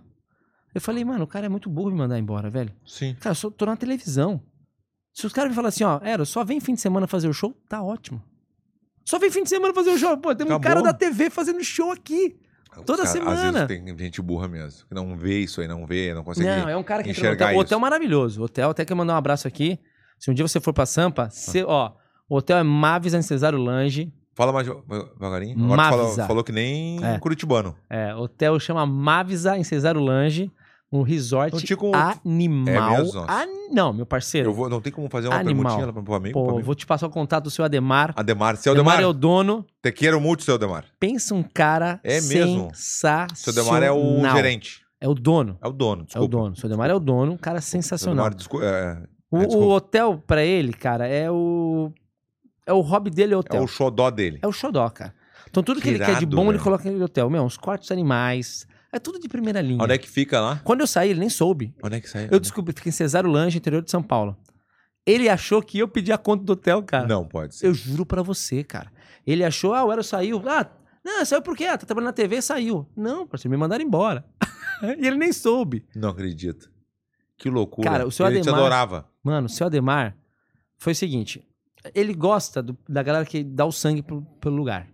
[SPEAKER 2] Eu falei, mano, o cara é muito burro me mandar embora, velho.
[SPEAKER 1] Sim.
[SPEAKER 2] Cara, eu só tô na televisão. Se os caras me falam assim, ó, Era, só vem fim de semana fazer o show, tá ótimo. Só vem fim de semana fazer o show. Pô, tem um
[SPEAKER 1] Acabou.
[SPEAKER 2] cara da TV fazendo show aqui.
[SPEAKER 1] Cara,
[SPEAKER 2] Toda
[SPEAKER 1] Às
[SPEAKER 2] semana.
[SPEAKER 1] vezes tem gente burra mesmo. Que não vê isso aí, não vê, não consegue
[SPEAKER 2] Não, é um cara que entrou no
[SPEAKER 1] enxergar
[SPEAKER 2] hotel. O
[SPEAKER 1] isso.
[SPEAKER 2] hotel é maravilhoso. O hotel, até que eu mandar um abraço aqui. Se um dia você for pra Sampa, você, ó, o hotel é Mavis em Cesário Lange.
[SPEAKER 1] Fala mais devagarinho. Agora tu falou,
[SPEAKER 2] Mavisa.
[SPEAKER 1] falou que nem
[SPEAKER 2] É.
[SPEAKER 1] curitibano.
[SPEAKER 2] É, o hotel chama Mavisa em Cesário Lange. Um resort
[SPEAKER 1] Não tinha como-
[SPEAKER 2] animal.
[SPEAKER 1] Então, tipo, É mesmo, nossa.
[SPEAKER 2] Ah, não, meu parceiro.
[SPEAKER 1] Eu vou, não tem como fazer uma
[SPEAKER 2] Animal.
[SPEAKER 1] perguntinha lá pro amigo?
[SPEAKER 2] Pô,
[SPEAKER 1] pro amigo?
[SPEAKER 2] vou te passar o contato do seu Ademar.
[SPEAKER 1] Ademar, seu Ademar.
[SPEAKER 2] é o dono.
[SPEAKER 1] Tequeiro multi, seu Ademar.
[SPEAKER 2] Pensa um cara
[SPEAKER 1] É mesmo.
[SPEAKER 2] sensacional.
[SPEAKER 1] Seu Ademar é o gerente.
[SPEAKER 2] É o dono.
[SPEAKER 1] É o dono,
[SPEAKER 2] É o
[SPEAKER 1] desculpa.
[SPEAKER 2] dono. Seu Ademar é o dono, um cara
[SPEAKER 1] Seu
[SPEAKER 2] sensacional.
[SPEAKER 1] Ademar, desculpa. É,
[SPEAKER 2] O,
[SPEAKER 1] é,
[SPEAKER 2] o
[SPEAKER 1] desculpa.
[SPEAKER 2] hotel pra ele, cara, é o é o hobby dele é o
[SPEAKER 1] É
[SPEAKER 2] hotel.
[SPEAKER 1] o xodó dele.
[SPEAKER 2] É o xodó, cara. Então tudo que,
[SPEAKER 1] Que
[SPEAKER 2] ele quer de
[SPEAKER 1] irado,
[SPEAKER 2] bom, ele
[SPEAKER 1] velho.
[SPEAKER 2] coloca no hotel. Meu, uns quartos animais. É tudo de primeira linha.
[SPEAKER 1] Onde é que fica lá?
[SPEAKER 2] Quando eu saí, ele nem soube.
[SPEAKER 1] Onde é que sai?
[SPEAKER 2] Eu descobri, fiquei em Cesário Lange, interior de São Paulo. Ele achou que eu pedi a conta do hotel, cara.
[SPEAKER 1] Não, pode ser.
[SPEAKER 2] Ah. Eu juro pra você, cara. Ele achou, ah, o Ero saiu. Ah, não, saiu por quê? Ah, tá trabalhando na TV, saiu. Não, parceiro, me mandaram embora. (laughs) e ele nem soube.
[SPEAKER 1] Não acredito. Que loucura.
[SPEAKER 2] Cara, o seu
[SPEAKER 1] Ele te
[SPEAKER 2] Ademar-
[SPEAKER 1] adorava.
[SPEAKER 2] Mano, o seu Ademar foi o seguinte: ele gosta do- da galera que dá o sangue pro, pelo lugar.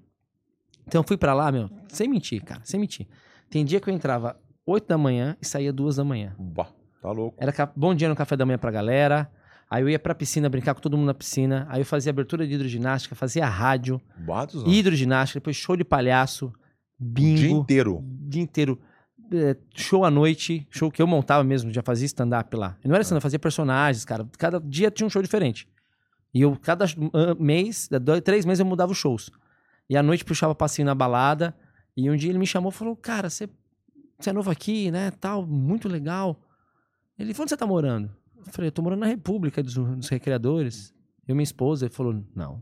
[SPEAKER 2] Então eu fui pra lá, meu, sem mentir, cara, sem mentir. Tem dia que eu entrava 8 da manhã e saía 2 da manhã.
[SPEAKER 1] Bah, tá louco.
[SPEAKER 2] Era ca- bom dia no café da manhã pra galera. Aí eu ia pra piscina brincar com todo mundo na piscina. Aí eu fazia abertura de hidroginástica, fazia rádio,
[SPEAKER 1] Batos, não.
[SPEAKER 2] hidroginástica, depois show de palhaço,
[SPEAKER 1] O dia
[SPEAKER 2] bingo
[SPEAKER 1] inteiro.
[SPEAKER 2] dia inteiro. é, show à noite, show que eu montava mesmo, já fazia stand-up lá. Eu não era stand-up, eu fazia personagens, cara. Cada dia tinha um show diferente. E eu, cada ah, mês, da- dois, três meses, eu mudava os shows. E à noite puxava passinho na balada. E um dia ele me chamou e falou: Cara, você você é novo aqui, né? Tal, muito legal. Ele falou: Onde você tá morando? Eu falei: Eu tô morando na República dos, dos Recreadores. Eu e minha esposa. Ele falou: Não.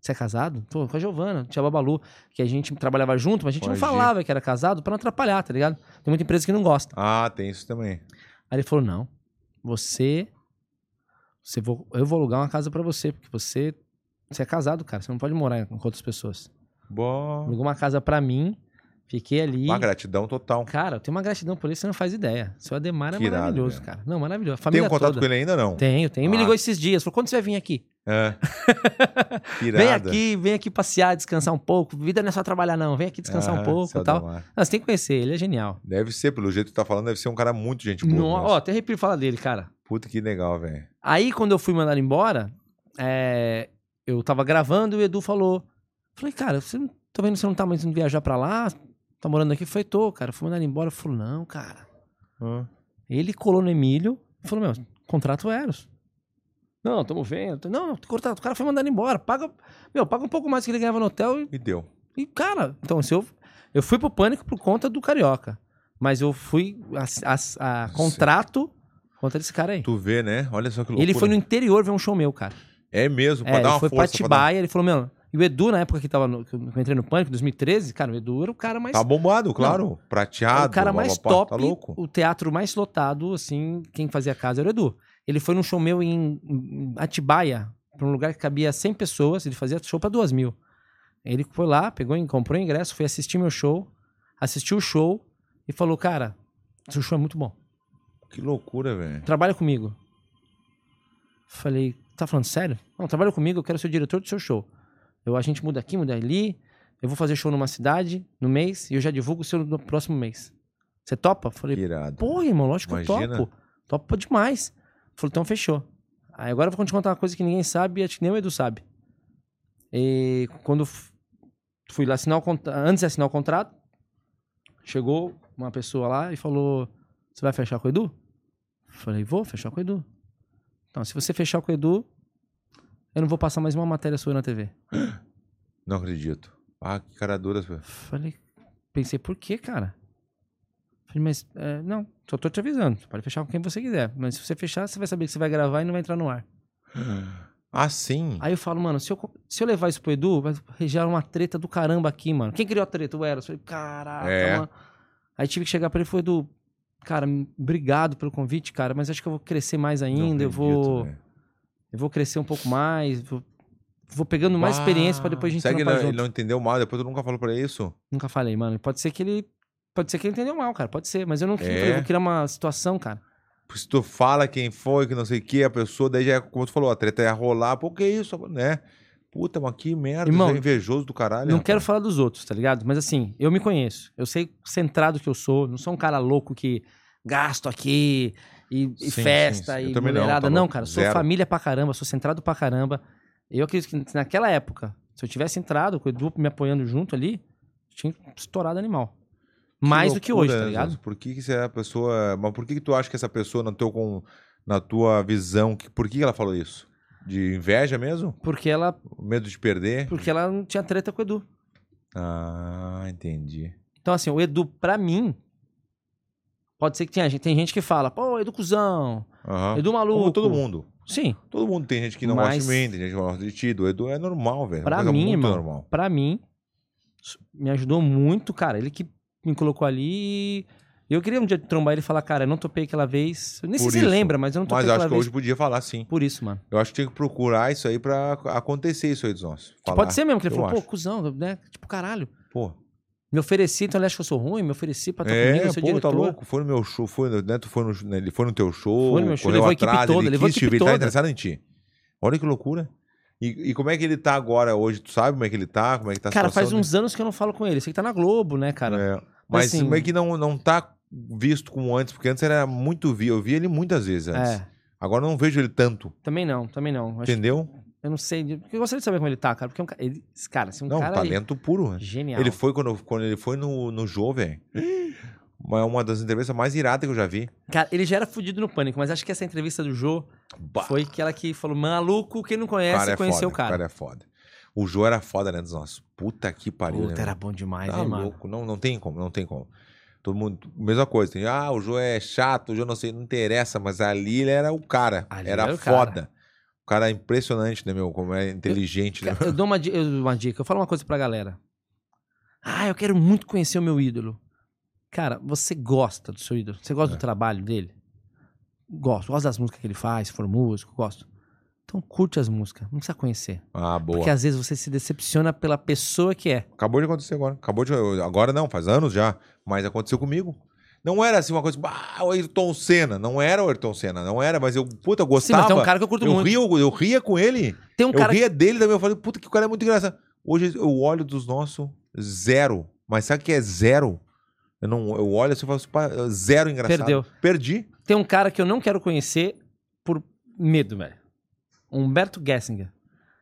[SPEAKER 2] Você é casado? Tô com a Giovana, tia Babalu, que a gente trabalhava junto, mas a gente não
[SPEAKER 1] Pode ir.
[SPEAKER 2] falava que era casado pra não atrapalhar, tá ligado? Tem muita empresa que não gosta.
[SPEAKER 1] Ah, tem isso também.
[SPEAKER 2] Aí ele falou: Não, você. você vou, eu vou alugar uma casa pra você, porque você. Você é casado, cara. Você não pode morar com outras pessoas.
[SPEAKER 1] Bom.
[SPEAKER 2] Alugou uma casa pra mim, fiquei ali.
[SPEAKER 1] Uma gratidão total.
[SPEAKER 2] Cara, eu tenho uma gratidão por ele, você não faz ideia. Seu Ademar é
[SPEAKER 1] Que irado,
[SPEAKER 2] maravilhoso,
[SPEAKER 1] velho.
[SPEAKER 2] cara. Não, maravilhoso. A
[SPEAKER 1] Tem
[SPEAKER 2] família
[SPEAKER 1] um contato
[SPEAKER 2] toda.
[SPEAKER 1] com ele ainda não?
[SPEAKER 2] Tenho, tenho. Me
[SPEAKER 1] Ah.
[SPEAKER 2] ligou esses dias, falou, quando você vai vir aqui?
[SPEAKER 1] É. Que
[SPEAKER 2] Vem
[SPEAKER 1] irada.
[SPEAKER 2] aqui, vem aqui passear, descansar um pouco. Vida não é só trabalhar, não. Vem aqui descansar
[SPEAKER 1] Ah,
[SPEAKER 2] um pouco
[SPEAKER 1] seu
[SPEAKER 2] e tal.
[SPEAKER 1] Ademar.
[SPEAKER 2] Não, você tem que conhecer, ele é genial.
[SPEAKER 1] Deve ser, pelo jeito que tu tá falando, deve ser um cara muito gente boa. né?
[SPEAKER 2] No-
[SPEAKER 1] mesmo.
[SPEAKER 2] ó, até arrepio falar dele, cara.
[SPEAKER 1] Puta que legal, velho.
[SPEAKER 2] Aí, quando eu fui mandado embora, é, eu tava gravando e o Edu falou. Falei, cara, você não, tô vendo que você não tá mais indo viajar pra lá, tá morando aqui. Eu falei, tô, cara, fui mandado embora. Eu falei, não, cara. Ele colou no Emílio e falou, meu, contrato é Eros. Não, tamo vendo. Não, não, contrato, o cara foi mandado embora. Paga, meu, paga um pouco mais que ele ganhava no hotel e
[SPEAKER 1] E deu.
[SPEAKER 2] e, cara, então, se eu, eu fui pro pânico por conta do Carioca. Mas eu fui a, a- a contrato contra esse cara aí.
[SPEAKER 1] Tu vê, né? Olha só que
[SPEAKER 2] E
[SPEAKER 1] loucura.
[SPEAKER 2] ele foi no interior ver um show meu, cara.
[SPEAKER 1] É mesmo, pra
[SPEAKER 2] É,
[SPEAKER 1] dar
[SPEAKER 2] ele
[SPEAKER 1] uma
[SPEAKER 2] foi pra
[SPEAKER 1] força. pra dar-
[SPEAKER 2] Atibaia, ele falou, meu... E o Edu, na época que, tava no- que eu entrei no Pânico, em 2013, cara, o Edu era o cara mais...
[SPEAKER 1] Tá bombado, claro.
[SPEAKER 2] Não.
[SPEAKER 1] Prateado.
[SPEAKER 2] É o cara
[SPEAKER 1] blá, blá,
[SPEAKER 2] mais
[SPEAKER 1] blá,
[SPEAKER 2] top,
[SPEAKER 1] Tá louco.
[SPEAKER 2] o teatro mais lotado, assim, quem fazia casa era o Edu. Ele foi num show meu em em Atibaia, pra um lugar que cabia 100 pessoas, ele fazia show pra 2 mil. Ele foi lá, pegou, e comprou o ingresso, foi assistir meu show, assistiu o show e falou, cara, seu show é muito bom,
[SPEAKER 1] Que loucura, velho.
[SPEAKER 2] trabalha comigo. Falei, tá falando sério? Não, trabalha comigo, eu quero ser o diretor do seu show. Eu, a gente muda aqui, muda ali, eu vou fazer show numa cidade, no mês, e eu já divulgo o seu no próximo mês. Você topa? Falei,
[SPEAKER 1] Irado.
[SPEAKER 2] Pô, irmão, lógico que
[SPEAKER 1] Imagina.
[SPEAKER 2] eu topo. Topo demais. Falou, então fechou. Aí agora eu vou te contar uma coisa que ninguém sabe, e acho que nem o Edu sabe. E quando eu f- fui lá assinar o contrato, antes de assinar o contrato, chegou uma pessoa lá e falou: Você vai fechar com o Edu? Falei, vou fechar com o Edu. Então, se você fechar com o Edu, eu não vou passar mais uma matéria sua na TV.
[SPEAKER 1] Não acredito. Ah, que cara dura. velho.
[SPEAKER 2] Falei, pensei, por que, cara? Falei, mas, é, não, só tô te avisando. Você pode fechar com quem você quiser. Mas se você fechar, você vai saber que você vai gravar e não vai entrar no ar.
[SPEAKER 1] Ah, sim.
[SPEAKER 2] Aí eu falo, mano, se eu, co- se eu levar isso pro Edu, vai gerar uma treta do caramba aqui, mano. Quem criou a treta? O Eros. Falei, caraca,
[SPEAKER 1] É.
[SPEAKER 2] mano. Aí tive que chegar pra ele e falei, Edu, cara, m- obrigado pelo convite, cara, mas acho que eu vou crescer mais ainda, eu vou...
[SPEAKER 1] né?
[SPEAKER 2] Eu vou crescer um pouco mais, vou, vou pegando mais experiência pra depois a gente
[SPEAKER 1] Segue,
[SPEAKER 2] trampar
[SPEAKER 1] ele, não- ele
[SPEAKER 2] junto.
[SPEAKER 1] não entendeu mal, depois tu nunca falou pra ele isso.
[SPEAKER 2] Nunca falei, mano. Pode ser que ele. Pode ser que ele entendeu mal, cara. Pode ser. Mas eu não quis.
[SPEAKER 1] É?
[SPEAKER 2] falei, vou criar uma situação, cara.
[SPEAKER 1] Porque se tu fala quem foi, que não sei o que, a pessoa, daí já, é como tu falou, a treta ia rolar, pô, que isso, né? Puta, mas que merda,
[SPEAKER 2] Irmão,
[SPEAKER 1] isso é invejoso do caralho.
[SPEAKER 2] não
[SPEAKER 1] rapaz.
[SPEAKER 2] quero falar dos outros, tá ligado? Mas assim, eu me conheço. Eu sei centrado que eu sou. Não sou um cara louco que gasto aqui e, e
[SPEAKER 1] Sim, sim,
[SPEAKER 2] festa
[SPEAKER 1] sim. Eu
[SPEAKER 2] e
[SPEAKER 1] também não,
[SPEAKER 2] mulherada.
[SPEAKER 1] tá
[SPEAKER 2] Não,
[SPEAKER 1] louco.
[SPEAKER 2] cara. Sou
[SPEAKER 1] Zero.
[SPEAKER 2] família pra caramba. Sou centrado pra caramba. Eu acredito que naquela época, se eu tivesse entrado com o Edu me apoiando junto ali, tinha estourado animal. Mais do que
[SPEAKER 1] loucura,
[SPEAKER 2] hoje, tá
[SPEAKER 1] né,
[SPEAKER 2] ligado?
[SPEAKER 1] Jesus? Por que, que será a pessoa. Mas por que, que tu acha que essa pessoa, na, teu, com, na tua visão, que, por que que ela falou isso? De inveja mesmo?
[SPEAKER 2] Porque ela.
[SPEAKER 1] Medo de perder?
[SPEAKER 2] Porque ela não tinha treta com o Edu.
[SPEAKER 1] Ah, entendi.
[SPEAKER 2] Então, assim, o Edu, pra mim, pode ser que tenha gente. Tem gente que fala, pô, Edu cuzão,
[SPEAKER 1] Aham.
[SPEAKER 2] Edu maluco.
[SPEAKER 1] Ah, Como todo mundo.
[SPEAKER 2] Sim.
[SPEAKER 1] Todo mundo tem gente que não
[SPEAKER 2] Mas-
[SPEAKER 1] gosta de mim, tem gente que não gosta de ti. Do Edu é normal, velho. É uma
[SPEAKER 2] Pra
[SPEAKER 1] coisa
[SPEAKER 2] mim,
[SPEAKER 1] muito
[SPEAKER 2] irmão,
[SPEAKER 1] normal.
[SPEAKER 2] pra mim, s- me ajudou muito, cara. Ele que me colocou ali e eu queria um dia trombar ele e falar, cara, eu não topei aquela vez. Eu nem
[SPEAKER 1] Por
[SPEAKER 2] sei se
[SPEAKER 1] isso.
[SPEAKER 2] ele lembra, mas eu não topei
[SPEAKER 1] Mas eu
[SPEAKER 2] aquela
[SPEAKER 1] acho que
[SPEAKER 2] vez.
[SPEAKER 1] hoje podia falar sim.
[SPEAKER 2] Por isso, mano.
[SPEAKER 1] Eu acho que tinha que procurar isso aí pra acontecer isso aí dos nossos.
[SPEAKER 2] Que
[SPEAKER 1] Falar.
[SPEAKER 2] pode ser mesmo, que ele
[SPEAKER 1] Eu
[SPEAKER 2] falou, pô,
[SPEAKER 1] acho.
[SPEAKER 2] cuzão, né? Tipo, caralho.
[SPEAKER 1] Pô.
[SPEAKER 2] Me ofereci, então ele acha que eu sou ruim, me ofereci pra estar
[SPEAKER 1] é,
[SPEAKER 2] comigo, eu sou
[SPEAKER 1] pô,
[SPEAKER 2] diretor.
[SPEAKER 1] tá louco. Foi no meu show, foi no, né, tu foi no, né, ele foi no teu show,
[SPEAKER 2] Foi no meu show,
[SPEAKER 1] correu
[SPEAKER 2] levou a equipe
[SPEAKER 1] atrás,
[SPEAKER 2] toda,
[SPEAKER 1] ele
[SPEAKER 2] levou a
[SPEAKER 1] quis te
[SPEAKER 2] equipe
[SPEAKER 1] ver, ele tá
[SPEAKER 2] toda.
[SPEAKER 1] interessado em ti. Olha que loucura. E, e como é que ele tá agora hoje? Tu sabe como é que ele tá? Como é que tá a
[SPEAKER 2] Cara,
[SPEAKER 1] situação
[SPEAKER 2] faz uns anos que eu não falo com ele. Sei que tá na Globo, né, cara?
[SPEAKER 1] É. Mas
[SPEAKER 2] assim-
[SPEAKER 1] como é que não, não tá visto como antes? Porque antes era muito vi, eu vi ele muitas vezes antes.
[SPEAKER 2] É.
[SPEAKER 1] Agora eu não vejo ele tanto,
[SPEAKER 2] Também não, também não. Acho
[SPEAKER 1] entendeu?
[SPEAKER 2] Eu não sei. de- Eu gostaria de saber como ele tá, cara. Porque é um ca- ele, esse cara, assim, um
[SPEAKER 1] Não,
[SPEAKER 2] cara.
[SPEAKER 1] talento puro. né?
[SPEAKER 2] Genial.
[SPEAKER 1] Ele foi quando, quando ele foi no, no Jô, velho. Uma, uma das entrevistas mais iradas que eu já vi.
[SPEAKER 2] Cara, ele já era fudido no pânico, mas acho que essa entrevista do Jô foi aquela que falou: maluco, quem não conhece,
[SPEAKER 1] cara é
[SPEAKER 2] conheceu
[SPEAKER 1] foda,
[SPEAKER 2] o cara.
[SPEAKER 1] é foda. O Jô era foda, né, dos nossos. Puta que pariu.
[SPEAKER 2] Puta,
[SPEAKER 1] né,
[SPEAKER 2] era
[SPEAKER 1] velho?
[SPEAKER 2] bom demais,
[SPEAKER 1] tá
[SPEAKER 2] hein, mano?
[SPEAKER 1] louco. Não, não tem como, não tem como. Todo mundo, mesma coisa. Tem, ah, o Jô é chato, o Jô não sei, não interessa, mas ali ele era o cara.
[SPEAKER 2] Ali
[SPEAKER 1] era
[SPEAKER 2] era o cara.
[SPEAKER 1] foda. O cara é impressionante, né, meu? Como é inteligente, né?
[SPEAKER 2] Cara, Eu dou uma, di- eu dou uma dica, eu falo uma coisa pra galera. Ah, eu quero muito conhecer o meu ídolo. Cara, você gosta do seu ídolo? Você
[SPEAKER 1] É.
[SPEAKER 2] gosta do trabalho dele? Gosto, gosto das músicas que ele faz, se for músico, gosto. Então curte as músicas, não precisa conhecer.
[SPEAKER 1] Ah, boa.
[SPEAKER 2] Porque às vezes você se decepciona pela pessoa que é.
[SPEAKER 1] Acabou de acontecer agora. Acabou de. eu- Agora não, faz anos já. Mas aconteceu comigo. Não era assim uma coisa. Ah, o Ayrton Senna. Não era o Ayrton Senna. Não era, mas eu, puta, eu
[SPEAKER 2] Sim, mas
[SPEAKER 1] gostava.
[SPEAKER 2] tem um cara que eu curto muito.
[SPEAKER 1] Ria, eu ria com ele.
[SPEAKER 2] Tem um
[SPEAKER 1] eu
[SPEAKER 2] cara-
[SPEAKER 1] ria dele também. Eu falei, puta, que o cara é muito engraçado. Hoje eu olho dos nossos zero. Mas sabe o que é zero? Eu, não, eu olho assim e falo, assim, pá, zero engraçado.
[SPEAKER 2] Perdeu.
[SPEAKER 1] Perdi.
[SPEAKER 2] Tem um cara que eu não quero conhecer por medo, velho. Humberto Gessinger.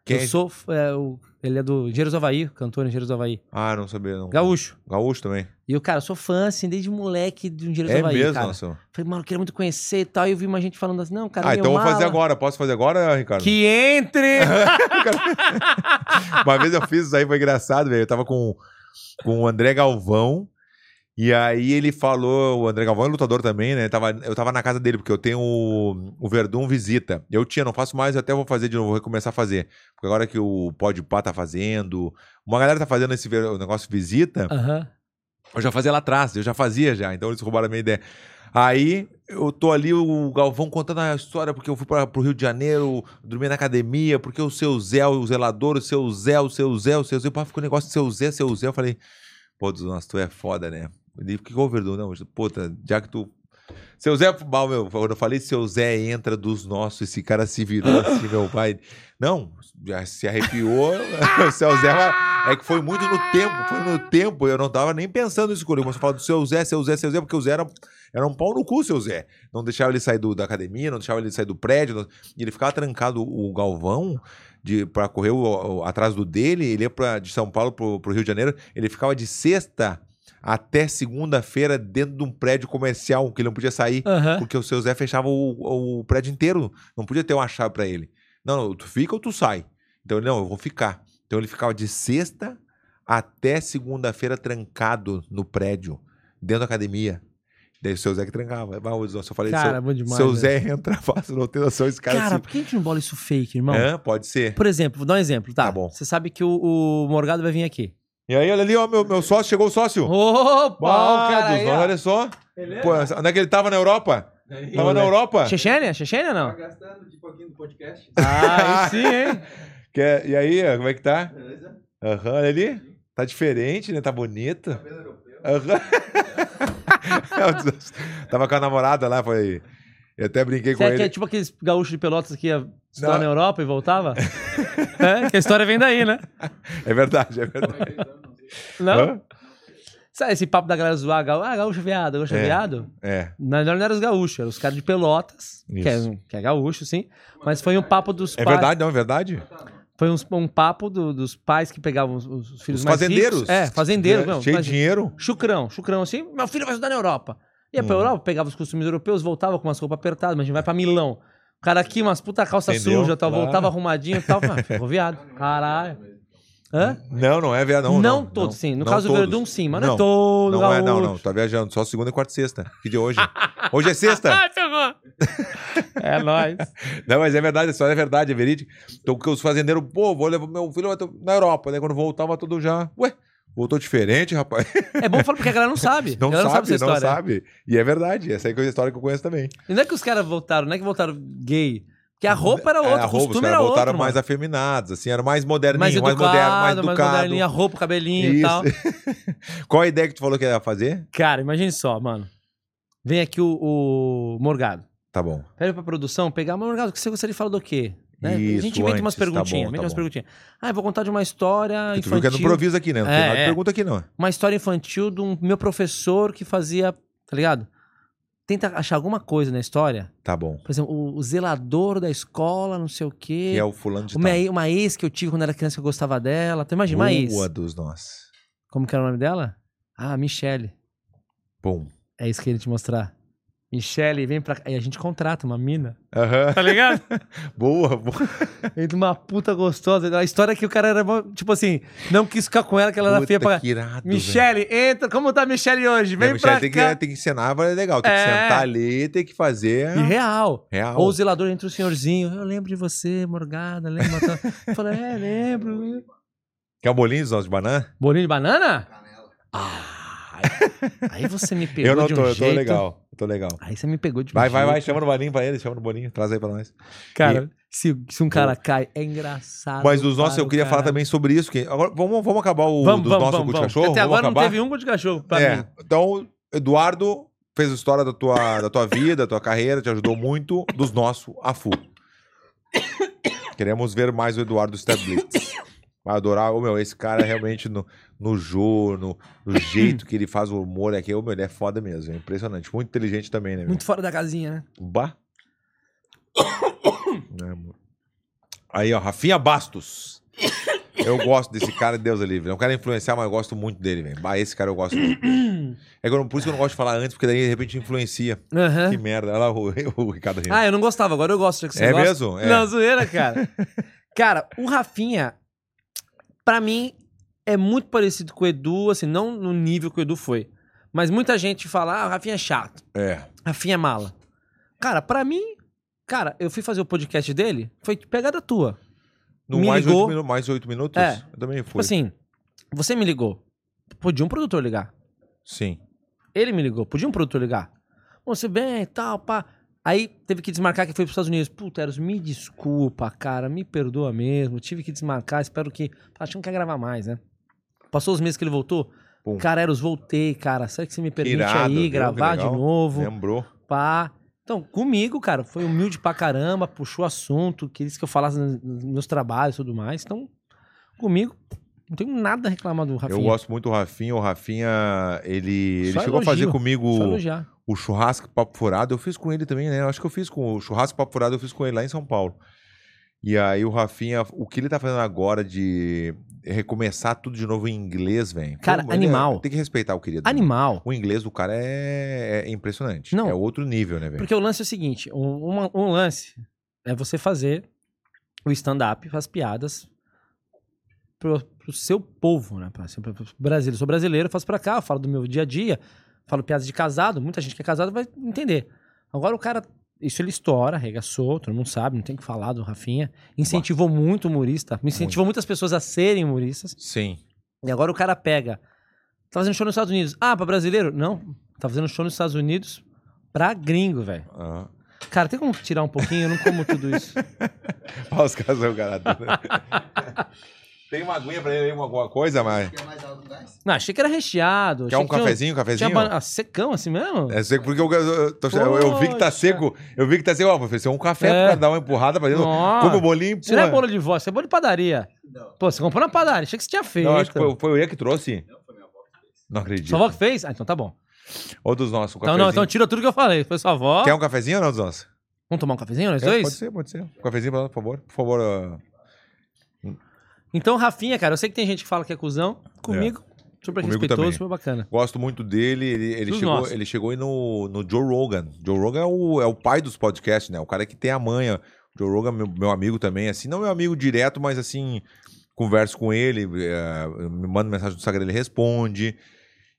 [SPEAKER 1] Quem é
[SPEAKER 2] Eu sou. f- é, o- ele é do Engenheiros do Havaí, cantor em Engenheiros do Havaí.
[SPEAKER 1] Ah, não sabia, não.
[SPEAKER 2] Gaúcho.
[SPEAKER 1] Gaúcho também.
[SPEAKER 2] E eu, cara, sou fã, assim, desde moleque de Engenheiros
[SPEAKER 1] É
[SPEAKER 2] do Havaí.
[SPEAKER 1] mesmo,
[SPEAKER 2] cara.
[SPEAKER 1] nossa.
[SPEAKER 2] Falei, mano, eu queria muito conhecer e tal. E eu vi uma gente falando assim, não, cara.
[SPEAKER 1] ah,
[SPEAKER 2] meu
[SPEAKER 1] então eu vou fazer
[SPEAKER 2] mala.
[SPEAKER 1] agora. né? Posso fazer agora, Ricardo? (laughs)
[SPEAKER 2] Que entre!
[SPEAKER 1] Uma vez eu fiz isso aí, foi engraçado, velho. Eu tava com, com o André Galvão E aí ele falou, o André Galvão é lutador também, né? Tava, eu tava na casa dele, porque eu tenho o, o Verdun Visita. Eu tinha, não faço mais, eu até vou fazer de novo, vou recomeçar a fazer. Porque agora que o Podpah tá fazendo, uma galera tá fazendo esse ver- o negócio Visita,
[SPEAKER 2] Aham.
[SPEAKER 1] eu já fazia lá atrás, eu já fazia já, então eles roubaram a minha ideia. Aí eu tô ali, o Galvão contando a história, porque eu fui para pro Rio de Janeiro, dormi na academia, porque o seu Zé, o zelador, o seu Zé, o seu Zé, o seu Zé, pá, ficou um negócio de seu Zé, seu Zé. Eu falei, pô, nossa, tu é foda, né? Ele, o que que houve, Verdun? Não, eu- puta, já que tu. Seu Zé, é mal, meu, quando eu falei, seu Zé entra dos nossos, esse cara se virou assim, meu pai. Não, já se arrepiou, (laughs) o seu Zé vai. É que foi muito no tempo, foi no tempo. Eu não tava nem pensando nisso quando eu comecei a falar do seu Zé, seu Zé, seu Zé, porque o Zé era, era um pau no cu, seu Zé. Não deixava ele sair do- da academia, não deixava ele sair do prédio. não- e ele ficava trancado o Galvão de para correr o- o- atrás do dele, ele ia pra, de São Paulo pro, pro Rio de Janeiro, ele ficava de sexta até segunda-feira dentro de um prédio comercial que ele não podia sair,
[SPEAKER 2] Aham.
[SPEAKER 1] porque o seu Zé fechava o, o prédio inteiro, não podia ter uma chave pra ele. Não, não, tu fica ou tu sai. Então ele, não, eu vou ficar. Então ele ficava de sexta até segunda-feira trancado no prédio, dentro da academia. Daí o seu Zé que trancava. Bah, eu só falei
[SPEAKER 2] Cara,
[SPEAKER 1] seu,
[SPEAKER 2] bom demais,
[SPEAKER 1] seu
[SPEAKER 2] né?
[SPEAKER 1] Zé entra fácil, não tem noção, esse cara,
[SPEAKER 2] Cara,
[SPEAKER 1] assim. É?
[SPEAKER 2] por que a gente não bola isso fake, irmão?
[SPEAKER 1] Hã? Pode ser.
[SPEAKER 2] Por exemplo, vou dar um exemplo, tá? bom. Você sabe que o, o Morgado vai vir aqui.
[SPEAKER 1] E aí, olha ali, ó, meu, meu sócio, chegou o sócio.
[SPEAKER 2] Opa,
[SPEAKER 1] Bah,
[SPEAKER 2] o cara
[SPEAKER 1] dos
[SPEAKER 2] aí,
[SPEAKER 1] nós,
[SPEAKER 2] ó.
[SPEAKER 1] olha só. Pô, onde é que ele tava na Europa? Tava na Europa?
[SPEAKER 2] Chechênia? Chechênia ou não?
[SPEAKER 4] Tá gastando de pouquinho do podcast.
[SPEAKER 2] Ah, (laughs) aí
[SPEAKER 1] (laughs)
[SPEAKER 2] sim, hein?
[SPEAKER 1] Quer- e aí, ó, como é que tá?
[SPEAKER 4] Beleza?
[SPEAKER 1] Aham, olha ali. Tá diferente, né? Tá bonito. Aham. (laughs) É, o dos- Tava com a namorada lá, foi. Eu até brinquei com
[SPEAKER 2] Você é, que
[SPEAKER 1] ele.
[SPEAKER 2] é tipo aqueles gaúchos de pelotas que ia estudar
[SPEAKER 1] Não.
[SPEAKER 2] na Europa
[SPEAKER 1] (laughs)
[SPEAKER 2] e voltava? é, que a história vem daí, né?
[SPEAKER 1] É verdade, é verdade.
[SPEAKER 2] Não?
[SPEAKER 1] Hã?
[SPEAKER 2] Sabe esse papo da galera zoar, gaú- ah, gaúcho é viado, gaúcho é,
[SPEAKER 1] É.
[SPEAKER 2] viado?
[SPEAKER 1] É.
[SPEAKER 2] Na verdade não eram os gaúchos, eram os caras de pelotas, que é,
[SPEAKER 1] Isso.
[SPEAKER 2] que é gaúcho, sim. Mas foi um papo dos
[SPEAKER 1] É
[SPEAKER 2] pais-
[SPEAKER 1] verdade, não? É verdade?
[SPEAKER 2] Foi uns- um, papo do- dos pais que pegavam os, os filhos
[SPEAKER 1] Os
[SPEAKER 2] mais
[SPEAKER 1] fazendeiros.
[SPEAKER 2] ricos. É, fazendeiros.
[SPEAKER 1] É,
[SPEAKER 2] não,
[SPEAKER 1] cheio de
[SPEAKER 2] imagina.
[SPEAKER 1] dinheiro.
[SPEAKER 2] Chucrão, chucrão assim. Meu filho vai estudar na Europa. Ia pra
[SPEAKER 1] Hum.
[SPEAKER 2] Europa, pegava os costumes europeus, voltava com umas roupas apertadas, mas vai pra Milão. O cara aqui, umas puta calça
[SPEAKER 1] Entendeu?
[SPEAKER 2] suja, tal,
[SPEAKER 1] Claro.
[SPEAKER 2] voltava arrumadinho
[SPEAKER 1] (laughs)
[SPEAKER 2] e tal. Ah, ficou viado. Caralho. Hã?
[SPEAKER 1] Não, não é verdade,
[SPEAKER 2] Não,
[SPEAKER 1] não.
[SPEAKER 2] todos, sim. No
[SPEAKER 1] Não
[SPEAKER 2] caso do
[SPEAKER 1] todos.
[SPEAKER 2] Verdun, sim, mas não,
[SPEAKER 1] Não,
[SPEAKER 2] é todo
[SPEAKER 1] Não é, não,
[SPEAKER 2] gaúcho.
[SPEAKER 1] não. Tá viajando. Só segunda, quarta e sexta. Que dia é
[SPEAKER 2] (laughs)
[SPEAKER 1] hoje? Hoje é sexta.
[SPEAKER 2] Ah, ferrou. (laughs) É nóis.
[SPEAKER 1] Não, mas é verdade, a história é verdade, é verídica. Então, que os fazendeiros, pô, vou levar meu filho vai ter- na Europa, né? Quando voltava, tudo já. Ué, voltou diferente, rapaz. (laughs)
[SPEAKER 2] É bom falar porque a galera não sabe.
[SPEAKER 1] Não
[SPEAKER 2] a galera
[SPEAKER 1] sabe,
[SPEAKER 2] não sabe essa
[SPEAKER 1] não
[SPEAKER 2] história.
[SPEAKER 1] sabe. E é verdade, essa aí que é a história que eu conheço também.
[SPEAKER 2] E não é que os caras voltaram, não é que voltaram gay. Porque a roupa era outra,
[SPEAKER 1] É, a
[SPEAKER 2] o
[SPEAKER 1] roupa, os
[SPEAKER 2] costume
[SPEAKER 1] caras
[SPEAKER 2] era É outro.
[SPEAKER 1] voltaram
[SPEAKER 2] mano.
[SPEAKER 1] mais afeminados, assim, era mais moderninho,
[SPEAKER 2] mais
[SPEAKER 1] mais,
[SPEAKER 2] educado,
[SPEAKER 1] moderno, mais
[SPEAKER 2] mais
[SPEAKER 1] educado.
[SPEAKER 2] moderninho, a roupa, o cabelinho e
[SPEAKER 1] Isso.
[SPEAKER 2] tal.
[SPEAKER 1] Qual a ideia que tu falou que ia fazer?
[SPEAKER 2] Cara, imagine só, mano. Vem aqui o, o Morgado.
[SPEAKER 1] Tá bom.
[SPEAKER 2] Pede pra produção pegar, mas Morgado, o que você gostaria de falar do quê? Né? a
[SPEAKER 1] Isso,
[SPEAKER 2] gente inventa
[SPEAKER 1] antes,
[SPEAKER 2] umas
[SPEAKER 1] tá
[SPEAKER 2] perguntinhas.
[SPEAKER 1] bom,
[SPEAKER 2] inventa
[SPEAKER 1] tá
[SPEAKER 2] umas
[SPEAKER 1] bom.
[SPEAKER 2] perguntinhas. Ah, eu vou contar de uma história
[SPEAKER 1] Porque tu viu
[SPEAKER 2] infantil.
[SPEAKER 1] que é no improviso aqui, né? Não tem nada de
[SPEAKER 2] é.
[SPEAKER 1] pergunta aqui, não.
[SPEAKER 2] Uma história infantil de um meu professor que fazia, tá ligado? Tenta achar alguma coisa na história.
[SPEAKER 1] Tá bom.
[SPEAKER 2] Por exemplo, o, o zelador da escola, não sei o é quê.
[SPEAKER 1] Que é o fulano de
[SPEAKER 2] uma,
[SPEAKER 1] tal.
[SPEAKER 2] e- uma ex que eu tive quando era criança que eu gostava dela. Tu imagina, uma ex.
[SPEAKER 1] Boa dos nós.
[SPEAKER 2] Como que era o nome dela? Ah, Michelle.
[SPEAKER 1] Pum.
[SPEAKER 2] É isso que eu ia te mostrar. Michelle, vem pra cá. Aí a gente contrata
[SPEAKER 1] (laughs)
[SPEAKER 2] uma mina.
[SPEAKER 1] Aham.
[SPEAKER 2] Tá ligado?
[SPEAKER 1] Boa, boa.
[SPEAKER 2] (laughs) Entre uma puta gostosa. A história é que o cara era, bom- tipo assim, não quis ficar com ela, que ela era
[SPEAKER 1] Puta,
[SPEAKER 2] feia pra
[SPEAKER 1] que irado,
[SPEAKER 2] Michelle, entra. Como tá a Michelle hoje? Vem
[SPEAKER 1] Não, Michele,
[SPEAKER 2] pra
[SPEAKER 1] tem
[SPEAKER 2] cá.
[SPEAKER 1] que, tem que encenar, mas é legal. Tem
[SPEAKER 2] É.
[SPEAKER 1] que sentar ali, tem que fazer.
[SPEAKER 2] E real.
[SPEAKER 1] Real.
[SPEAKER 2] Ou o zelador entra o senhorzinho. Eu lembro de você, Morgada.
[SPEAKER 1] (laughs)
[SPEAKER 2] Lembro. tal. Eu falo, é, lembro.
[SPEAKER 1] Quer um bolinho dos nós de banana?
[SPEAKER 2] Bolinho de banana? Ah, aí, aí você me
[SPEAKER 1] (laughs)
[SPEAKER 2] pegou
[SPEAKER 1] eu não
[SPEAKER 2] de um
[SPEAKER 1] tô, eu
[SPEAKER 2] jeito.
[SPEAKER 1] tô legal. Eu tô legal.
[SPEAKER 2] Aí você me pegou de um
[SPEAKER 1] Vai, vai,
[SPEAKER 2] jeito.
[SPEAKER 1] vai, chama no bolinho pra ele, chama no bolinho, traz aí pra nós.
[SPEAKER 2] Cara, se, se um cara
[SPEAKER 1] Boa.
[SPEAKER 2] cai, é engraçado.
[SPEAKER 1] Mas dos nossos,
[SPEAKER 2] para
[SPEAKER 1] eu
[SPEAKER 2] o
[SPEAKER 1] queria falar
[SPEAKER 2] caralho.
[SPEAKER 1] também sobre isso. Que agora, vamos, vamos acabar o
[SPEAKER 2] Vamos,
[SPEAKER 1] dos
[SPEAKER 2] vamos,
[SPEAKER 1] nossos
[SPEAKER 2] vamos,
[SPEAKER 1] cu de
[SPEAKER 2] vamos.
[SPEAKER 1] cachorro?
[SPEAKER 2] Até
[SPEAKER 1] Vamos
[SPEAKER 2] agora
[SPEAKER 1] acabar?
[SPEAKER 2] não teve um cu de cachorro pra
[SPEAKER 1] é,
[SPEAKER 2] mim.
[SPEAKER 1] Então, Eduardo fez a história da tua, da tua vida, da tua carreira, te ajudou muito. Dos nossos, a full. Queremos ver mais o Eduardo Stablitz. Vai adorar. Ô, meu, esse cara realmente no, no jogo, no, no jeito que ele faz o humor aqui, ô, meu, ele é foda mesmo. É impressionante. Muito inteligente também, né, meu?
[SPEAKER 2] Muito fora da casinha, né?
[SPEAKER 1] (coughs) Bah. É, amor. Aí, ó, Rafinha Bastos. Eu gosto desse cara, Deus é livre. É um cara influenciar, mas eu gosto muito dele, velho. Bah, esse cara eu gosto muito.
[SPEAKER 2] (coughs)
[SPEAKER 1] É que eu não- por isso que eu não gosto de falar antes, porque daí de repente influencia.
[SPEAKER 2] Aham.
[SPEAKER 1] Que merda. Olha lá o, (laughs) o Ricardo rindo.
[SPEAKER 2] É. Ah, eu não gostava, agora eu gosto. Já que você
[SPEAKER 1] É
[SPEAKER 2] gosta.
[SPEAKER 1] mesmo? É.
[SPEAKER 2] Não, zoeira,
[SPEAKER 1] (laughs)
[SPEAKER 2] cara. cara, o Rafinha, pra mim, é muito parecido com o Edu, assim, não no nível que o Edu foi. Mas muita gente fala, ah, o Rafinha é chato.
[SPEAKER 1] É.
[SPEAKER 2] Rafinha é mala. Cara, pra mim, cara, eu fui fazer o podcast dele, foi pegada tua. Tipo
[SPEAKER 1] No
[SPEAKER 2] Me
[SPEAKER 1] mais,
[SPEAKER 2] ligou.
[SPEAKER 1] oito minu- mais oito minutos?
[SPEAKER 2] É.
[SPEAKER 1] Eu também
[SPEAKER 2] Tipo
[SPEAKER 1] fui.
[SPEAKER 2] assim, você me ligou. Podia um produtor ligar.
[SPEAKER 1] Sim.
[SPEAKER 2] Ele me ligou, podia um produtor ligar. Você bem e tal, pá. Aí teve que desmarcar que foi pros Estados Unidos. Puta, Eros, me desculpa, cara, me perdoa mesmo. Tive que desmarcar, espero que. Achando que ia gravar mais, né? Passou os meses que ele voltou. Cara, Eros, voltei, cara. Será que você me permite
[SPEAKER 1] Irado, viu?
[SPEAKER 2] aí
[SPEAKER 1] Que
[SPEAKER 2] gravar de
[SPEAKER 1] legal.
[SPEAKER 2] novo?
[SPEAKER 1] Lembrou.
[SPEAKER 2] Pá. Então, comigo, cara, foi humilde pra caramba, puxou assunto, quis que eu falasse nos nos meus trabalhos e tudo mais. Então, comigo, não tenho nada a reclamar do Rafinha.
[SPEAKER 1] Eu gosto muito do Rafinha. O Rafinha, ele, ele
[SPEAKER 2] Só
[SPEAKER 1] chegou a
[SPEAKER 2] elogio,
[SPEAKER 1] fazer
[SPEAKER 2] só
[SPEAKER 1] comigo
[SPEAKER 2] elogiar.
[SPEAKER 1] o churrasco papo furado. Eu fiz com ele também, né? Eu acho que eu fiz com o churrasco papo furado, eu fiz com ele lá em São Paulo. E aí o Rafinha, o que ele tá fazendo agora de recomeçar tudo de novo em inglês, velho.
[SPEAKER 2] Cara,
[SPEAKER 1] Pô, ele
[SPEAKER 2] animal.
[SPEAKER 1] é- Tem que respeitar o querido.
[SPEAKER 2] Animal.
[SPEAKER 1] O inglês do cara é, é impressionante.
[SPEAKER 2] Não.
[SPEAKER 1] É outro nível, né, velho?
[SPEAKER 2] Porque o lance é o seguinte: um, uma- um lance é você fazer o stand-up, as piadas pro, pro seu povo, né? Pra, pro, pro Brasil. Eu sou brasileiro, eu faço pra cá, eu falo do meu dia a dia, falo piadas de casado, muita gente que é casado vai entender. Agora o cara. Isso ele estoura, arregaçou, todo mundo sabe, não tem o que falar do Rafinha. Incentivou muito o humorista, incentivou muitas pessoas a serem humoristas.
[SPEAKER 1] Sim.
[SPEAKER 2] E agora o cara pega. Tá fazendo show nos Estados Unidos. Ah, pra brasileiro? Não. Tá fazendo show nos Estados Unidos pra gringo, velho.
[SPEAKER 1] Ah.
[SPEAKER 2] Cara, tem como tirar um pouquinho? Eu não como tudo isso.
[SPEAKER 1] (laughs) Olha os caras do cara.
[SPEAKER 2] (laughs)
[SPEAKER 1] Tem uma aguinha pra ele aí, uma- alguma coisa, mas.
[SPEAKER 2] Não, achei que era recheado.
[SPEAKER 1] Quer
[SPEAKER 2] achei
[SPEAKER 1] um
[SPEAKER 2] tinha
[SPEAKER 1] cafezinho, cafezinho?
[SPEAKER 2] tinha ban- ah, secão assim mesmo?
[SPEAKER 1] É seco porque eu, eu, tô- eu- eu vi que tá seco. Eu vi que tá seco. Ó, professor, um café
[SPEAKER 2] É.
[SPEAKER 1] pra dar uma empurrada pra dentro.
[SPEAKER 2] Nossa.
[SPEAKER 1] Como o bolinho empurra.
[SPEAKER 2] Isso não é bolo de vó, isso é bolo de padaria. Pô, você comprou na padaria, achei que você tinha feito.
[SPEAKER 1] Não, acho que foi, foi o Ian que trouxe. Não, foi minha avó que fez. Não acredito.
[SPEAKER 2] Sua avó que fez? Ah, então tá bom.
[SPEAKER 1] Ou dos nossos, um
[SPEAKER 2] Então não,
[SPEAKER 1] cafezinho.
[SPEAKER 2] então tira tudo que eu falei. Foi sua avó.
[SPEAKER 1] Quer um cafezinho ou não dos nossos?
[SPEAKER 2] Vamos tomar um cafezinho, nós
[SPEAKER 1] É,
[SPEAKER 2] dois?
[SPEAKER 1] Pode ser, pode ser. Um cafezinho pra nós, por favor. Por favor. ah. ó.
[SPEAKER 2] Então, Rafinha, cara, eu sei que tem gente que fala que é cuzão. Comigo, super
[SPEAKER 1] Comigo
[SPEAKER 2] respeitoso,
[SPEAKER 1] também.
[SPEAKER 2] super bacana.
[SPEAKER 1] Gosto muito dele. Ele, ele
[SPEAKER 2] né? Dos
[SPEAKER 1] chegou,
[SPEAKER 2] nossos.
[SPEAKER 1] ele chegou aí no, no Joe Rogan. Joe Rogan é o, é o pai dos podcasts, né? O cara que tem a manha. Joe Rogan, meu, meu amigo também, assim, não meu amigo direto, mas assim, converso com ele, eh, me manda mensagem no Instagram, ele responde.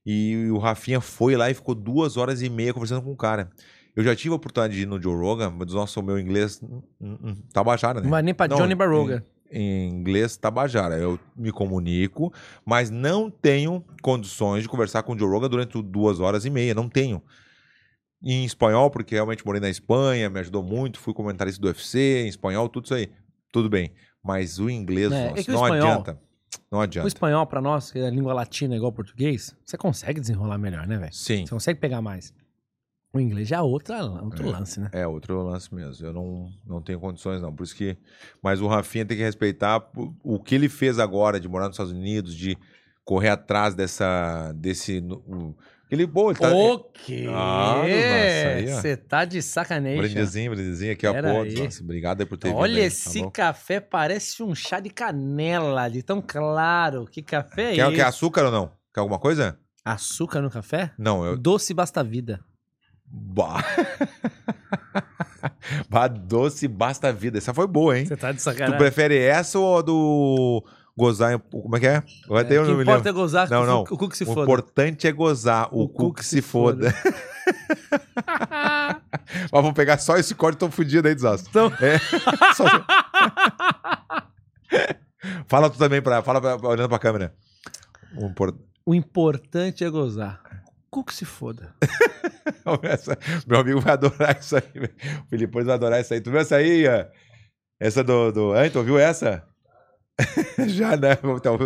[SPEAKER 1] E o Rafinha foi lá e ficou duas horas e meia conversando com o cara. Eu já tive a oportunidade de ir no Joe Rogan, mas nossa, o meu inglês hum, hum, tabajara, né?
[SPEAKER 2] Mas nem pra Johnny Barroga.
[SPEAKER 1] Em, em inglês, tabajara. Eu me comunico, mas não tenho condições de conversar com o Joe Rogan durante duas horas e meia. Não tenho em espanhol, porque realmente morei na Espanha, me ajudou muito, fui comentarista do UFC, em espanhol, tudo isso aí. Tudo bem. Mas o inglês,
[SPEAKER 2] É, é
[SPEAKER 1] nossa,
[SPEAKER 2] que o
[SPEAKER 1] não
[SPEAKER 2] espanhol-
[SPEAKER 1] adianta. Não
[SPEAKER 2] O
[SPEAKER 1] adianta.
[SPEAKER 2] espanhol, pra nós, que é língua latina igual ao português, você consegue desenrolar melhor, né, velho?
[SPEAKER 1] Sim.
[SPEAKER 2] Você consegue pegar mais. O inglês já é outra,
[SPEAKER 1] É.
[SPEAKER 2] outro lance, né?
[SPEAKER 1] É, outro lance mesmo. Eu não, não tenho condições, não. Por isso que. Mas o Rafinha tem que respeitar o- o que ele fez agora de morar nos Estados Unidos, de correr atrás dessa. desse. no- o- Ele, pô, ele tá.
[SPEAKER 2] O
[SPEAKER 1] Ah,
[SPEAKER 2] quê?
[SPEAKER 1] nossa, aí, ó.
[SPEAKER 2] Você tá de sacanagem.
[SPEAKER 1] Brindezinho, brindezinho aqui, ó.
[SPEAKER 2] Pera
[SPEAKER 1] Pô,
[SPEAKER 2] aí.
[SPEAKER 1] nossa, obrigado aí por ter vindo.
[SPEAKER 2] Olha
[SPEAKER 1] aí, tá
[SPEAKER 2] esse
[SPEAKER 1] bom?
[SPEAKER 2] café, parece um chá de canela, de tão claro. Que café é
[SPEAKER 1] Quer,
[SPEAKER 2] esse?
[SPEAKER 1] quer açúcar ou não? Quer alguma coisa?
[SPEAKER 2] Açúcar no café?
[SPEAKER 1] Não, eu.
[SPEAKER 2] Doce basta vida.
[SPEAKER 1] Bah. (laughs) bah, doce basta a vida. Essa foi boa, hein?
[SPEAKER 2] Você tá de
[SPEAKER 1] Tu
[SPEAKER 2] sacanagem.
[SPEAKER 1] prefere essa ou a do gozar? em- Como é que é? Vai ter,
[SPEAKER 2] É,
[SPEAKER 1] eu
[SPEAKER 2] o
[SPEAKER 1] não
[SPEAKER 2] que
[SPEAKER 1] me
[SPEAKER 2] importa
[SPEAKER 1] lembro.
[SPEAKER 2] é gozar,
[SPEAKER 1] não,
[SPEAKER 2] que o
[SPEAKER 1] não.
[SPEAKER 2] cu- o cu que se
[SPEAKER 1] o
[SPEAKER 2] foda.
[SPEAKER 1] importante é gozar, o, cu que se foda. (laughs) Mas vamos pegar só esse corte, tô fudido aí, desastre. É.
[SPEAKER 2] Então...
[SPEAKER 1] (laughs) Fala tu também, pra, fala pra- olhando pra câmera. O impor- (laughs)
[SPEAKER 2] O importante é gozar. Cu que se foda.
[SPEAKER 1] É Essa- Meu amigo vai adorar isso aí. velho. O Filipões vai adorar isso aí. Tu viu essa aí? Ian? Essa do. do... Anton, viu essa? (laughs) já, né? Então,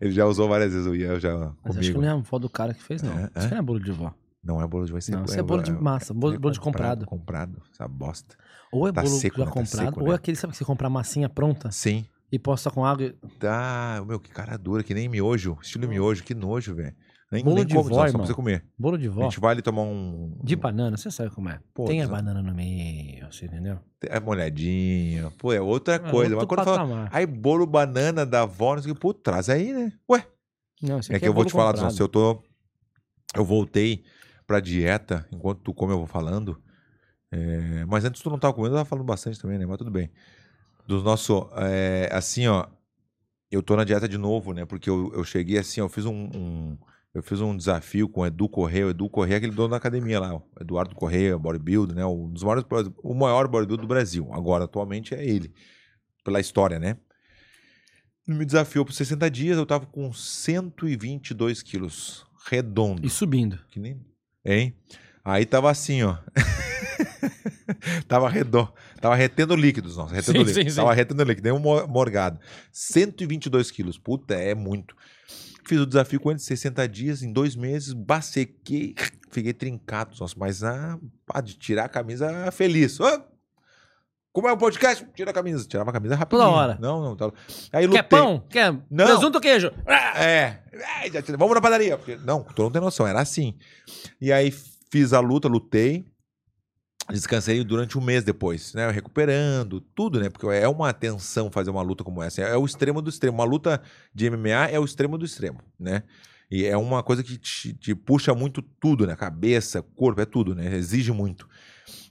[SPEAKER 1] ele já usou várias vezes o Ian já
[SPEAKER 2] Mas acho que
[SPEAKER 1] comigo.
[SPEAKER 2] não é a avó do cara que fez, não.
[SPEAKER 1] É,
[SPEAKER 2] Isso
[SPEAKER 1] é?
[SPEAKER 2] não é bolo de vó.
[SPEAKER 1] Não é bolo de vai ser.
[SPEAKER 2] Não, isso é bolo de massa, bolo- bolo de comprado.
[SPEAKER 1] Né, Comprado, essa bosta.
[SPEAKER 2] Ou é
[SPEAKER 1] Tá
[SPEAKER 2] bolo
[SPEAKER 1] seco,
[SPEAKER 2] já
[SPEAKER 1] né? Tá
[SPEAKER 2] comprado,
[SPEAKER 1] seco,
[SPEAKER 2] ou
[SPEAKER 1] né?
[SPEAKER 2] é aquele, sabe que você compra a massinha pronta?
[SPEAKER 1] Sim.
[SPEAKER 2] E posta com água. e-
[SPEAKER 1] Tá, meu, que cara dura, que nem miojo. Estilo miojo, que nojo, velho. Nem,
[SPEAKER 2] Bolo
[SPEAKER 1] nem
[SPEAKER 2] de
[SPEAKER 1] como,
[SPEAKER 2] vó,
[SPEAKER 1] só- só
[SPEAKER 2] irmão.
[SPEAKER 1] pra você comer.
[SPEAKER 2] Bolo de vó.
[SPEAKER 1] A gente vai ali tomar um.
[SPEAKER 2] De banana, você sabe como é.
[SPEAKER 1] Pô,
[SPEAKER 2] Tem a
[SPEAKER 1] tá-
[SPEAKER 2] banana no meio, você entendeu?
[SPEAKER 1] É molhadinha. Pô, é outra
[SPEAKER 2] É
[SPEAKER 1] coisa. Mas
[SPEAKER 2] outro
[SPEAKER 1] quando fala.
[SPEAKER 2] patamar.
[SPEAKER 1] Aí, bolo banana da avó, não sei o que. Pô, traz aí, né? Ué.
[SPEAKER 2] Não, isso
[SPEAKER 1] é
[SPEAKER 2] aqui
[SPEAKER 1] que eu vou
[SPEAKER 2] bolo
[SPEAKER 1] te falar,
[SPEAKER 2] comprado.
[SPEAKER 1] Zão, se eu tô. Eu voltei pra dieta, enquanto tu come, eu vou falando. É, Mas antes tu não tava comendo, eu tava falando bastante também, né? Mas tudo bem. Dos é, nossos. assim, ó. Eu tô na dieta de novo, né? Porque eu, eu cheguei assim, ó, eu fiz um, um Eu fiz um desafio com o Edu Correia. O Edu Correia é aquele dono da academia lá. o Eduardo Correia, bodybuilder, né? Um dos maiores, o maior bodybuilder do Brasil. Agora, atualmente, é ele. Pela história, né? Ele me desafiou por 60 dias. Eu tava com 122 quilos. Redondo.
[SPEAKER 2] E subindo.
[SPEAKER 1] Que nem... Hein? Aí tava assim, ó. (laughs) tava redondo. Tava retendo líquidos, nossa. Retendo
[SPEAKER 2] Sim,
[SPEAKER 1] líquidos.
[SPEAKER 2] sim, sim.
[SPEAKER 1] Tava retendo líquido, nem um mo- morgado. 122 quilos. Puta, é muito. Fiz o desafio com ele, 60 dias, em dois meses, bacequei, fiquei trincado, nossa, mas ah, pá, de tirar a camisa feliz. Ah, como é o podcast? Tira a camisa. Tirava a camisa rapidinho.
[SPEAKER 2] hora.
[SPEAKER 1] Não, não. Tá... Aí lutei.
[SPEAKER 2] Quer pão? Quer
[SPEAKER 1] Não.
[SPEAKER 2] presunto ou queijo?
[SPEAKER 1] É. É, já tira- Vamos na padaria. Porque- Não, tu não tem noção, era assim. E aí fiz a luta, lutei. Descansei durante um mês depois, né? Recuperando, tudo, né? Porque é uma tensão fazer uma luta como essa. É o extremo do extremo. Uma luta de MMA é o extremo do extremo, né? E é uma coisa que te, te puxa muito tudo, né? Cabeça, corpo, é tudo, né? Exige muito.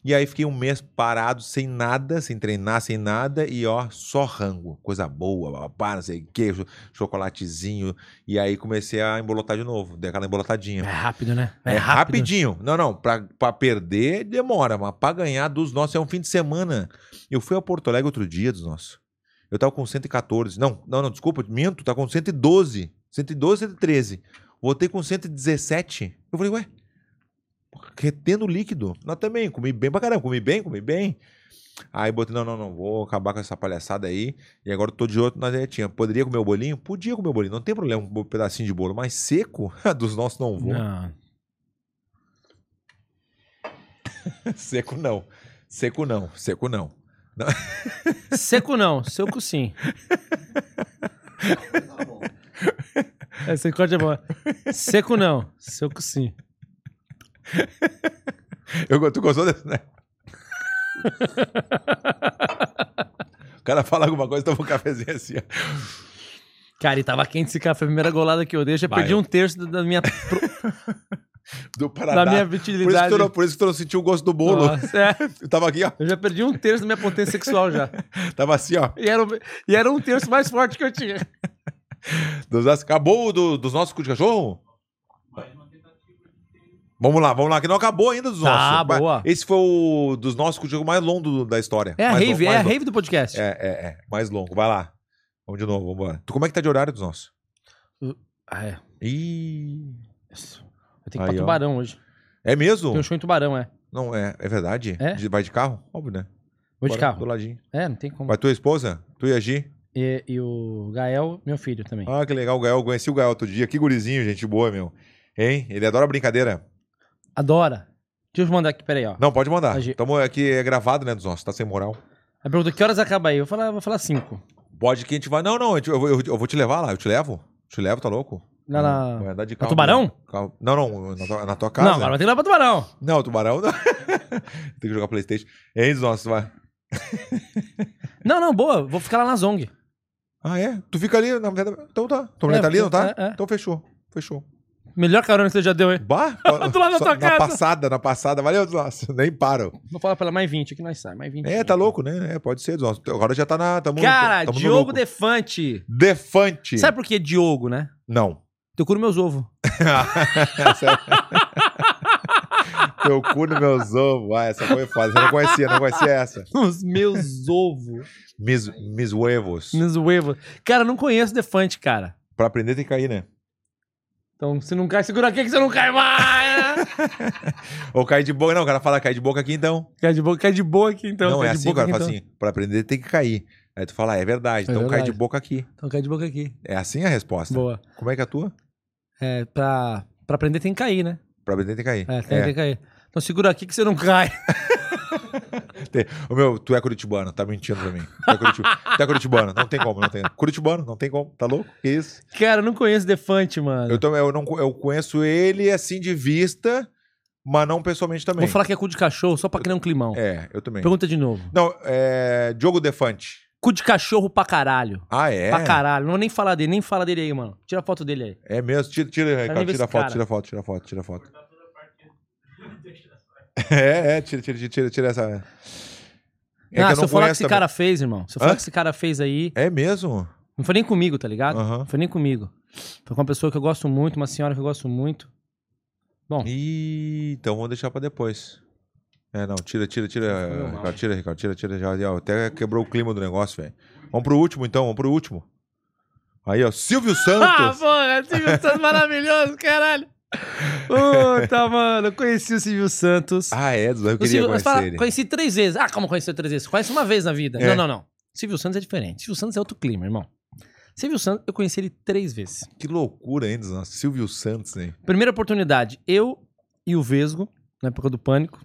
[SPEAKER 1] E aí fiquei um mês parado, sem nada, sem treinar, sem nada, e ó, só rango, coisa boa, babá, não sei o que, chocolatezinho. E aí comecei a embolotar de novo, dei aquela embolotadinha. É
[SPEAKER 2] rápido, né?
[SPEAKER 1] É, rapidinho. Não, não, pra, pra perder demora, mas pra ganhar dos nossos é um fim de semana. Eu fui a Porto Alegre outro dia dos nossos. Eu tava com 114. Não, não, não, desculpa, minto, tá com 112. 112, 113. Voltei com 117. Eu falei, ué, retendo líquido. Nós também, comi bem pra caramba, comi bem, comi bem. Aí botei, não, não, não, vou acabar com essa palhaçada aí. E agora eu tô de outro na dietinha. Poderia comer o bolinho? Podia comer o bolinho, não tem problema, um bo- pedacinho de bolo, mas seco, (laughs) dos nossos não vou.
[SPEAKER 2] Não.
[SPEAKER 1] Seco não. Seco não, seco não. Não.
[SPEAKER 2] Seco não,
[SPEAKER 1] (laughs)
[SPEAKER 2] seco sim. É, você corta é bom. Seco não, seco sim.
[SPEAKER 1] Eu, go- tu gostou desse,
[SPEAKER 2] (laughs)
[SPEAKER 1] né? o cara fala alguma coisa, toma um cafezinho assim. ó.
[SPEAKER 2] Cara, e tava quente esse café. Foi a primeira golada que eu dei. Eu já
[SPEAKER 1] Vai,
[SPEAKER 2] perdi
[SPEAKER 1] eu-
[SPEAKER 2] um terço da- da minha. pro-
[SPEAKER 1] Do Paradá.
[SPEAKER 2] Da minha
[SPEAKER 1] Por isso,
[SPEAKER 2] vitilidade.
[SPEAKER 1] que tu não, por isso que tu não sentiu o gosto do bolo.
[SPEAKER 2] Nossa, é.
[SPEAKER 1] Eu tava aqui, ó.
[SPEAKER 2] Eu já perdi um terço da minha potência sexual já.
[SPEAKER 1] Tava assim, ó.
[SPEAKER 2] E era, o- e era um terço mais forte que eu tinha.
[SPEAKER 1] Dos, acabou o do, dos nossos cu de cachorro? Vamos lá, vamos lá, que não acabou ainda dos nossos.
[SPEAKER 2] Tá,
[SPEAKER 1] Vai-
[SPEAKER 2] boa.
[SPEAKER 1] Esse foi o dos nossos cu de cachorro mais longo do- da história.
[SPEAKER 2] É a
[SPEAKER 1] mais
[SPEAKER 2] rave,
[SPEAKER 1] longo,
[SPEAKER 2] é
[SPEAKER 1] mais
[SPEAKER 2] a
[SPEAKER 1] longo.
[SPEAKER 2] rave do podcast.
[SPEAKER 1] É, é, é. Mais longo. Vai lá. Vamos de novo, vambora. Tu, como é que tá de horário dos nossos?
[SPEAKER 2] Ah, é.
[SPEAKER 1] Ih.
[SPEAKER 2] Eu tenho que ir
[SPEAKER 1] Aí,
[SPEAKER 2] pra
[SPEAKER 1] ó.
[SPEAKER 2] Tubarão hoje.
[SPEAKER 1] É mesmo?
[SPEAKER 2] Tem um show em Tubarão, é.
[SPEAKER 1] Não, é, é verdade?
[SPEAKER 2] É?
[SPEAKER 1] De- Vai de carro? Óbvio, né?
[SPEAKER 2] Vou de
[SPEAKER 1] Bora,
[SPEAKER 2] carro.
[SPEAKER 1] Do ladinho.
[SPEAKER 2] É, não tem como.
[SPEAKER 1] Vai tua esposa? Tu e a Gi?
[SPEAKER 2] E, e o Gael, meu filho também.
[SPEAKER 1] Ah, que legal o Gael. Eu Conheci o Gael outro dia. Que gurizinho, gente boa, meu. Hein? Ele adora brincadeira.
[SPEAKER 2] Adora. Deixa eu mandar aqui, peraí, ó.
[SPEAKER 1] Não, pode mandar. Tamo aqui, é gravado, né, dos nossos. Tá sem moral.
[SPEAKER 2] Ela perguntou que horas acaba aí. Eu vou falar, vou falar cinco.
[SPEAKER 1] Pode que a gente vai... Não, não, eu, te- eu vou- eu- eu vou te levar lá. Eu te levo. Te levo, tá louco?
[SPEAKER 2] Lá Hum, na-
[SPEAKER 1] Vai andar de
[SPEAKER 2] na
[SPEAKER 1] carro. né?
[SPEAKER 2] Tubarão?
[SPEAKER 1] Carro- Não, não, na tua, na tua casa.
[SPEAKER 2] Não, agora vai ter que ir lá pra Tubarão.
[SPEAKER 1] Não, Tubarão não. (laughs) Tem que jogar Playstation. É isso, nossa, vai.
[SPEAKER 2] Não, não, boa. Vou ficar lá na Zong.
[SPEAKER 1] Ah, é? Tu fica ali na mulher da- Então tá. Tua mulher
[SPEAKER 2] É,
[SPEAKER 1] tá ali, não tá?
[SPEAKER 2] é, é.
[SPEAKER 1] Então fechou. Fechou.
[SPEAKER 2] Melhor carona que você já deu, hein? (laughs)
[SPEAKER 1] Bah!
[SPEAKER 2] Do lado da
[SPEAKER 1] Só-
[SPEAKER 2] tua
[SPEAKER 1] na
[SPEAKER 2] casa.
[SPEAKER 1] passada, na passada. Valeu, nossa. Nem paro.
[SPEAKER 2] Vou falar pra ela mais 20 que nós sai. Mais 20.
[SPEAKER 1] É, tá louco, né? É, pode ser, nossa. Agora já tá na. Tamo,
[SPEAKER 2] Cara,
[SPEAKER 1] tamo no
[SPEAKER 2] Diogo
[SPEAKER 1] louco.
[SPEAKER 2] Defante.
[SPEAKER 1] Defante.
[SPEAKER 2] Sabe por que Diogo, né?
[SPEAKER 1] Não. É,
[SPEAKER 2] Teu cu no meus (laughs) ovos.
[SPEAKER 1] (laughs) Teu cu no meus ovos. Ah, essa foi fácil. Eu não conhecia, não conhecia essa.
[SPEAKER 2] Nos meus (laughs) ovos.
[SPEAKER 1] Mis, mis huevos.
[SPEAKER 2] Nos huevos. Cara, eu não conheço Defante, cara.
[SPEAKER 1] Pra aprender tem que cair, né?
[SPEAKER 2] Então, se não cai, segura aqui que você não cai mais.
[SPEAKER 1] Ou cair de boca. Não, o cara fala cair de boca aqui então.
[SPEAKER 2] (laughs) Cai de boa, cai de boa aqui, então.
[SPEAKER 1] não,
[SPEAKER 2] cai
[SPEAKER 1] é
[SPEAKER 2] de
[SPEAKER 1] assim, o
[SPEAKER 2] boca
[SPEAKER 1] cara
[SPEAKER 2] aqui,
[SPEAKER 1] fala assim, pra aprender tem que cair. Aí tu fala, ah, é verdade,
[SPEAKER 2] É
[SPEAKER 1] então cai
[SPEAKER 2] verdade.
[SPEAKER 1] de boca aqui.
[SPEAKER 2] Então cai de boca aqui.
[SPEAKER 1] É assim a resposta.
[SPEAKER 2] Boa.
[SPEAKER 1] Como é que é a tua?
[SPEAKER 2] É, pra, pra aprender tem que cair, né?
[SPEAKER 1] Pra aprender tem que cair.
[SPEAKER 2] É, tem, tem que cair. Então segura aqui que você não cai. (laughs)
[SPEAKER 1] Tem- Ô, meu, tu é curitibano, tá mentindo pra mim. Tu é, curiti- tu é curitibano, não tem como, não tem. Curitibano, não tem como, tá louco? Que isso?
[SPEAKER 2] Cara, eu não conheço Defante, mano.
[SPEAKER 1] Eu, também- eu, não, co- eu conheço ele assim de vista, mas não pessoalmente também.
[SPEAKER 2] Vou falar que é cu de cachorro só pra criar um climão.
[SPEAKER 1] É, eu também.
[SPEAKER 2] Pergunta de novo.
[SPEAKER 1] Não, é. Diogo Defante.
[SPEAKER 2] Cu de cachorro pra caralho.
[SPEAKER 1] Ah, é?
[SPEAKER 2] Pra caralho. Não vou nem falar dele, nem fala dele aí, mano. Tira a foto dele aí.
[SPEAKER 1] É mesmo? Tira, tira,
[SPEAKER 2] nem
[SPEAKER 1] Ricardo,
[SPEAKER 2] ver
[SPEAKER 1] tira a
[SPEAKER 2] esse
[SPEAKER 1] foto,
[SPEAKER 2] cara.
[SPEAKER 1] tira a foto, tira a foto, tira a foto. (laughs) É, é, tira, tira, tira, tira, tira essa. É
[SPEAKER 2] ah,
[SPEAKER 1] que eu
[SPEAKER 2] se
[SPEAKER 1] não
[SPEAKER 2] eu falar que
[SPEAKER 1] conheço
[SPEAKER 2] esse
[SPEAKER 1] também.
[SPEAKER 2] cara fez, irmão. Se eu falar
[SPEAKER 1] Hã?
[SPEAKER 2] que esse cara fez aí.
[SPEAKER 1] É mesmo?
[SPEAKER 2] Não foi nem comigo, tá ligado? Não foi nem comigo. Foi com uma pessoa que eu gosto muito, uma senhora que eu gosto muito. (laughs) Bom.
[SPEAKER 1] Ih, então vamos deixar pra depois. É, não, tira, tira, tira, Ricardo, tira, Ricardo, tira, tira, já, já, até quebrou o clima do negócio, velho. Vamos pro último, então, vamos pro último. Aí, ó,
[SPEAKER 2] (laughs)
[SPEAKER 1] Silvio
[SPEAKER 2] Ah,
[SPEAKER 1] Santos.
[SPEAKER 2] porra, Silvio Santos maravilhoso, caralho. (laughs) Puta, mano, eu conheci o Silvio Santos.
[SPEAKER 1] Ah, é, eu queria
[SPEAKER 2] O Silvio-
[SPEAKER 1] conhecer
[SPEAKER 2] você fala,
[SPEAKER 1] ele.
[SPEAKER 2] Conheci três vezes. Ah, como conheceu três vezes? Conhece uma vez na vida.
[SPEAKER 1] É.
[SPEAKER 2] Não, não, não. Silvio Santos é diferente. Silvio Santos é outro clima, irmão. Silvio Santos, eu conheci ele três vezes.
[SPEAKER 1] Que loucura ainda, nossa, Silvio Santos, né?
[SPEAKER 2] Primeira oportunidade, eu e o Vesgo, na época do Pânico,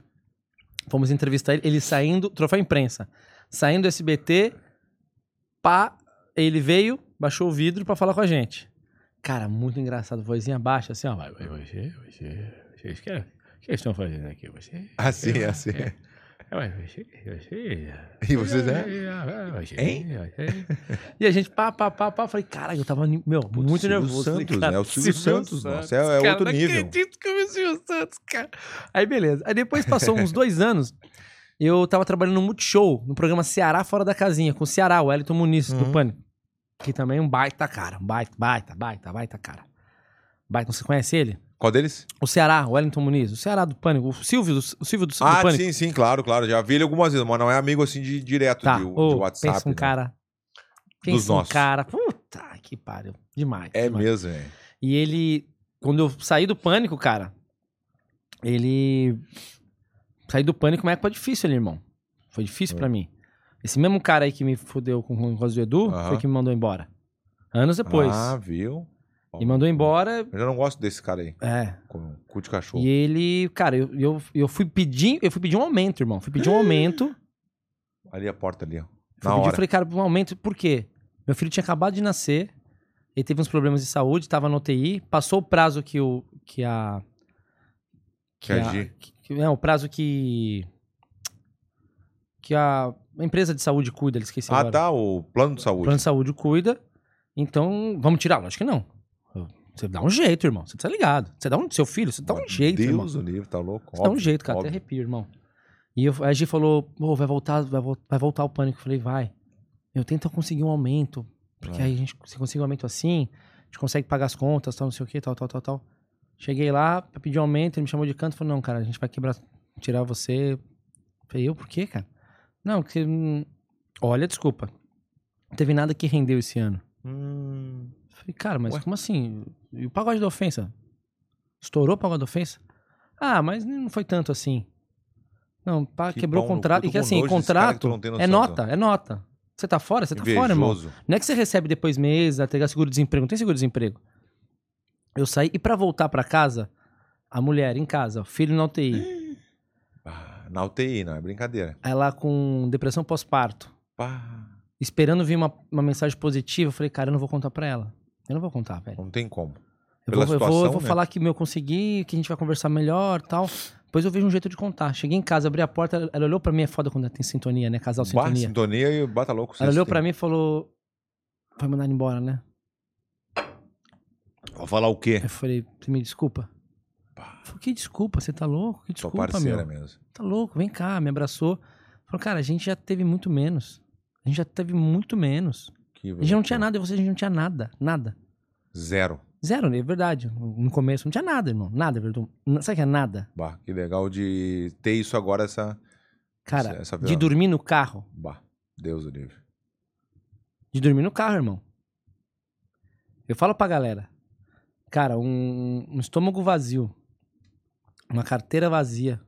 [SPEAKER 2] fomos entrevistar ele, ele saindo, troféu imprensa, saindo do SBT, pá, ele veio, baixou o vidro pra falar com a gente. Cara, muito engraçado, vozinha baixa, assim, ó, vai, vai, vai, você, você, vocês querem, o que vocês estão fazendo aqui, você?
[SPEAKER 1] Assim,
[SPEAKER 2] eu,
[SPEAKER 1] assim.
[SPEAKER 2] eu, é. eu, você, você,
[SPEAKER 1] E vocês, né?
[SPEAKER 2] Hein?
[SPEAKER 1] Hein?
[SPEAKER 2] E a gente, pá, pá, pá, pá, eu falei, caralho, eu tava ni- meu, muito
[SPEAKER 1] Silvio
[SPEAKER 2] nervoso. Falei,
[SPEAKER 1] Santos,
[SPEAKER 2] cara,
[SPEAKER 1] né? O Silvio Santos, nossa, é- é
[SPEAKER 2] cara,
[SPEAKER 1] outro
[SPEAKER 2] não
[SPEAKER 1] nível.
[SPEAKER 2] acredito que eu vi o Silvio Santos, cara. Aí beleza. Aí
[SPEAKER 1] (laughs)
[SPEAKER 2] depois passou uns dois anos, eu tava trabalhando no Multishow, no programa Ceará Fora da Casinha, com o Ceará, o Elton Muniz, do
[SPEAKER 12] Uhum.
[SPEAKER 2] Pânico. Que também é um baita cara, um baita, baita, baita, baita cara. Baita, você conhece ele?
[SPEAKER 1] Qual deles?
[SPEAKER 2] O Ceará, o Wellington Muniz, o Ceará do Pânico, o Silvio do, o Silvio do, do
[SPEAKER 1] Ah,
[SPEAKER 2] Pânico.
[SPEAKER 1] sim, sim, claro, claro. Já vi ele algumas vezes, mas não é amigo assim de direto
[SPEAKER 2] Tá,
[SPEAKER 1] de, de
[SPEAKER 2] ô,
[SPEAKER 1] WhatsApp.
[SPEAKER 2] pensa um
[SPEAKER 1] né?
[SPEAKER 2] cara. Pensa
[SPEAKER 1] Dos
[SPEAKER 2] um
[SPEAKER 1] nossos.
[SPEAKER 2] cara. Puta que pariu. Demais.
[SPEAKER 1] É
[SPEAKER 2] demais.
[SPEAKER 1] mesmo, velho.
[SPEAKER 2] E ele, quando eu saí do pânico, cara, ele. Saí do pânico, é uma época difícil ali, irmão. Foi difícil pra mim. Esse mesmo cara aí que me fudeu com o negócio do Edu
[SPEAKER 1] Aham.
[SPEAKER 2] foi que me mandou embora. Anos depois.
[SPEAKER 1] Ah, viu?
[SPEAKER 2] E mandou embora.
[SPEAKER 1] Eu já não gosto desse cara aí.
[SPEAKER 2] É.
[SPEAKER 1] Com cu de cachorro.
[SPEAKER 2] E ele, cara, eu, eu, eu fui pedir, eu fui pedir um aumento, irmão. Fui pedir
[SPEAKER 1] (gasps)
[SPEAKER 2] um aumento.
[SPEAKER 1] Ali a porta ali, ó.
[SPEAKER 2] Fui
[SPEAKER 1] Na
[SPEAKER 2] pedir,
[SPEAKER 1] hora.
[SPEAKER 2] eu falei, cara, um aumento, por quê? Meu filho tinha acabado de nascer, ele teve uns problemas de saúde, tava no UTI, passou o prazo que o. que a.
[SPEAKER 1] Que a G.
[SPEAKER 2] que- que- não, o prazo que. que a empresa de saúde cuida, ele esqueceu.
[SPEAKER 1] ah, tá, o plano de saúde.
[SPEAKER 2] O plano de saúde cuida, então vamos tirar? Lógico que não. Você dá um jeito, irmão. Você precisa ligado. Você dá um. seu filho, você dá um jeito, irmão.
[SPEAKER 1] Deus o livro, tá louco?
[SPEAKER 2] Você dá um jeito, cara. Até arrepio, irmão. E eu, a Gi falou, pô, vai voltar, vai, vol- vai voltar o pânico. Eu falei, vai. Eu tento conseguir um aumento. Porque
[SPEAKER 12] Vai.
[SPEAKER 2] aí a gente, se conseguir um aumento assim, a gente consegue pagar as contas, tal, não sei o que, tal, tal, tal, tal. Cheguei lá pra pedir um aumento, ele me chamou de canto e falou, não, cara, a gente vai quebrar, tirar você. Eu Falei, eu por quê, cara? Não, porque. hum, Olha, desculpa. Não teve nada que rendeu esse ano.
[SPEAKER 1] Hum,
[SPEAKER 2] Eu Falei, cara, mas
[SPEAKER 12] Ué?
[SPEAKER 2] como assim? E o pagode da ofensa? Estourou o pagode da ofensa? Ah, mas não foi tanto assim. Não, pá,
[SPEAKER 12] Que
[SPEAKER 2] quebrou o
[SPEAKER 12] pau no
[SPEAKER 2] contrato.
[SPEAKER 12] cu,
[SPEAKER 2] E
[SPEAKER 12] tô
[SPEAKER 2] que
[SPEAKER 12] com
[SPEAKER 2] assim,
[SPEAKER 12] nojo desse cara que
[SPEAKER 2] contrato
[SPEAKER 12] tu não tem
[SPEAKER 2] é
[SPEAKER 12] noção,
[SPEAKER 2] nota,
[SPEAKER 12] tá?
[SPEAKER 2] é nota. Você tá fora, você tá fora, irmão.
[SPEAKER 12] Invejoso.
[SPEAKER 2] Não é que você recebe depois mês, até pegar seguro-desemprego. Não tem seguro-desemprego. Eu saí e pra voltar pra casa, a mulher em casa, o filho na UTI,
[SPEAKER 1] Na UTI, não, é brincadeira.
[SPEAKER 2] ela com depressão pós-parto.
[SPEAKER 1] Pá.
[SPEAKER 2] Esperando vir uma, uma mensagem positiva, eu falei, cara, eu não vou contar pra ela. Eu não vou contar, velho.
[SPEAKER 1] Não tem como.
[SPEAKER 2] Eu
[SPEAKER 1] Pela
[SPEAKER 2] vou, eu vou- eu
[SPEAKER 1] situação,
[SPEAKER 2] vou
[SPEAKER 1] né?
[SPEAKER 2] falar que meu, consegui, que a gente vai conversar melhor tal. Depois eu vejo um jeito de contar. Cheguei em casa, abri a porta, ela, ela olhou pra mim, é foda quando tem sintonia, né? Casal
[SPEAKER 1] Bah,
[SPEAKER 2] sintonia.
[SPEAKER 1] sintonia e bata louco.
[SPEAKER 2] Ela olhou pra mim e falou: Foi mandar embora, né?
[SPEAKER 1] Vou falar o quê?
[SPEAKER 2] Eu falei, você me desculpa. Eu falei, que desculpa, você tá louco? Que
[SPEAKER 1] Sua
[SPEAKER 2] desculpa,
[SPEAKER 1] parceira
[SPEAKER 2] meu.
[SPEAKER 1] mesmo.
[SPEAKER 2] Tá louco, vem cá, me abraçou. Falou, cara, a gente já teve muito menos. A gente já teve muito menos.
[SPEAKER 1] Que
[SPEAKER 2] a gente não tinha nada, e você a gente não tinha nada, nada.
[SPEAKER 1] Zero.
[SPEAKER 2] Zero, é verdade. No começo não tinha nada, irmão. Nada, verdade. Sabe o que é nada?
[SPEAKER 1] Bah, que legal de ter isso agora, essa.
[SPEAKER 2] Cara,
[SPEAKER 1] essa- essa
[SPEAKER 2] de dormir no carro.
[SPEAKER 1] Bah, Deus o livre.
[SPEAKER 2] De dormir no carro, irmão. Eu falo pra galera. Cara, um, um estômago vazio. Uma carteira vazia.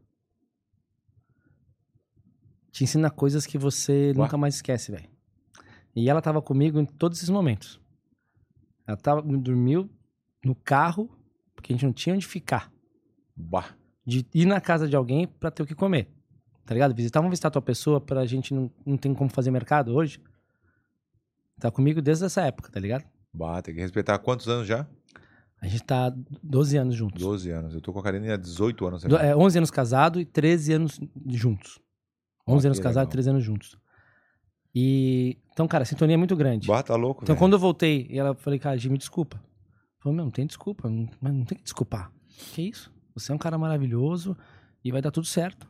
[SPEAKER 2] Te ensina coisas que você nunca mais esquece, velho. E ela tava comigo em todos esses momentos. Ela tava, dormiu no carro, porque a gente não tinha onde ficar.
[SPEAKER 1] Bah.
[SPEAKER 2] De ir na casa de alguém pra ter o que comer. Tá ligado? Visitar, vamos visitar tua pessoa pra gente não, não tem como fazer mercado hoje. Tá comigo desde essa época, tá ligado?
[SPEAKER 1] Bah, tem que respeitar. Quantos anos já?
[SPEAKER 2] A gente tá 12 anos juntos.
[SPEAKER 1] 12 anos. Eu tô com a Karina há 18 anos. né?
[SPEAKER 2] Do- é, 11 anos casado e 13 anos juntos. 11
[SPEAKER 1] que
[SPEAKER 2] anos casado
[SPEAKER 1] legal.
[SPEAKER 2] e 13 anos juntos. E. Então, cara, a sintonia é muito grande.
[SPEAKER 1] Bah, tá louco,
[SPEAKER 2] Então,
[SPEAKER 1] velho.
[SPEAKER 2] quando eu voltei, e ela falei, cara, Gi, me desculpa. Falou, meu, não tem desculpa, não, mas não tem que desculpar. Que isso? Você é um cara maravilhoso e vai dar tudo certo.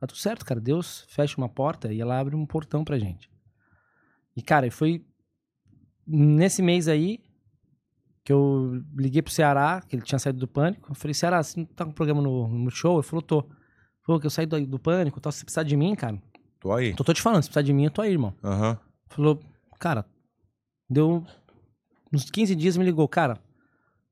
[SPEAKER 2] Tá tudo certo, cara. Deus fecha uma porta e ela abre um portão pra gente. E, cara, foi nesse mês aí que eu liguei pro Ceará, que ele tinha saído do pânico. Eu falei, Ceará, você não tá com programa no, no show? Ele falou, tô. Falou que eu saí do, do pânico, tal. Se você precisar de mim, cara. "Então,
[SPEAKER 1] Tô aí.
[SPEAKER 2] Tô, tô te falando, se precisar de mim, eu tô aí, irmão.
[SPEAKER 1] Aham.
[SPEAKER 2] Falou, cara, deu uns 15 dias, me ligou, cara,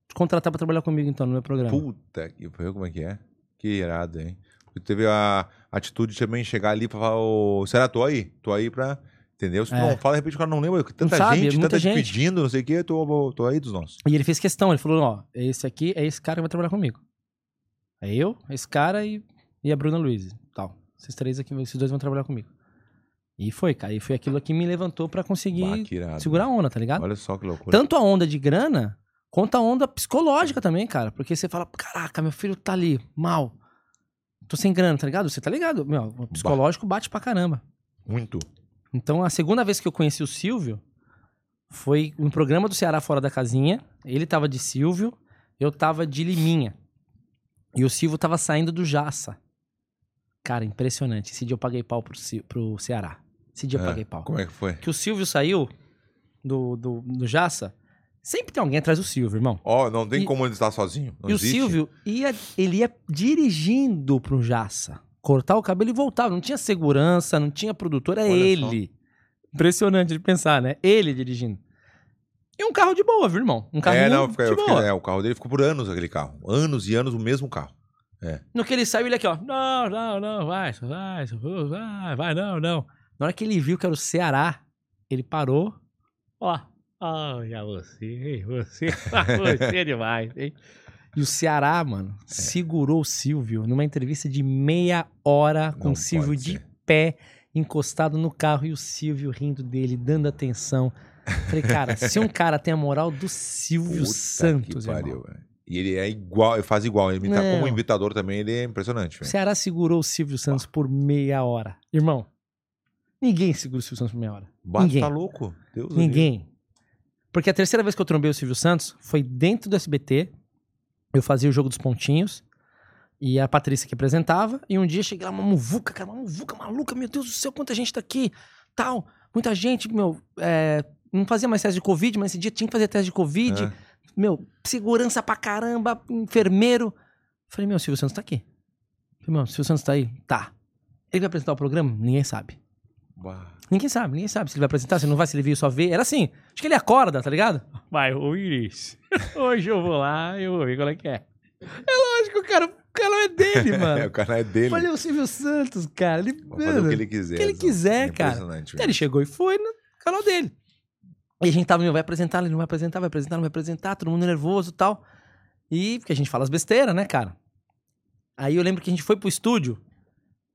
[SPEAKER 2] te contratar pra trabalhar comigo então no meu programa.
[SPEAKER 1] Puta que pariu, como é que é? Que irado, hein? Tu teve a atitude de também chegar ali pra falar, ô, será, tô aí? Tô aí pra. Entendeu? Se tu
[SPEAKER 2] É.
[SPEAKER 1] não fala, de repente o cara não lembra. Tanta
[SPEAKER 2] sabe,
[SPEAKER 1] gente,
[SPEAKER 2] muita
[SPEAKER 1] tanta gente
[SPEAKER 2] gente.
[SPEAKER 1] pedindo, não sei o quê, tô, tô aí dos nossos.
[SPEAKER 2] E ele fez questão, ele falou, ó, esse aqui é esse cara que vai trabalhar comigo. É eu, esse cara e, e a Bruna Luiz, tal. Esses três aqui, esses dois vão trabalhar comigo. E foi, cara, e foi aquilo que me levantou pra
[SPEAKER 1] Bah,
[SPEAKER 2] conseguir
[SPEAKER 1] que irado. né?
[SPEAKER 2] segurar a onda, tá ligado?
[SPEAKER 1] Olha só que loucura.
[SPEAKER 2] Tanto a onda de grana, quanto a onda psicológica também, cara. Porque você fala, caraca, meu filho tá ali, mal. Tô sem grana, tá ligado? Você tá ligado? Meu, o psicológico bate pra caramba.
[SPEAKER 1] Muito.
[SPEAKER 2] Então, a segunda vez que eu conheci o Silvio foi um programa do Ceará Fora da Casinha. Ele tava de Silvio, eu tava de Liminha. E o Silvio tava saindo do Jaça. Cara, impressionante. Esse dia eu paguei pau pro, Ci- pro Ceará. Esse dia eu
[SPEAKER 1] É,
[SPEAKER 2] paguei pau.
[SPEAKER 1] Como é que foi?
[SPEAKER 2] Que o Silvio saiu do, do, do Jaça. Sempre tem alguém atrás do Silvio, irmão.
[SPEAKER 1] Ó, não tem
[SPEAKER 2] E-
[SPEAKER 1] como ele estar sozinho. Não
[SPEAKER 2] e
[SPEAKER 1] existe.
[SPEAKER 2] o Silvio ia, ele ia dirigindo pro Jaça. Cortar o cabelo e voltava. Não tinha segurança, não tinha produtor, é
[SPEAKER 1] Olha só.
[SPEAKER 2] ele. Impressionante de pensar, né? Ele dirigindo. E um carro de boa, viu, irmão? Um carro
[SPEAKER 1] é, não, eu
[SPEAKER 2] de
[SPEAKER 1] fiquei- eu fiquei-
[SPEAKER 2] boa.
[SPEAKER 1] é, o carro dele ficou por anos aquele carro. Anos e anos o mesmo carro. É.
[SPEAKER 2] No que ele saiu, ele aqui, ó. Não, não, não, vai, vai, vai, vai, não, não. Na hora que ele viu que era o Ceará, ele parou. Ó, olha você, você, (laughs) você é demais, hein? E o Ceará, mano,
[SPEAKER 1] É.
[SPEAKER 2] segurou o Silvio numa entrevista de meia hora com
[SPEAKER 1] Não
[SPEAKER 2] o Silvio
[SPEAKER 1] pode
[SPEAKER 2] de
[SPEAKER 1] ser.
[SPEAKER 2] pé, encostado no carro e o Silvio rindo dele, dando atenção. Falei, cara, se um cara tem a moral do Silvio
[SPEAKER 1] Puta
[SPEAKER 2] Santos,
[SPEAKER 1] que
[SPEAKER 2] irmão,
[SPEAKER 1] pariu, velho. E ele é igual, ele faz igual. Ele imita,
[SPEAKER 2] Não.
[SPEAKER 1] como imitador também, ele é impressionante,
[SPEAKER 2] O
[SPEAKER 1] velho.
[SPEAKER 2] Ceará segurou o Silvio Santos por meia hora. Irmão, ninguém segura o Silvio Santos por meia hora.
[SPEAKER 1] Bah,
[SPEAKER 2] é ninguém.
[SPEAKER 1] tá louco? Deus me
[SPEAKER 2] ninguém. Porque a terceira vez que eu trombei o Silvio Santos foi dentro do SBT. Eu fazia o jogo dos pontinhos. E a Patrícia que apresentava. E um dia cheguei lá, uma muvuca, cara, uma muvuca maluca. Meu Deus do céu, quanta gente tá aqui. Tal. Muita gente, meu. é, não fazia mais teste de Covid, mas esse dia tinha que fazer teste de Covid.
[SPEAKER 1] É.
[SPEAKER 2] Meu, segurança pra caramba, enfermeiro. Falei, meu, o Silvio Santos tá aqui. Falei, meu, o Silvio Santos tá aí? Tá. Ele vai apresentar o programa? Ninguém sabe.
[SPEAKER 1] Bah.
[SPEAKER 2] Ninguém sabe, ninguém sabe se ele vai apresentar, se não vai, se ele veio só ver. Era assim. Acho que ele acorda, tá ligado? Vai, ô Iris. (laughs) Hoje eu vou lá eu vou ver qual é que é. É lógico, cara. O canal
[SPEAKER 1] (laughs)
[SPEAKER 2] é dele,
[SPEAKER 1] o cara é dele.
[SPEAKER 2] Olha o Silvio Santos, cara. Ele,
[SPEAKER 1] Vai fazer o que ele quiser.
[SPEAKER 2] o que ele
[SPEAKER 1] Zé.
[SPEAKER 2] quiser, cara.
[SPEAKER 1] Impressionante,
[SPEAKER 2] Então ele chegou e foi no canal dele. E a gente tava, meu, vai apresentar, ele não vai apresentar, vai apresentar, não vai apresentar, todo mundo nervoso e tal. E, porque a gente fala as besteiras, né, cara? Aí eu lembro que a gente foi pro estúdio,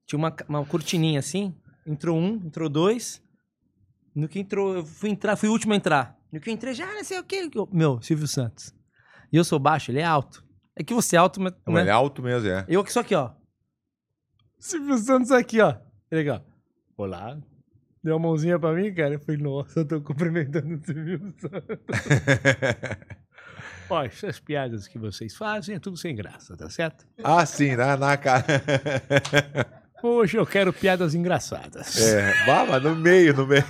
[SPEAKER 2] tinha uma, ca- uma cortininha assim, entrou um, entrou dois. No que entrou, eu fui entrar, fui o último a entrar. No que eu entrei, já não sei o quê. que eu- Meu, Silvio Santos. E eu sou baixo, ele é alto. É que você é alto, mas.
[SPEAKER 1] Não,
[SPEAKER 2] né?
[SPEAKER 1] Ele é alto mesmo, é.
[SPEAKER 2] Eu aqui, só aqui, ó. Silvio Santos aqui, ó. Ele aqui, ó. Olá. Deu uma mãozinha pra mim, cara. Eu falei, nossa, eu tô cumprimentando o Silvio Santos. (laughs) Ó, essas piadas que vocês fazem é tudo sem graça, tá certo?
[SPEAKER 1] Ah, sim, na, na cara.
[SPEAKER 2] Hoje eu quero piadas engraçadas.
[SPEAKER 1] (laughs) É, bah, mas no meio, no meio.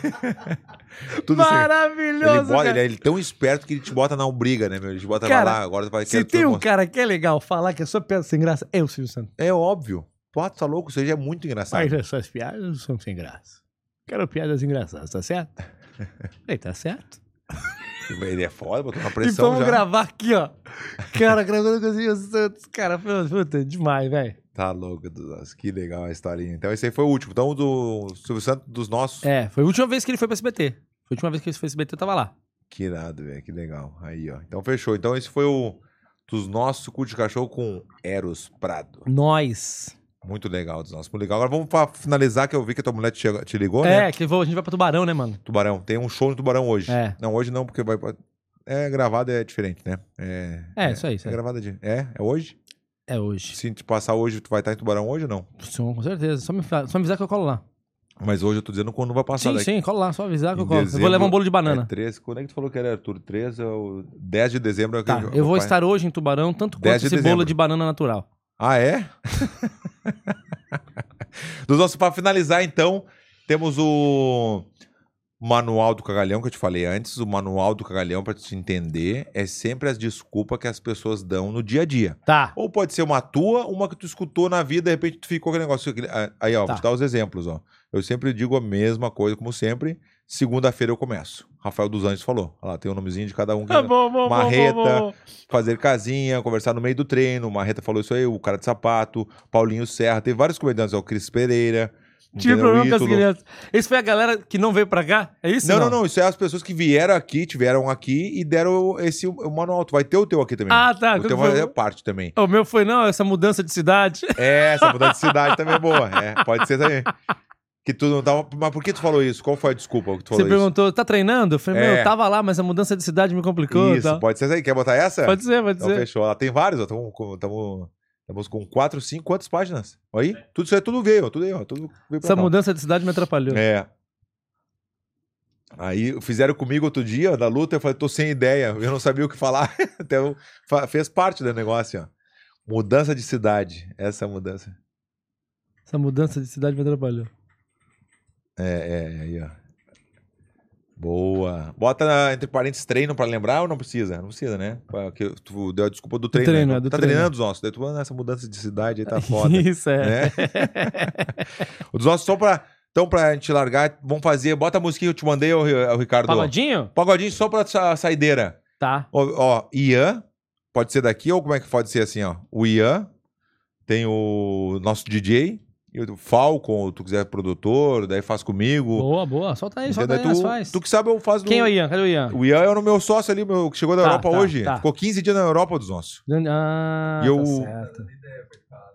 [SPEAKER 1] (laughs) Tudo certo.
[SPEAKER 2] Maravilhoso,
[SPEAKER 1] Ele, bota,
[SPEAKER 2] cara.
[SPEAKER 1] ele é ele tão esperto que ele te bota na obriga, né, meu? Ele te bota vai
[SPEAKER 2] Cara,
[SPEAKER 1] lá, agora tu vai
[SPEAKER 2] Se
[SPEAKER 1] quero
[SPEAKER 2] tem
[SPEAKER 1] todo
[SPEAKER 2] um
[SPEAKER 1] mundo.
[SPEAKER 2] cara que é legal falar que é só piada sem graça, é o Silvio Santos.
[SPEAKER 1] É óbvio. Tu tá louco, você já é muito engraçado.
[SPEAKER 2] Mas essas piadas são sem graça. Quero piadas engraçadas, tá (laughs) certo? Ei, tá certo?
[SPEAKER 1] Ele é foda, botou uma
[SPEAKER 2] E
[SPEAKER 1] pressão
[SPEAKER 2] vamos
[SPEAKER 1] já.
[SPEAKER 2] gravar aqui, ó. Cara, gravando com o Silvio Santos, cara, foi puta, demais, velho.
[SPEAKER 1] Tá louco, Dudas. Que legal a historinha. Então, esse aí foi o último. Então, o do Silvio Santos dos nossos.
[SPEAKER 2] É, foi a última vez que ele foi pra SBT. Foi a última vez que ele foi pra SBT, eu tava lá.
[SPEAKER 1] Que irado, velho. Que legal. Aí, ó. Então, fechou. Então, esse foi o dos nossos cu de cachorro com Eros Prado.
[SPEAKER 2] Nós.
[SPEAKER 1] Muito legal dos nossos. Muito legal. Agora vamos pra finalizar, que eu vi que a tua mulher te, chegou- te ligou, né?
[SPEAKER 2] É, que vou- a gente vai pra Tubarão, né, mano?
[SPEAKER 1] Tubarão. Tem um show no Tubarão hoje.
[SPEAKER 2] É.
[SPEAKER 1] Não, hoje não, porque vai. É gravado, é diferente, né? É,
[SPEAKER 2] É, isso aí, isso
[SPEAKER 1] É
[SPEAKER 2] aí.
[SPEAKER 1] gravado de. É? É hoje?
[SPEAKER 2] É hoje.
[SPEAKER 1] Se te passar hoje, tu vai estar em Tubarão hoje ou não?
[SPEAKER 2] Sim, com certeza. Só me, fa- só me avisar que eu colo lá.
[SPEAKER 1] Mas hoje eu tô dizendo quando vai passar
[SPEAKER 2] sim,
[SPEAKER 1] daqui.
[SPEAKER 2] sim, colo lá, só avisar que
[SPEAKER 1] Em
[SPEAKER 2] eu colo. Eu vou
[SPEAKER 1] dezembro
[SPEAKER 2] levar um bolo de banana.
[SPEAKER 1] É 13. Quando é que tu falou que era, Arthur? 13 ou 10 de dezembro? é que
[SPEAKER 2] Tá, eu vou
[SPEAKER 1] pai-
[SPEAKER 2] estar hoje em Tubarão, tanto
[SPEAKER 1] 10
[SPEAKER 2] quanto
[SPEAKER 1] de
[SPEAKER 2] esse
[SPEAKER 1] dezembro.
[SPEAKER 2] bolo de banana natural.
[SPEAKER 1] Ah, é? (laughs) Dos nossos, para finalizar, então, temos o Manual do Cagalhão, que eu te falei antes, o manual do Cagalhão, pra te entender, é sempre as desculpas que as pessoas dão no dia a dia.
[SPEAKER 2] Tá.
[SPEAKER 1] Ou pode ser uma tua, uma que tu escutou na vida, de repente tu ficou com aquele negócio. aquele- ah, Aí, ó,
[SPEAKER 2] Tá.
[SPEAKER 1] vou te dar os exemplos, ó. Eu sempre digo a mesma coisa, como sempre. Segunda-feira eu começo. Rafael dos Anjos falou. Olha lá, tem o nomezinho de cada um. que-
[SPEAKER 2] Ah, bom, bom, bom,
[SPEAKER 1] Marreta,
[SPEAKER 2] bom, bom.
[SPEAKER 1] fazer casinha, conversar no meio do treino. Marreta falou isso aí, o cara de sapato, Paulinho Serra. Teve vários comediantes, ó, o Cris Pereira.
[SPEAKER 2] Tive
[SPEAKER 1] entendeu?
[SPEAKER 2] problema com as
[SPEAKER 1] Ítalo.
[SPEAKER 2] crianças. Isso foi a galera que não veio pra cá? É isso?
[SPEAKER 1] Não, não, não. Isso é as pessoas que vieram aqui, tiveram aqui e deram esse o manual. Tu vai ter o teu aqui também.
[SPEAKER 2] Ah, tá.
[SPEAKER 1] O teu
[SPEAKER 2] Quando
[SPEAKER 1] vai
[SPEAKER 2] for-
[SPEAKER 1] é parte também.
[SPEAKER 2] O meu foi, não, essa mudança de cidade. (laughs)
[SPEAKER 1] É, essa mudança de cidade também é boa. É, pode ser também. Que tu não tava. Mas por que tu falou isso? Qual foi a desculpa que tu
[SPEAKER 2] Você
[SPEAKER 1] falou isso?
[SPEAKER 2] perguntou, tá treinando? Eu falei, meu,
[SPEAKER 1] É.
[SPEAKER 2] eu tava lá, mas a mudança de cidade me complicou.
[SPEAKER 1] Isso,
[SPEAKER 2] tal.
[SPEAKER 1] pode ser essa aí. Quer botar essa?
[SPEAKER 2] tá? Pode ser, pode
[SPEAKER 1] então,
[SPEAKER 2] ser.
[SPEAKER 1] Fechou. Ela tem vários, ó. Estamos com quatro, cinco, quantas páginas? Olha Aí, tudo isso aí tudo veio, ó, tudo aí, ó. Tudo veio pra
[SPEAKER 2] É. Essa
[SPEAKER 1] cá, ó.
[SPEAKER 2] mudança de cidade me atrapalhou.
[SPEAKER 1] então. É. Aí fizeram comigo outro dia da luta, eu falei, tô sem ideia, eu não sabia o que falar. (laughs) Até eu- fa- fez parte do negócio, ó. Mudança de cidade. Essa é mudança.
[SPEAKER 2] Essa mudança de cidade me atrapalhou.
[SPEAKER 1] É, é, aí, ó. Boa. Bota na- entre parênteses treino pra lembrar ou não precisa? Não precisa, né? Pra- que tu deu a desculpa do treino.
[SPEAKER 2] treino,
[SPEAKER 1] né?
[SPEAKER 2] é, do
[SPEAKER 1] tá
[SPEAKER 2] treino.
[SPEAKER 1] treinando os nossos. Daí tu ah, essa mudança de cidade aí
[SPEAKER 2] (laughs)
[SPEAKER 1] tá (laughs) foda.
[SPEAKER 2] Isso, é.
[SPEAKER 1] Né? (laughs) os nossos só pra. Então, pra gente largar, vamos fazer. Bota a musiquinha que eu te mandei, ô, Ri- ô, Ricardo.
[SPEAKER 2] Pagodinho?
[SPEAKER 1] Pagodinho só pra sa saideira.
[SPEAKER 2] Tá.
[SPEAKER 1] Ó, ó, Ian, pode ser daqui ou como é que pode ser assim, ó? O Ian, tem o nosso DJ, e o Falcon, ou tu quiser produtor, daí faz comigo.
[SPEAKER 2] Boa, boa. Solta aí, solta
[SPEAKER 1] Entendeu?
[SPEAKER 2] aí,
[SPEAKER 1] Tu-
[SPEAKER 2] nós faz.
[SPEAKER 1] Tu que sabe, eu faço.
[SPEAKER 2] Quem é
[SPEAKER 1] no-
[SPEAKER 2] o Ian? Cadê o Ian?
[SPEAKER 1] O Ian era o meu sócio ali, meu, que chegou da
[SPEAKER 2] Tá,
[SPEAKER 1] Europa
[SPEAKER 2] tá,
[SPEAKER 1] hoje.
[SPEAKER 2] tá.
[SPEAKER 1] Ficou 15 dias na Europa dos nossos.
[SPEAKER 2] Ah,
[SPEAKER 1] E eu-
[SPEAKER 2] tá certo.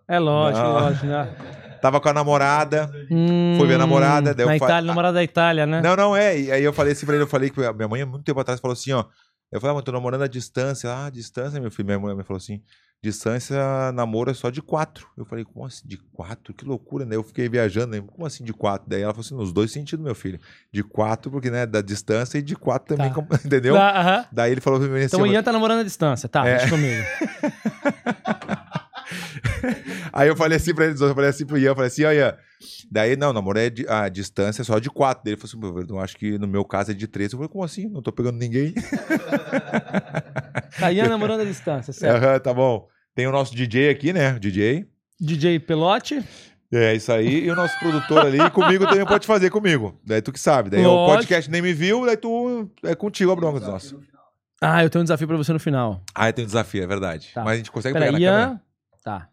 [SPEAKER 2] É lógico,
[SPEAKER 1] Não.
[SPEAKER 2] lógico. né?
[SPEAKER 1] Tava com a namorada, (laughs) foi ver a namorada. Daí
[SPEAKER 2] Hum, Na
[SPEAKER 1] eu fa-
[SPEAKER 2] Itália, namorada da Itália, né?
[SPEAKER 1] Não, não, é. E aí eu falei assim pra ele, eu falei que minha mãe, há muito tempo atrás, falou assim, ó. Eu falei, ah, mas tô namorando à distância. Ah, distância, meu filho. Minha mãe falou assim, distância, namoro é só de quatro. Eu falei, como assim, de quatro? Que loucura, né? Eu fiquei viajando, né? Como assim de quatro? Daí ela falou assim, nos dois sentidos, meu filho. De quatro, porque, né, da distância e de quatro também,
[SPEAKER 2] Tá.
[SPEAKER 1] como- (laughs) entendeu?
[SPEAKER 2] Tá, aham.
[SPEAKER 1] Daí ele falou pra mim assim,
[SPEAKER 2] Então o
[SPEAKER 1] ó,
[SPEAKER 2] Ian tá namorando à distância, tá?
[SPEAKER 1] É.
[SPEAKER 2] Deixa comigo.
[SPEAKER 1] Aí eu falei assim pra eles, eu falei assim pro Ian, eu falei assim, ó, Ian. Daí, não, namoro é de- a distância é só de quatro. Daí ele falou assim, "Pô, eu não acho que no meu caso é de três. Eu falei, como assim? Não tô pegando ninguém.
[SPEAKER 2] Tá, Ian namorando à
[SPEAKER 1] (laughs)
[SPEAKER 2] distância, certo?
[SPEAKER 1] Aham, tá bom. Tem o nosso DJ aqui, né? DJ.
[SPEAKER 2] DJ Pelote.
[SPEAKER 1] É isso aí. E o nosso produtor ali. E comigo também pode fazer comigo. Daí tu que sabe. Daí é o
[SPEAKER 2] Lógico.
[SPEAKER 1] podcast nem me viu, daí tu. É contigo a bronca dos nossos.
[SPEAKER 2] Ah, eu tenho um desafio pra você no final.
[SPEAKER 1] Ah, tem um desafio, é verdade.
[SPEAKER 2] Tá.
[SPEAKER 1] Mas a gente consegue
[SPEAKER 2] Peraí,
[SPEAKER 1] pegar na câmera.
[SPEAKER 2] Ian. Tá.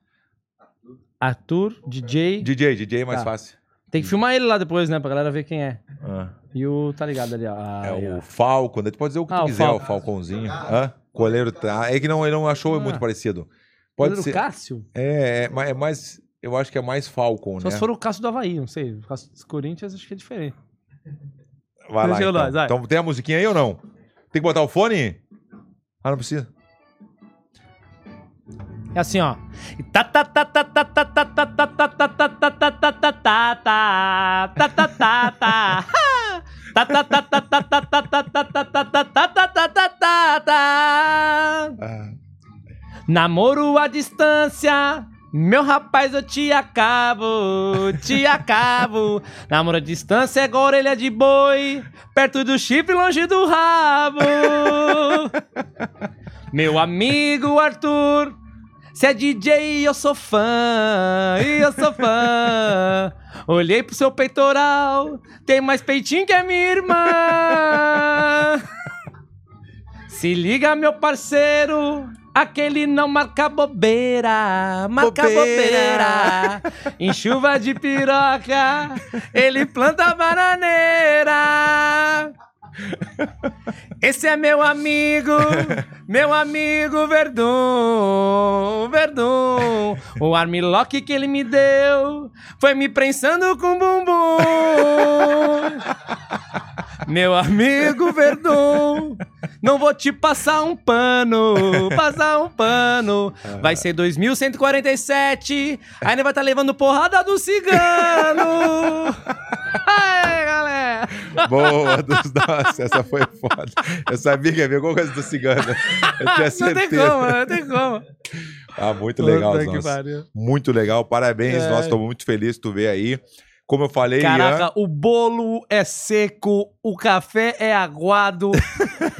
[SPEAKER 2] Arthur, DJ.
[SPEAKER 1] DJ, DJ é mais
[SPEAKER 2] Tá.
[SPEAKER 1] fácil.
[SPEAKER 2] Tem que filmar ele lá depois, né? Pra galera ver quem é.
[SPEAKER 1] Ah.
[SPEAKER 2] E o. Tá ligado ali, ó. Ah,
[SPEAKER 1] É
[SPEAKER 2] aí, ó.
[SPEAKER 1] o Falcon, daí tu pode dizer o que
[SPEAKER 2] Ah,
[SPEAKER 1] tu
[SPEAKER 2] o
[SPEAKER 1] quiser, o,
[SPEAKER 2] Falcon. Ah.
[SPEAKER 1] Falconzinho. Hã? Coleiro tá. É que não, ele não achou muito parecido. Pode
[SPEAKER 2] Goleiro
[SPEAKER 1] ser.
[SPEAKER 2] Cássio?
[SPEAKER 1] É, é, mas é mais. Eu acho que é mais Falcon,
[SPEAKER 2] Só
[SPEAKER 1] né?
[SPEAKER 2] se for o Cássio do Havaí, não sei. O Cássio dos Corinthians acho que é diferente.
[SPEAKER 1] Vai lá.
[SPEAKER 2] Deixa eu
[SPEAKER 1] Então.
[SPEAKER 2] lá, vai.
[SPEAKER 1] Então, tem a musiquinha aí ou não? Tem que botar o fone? Ah, não precisa.
[SPEAKER 2] É assim, ó. Tá, tá, tá, tá, tá, tá, tá, tá, tá, tá, tá, tá, tá, tá, tá, tá, tá, tá, tá, tá, tá, tá. Tá, tá, tá, tá, tá, tá, tá, tá, tá, tá, tá, tá, tá, tá, tá, tá, tá, tá. Namoro à distância. Meu rapaz, eu te acabo, te acabo. Namoro à distância é igual orelha de boi, perto do chifre, longe do rabo. Meu amigo Arthur, você é DJ e eu sou fã, e eu sou fã. Olhei pro seu peitoral, tem mais peitinho que a minha irmã. Se liga, meu parceiro, aquele não marca bobeira, marca
[SPEAKER 12] Bobeira.
[SPEAKER 2] bobeira. Em chuva de piroca, ele planta bananeira. Esse é meu
[SPEAKER 1] (laughs)
[SPEAKER 2] amigo, meu amigo Verdun, Verdun. O armlock que ele me deu foi me prensando com bumbum. Meu amigo Verdun, não vou te passar um pano, passar um pano. Vai ser 2147, ainda vai estar levando porrada
[SPEAKER 1] (laughs)
[SPEAKER 2] do cigano. Aê, galera!
[SPEAKER 1] Boa dos nossos, essa foi foda. Eu sabia que ia ver alguma coisa do cigano. Eu tinha
[SPEAKER 2] Ah, Não tem
[SPEAKER 1] certeza.
[SPEAKER 2] como, não tem como.
[SPEAKER 1] Ah, muito legal,
[SPEAKER 2] Puta
[SPEAKER 1] os
[SPEAKER 2] que
[SPEAKER 1] nossos.
[SPEAKER 2] pariu.
[SPEAKER 1] Muito legal, parabéns,
[SPEAKER 2] É.
[SPEAKER 1] nós estamos muito felizes de tu ver aí. Como eu falei,
[SPEAKER 12] Caraca,
[SPEAKER 1] Ian,
[SPEAKER 12] o bolo é seco, o café é
[SPEAKER 1] (laughs)
[SPEAKER 12] aguado.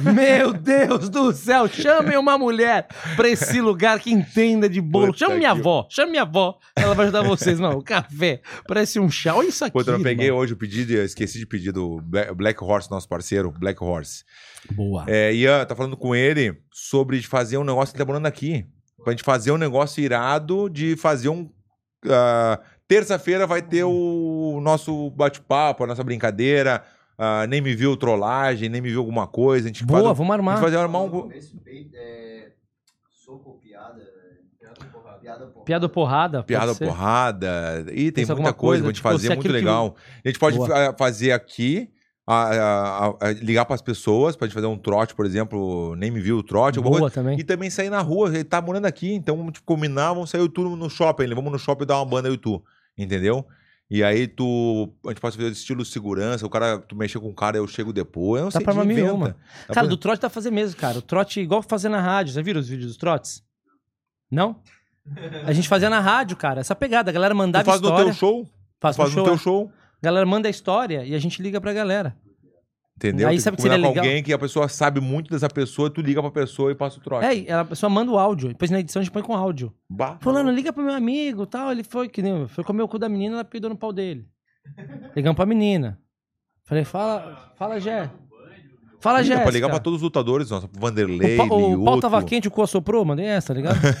[SPEAKER 12] Meu Deus do céu, chamem uma mulher pra esse lugar que entenda de bolo.
[SPEAKER 1] Puta
[SPEAKER 12] chame minha
[SPEAKER 1] que-
[SPEAKER 12] avó, chame minha avó, ela vai ajudar vocês. Não, o café parece um chá. Olha isso aqui.
[SPEAKER 1] Puta, eu
[SPEAKER 12] irmão.
[SPEAKER 1] peguei hoje o pedido, e eu esqueci de pedir do Bla- Black Horse, nosso parceiro, Black Horse.
[SPEAKER 2] Boa.
[SPEAKER 1] É, Ian, tá falando com ele sobre de fazer um negócio que ele tá morando aqui. Pra gente fazer um negócio irado de fazer um. ah, Terça-feira vai ter
[SPEAKER 12] Uhum.
[SPEAKER 1] o nosso bate-papo, a nossa brincadeira. ah, nem me viu trollagem, nem me viu alguma coisa. A gente
[SPEAKER 2] Boa,
[SPEAKER 1] faz um-
[SPEAKER 2] vamos armar.
[SPEAKER 1] A gente fazer armar um.
[SPEAKER 4] Começo, pe- é, soco, piada. é, Piada porrada. Piada porrada.
[SPEAKER 12] Piada ou porrada? pode
[SPEAKER 1] Piada
[SPEAKER 12] ser?
[SPEAKER 1] porrada. E tem
[SPEAKER 12] Pensa
[SPEAKER 1] muita
[SPEAKER 12] alguma coisa,
[SPEAKER 1] coisa pra gente
[SPEAKER 12] tipo,
[SPEAKER 1] fazer,
[SPEAKER 12] se
[SPEAKER 1] muito
[SPEAKER 12] aquilo que o-
[SPEAKER 1] legal. A gente pode
[SPEAKER 12] Boa.
[SPEAKER 1] fa- fazer aqui, a- a- a- a- ligar pras pessoas, pra gente fazer um trote, por exemplo, nem me viu o trote. alguma
[SPEAKER 2] Boa
[SPEAKER 1] coisa.
[SPEAKER 2] também.
[SPEAKER 1] E também sair na rua, ele tá morando aqui, então vamos tipo, combinar, vamos sair eu e tu no shopping, vamos no shopping dar uma banda eu e tu, entendeu? E aí tu, a gente pode fazer estilo segurança, o cara, tu mexer com o cara, eu chego depois, eu não
[SPEAKER 2] Dá
[SPEAKER 1] sei,
[SPEAKER 2] pra
[SPEAKER 1] tu
[SPEAKER 2] mamar
[SPEAKER 1] inventa.
[SPEAKER 2] uma.
[SPEAKER 1] Dá
[SPEAKER 2] Cara,
[SPEAKER 1] pra-
[SPEAKER 2] do trote
[SPEAKER 12] tá
[SPEAKER 2] dá pra fazer mesmo, cara. O trote, igual fazer na rádio. Já viram os vídeos dos trotes? Não? A gente fazia na rádio, cara. Essa pegada. A galera mandava
[SPEAKER 1] Tu faz no
[SPEAKER 2] história.
[SPEAKER 1] teu show? Tu
[SPEAKER 2] Faz,
[SPEAKER 1] faz
[SPEAKER 2] no
[SPEAKER 1] no
[SPEAKER 2] show,
[SPEAKER 1] teu
[SPEAKER 2] é.
[SPEAKER 1] show?
[SPEAKER 2] A galera manda a história e a gente liga pra galera.
[SPEAKER 1] Entendeu?
[SPEAKER 2] Aí
[SPEAKER 1] Tem
[SPEAKER 2] sabe o que
[SPEAKER 1] combinar
[SPEAKER 2] seria
[SPEAKER 1] com
[SPEAKER 2] legal?
[SPEAKER 1] alguém que a pessoa sabe muito dessa pessoa, tu liga pra pessoa e passa o trote.
[SPEAKER 2] É, e ela- a pessoa manda o áudio. Depois na edição a gente põe com áudio.
[SPEAKER 1] Bah.
[SPEAKER 2] Fulano, liga pro meu amigo tal. Ele foi que nem. Foi comer o cu da menina, ela peidou no pau dele. Ligamos pra menina. Falei, fala, fala, Jé. Fala,
[SPEAKER 1] Dá
[SPEAKER 2] Jé.
[SPEAKER 1] pra ligar pra todos os lutadores, nossa, pro Vanderlei,
[SPEAKER 2] o, pa- o pau
[SPEAKER 1] Lioto.
[SPEAKER 2] tava quente, o cu assoprou, mandei essa, tá
[SPEAKER 1] (laughs)
[SPEAKER 2] ligado?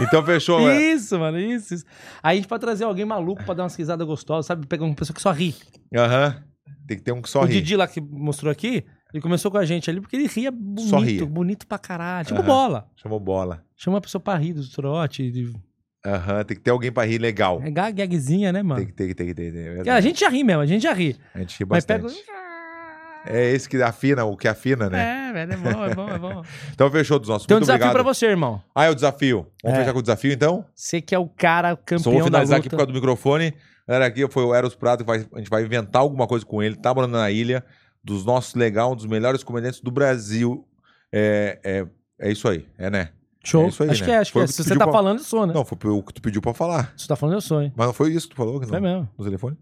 [SPEAKER 1] Então
[SPEAKER 2] (laughs)
[SPEAKER 1] fechou, né?
[SPEAKER 2] Isso, mano, isso, isso. Aí a gente pode trazer alguém maluco pra dar umas risadas gostosas, sabe? Pegar uma pessoa que só ri.
[SPEAKER 1] é. Aham. Tem que ter um que só
[SPEAKER 2] o
[SPEAKER 1] ri.
[SPEAKER 2] Didi lá que mostrou aqui, ele começou com a gente ali porque ele ria bonito,
[SPEAKER 1] Só ria.
[SPEAKER 2] bonito pra caralho. Tipo
[SPEAKER 1] Aham.
[SPEAKER 2] bola.
[SPEAKER 1] Chamou bola.
[SPEAKER 2] Chama a pessoa pra rir do trote, de...
[SPEAKER 1] Aham, tem que ter alguém pra rir legal.
[SPEAKER 2] é gag- gagzinha, né, mano?
[SPEAKER 1] Tem que ter, tem que ter. Tem que ter é verdade.
[SPEAKER 2] Cara, a gente já ri mesmo, a gente já ri.
[SPEAKER 1] A gente ri
[SPEAKER 2] Mas
[SPEAKER 1] bastante.
[SPEAKER 2] pega.
[SPEAKER 1] É esse que afina, o que afina, né?
[SPEAKER 2] É, velho, é bom, é bom, é (laughs) bom.
[SPEAKER 1] Então fechou dos nossos.
[SPEAKER 2] Tem um
[SPEAKER 1] Muito
[SPEAKER 2] desafio
[SPEAKER 1] obrigado.
[SPEAKER 2] pra você, irmão.
[SPEAKER 1] Ah, é o desafio. Vamos
[SPEAKER 2] É.
[SPEAKER 1] fechar com o desafio, então?
[SPEAKER 2] Você que é o cara campeão
[SPEAKER 1] Só vou
[SPEAKER 2] da
[SPEAKER 1] finalizar
[SPEAKER 2] luta.
[SPEAKER 1] aqui por causa do microfone. Galera, aqui foi o Eros Prato, que vai- a gente vai inventar alguma coisa com ele. Tá morando na ilha, dos nossos legal, um dos melhores comediantes do Brasil. É, é, é isso aí, é né?
[SPEAKER 2] Show.
[SPEAKER 1] É isso aí,
[SPEAKER 2] acho
[SPEAKER 1] né?
[SPEAKER 2] que é, acho
[SPEAKER 1] Foi o
[SPEAKER 2] que é.
[SPEAKER 1] que
[SPEAKER 2] Se
[SPEAKER 1] tu
[SPEAKER 2] você
[SPEAKER 1] pediu
[SPEAKER 2] tá
[SPEAKER 1] pra-
[SPEAKER 2] falando, eu sou, né?
[SPEAKER 1] Não, foi o que tu pediu pra falar.
[SPEAKER 2] Se você tá falando, eu sou, hein?
[SPEAKER 1] Mas não foi isso que tu falou? Que não?
[SPEAKER 2] Foi mesmo.
[SPEAKER 1] No telefone?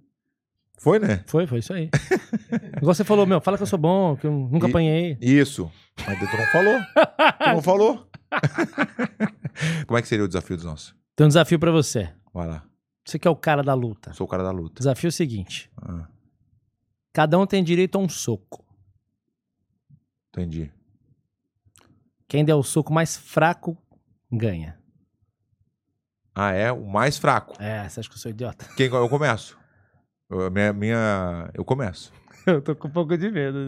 [SPEAKER 1] Foi, né?
[SPEAKER 2] Foi, foi isso aí. (laughs) Igual você falou, meu, fala que eu sou bom, que eu nunca
[SPEAKER 1] E-
[SPEAKER 2] apanhei.
[SPEAKER 1] Isso. Mas tu não falou. tu não falou. (laughs) Como é que seria o desafio dos nossos?
[SPEAKER 2] Tem um desafio pra você.
[SPEAKER 1] Vai lá.
[SPEAKER 2] Você que é o cara da luta.
[SPEAKER 1] Sou o cara da luta.
[SPEAKER 2] Desafio é o seguinte:
[SPEAKER 1] Ah,
[SPEAKER 2] cada um tem direito a um soco.
[SPEAKER 1] entendi.
[SPEAKER 2] Quem der o soco mais fraco ganha.
[SPEAKER 1] Ah, é o mais fraco.
[SPEAKER 2] É, você acha que eu sou idiota?
[SPEAKER 1] Quem, eu começo. Eu, minha, minha- eu começo.
[SPEAKER 2] (laughs) Eu tô com um pouco de medo.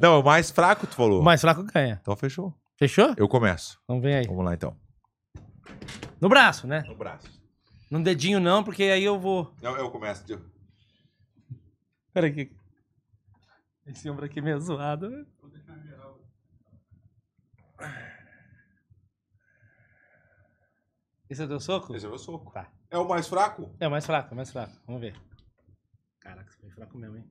[SPEAKER 1] não, é o mais fraco tu falou.
[SPEAKER 2] o mais fraco ganha.
[SPEAKER 1] Então fechou.
[SPEAKER 2] Fechou?
[SPEAKER 1] Eu começo.
[SPEAKER 2] Então vem aí.
[SPEAKER 1] Vamos lá então.
[SPEAKER 2] No braço, né?
[SPEAKER 1] No braço.
[SPEAKER 2] No dedinho não, porque aí eu vou.
[SPEAKER 1] Eu, eu começo. tio.
[SPEAKER 2] Pera aqui. Esse ombro aqui é meio zoado. Esse é o teu soco?
[SPEAKER 1] Esse é o meu soco.
[SPEAKER 2] Tá.
[SPEAKER 1] É o mais fraco?
[SPEAKER 2] É, o mais fraco, o mais fraco. Vamos ver. Caraca, você foi fraco mesmo, hein?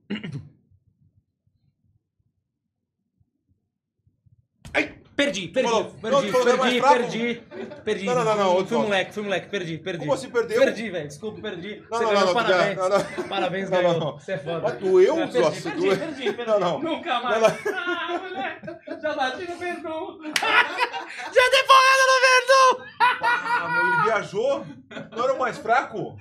[SPEAKER 2] Perdi, perdi,
[SPEAKER 1] Falou.
[SPEAKER 2] perdi,
[SPEAKER 1] Não, tu falou que era mais
[SPEAKER 2] perdi,
[SPEAKER 1] fraco?
[SPEAKER 2] perdi, perdi.
[SPEAKER 1] Não, não, não, não, outro
[SPEAKER 2] Fui
[SPEAKER 1] voto.
[SPEAKER 2] moleque, fui moleque, perdi, perdi.
[SPEAKER 1] Como assim perdeu?
[SPEAKER 2] Perdi, velho, desculpa, perdi.
[SPEAKER 1] Não,
[SPEAKER 2] Você
[SPEAKER 1] não,
[SPEAKER 2] ganhou,
[SPEAKER 1] não, não,
[SPEAKER 2] parabéns.
[SPEAKER 1] não, não.
[SPEAKER 2] Parabéns,
[SPEAKER 1] Não, não,
[SPEAKER 2] ganhou.
[SPEAKER 1] não.
[SPEAKER 2] Você é foda.
[SPEAKER 1] Mas doeu,
[SPEAKER 2] Não,
[SPEAKER 1] Zócio,
[SPEAKER 2] perdi, perdi,
[SPEAKER 1] doeu.
[SPEAKER 2] perdi, perdi.
[SPEAKER 1] Não, não.
[SPEAKER 2] Nunca mais.
[SPEAKER 1] Não,
[SPEAKER 2] Ah, moleque, já bati no Verdun. (laughs) já dei porrada no Verdun.
[SPEAKER 1] Ah, meu, ele viajou. Não era o mais fraco?